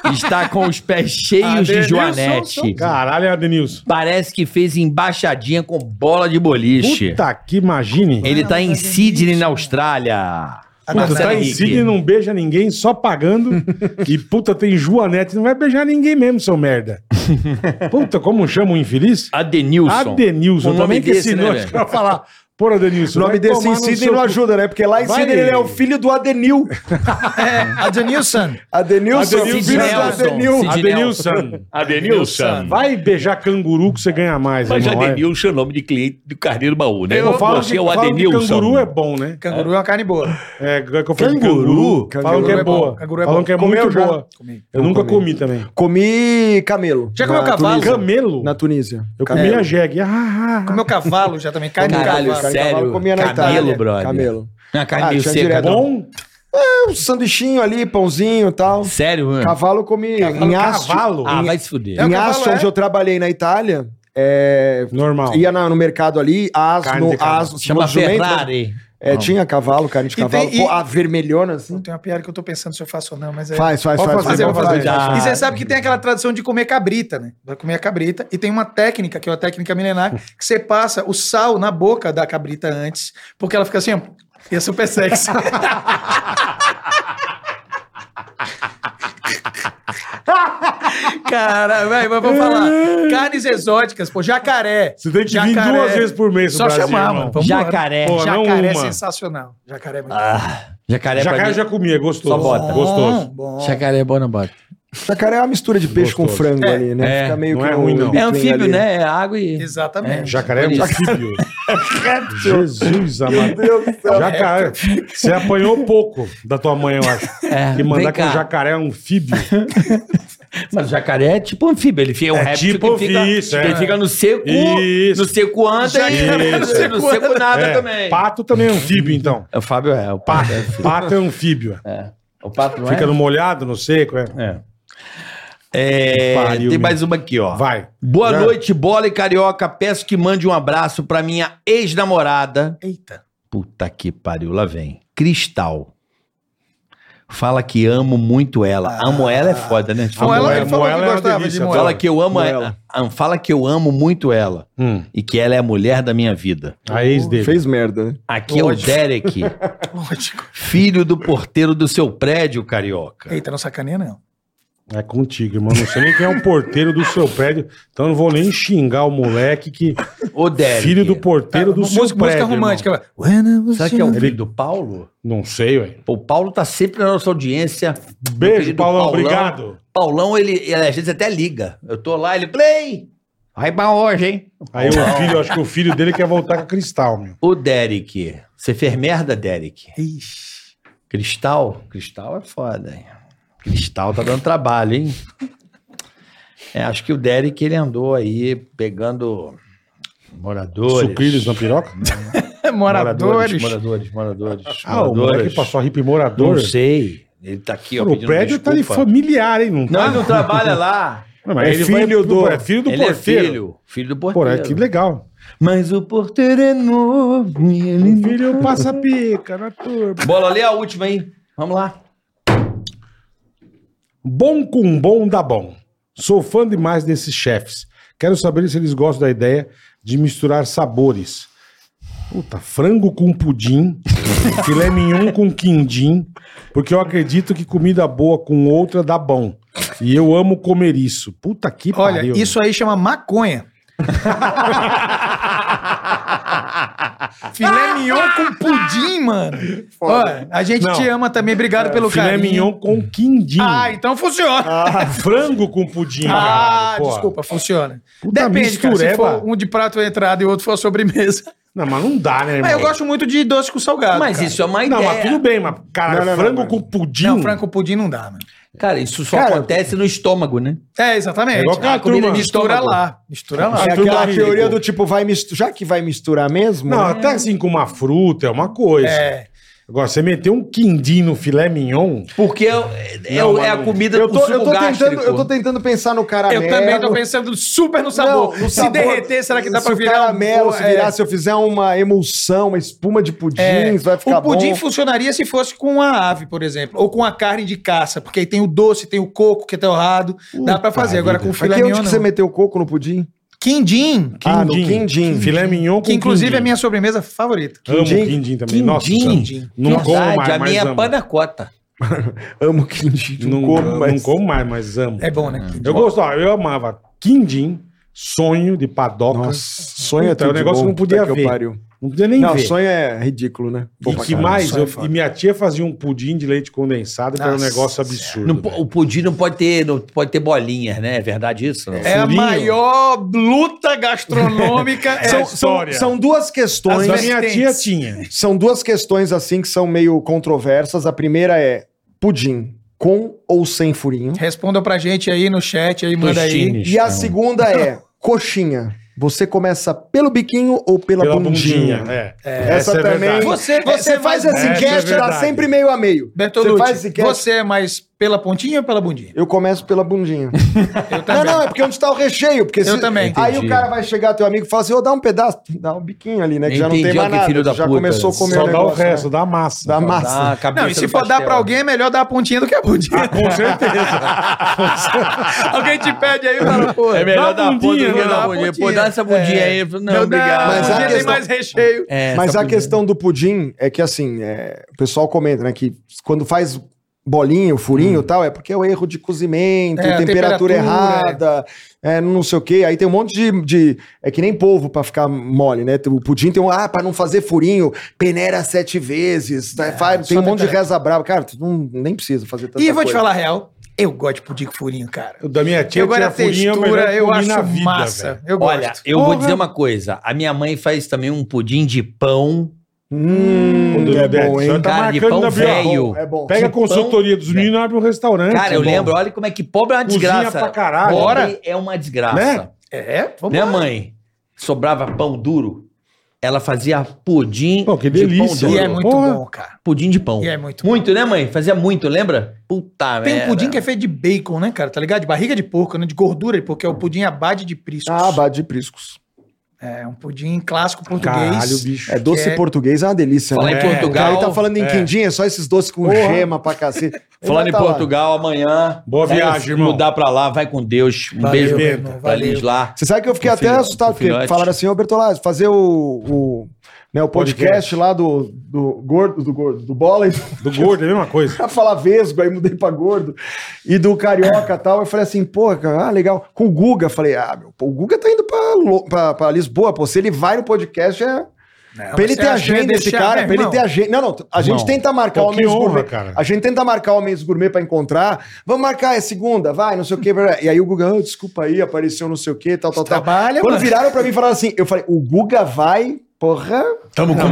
S4: Está com os pés cheios de
S1: Adenilson,
S4: joanete.
S3: bom. Caralho, Adenilson.
S4: Parece que fez embaixadinha com bola de boliche.
S3: Puta que imagine.
S4: Ele tá em Sydney, na Austrália.
S3: Puta,
S4: Marcelo
S3: tá em
S4: Henrique.
S3: Sydney, não beija ninguém, só pagando. e puta, tem Joanete, não vai beijar ninguém mesmo, seu merda. Puta, como chama o infeliz?
S4: Adenilson.
S3: Adenilson.
S4: O nome
S3: Também que
S4: desse,
S3: esse
S4: né,
S3: nome
S4: velho?
S3: que eu ia falar. Porra, Adenilson.
S6: O nome
S3: vai
S6: desse
S3: tomar
S6: em
S3: no
S6: Sidney
S3: seu
S6: não
S3: cu.
S6: ajuda, né? Porque lá em
S3: Vai.
S6: Sidney ele é o filho do Adenil.
S1: É, Adenilson.
S6: Adenilson,
S3: Adenilson.
S6: filho do Adenil.
S4: Sidney
S3: Adenilson.
S4: Adenilson.
S3: Vai beijar canguru que você ganha mais,
S4: Mas
S3: irmão, vai.
S4: Adenilson é o nome de cliente do Carneiro Baú, né?
S3: Eu falo
S4: Você
S3: que,
S4: é o
S3: falo que
S4: Adenilson.
S3: canguru é bom, né?
S1: Canguru é uma carne boa.
S3: É, é que eu falei de canguru. Falam
S6: Canguru?
S3: que
S1: Canguru
S3: é
S1: é bom,
S3: boa.
S1: canguru é
S3: Falam
S1: bom.
S3: que é
S6: Comeu
S3: muito
S6: já?
S3: boa.
S1: Comi.
S3: Eu nunca comi também.
S6: Comi camelo.
S1: Já comeu
S6: na
S1: cavalo?
S6: Tunísia.
S3: Camelo?
S6: Na Tunísia.
S3: Eu
S6: Camelo.
S3: comi a jegue. Ah, ah, ah.
S1: Comeu cavalo já também. Carne de
S4: Caralho,
S1: cavalo.
S4: sério.
S6: Cavalo comia na
S4: Camelo,
S6: Itália.
S4: brother.
S6: Camelo.
S4: Uma carne
S6: Ah,
S3: é
S6: tinha
S4: seca.
S6: direto.
S4: não.
S3: Bom,
S6: Um sanduichinho ali, pãozinho e tal.
S4: Sério, mano?
S6: Cavalo eu comi em Asti.
S3: cavalo.
S4: Ah, vai se fuder.
S1: É o
S6: Em
S1: cavalo,
S6: Asti,
S1: é?
S6: onde eu trabalhei na Itália, é,
S3: Normal.
S6: ia na- no mercado ali,
S3: Carne
S6: asno,
S3: de cavalo.
S6: asno.
S4: Chama
S6: no jumento, né?
S4: Ferrari.
S6: É, tinha cavalo, carne de
S1: E tem-
S6: cavalo.
S1: e-
S6: Pô, a vermelhona, assim.
S1: Tem uma piada que eu tô pensando se eu faço ou não, mas é.
S6: Faz, faz,
S3: Pode
S6: faz.
S3: fazer,
S6: faz,
S3: pode
S6: faz.
S3: fazer.
S1: E você sabe que tem aquela tradição de comer cabrita, né? Vai comer a cabrita. E tem uma técnica, que é uma técnica milenar, que você passa o sal na boca da cabrita antes, porque ela fica assim, ó, e é super sexy. Cara, velho, mas vou falar. Carnes exóticas, pô, jacaré.
S3: Você tem que vir
S1: Jacaré.
S3: duas vezes por mês no
S1: Só
S3: Brasil,
S1: chamar,
S3: irmão.
S1: mano. Vamos
S4: Jacaré.
S1: embora.
S3: Pô, não
S1: jacaré é
S3: uma.
S1: sensacional. Jacaré é muito
S4: Ah, jacaré pra
S3: Jacaré
S4: mim-
S3: eu já comia, é gostoso.
S4: Só bota.
S3: Gostoso.
S1: bom.
S4: Jacaré é bom na bota.
S6: Jacaré é uma mistura de peixe com
S3: Gostoso.
S6: frango
S1: É,
S6: ali, né?
S4: é.
S6: Fica meio
S3: Não
S6: que
S3: é
S6: um
S3: ruim, não.
S4: É
S6: between
S4: anfíbio,
S6: ali.
S4: né? É água e...
S1: Exatamente.
S3: Jacaré é um
S4: Olha isso.
S3: anfíbio. Jesus amado.
S6: Meu Deus do céu.
S3: Jacaré. Você apanhou pouco da tua mãe, eu acho.
S4: É,
S3: Que mandar
S4: vem
S3: com
S4: cá.
S3: jacaré é um anfíbio.
S4: Mas o jacaré é tipo anfíbio, ele fica, é um
S3: É
S4: réptil
S3: tipo
S4: que fica,
S3: isso, é.
S4: ele fica no seco,
S3: Isso.
S4: no seco anda
S1: Jacaré
S4: e
S1: no
S4: Uh, no,
S1: seco
S4: seco nada
S3: É,
S4: também.
S3: Pato também é anfíbio, então.
S4: O Fábio é, o
S3: Pato,
S4: pato é anfíbio.
S3: pato é anfíbio.
S4: O pato não
S3: Fica
S4: é?
S3: no molhado, no seco. É.
S4: É. É,
S3: Pariu, meu.
S4: tem mais uma aqui, ó.
S3: Vai.
S4: Boa
S3: Já.
S4: noite, bola e carioca. Peço que mande um abraço pra minha ex-namorada.
S1: Eita.
S4: Puta que pariu, lá vem. Cristal. Fala que amo muito ela. amo ela é foda, né?
S1: Bom, ela, ele
S3: Moela-
S1: falou
S3: moela é
S1: que
S3: uma
S1: gostava
S3: delícia,
S1: de moela.
S4: Fala que eu amo
S6: Moela.
S4: ela. Fala que eu amo muito ela
S3: Hum.
S4: e que ela é a mulher da minha vida.
S3: A ex dele.
S6: Fez merda, né?
S4: Aqui é o Derek,
S1: Lógico.
S4: filho do porteiro do seu prédio, carioca.
S1: Eita, não sacaneia, não.
S3: É contigo, irmão. Não sei nem quem é o porteiro do seu prédio, então eu não vou nem xingar o moleque que.
S4: Ô Derek.
S3: Filho do porteiro do seu
S1: música, música
S3: prédio.
S1: romântica.
S3: irmão.
S1: vai. When I was
S4: Será que é o
S1: young.
S4: filho do Paulo?
S3: Não sei, ué.
S4: Pô, o Paulo tá sempre na nossa audiência. Meu
S3: Beijo,
S4: querido
S3: Paulão, Obrigado.
S4: Paulão, ele, ele às vezes até liga. Eu tô lá, ele, play! Vai pra hoje, hein?
S3: Aí o filho, acho que o filho dele quer voltar com a cristal, meu.
S4: O Derek. Você fez merda, Derek?
S1: Ixi.
S4: Cristal? Cristal é foda, hein? Cristal tá dando trabalho, hein? É, acho que o Derek, ele andou aí pegando moradores.
S3: Sucrilhos né? na piroca?
S1: Moradores.
S4: Moradores, moradores, moradores.
S3: Ah, o moleque passou a hippie morador.
S4: Não sei. Ele tá aqui, ó,
S3: Pô, o
S4: pedindo
S3: prédio tá de
S4: desculpa.
S3: familiar, hein? Não,
S4: Não,
S3: tá?
S4: ele não trabalha lá.
S3: Não, mas
S6: É
S3: ele
S6: filho
S3: vai-
S6: do-
S3: É filho do
S4: ele
S3: porteiro.
S4: é filho. Filho do
S3: Pô,
S4: porteiro.
S3: é que legal.
S4: Mas o porteiro é novo. e ele-
S3: Filho passa pica na turma.
S4: Bola, lê a última aí. Vamos lá.
S3: Bom com bom dá bom. Sou fã demais desses chefes. Quero saber se eles gostam da ideia de misturar sabores. Puta, frango com pudim, filé mignon com quindim, porque eu acredito que comida boa com outra dá bom. E eu amo comer isso. Puta que né?
S1: Olha, é
S3: pariu.
S1: isso aí chama maconha. Filé mignon com pudim, mano. Olha, a gente
S3: Não.
S1: te ama também. Obrigado pelo
S3: Filé
S1: carinho.
S3: mignon com quindim. Ah,
S1: Ah, então funciona.
S3: Frango com pudim.
S1: Ah,
S3: caralho, porra. é,
S1: desculpa, funciona.
S3: Puta
S1: Depende, cara, se
S3: mistureba.
S1: for um de prato entrada e outro for sobremesa.
S3: Não, mas não dá, né, irmão?
S1: Mas eu gosto muito de doce com salgado.
S4: Mas
S1: cara.
S4: isso é uma ideia.
S3: Não, mas é tudo bem, mas, cara,
S6: Não, não, não,
S3: frango
S6: mas-
S3: com pudim.
S1: Não, franco pudim não dá, mano.
S4: Cara, isso só
S6: Cara,
S4: acontece no estômago, né?
S1: É, exatamente.
S3: É igual aquela
S1: a comida
S3: turma.
S1: mistura lá. Mistura lá.
S6: É
S3: Arthur
S6: aquela
S3: Barrigo.
S6: teoria do tipo, vai misturar. Já que vai misturar mesmo.
S3: Não,
S6: né?
S3: até assim com uma fruta é uma coisa.
S1: É.
S3: Agora, você meter um quindim no filé mignon.
S4: Porque é, é-
S3: Não,
S4: é a
S3: mas-
S4: comida
S6: eu,
S4: com
S6: tô,
S4: suco
S6: eu, tô tentando,
S4: gástrico.
S6: eu tô tentando pensar no caramelo.
S1: Eu também tô pensando super no sabor.
S6: Não, no
S1: Se
S6: sabor.
S1: derreter, será que dá
S6: se
S1: pra
S6: o
S1: virar?
S6: caramelo, se
S1: é.
S6: virar, se eu fizer uma emulsão, uma espuma de pudim,
S1: É.
S6: isso vai ficar
S1: o pudim
S6: bom.
S1: funcionaria se fosse com a ave, por exemplo, ou com a carne de caça, porque aí tem o doce, tem o coco que é torrado, dá pra fazer. Agora com o
S6: Mas
S1: filé
S6: que
S1: mignon
S6: é onde que você
S1: não.
S6: meteu o coco no pudim?
S1: Quindim,
S6: Ah, no quindim.
S3: Filé mignon com
S1: que inclusive
S3: quindim.
S1: é a minha sobremesa favorita.
S3: Amo
S6: Quindim.
S3: quindim também. Nossa, então,
S4: Quindim.
S3: não como
S4: Verdade,
S3: mais,
S4: a
S3: mas
S4: minha é
S3: amo.
S4: panacota.
S6: Amo quindim.
S3: Não, como, não como mais, mas amo.
S1: É bom, né?
S3: Eu gosto, ó, eu amava quindim, sonho de padoca.
S6: Nossa, sonho é
S3: Puta,
S6: tudo
S3: é um negócio
S6: de
S3: que
S6: bom.
S3: não podia
S6: Puta que eu
S3: ver.
S6: pariu.
S3: Não podia nem
S6: não,
S3: ver.
S6: sonho é ridículo, né? Bom
S3: E
S6: pra
S3: que
S6: caralho.
S3: mais?
S1: Sonho
S3: Eu-
S1: é foda.
S3: e minha tia fazia um pudim de leite condensado, que era um
S1: Nossa,
S3: negócio absurdo.
S4: Não po- o pudim não pode ter, não pode ter bolinhas, né? É verdade isso? não?
S1: É a
S3: Furinho.
S1: maior luta gastronômica. é
S6: São,
S1: a
S6: são,
S1: história.
S6: são duas questões.
S3: Mas a
S1: As
S3: minha
S1: vertentes.
S3: tia tinha.
S6: São duas questões assim que são meio controversas. A primeira é pudim com ou sem furinho.
S1: Respondam pra gente aí no chat, aí manda aí.
S6: E a segunda é coxinha. Você começa pelo biquinho ou pela,
S3: Pela
S6: bundinha?
S3: bundinha. É.
S6: Essa
S3: Essa é
S6: também.
S3: verdade.
S1: Você-
S6: É,
S1: você
S6: faz
S1: vai-
S3: Essa
S6: esse
S3: é
S6: cast, dá
S3: verdade.
S6: sempre meio a meio. Você faz esse
S1: Bertolucci,
S6: cast.
S1: você é mais pela pontinha ou pela bundinha?
S6: Eu começo pela bundinha.
S1: Eu
S6: não,
S1: também.
S6: não, é porque onde tá o recheio. Porque
S1: Eu também.
S6: Aí
S4: Entendi.
S6: o cara vai chegar, teu amigo, e fala assim: ô, dá um pedaço, dá um biquinho ali, né? Que já não tem
S4: Entendi, ó,
S6: mais
S4: que
S6: nada.
S4: filho da
S6: já
S4: puta.
S6: começou a comer
S1: um
S3: Só
S6: o
S3: dá o
S6: negócio, né?
S3: resto, dá a massa.
S6: Da
S4: Dá
S6: massa.
S4: a cabeça
S1: Não, e se
S4: do
S1: for dar
S4: pastel.
S1: pra alguém, é melhor dar a pontinha do que a bundinha.
S3: Com certeza.
S1: Alguém te pede aí e fala, pô,
S4: É
S3: Dá
S4: melhor dar a ponta
S3: bundinha,
S4: do que
S3: né?
S4: dar
S1: Dá
S4: a
S1: a
S4: bundinha. Pô,
S1: pontinha.
S4: dá essa bundinha aí. Não,
S1: não,
S4: obrigado.
S1: Mas
S6: Mas
S1: a
S6: a
S1: um tem
S6: questão-
S1: mais recheio.
S4: É,
S6: Mas
S4: essa
S6: a
S4: bundinha.
S6: questão do pudim é que, assim, é, o pessoal comenta, né, que quando faz bolinho, furinho e tal, é porque é o erro de cozimento,
S1: É, a temperatura,
S6: temperatura, errada, é, não sei o quê. Aí tem um monte de... de- é que nem polvo pra ficar mole, né? O pudim tem um... Ah, pra não fazer furinho, peneira sete vezes, né, faz- tem um
S1: só
S6: monte de
S1: tempera-
S6: reza brava. Cara, tu não, nem precisa fazer tanta
S1: E vou te
S6: coisa.
S1: falar a real, eu gosto de pudim com furinho, cara.
S3: O Da minha tia
S1: Eu agora
S3: tinha
S1: a
S3: furinha, eu melhor
S1: textura, eu
S3: comi na
S1: acho
S3: vida,
S1: massa.
S3: velho.
S1: Eu
S4: Olha,
S1: gosto.
S4: eu vou
S1: Porra.
S4: dizer uma coisa. A minha mãe faz também um pudim de pão.
S6: Hum,
S3: Quando
S6: é
S3: der,
S6: bom,
S3: só
S6: hein?
S3: tá
S4: Cara, de
S3: marcando
S4: pão
S3: na bio-
S4: velho.
S6: É bom.
S3: Pega a
S4: De pão
S3: consultoria dos meninos e abre um restaurante.
S4: Cara, eu
S3: Bom.
S4: lembro, olha como é que pobre é uma
S3: Cozinha
S4: desgraça.
S3: pra caralho.
S4: Pobre é uma desgraça.
S1: É, vamos
S4: Minha
S1: lá.
S4: mãe sobrava pão duro, ela fazia pudim
S3: Pô, que
S4: de
S3: delícia.
S4: pão
S1: E
S4: duro.
S1: é muito
S3: Porra.
S1: bom, cara.
S4: Pudim de pão.
S1: E é muito
S4: Muito, né, mãe? Fazia muito, lembra? Puta
S1: Tem
S4: merda.
S1: um pudim que é feito de bacon, né, cara? Tá ligado? De barriga de porco, né? De gordura, porque é o pudim abade de priscos.
S6: Ah, bade de priscos.
S1: É um pudim clássico português.
S3: Caralho, bicho.
S6: É doce
S1: É.
S6: português, é uma delícia,
S4: Falar
S6: né?
S4: em
S6: O
S4: Portugal.
S6: cara tá falando em quindim, é só esses doces com gema pra cacete. Ele
S4: Falando
S6: vai
S4: em
S6: tá lá.
S4: Portugal, amanhã.
S3: Boa
S4: Vai
S3: viagem, irmão.
S4: Mudar pra lá, vai com Deus. Um
S1: Valeu,
S4: beijo
S1: meu
S4: beijo
S1: irmão,
S4: pra eles
S1: valeu.
S4: lá.
S6: Você sabe que eu fiquei
S4: Com
S6: até
S4: filhote,
S6: assustado,
S4: com
S6: porque
S4: filhote.
S6: falaram assim, ô Bertolazzi, fazer o, o, né, o podcast
S3: Podcast.
S6: lá do, do gordo, do gordo, do bola, e
S3: Do gordo, é a mesma coisa.
S6: pra falar vesgo, aí mudei pra gordo, e do carioca e tal, eu falei assim, pô, cara, ah, legal. Com o Guga, falei, ah, meu, pô, o Guga tá indo pra, Lo- pra, pra Lisboa, pô, se ele vai no podcast, é... pra ele
S1: você acha que
S6: ter
S1: eu ia
S6: agenda, esse
S1: deixar,
S6: cara,
S1: né,
S6: pra ele
S1: irmão?
S6: ter agenda. Não, não, a gente
S4: Irmão,
S6: tenta marcar
S3: pô,
S6: o
S3: que
S6: mês
S3: honra,
S6: gourmet.
S3: cara.
S6: A gente tenta marcar o mês gourmet pra encontrar. Vamos marcar, é segunda, vai, não sei o quê. blá, blá. E aí o Guga, "Ah, desculpa aí, apareceu não sei o quê, tal, tal, tal.
S1: Trabalha,
S6: Quando
S1: mano.
S6: viraram pra mim e falaram assim, eu falei, o Guga vai, porra.
S4: Tamo
S3: Não, mas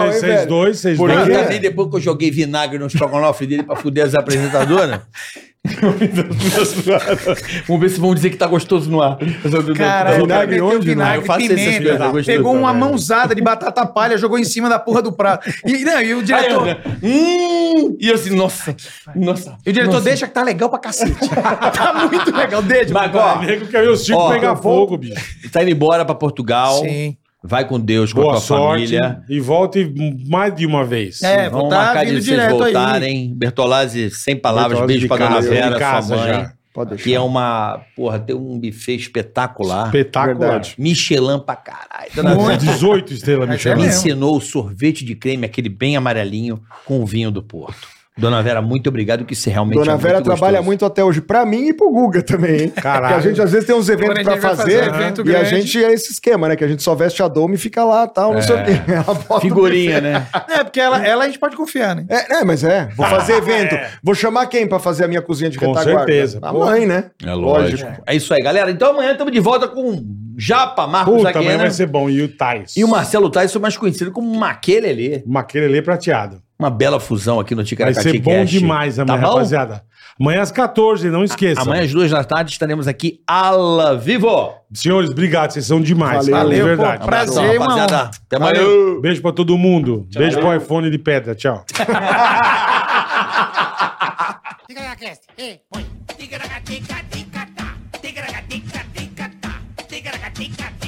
S3: vocês- vocês-
S6: hein,
S3: vocês
S6: velho?
S3: dois, vocês
S6: Por
S3: dois. É.
S6: quê?
S4: Também depois que eu joguei vinagre no estrogonofe dele pra fuder as apresentadoras. Vamos ver se vão dizer que tá gostoso no ar.
S1: Caralho,
S6: Vinagre
S1: meteu
S6: onde,
S4: mano?
S1: vinagre,
S4: Eu faço essas
S1: pimenta,
S4: coisas, é eu gosto
S1: pegou um
S4: dessa,
S1: uma
S4: velho.
S1: mãozada de batata palha, jogou em cima da porra do prato. E, não, e o
S4: Aí,
S1: diretor,
S4: André, hum, e eu assim, nossa, nossa.
S1: e o diretor deixa que tá legal pra cacete. tá muito legal, deixa.
S4: Mas, ó,
S1: papai.
S3: Nego quer ver o Chico
S4: Ó,
S3: pegar
S4: eu
S3: fogo,
S4: vou-
S3: bicho.
S4: tá indo embora pra Portugal.
S1: Sim.
S4: Vai com Deus, com a
S3: Boa
S4: tua
S3: sorte.
S4: família.
S3: E volte mais de uma vez.
S1: É, vou
S4: Vamos
S1: tá
S4: marcar de
S1: vindo
S4: vocês
S1: direto aí.
S4: voltarem. Bertolazzi, sem palavras,
S3: Bertolazzi de
S4: beijo pra Dona
S3: casa,
S4: Vera,
S3: de
S4: sua
S3: casa
S4: mãe.
S3: já.
S6: Pode deixar.
S4: Que é uma, porra, tem um buffet espetacular.
S3: Espetacular.
S6: Verdade.
S4: Michelin pra caralho. Dona Vera
S3: Muito. 18 estrelas,
S1: É,
S4: me
S3: Michelin.
S1: mesmo.
S4: ensinou o sorvete de creme, aquele bem amarelinho, com o vinho do Porto. Dona Vera, muito obrigado, que isso realmente
S6: Dona
S4: é
S6: Vera
S4: muito
S6: trabalha
S4: gostoso.
S6: muito até hoje, pra mim e pro Guga também, hein?
S3: Caralho.
S6: Porque a gente às vezes tem uns
S1: Quando
S6: eventos
S1: a
S6: pra
S1: gente vai
S6: fazer,
S1: fazer um evento
S6: e a
S1: grande.
S6: gente é esse esquema, né? Que a gente só veste a doma e fica lá, tal,
S4: É.
S6: não sei o quê. Ela bota o
S4: Figurinha, né?
S1: É, porque ela, ela a gente pode confiar, né?
S6: É, é, mas é. Vou fazer evento. Vou chamar quem pra fazer a minha cozinha de
S3: Com
S6: retaguarda?
S3: certeza,
S6: A
S3: pô.
S6: mãe, né?
S4: É lógico. É. isso aí, galera. Então amanhã estamos de volta com Japa, Marcos
S3: Puta, amanhã
S4: Zagueira
S3: vai ser bom. E o Tais.
S4: e o Marcelo Tyson, mais conhecido como Maquelele.
S3: Maquelele prateado.
S4: Uma bela fusão aqui no
S3: Vai
S4: Ticaracati
S3: ser bom
S4: Cash.
S3: demais amanhã,
S4: tá bom?
S3: rapaziada. Amanhã às 14, não esqueça.
S4: Amanhã é às duas da tarde estaremos aqui ala vivo.
S3: Senhores, obrigado. Vocês são demais. cara,
S6: Valeu.
S3: de
S1: Valeu, pô.
S3: verdade.
S1: Pra- Prazer,
S4: Abração,
S1: uma
S4: rapaziada.
S1: honra.
S4: Até amanhã.
S3: Beijo pra todo mundo. Beijo pro iPhone de pedra. Tchau.
S2: Fica na cast. Ei, oi. Tica-taca, tica, tica-tá. Tica-taca, tica, tica-tá. Tica-taca, tica, tica-tá.